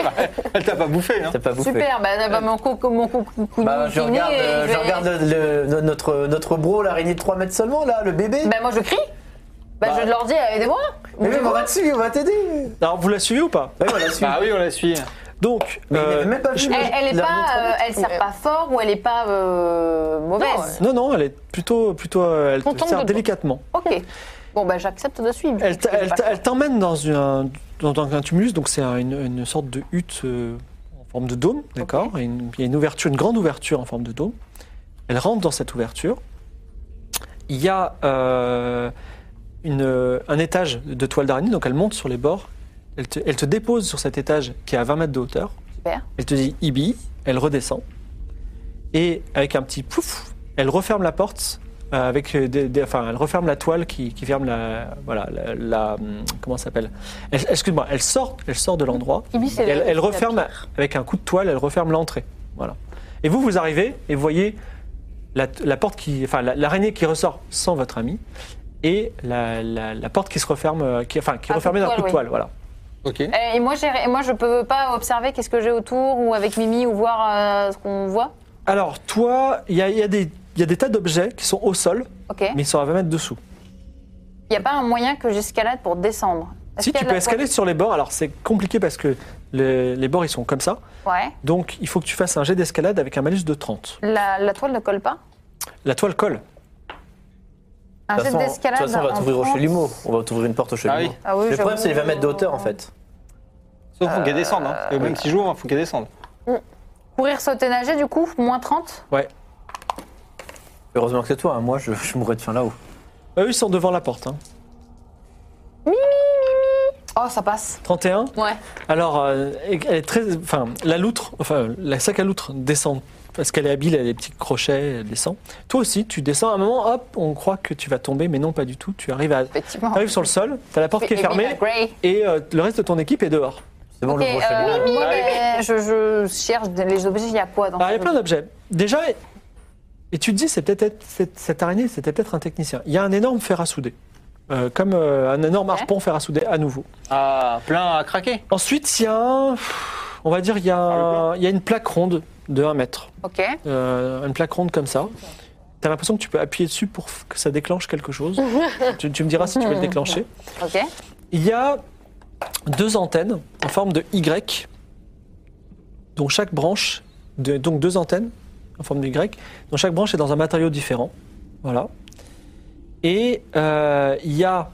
D: Elle t'a pas bouffé, hein
C: T'as pas bouffé.
B: Super, bah, bah, mon cou, mon cou, cou- cou-
C: Bah, je
B: cou-
C: regarde,
B: et je
C: euh, je
B: vais-
C: regarde le- le- notre, notre bro, l'araignée de 3 mètres seulement, là, le bébé.
B: Bah, moi je crie. Bah, je leur dis, aidez-moi.
C: mais même, on va dessus, on va t'aider.
A: Alors vous la suivez ou pas
C: Ouais, on la suit.
D: Bah oui, on la suit.
A: Donc,
C: Mais il
A: euh,
C: n'avait même pas vu.
B: Elle, elle est
C: l'araignée de
B: pas,
C: trois
B: euh,
C: mètres.
B: elle sert
E: mais-
B: pas fort ou elle est pas euh, mauvaise.
A: non non, elle est plutôt plutôt, euh, elle
E: On
A: te
E: tombe
A: sert
E: dedans.
A: délicatement.
B: Ok. Bon, bah, j'accepte de suivre.
A: Elle, t-
B: Parce que
A: elle
B: j'ai pas
A: t-
B: le choix.
A: elle t'emmène dans une un- dans, dans un tumulus, donc c'est un- une, une sorte de hutte euh, en forme de dôme, d'accord Et une- Il y a une ouverture, une grande ouverture en forme de dôme. Elle rentre dans cette ouverture. Il y a euh, une, euh, un étage de toile d'araignée, donc elle monte sur les bords. Elle te, elle te dépose sur cet étage qui est à 20 mètres de hauteur.
B: Super.
A: Elle te dit Ibi, elle redescend. Et avec un petit pouf, Elle referme la porte euh, avec des, des- enfin, elle referme la toile qui, qui ferme la, voilà, la, la- comment ça s'appelle Elle- Excuse-moi, elle sort, elle sort de l'endroit.
B: Ibi, c'est
A: Et Elle,
B: Euh, la-
A: elle
B: la
A: referme
B: pire.
A: avec un coup de toile, elle referme l'entrée. Voilà. Et vous, vous arrivez et vous voyez la, la porte qui, enfin la- l'araignée qui ressort sans votre ami et la, la- la porte qui se referme, euh, qui, enfin qui est
B: Ah,
A: refermée d'un
B: coup de
A: coup de toile.
B: toile,
A: Voilà.
D: Ok.
B: Euh, Et moi, j'ai- et moi, je peux pas observer qu'est-ce que j'ai autour ou avec Mimi ou voir euh, ce qu'on voit.
A: Alors toi, il y a, il y a des il y a des tas d'objets qui sont au sol,
B: Ok. Il
A: mais ils sont à 20 mètres dessous.
B: n'y a pas un moyen que j'escalade pour descendre. Est-ce
A: Si
B: qu'il y a
A: tu
B: de
A: peux
B: la
A: escalader sur les bords, alors c'est compliqué parce que les, les bords ils sont comme ça.
B: toile- Ouais.
A: Donc il faut que tu fasses un jet d'escalade avec un malus de 30.
B: La, la toile ne colle pas.
A: La toile colle.
B: Un
C: De
B: jet
C: toute façon, de toute
B: d'escalade.
C: façon, on va
B: en
C: t'ouvrir au
B: France.
C: chalumeau. On va t'ouvrir une porte au chalumeau.
D: Ah oui.
B: Ah oui,
C: Le problème,
B: j'avoue.
C: c'est les 20 mètres de hauteur, en fait.
D: Sauf faut qu'elle descende. Hein. Et Même si je joue, il faut qu'elle descende.
B: Courir, sauter, nager, du coup, moins 30.
A: Ouais.
C: Heureusement que c'est toi, hein. moi, je, je mourrais de faim là-haut.
A: Eux Bah ils sont devant la porte. hein.
B: Oh, ça passe.
A: 31.
B: Ouais.
A: Alors, euh, elle est très, enfin, la loutre, enfin, la sac à loutre descend parce qu'elle est habile, elle a des petits crochets, elle descend. Toi aussi, tu descends. À un moment, hop, on croit que tu vas tomber, mais non, pas du tout. Tu arrives à,
B: Effectivement.
A: t'arrives sur Ah le sol, t'as la porte qui est
B: Et- et
A: fermée
B: Mimi Gray.
A: et euh, le reste de ton équipe est dehors.
C: C'est bon,
B: Ok,
C: le gros
B: euh,
C: chalumeau.
B: moi, ben, je, je cherche des- les objets, il y a quoi dans
A: Alors, Ah, il y a
B: ce-
A: plein d'objets. Déjà, et tu te dis, c'est peut-être être- cette, cette araignée, c'était peut-être un technicien. Il y a un énorme fer à souder, Euh, comme euh, un énorme
B: Ouais.
A: harpon fer à souder à nouveau.
D: Ah, plein à craquer.
A: Ensuite, il y a, un- on va dire, il y a, un- il y a une plaque ronde de 1 mètre.
B: Ok.
A: euh, une plaque ronde comme ça. T'as l'impression que tu peux appuyer dessus pour f- que ça déclenche quelque chose. tu, tu me diras si tu veux le déclencher.
B: Ok.
A: Il y a deux antennes en forme de Y, dont chaque branche, de- donc deux antennes en forme de Y, dont chaque branche est dans un matériau différent. Voilà. Et euh, il y a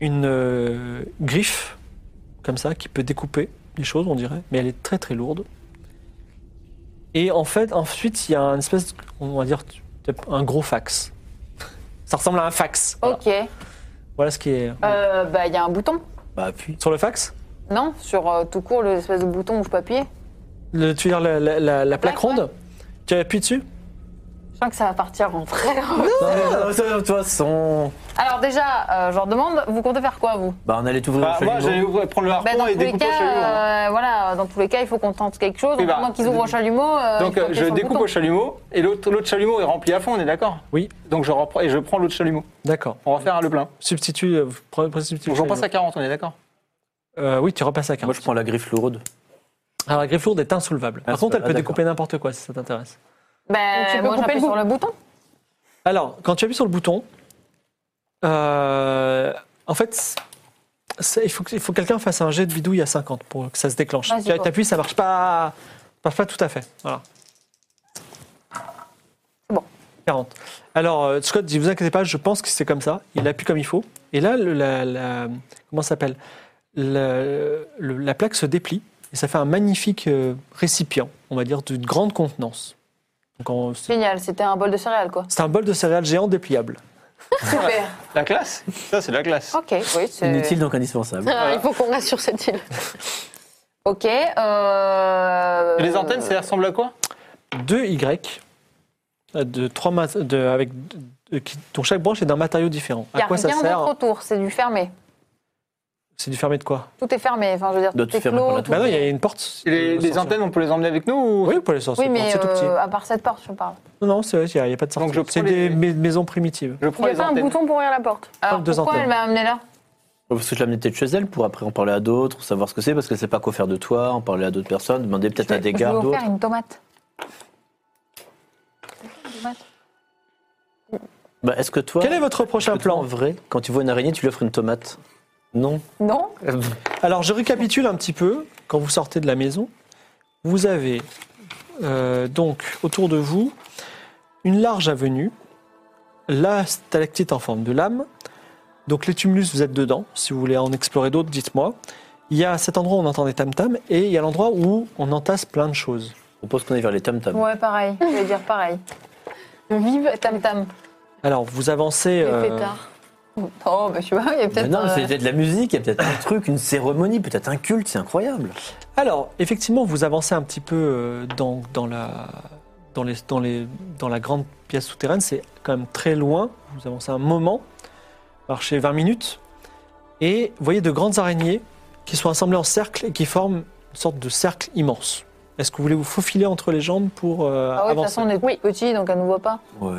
A: une euh, griffe comme ça qui peut découper des choses, on dirait, mais elle est très très lourde. Et en fait, ensuite, il y a un espèce, de- on va dire, un gros fax. Ça ressemble à un fax. Voilà,
B: Ok. Euh,
A: Voilà ce qui est
B: Bah, il y a un bouton.
C: Bah, appuie.
A: sur le fax.
B: Non, sur euh, tout court, l'espèce de bouton où je peux appuyer.
A: Le, tu veux dire la, la- la- la plaque
B: plaque,
A: ronde Tu appuies dessus
B: Je sens que ça va partir en vrai.
C: Ah, Non, mais non, mais toi, toi, son.
B: Alors déjà, euh, je leur demande, vous comptez faire quoi, vous
C: Bah, on allait t'ouvrir
D: Bah,
C: au
D: moi, j'allais
C: chalumeau.
D: ouvrir- prendre le harpon
B: Bah, Dans
D: et
B: tous les
D: découper le chalumeau. hein.
B: cas, euh, voilà, dans tous les cas, il faut qu'on tente quelque chose.
D: Oui,
B: Donc,
D: bah,
B: moi qu'ils ouvrent au chalumeau, euh,
D: Donc
B: il faut
D: euh,
B: appuyer
D: je
B: sur le
D: découpe
B: bouton.
D: au chalumeau et l'autre l'autre chalumeau est rempli à fond, on est d'accord
A: Oui.
D: Donc je reprends et je prends l'autre chalumeau.
A: D'accord.
D: On va faire le plein.
A: Substitue. euh, pre- pre- substitue
D: Donc je repasse à 40, on est d'accord
A: Euh, oui, tu repasses à 40.
C: Moi, je prends la griffe lourde.
A: Alors la griffe lourde est insoulevable. Par contre, elle
C: Ah,
A: peut
C: d'accord.
A: découper n'importe quoi si ça t'intéresse.
B: Bah,
E: Donc, tu peux
B: moi,
E: couper
B: j'appuie
E: le
B: sur le bouton.
A: Alors, quand tu appuies sur le bouton, euh, en fait, c'est- il faut que, il faut que quelqu'un fasse un jet de bidouille à 50 pour que ça se déclenche.
B: Vas-y,
A: Tu
B: go.
A: appuies, ça marche pas, ça marche pas tout à fait. Voilà.
B: C'est bon.
A: 40. Alors, euh, Scott dit, vous inquiétez pas, je pense que c'est comme ça. Il appuie comme il faut. Et là, le- la, la- comment ça s'appelle Le- le- La plaque se déplie et ça fait un magnifique euh, récipient, on va dire, d'une grande contenance. Donc, en- c'est
B: Génial, c'était un bol de céréales, quoi.
A: c'est un bol de céréales géant dépliable.
B: Super.
D: La classe Ça, c'est la
E: Oh,
D: classe.
B: ok, oui, c'est...
C: Inutile, donc indispensable.
E: Ah, Il faut qu'on reste sur cette île.
B: Ok, euh...
D: Et les antennes, ça ressemble à quoi
A: deux Y euh, de trois ma- de, avec de- qui- dont chaque branche est d'un matériau différent.
B: Il n'y
A: À
B: a
A: quoi ça
B: rien d'autre
A: sert
B: autour, c'est du fermé.
A: C'est du fermé de quoi
B: Tout est fermé, enfin, je veux dire,
C: Doit
B: tout
C: tout
B: est
C: fermer pour
B: clos.
C: la
B: tout-
A: Bah non, il y a une porte.
D: Et les,
A: euh,
D: les
A: sortir.
D: antennes, on peut les emmener avec nous ou...
A: Bah Oui, vous pouvez les sortir.
B: Oui, mais
A: c'est tout petit.
B: euh, à part cette porte, je parle.
A: Non, non, c'est vrai, il n'y a, il y a pas de
D: Donc
A: sortie.
D: je prends
A: C'est
D: les-
A: des mais- maisons primitives.
D: Je
E: Il
D: prends
E: n'y a
D: les
E: pas un
D: antennes.
E: bouton pour ouvrir la porte.
B: Alors,
A: deux
B: pourquoi
A: antennes.
B: elle m'a amené là
C: Parce que je l'ai amené peut-être chez elle pour après en parler à d'autres, savoir ce que c'est, parce qu'elle sait pas quoi faire de toi, en parler à d'autres personnes, demander peut-être à des
B: Je vais
C: gardes
B: vous
C: d'autres.
B: faire une tomate. Une tomate.
C: Bah, est-ce que toi,
A: Quel est votre prochain
C: est-ce que toi, en
A: plan
C: vrai, quand tu vois une araignée, tu lui offres une tomate Non.
B: Non
A: Alors, je récapitule un petit peu. Quand vous sortez de la maison, vous avez euh, donc autour de vous une large avenue, la stalactite en forme de lame. Donc, les tumulus, vous êtes dedans. Si vous voulez en explorer d'autres, dites-moi. Il y a cet endroit où on entend des tam-tams et il y a l'endroit où on entasse plein de choses.
C: Je propose qu'on aille vers les tam tam.
B: Ouais, pareil. Je vais dire pareil. Vive Tam Tam.
A: Alors, vous avancez.
E: Les
A: euh,
E: pétards.
B: Oh, bah, je sais pas, il y a peut-être.
C: non,
B: euh,
C: c'est peut-être de la musique, il y a peut-être un truc, une cérémonie, peut-être un culte, c'est incroyable.
A: Alors, effectivement, vous avancez un petit peu euh, dans, dans la, dans, les, dans, les, dans la grande pièce souterraine, c'est quand même très loin. Vous avancez un moment, marchez 20 minutes, et vous voyez de grandes araignées qui sont assemblées en cercle et qui forment une sorte de cercle immense. Est-ce que vous voulez vous faufiler entre les jambes pour euh,
B: Ah ouais, de toute
A: avancer
B: façon, on est
E: Oui.
B: petit, donc elle nous voit pas.
C: Ouais,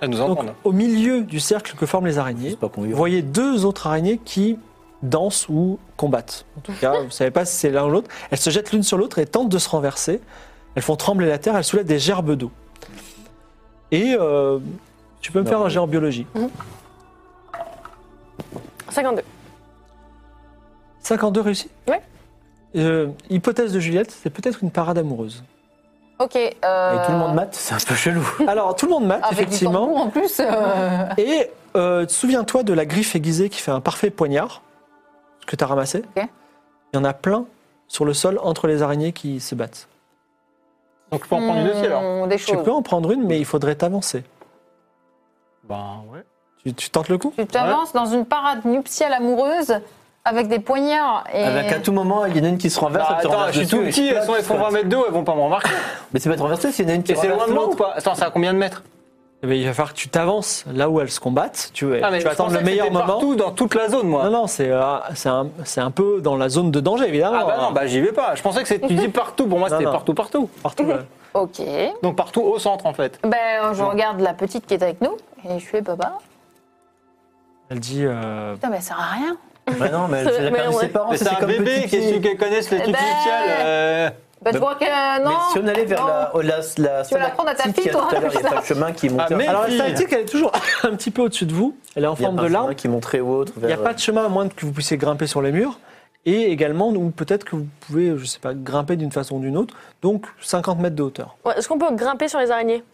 F: Elle nous
A: Donc,
F: entend.
A: au milieu du cercle que forment les araignées,
C: c'est pas qu'on
A: vous voyez deux autres araignées qui dansent ou combattent. En tout cas, vous ne savez pas si c'est l'un ou l'autre. Elles se jettent l'une sur l'autre et tentent de se renverser. Elles font trembler la terre, elles soulèvent des gerbes d'eau. Et euh, tu peux me
C: Non,
A: faire un
C: mais-
A: jet en biologie.
E: 52.
A: 52 réussis
E: Ouais.
A: Euh, hypothèse de Juliette, c'est peut-être une parade amoureuse.
B: Ok. Euh...
C: Et tout le monde mate, c'est un peu chelou.
A: Alors, tout le monde mate,
B: Avec du
A: effectivement.
B: tambour en plus. euh,
A: Et euh, souviens-toi de la griffe aiguisée qui fait un parfait poignard que tu as ramassé.
B: Ok.
A: Il y en a plein sur le sol entre les araignées qui se battent.
D: Donc je peux en prendre une aussi alors
B: hmm, Des
A: Tu
B: choses.
A: peux en prendre une, mais il faudrait t'avancer.
D: Ben ouais.
A: Tu, tu tentes le coup
B: Tu t'avances dans une parade nuptiale amoureuse avec des poignards et.
C: Avec à tout moment, il y en a une qui se renverse,
D: Bah,
C: elle te
D: attends,
C: renverse
D: je suis
C: dessus
D: tout
C: et
D: petit,
C: clac,
D: elles, sont, elles font
C: quoi.
D: 20 mètres d'eau, elles vont pas me remarquer.
C: Mais c'est pas traversé, c'est il y en a une qui
D: Et c'est
C: renverse
D: loin de moi ou
C: l'autre.
D: pas Attends, c'est à combien de mètres
A: Eh bien, Il va falloir que tu t'avances là où elles se combattent. Tu, vas- tu
D: Ah, je
A: vas attendre
D: pensais
A: le
D: que
A: meilleur
D: c'était
A: moment.
D: Partout, dans toute la zone, moi.
A: Non, non, c'est euh, c'est un, c'est un peu dans la zone de danger, évidemment. hein.
D: Ah bah non, bah j'y vais pas. Je pensais que c'était- tu dis partout. Pour moi,
A: Non,
D: c'était
A: non.
D: partout, partout.
A: Partout, là.
B: Ok.
D: Donc partout au centre, en fait.
B: Ben, je regarde la petite qui est avec nous et je fais papa.
A: Elle dit... euh,
B: Putain, mais ça sert à rien.
C: Bah non, mais
E: C'est-
C: elle a
E: mais
C: perdu ses
E: ouais.
C: parents,
D: Mais
C: ça,
D: c'est un
C: comme
D: bébé,
C: petit
D: qu'est-ce
C: pied.
D: qu'elle connaisse les
B: Eh
D: trucs
B: ben,
D: inutiles euh,
B: Ben, tu vois que euh,
C: Mais
B: non.
C: si on allait vers
B: non.
C: la, la, la
B: Tu veux la prendre à ta fille,
C: stalactite qu'il y a
B: toi,
C: tout à l'heure, il y a
B: putain.
C: pas le chemin qui monte.
D: Ah, mais-
A: Alors, la
D: fille.
A: statique, elle est toujours un petit peu au-dessus de vous. Elle est en
C: il y a
A: forme
C: pas
A: de
C: un chemin
A: larme.
C: qui montrait ou autre.
A: Il n'y a pas de chemin à moins que vous puissiez grimper sur les murs. Et également, ou peut-être que vous pouvez, je sais pas, grimper d'une façon ou d'une autre. Donc, 50 mètres de hauteur.
E: Ouais, Est-ce qu'on peut grimper sur les araignées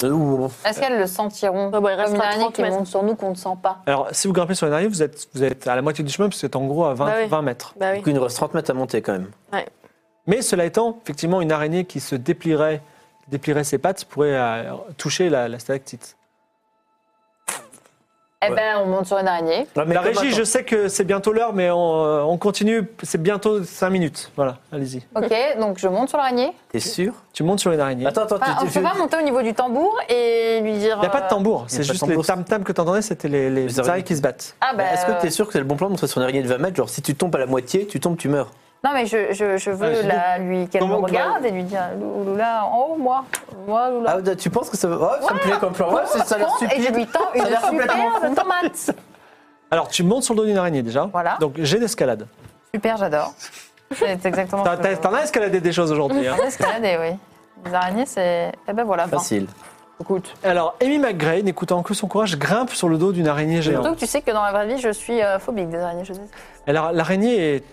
B: Est-ce qu'elles le sentiront
E: Ah bah, il reste
B: Comme une
E: à
B: araignée
E: 30
B: qui
E: mètres.
B: monte sur nous qu'on ne sent pas.
A: Alors, si vous grimpez sur les arrières, vous êtes, vous êtes à la moitié du chemin, puisque c'est en gros à 20,
E: Bah oui.
A: 20 mètres.
E: Bah oui.
C: Donc il nous reste 30 mètres à monter quand même.
A: Mais cela étant, effectivement, une araignée qui se déplierait, qui déplierait ses pattes pourrait euh, toucher la, la stalactite.
B: Eh ben, on monte sur une araignée.
A: la régie, je sais que c'est bientôt l'heure, mais on, euh, on continue. C'est bientôt 5 minutes. Voilà, allez-y.
B: Ok, donc je monte sur l'araignée.
C: T'es sûr
A: Tu montes sur une araignée.
C: Attends, attends,
B: Enfin, on
C: tu-
B: peut
C: tu-
B: pas monter au niveau du tambour et lui dire.
A: Il n'y a pas de
B: euh,
A: tambour,
C: pas
A: c'est
C: de
A: juste
C: tambour.
A: les tam-tams que tu entendais, c'était les, les,
C: Les araignées.
A: araignées qui se battent.
B: Ah ben.
C: Est-ce que
B: euh,
C: t'es sûr que c'est le bon plan de monter sur une araignée de 20 mètres Genre, si tu tombes à la moitié, tu tombes, tu meurs.
B: Non, mais je, je, je veux
D: Ah, je dis-
B: la, lui qu'elle me
D: Comment-
B: regarde et lui dire Lou- Loula, en haut, moi. Moi, Loula.
C: Ah, tu penses que ça va. Oh, ça me plaît comme plan. Ouais, c'est- ça a l'air
B: Prendre Et je
C: stupide.
B: lui tends une
C: a l'air complètement
B: superbe tomate.
A: Alors, tu montes sur le dos d'une araignée déjà.
B: Voilà.
A: Donc, j'ai d'escalade.
B: Super, j'adore. C'est exactement
A: T'as-
B: ça.
A: t'as- T'en as escaladé des choses aujourd'hui. hein.
B: oui. Les araignées, c'est. Eh ben voilà, vingt.
C: Facile.
B: Écoute.
A: Alors, Amy McGray, n'écoutant que son courage, grimpe sur le dos d'une araignée géante.
B: Surtout que tu sais que dans la vraie vie, je suis euh, phobique des araignées, je sais.
A: Alors, l'araignée est-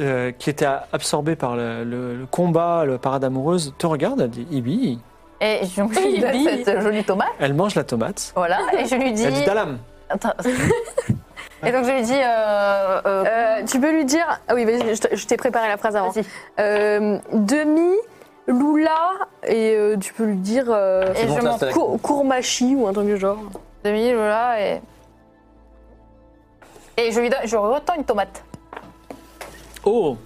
A: euh, qui était absorbée par le, le- le combat, le parade amoureuse, te regarde, elle dit Ibi.
B: Et je lui
E: Bibi.
B: donne cette jolie tomate,
A: Elle mange la tomate.
B: voilà, et je lui dis.
A: Elle dit Dalam.
B: Attends. Et donc je lui dis. Euh, euh,
E: Euh, tu peux lui dire. Ah oui, vas-y, je t'ai- je t'ai préparé la phrase avant.
B: Vas-y.
E: Euh, demi, Lula, et euh, tu peux lui dire. euh,
B: Et
C: bon,
B: je
C: ça,
B: m'en
C: c'est la-
E: Cour- Courmachi ou un truc du genre.
B: demi, Lola, et. Et je lui donne, je retends une tomate.
A: Oh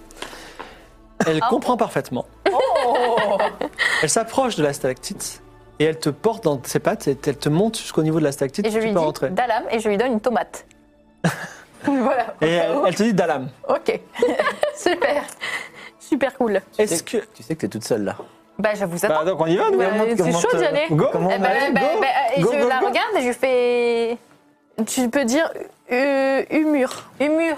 A: Elle
B: Ah.
A: comprend parfaitement.
B: Oh.
A: Elle s'approche de la stalactite et elle te porte dans ses pattes et elle te monte jusqu'au niveau de la stalactite.
B: Et je
A: tu
B: lui
A: peux
B: dis bah,
A: rentrer.
B: Dalam et je lui donne une tomate. voilà.
A: Et elle, elle te dit Dalam.
B: Ok. Super.
E: Super cool.
B: oh.
A: Est-ce que.
C: Tu sais que t'es toute seule là.
B: Bah je vous attends.
D: Bah donc on y va, nous
E: Bah,
C: Comment-
E: c'est
C: comment
E: chaud
C: te-
E: d'y aller.
D: euh, Go
C: Comment
B: Eh
C: on
B: ben,
C: allait
B: ben, ben, et
D: Go,
B: je
D: go,
B: la
D: go.
B: regarde et je lui fais
E: Tu peux dire euh, humur.
B: humur.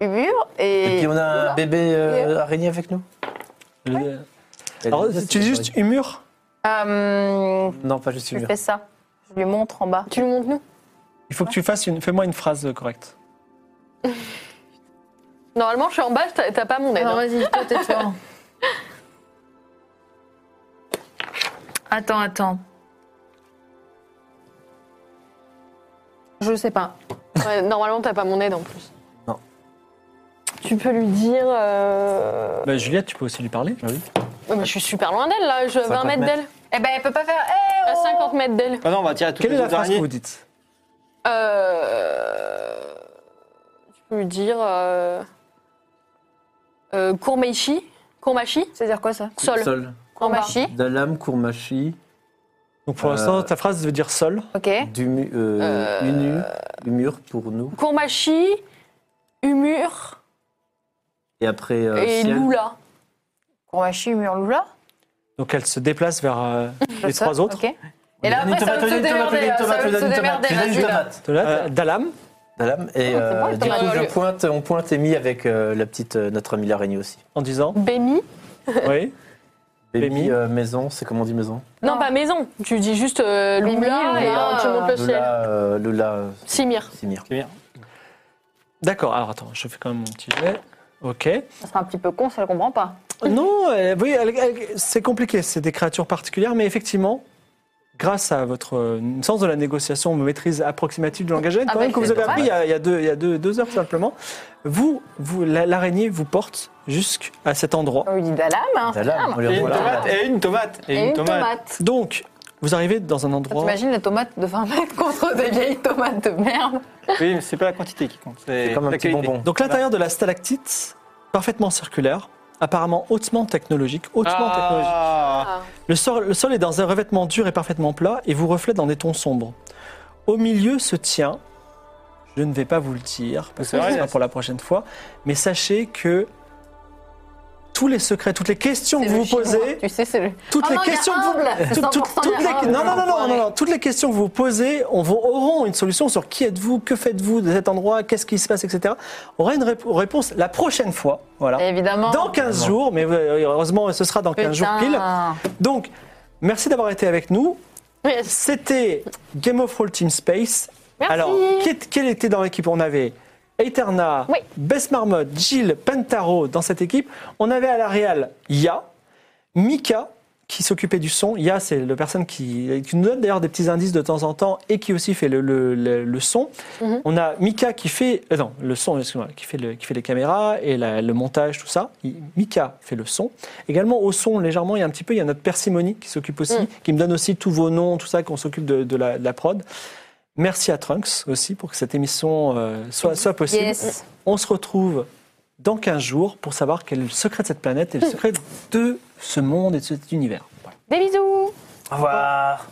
B: Humur et.
C: Et puis on a un
B: Oula.
C: bébé euh, araignée avec nous
A: Le- Alors, tu dis juste humur
B: Euh,
C: Non, pas juste
B: je lui
C: humeur.
B: fais ça. Je lui montre en bas.
E: Tu le montes nous
A: Il faut que tu fasses une. Fais-moi une phrase correcte.
E: Normalement, je suis en bas, t'as t'as pas mon aide. hein.
B: vas-y, toi t'es fort. Attends, attends.
E: Je sais pas. Ouais, normalement, t'as pas mon aide en plus.
C: Non.
E: Tu peux lui dire. euh,
A: Bah, Juliette, tu peux aussi lui parler.
E: oh, mais je suis super loin d'elle là, je... 20
C: 50
E: mètres d'elle.
B: Eh ben elle peut pas faire. Eh, oh
E: À 50 mètres d'elle.
D: Ah non, on va tirer à toutes
A: Quelle est
D: les
A: la
D: autres
A: phrase que
D: araignées.
A: vous dites
E: Euh... Tu peux lui dire. Euh... Euh, Kourmeishi Kourmachi
B: C'est-à-dire quoi ça
E: Sol.
C: Sol.
B: En machine.
C: Dalam, Kourmachi,
A: Donc pour l'instant,
C: Euh,
A: ta phrase veut dire sol.
B: Ok.
C: Dumu, euh,
E: Euh,
C: Unu, Umur pour nous.
E: Kourmachi, Humur
C: Et après, euh,
E: et
C: Ciel.
E: Lula.
B: Kurmachi, Murlula.
A: Donc elle se déplace vers euh, les
B: Sol,
A: trois autres.
B: Ok. Et là, après, ça va se démerder. Ça va se démerder. vas-y, là.
A: De là, euh, Dalam.
C: Dalam, et
B: Oh, c'est bon,
C: euh,
B: il
C: du
B: tomate.
C: coup,
E: Ouais,
C: je
E: ouais.
C: pointe, on pointe Amy avec euh, la petite, euh, notre amie la Rainée aussi.
A: en disant
E: Béni.
A: oui. Amy.
C: Amy, euh, maison, c'est comment on dit maison
E: Non,
B: Non.
E: pas maison. Tu dis juste euh,
B: Béni,
E: Lula et
B: Lula,
E: euh, tu montes le ciel.
C: Lola, euh, Lola, euh,
E: Simir.
C: Simir.
A: D'accord. Alors attends, je fais quand même mon petit jet. Ok.
B: Ça sera un petit peu con si elle comprend pas.
A: Non, euh, oui, elle- elle- c'est compliqué, c'est des créatures particulières, mais effectivement, grâce à votre euh, sens de la négociation, maîtrise approximative du langage, quand
B: Ah
A: même,
B: bah,
A: que vous
B: c'est
A: avez appris il y
C: dommage.
A: a, il y a deux, il y a deux- deux heures simplement, vous, vous la- l'araignée vous porte jusqu'à cet endroit.
B: On lui dit Dalam. hein.
C: Dalam, on lui
D: Et une
C: envoie la-
D: tomate, et une tomate, et,
B: Et une tomate.
A: Donc, vous arrivez dans un
B: Toi,
A: endroit...
B: T'imagines les tomates de 20 mètres contre des vieilles tomates de merde
D: Oui, mais c'est pas la quantité qui compte.
C: C'est comme un
D: la
C: petit
D: qualité.
C: bonbon.
A: Donc l'intérieur de la stalactite, parfaitement circulaire, apparemment hautement technologique, hautement technologique.
D: Ah,
E: Ah.
A: Le sol, le sol est dans un revêtement dur et parfaitement plat et vous reflète dans des tons sombres. Au milieu se tient, je ne vais pas vous le dire, parce
D: C'est
A: que ce
D: vrai,
A: sera
D: c'est-
A: pour la prochaine fois, mais sachez que tous les secrets, toutes les questions
B: C'est
A: que vous
B: le
A: vous
B: chinois,
A: posez,
B: Tu sais, c'est le.
A: toutes
B: Oh
A: les
B: non, il y a
A: questions que vous-
B: humble, c'est
A: toutes- toutes-
B: 100%
A: toutes les-
B: il y a humble,
A: non, non, non, non, non,
B: l'enfoiré.
A: non, toutes les questions que vous posez on vont- auront une solution sur qui êtes-vous, que faites-vous de cet endroit, qu'est-ce qui se passe, etc. Aura une rép- réponse la prochaine fois, voilà.
B: Évidemment.
A: Dans 15 jours, mais euh, heureusement ce sera dans 15 jours pile.
B: Putain.
A: Donc, merci d'avoir été avec nous.
E: Yes.
A: C'était Game of Roll Team Space.
E: Merci.
A: Alors, qui, est- quel était dans l'équipe On avait Eterna,
E: Oui.
A: Bess Marmotte, Jill, Pentaro dans cette équipe. On avait à la Real Ya, Mika qui s'occupait du son. Ya, c'est la personne qui, qui nous donne d'ailleurs des petits indices de temps en temps et qui aussi fait le, le- le- le son.
E: Mhm.
A: On a Mika qui fait euh, non le son, excuse-moi, qui fait le- qui fait les caméras et la- le montage, tout ça. Il- Mika fait le son. Également au son légèrement, il y a un petit peu, il y a notre Persimony qui s'occupe aussi,
E: Mm.
A: qui me donne aussi tous vos noms, tout ça, qu'on s'occupe de, de la, de la prod. Merci à Trunks aussi pour que cette émission euh, soit, soit possible.
B: Yes.
A: On se retrouve dans 15 jours pour savoir quel est le secret de cette planète et le secret de ce monde et de cet univers. Voilà.
E: Des bisous.
C: Au revoir.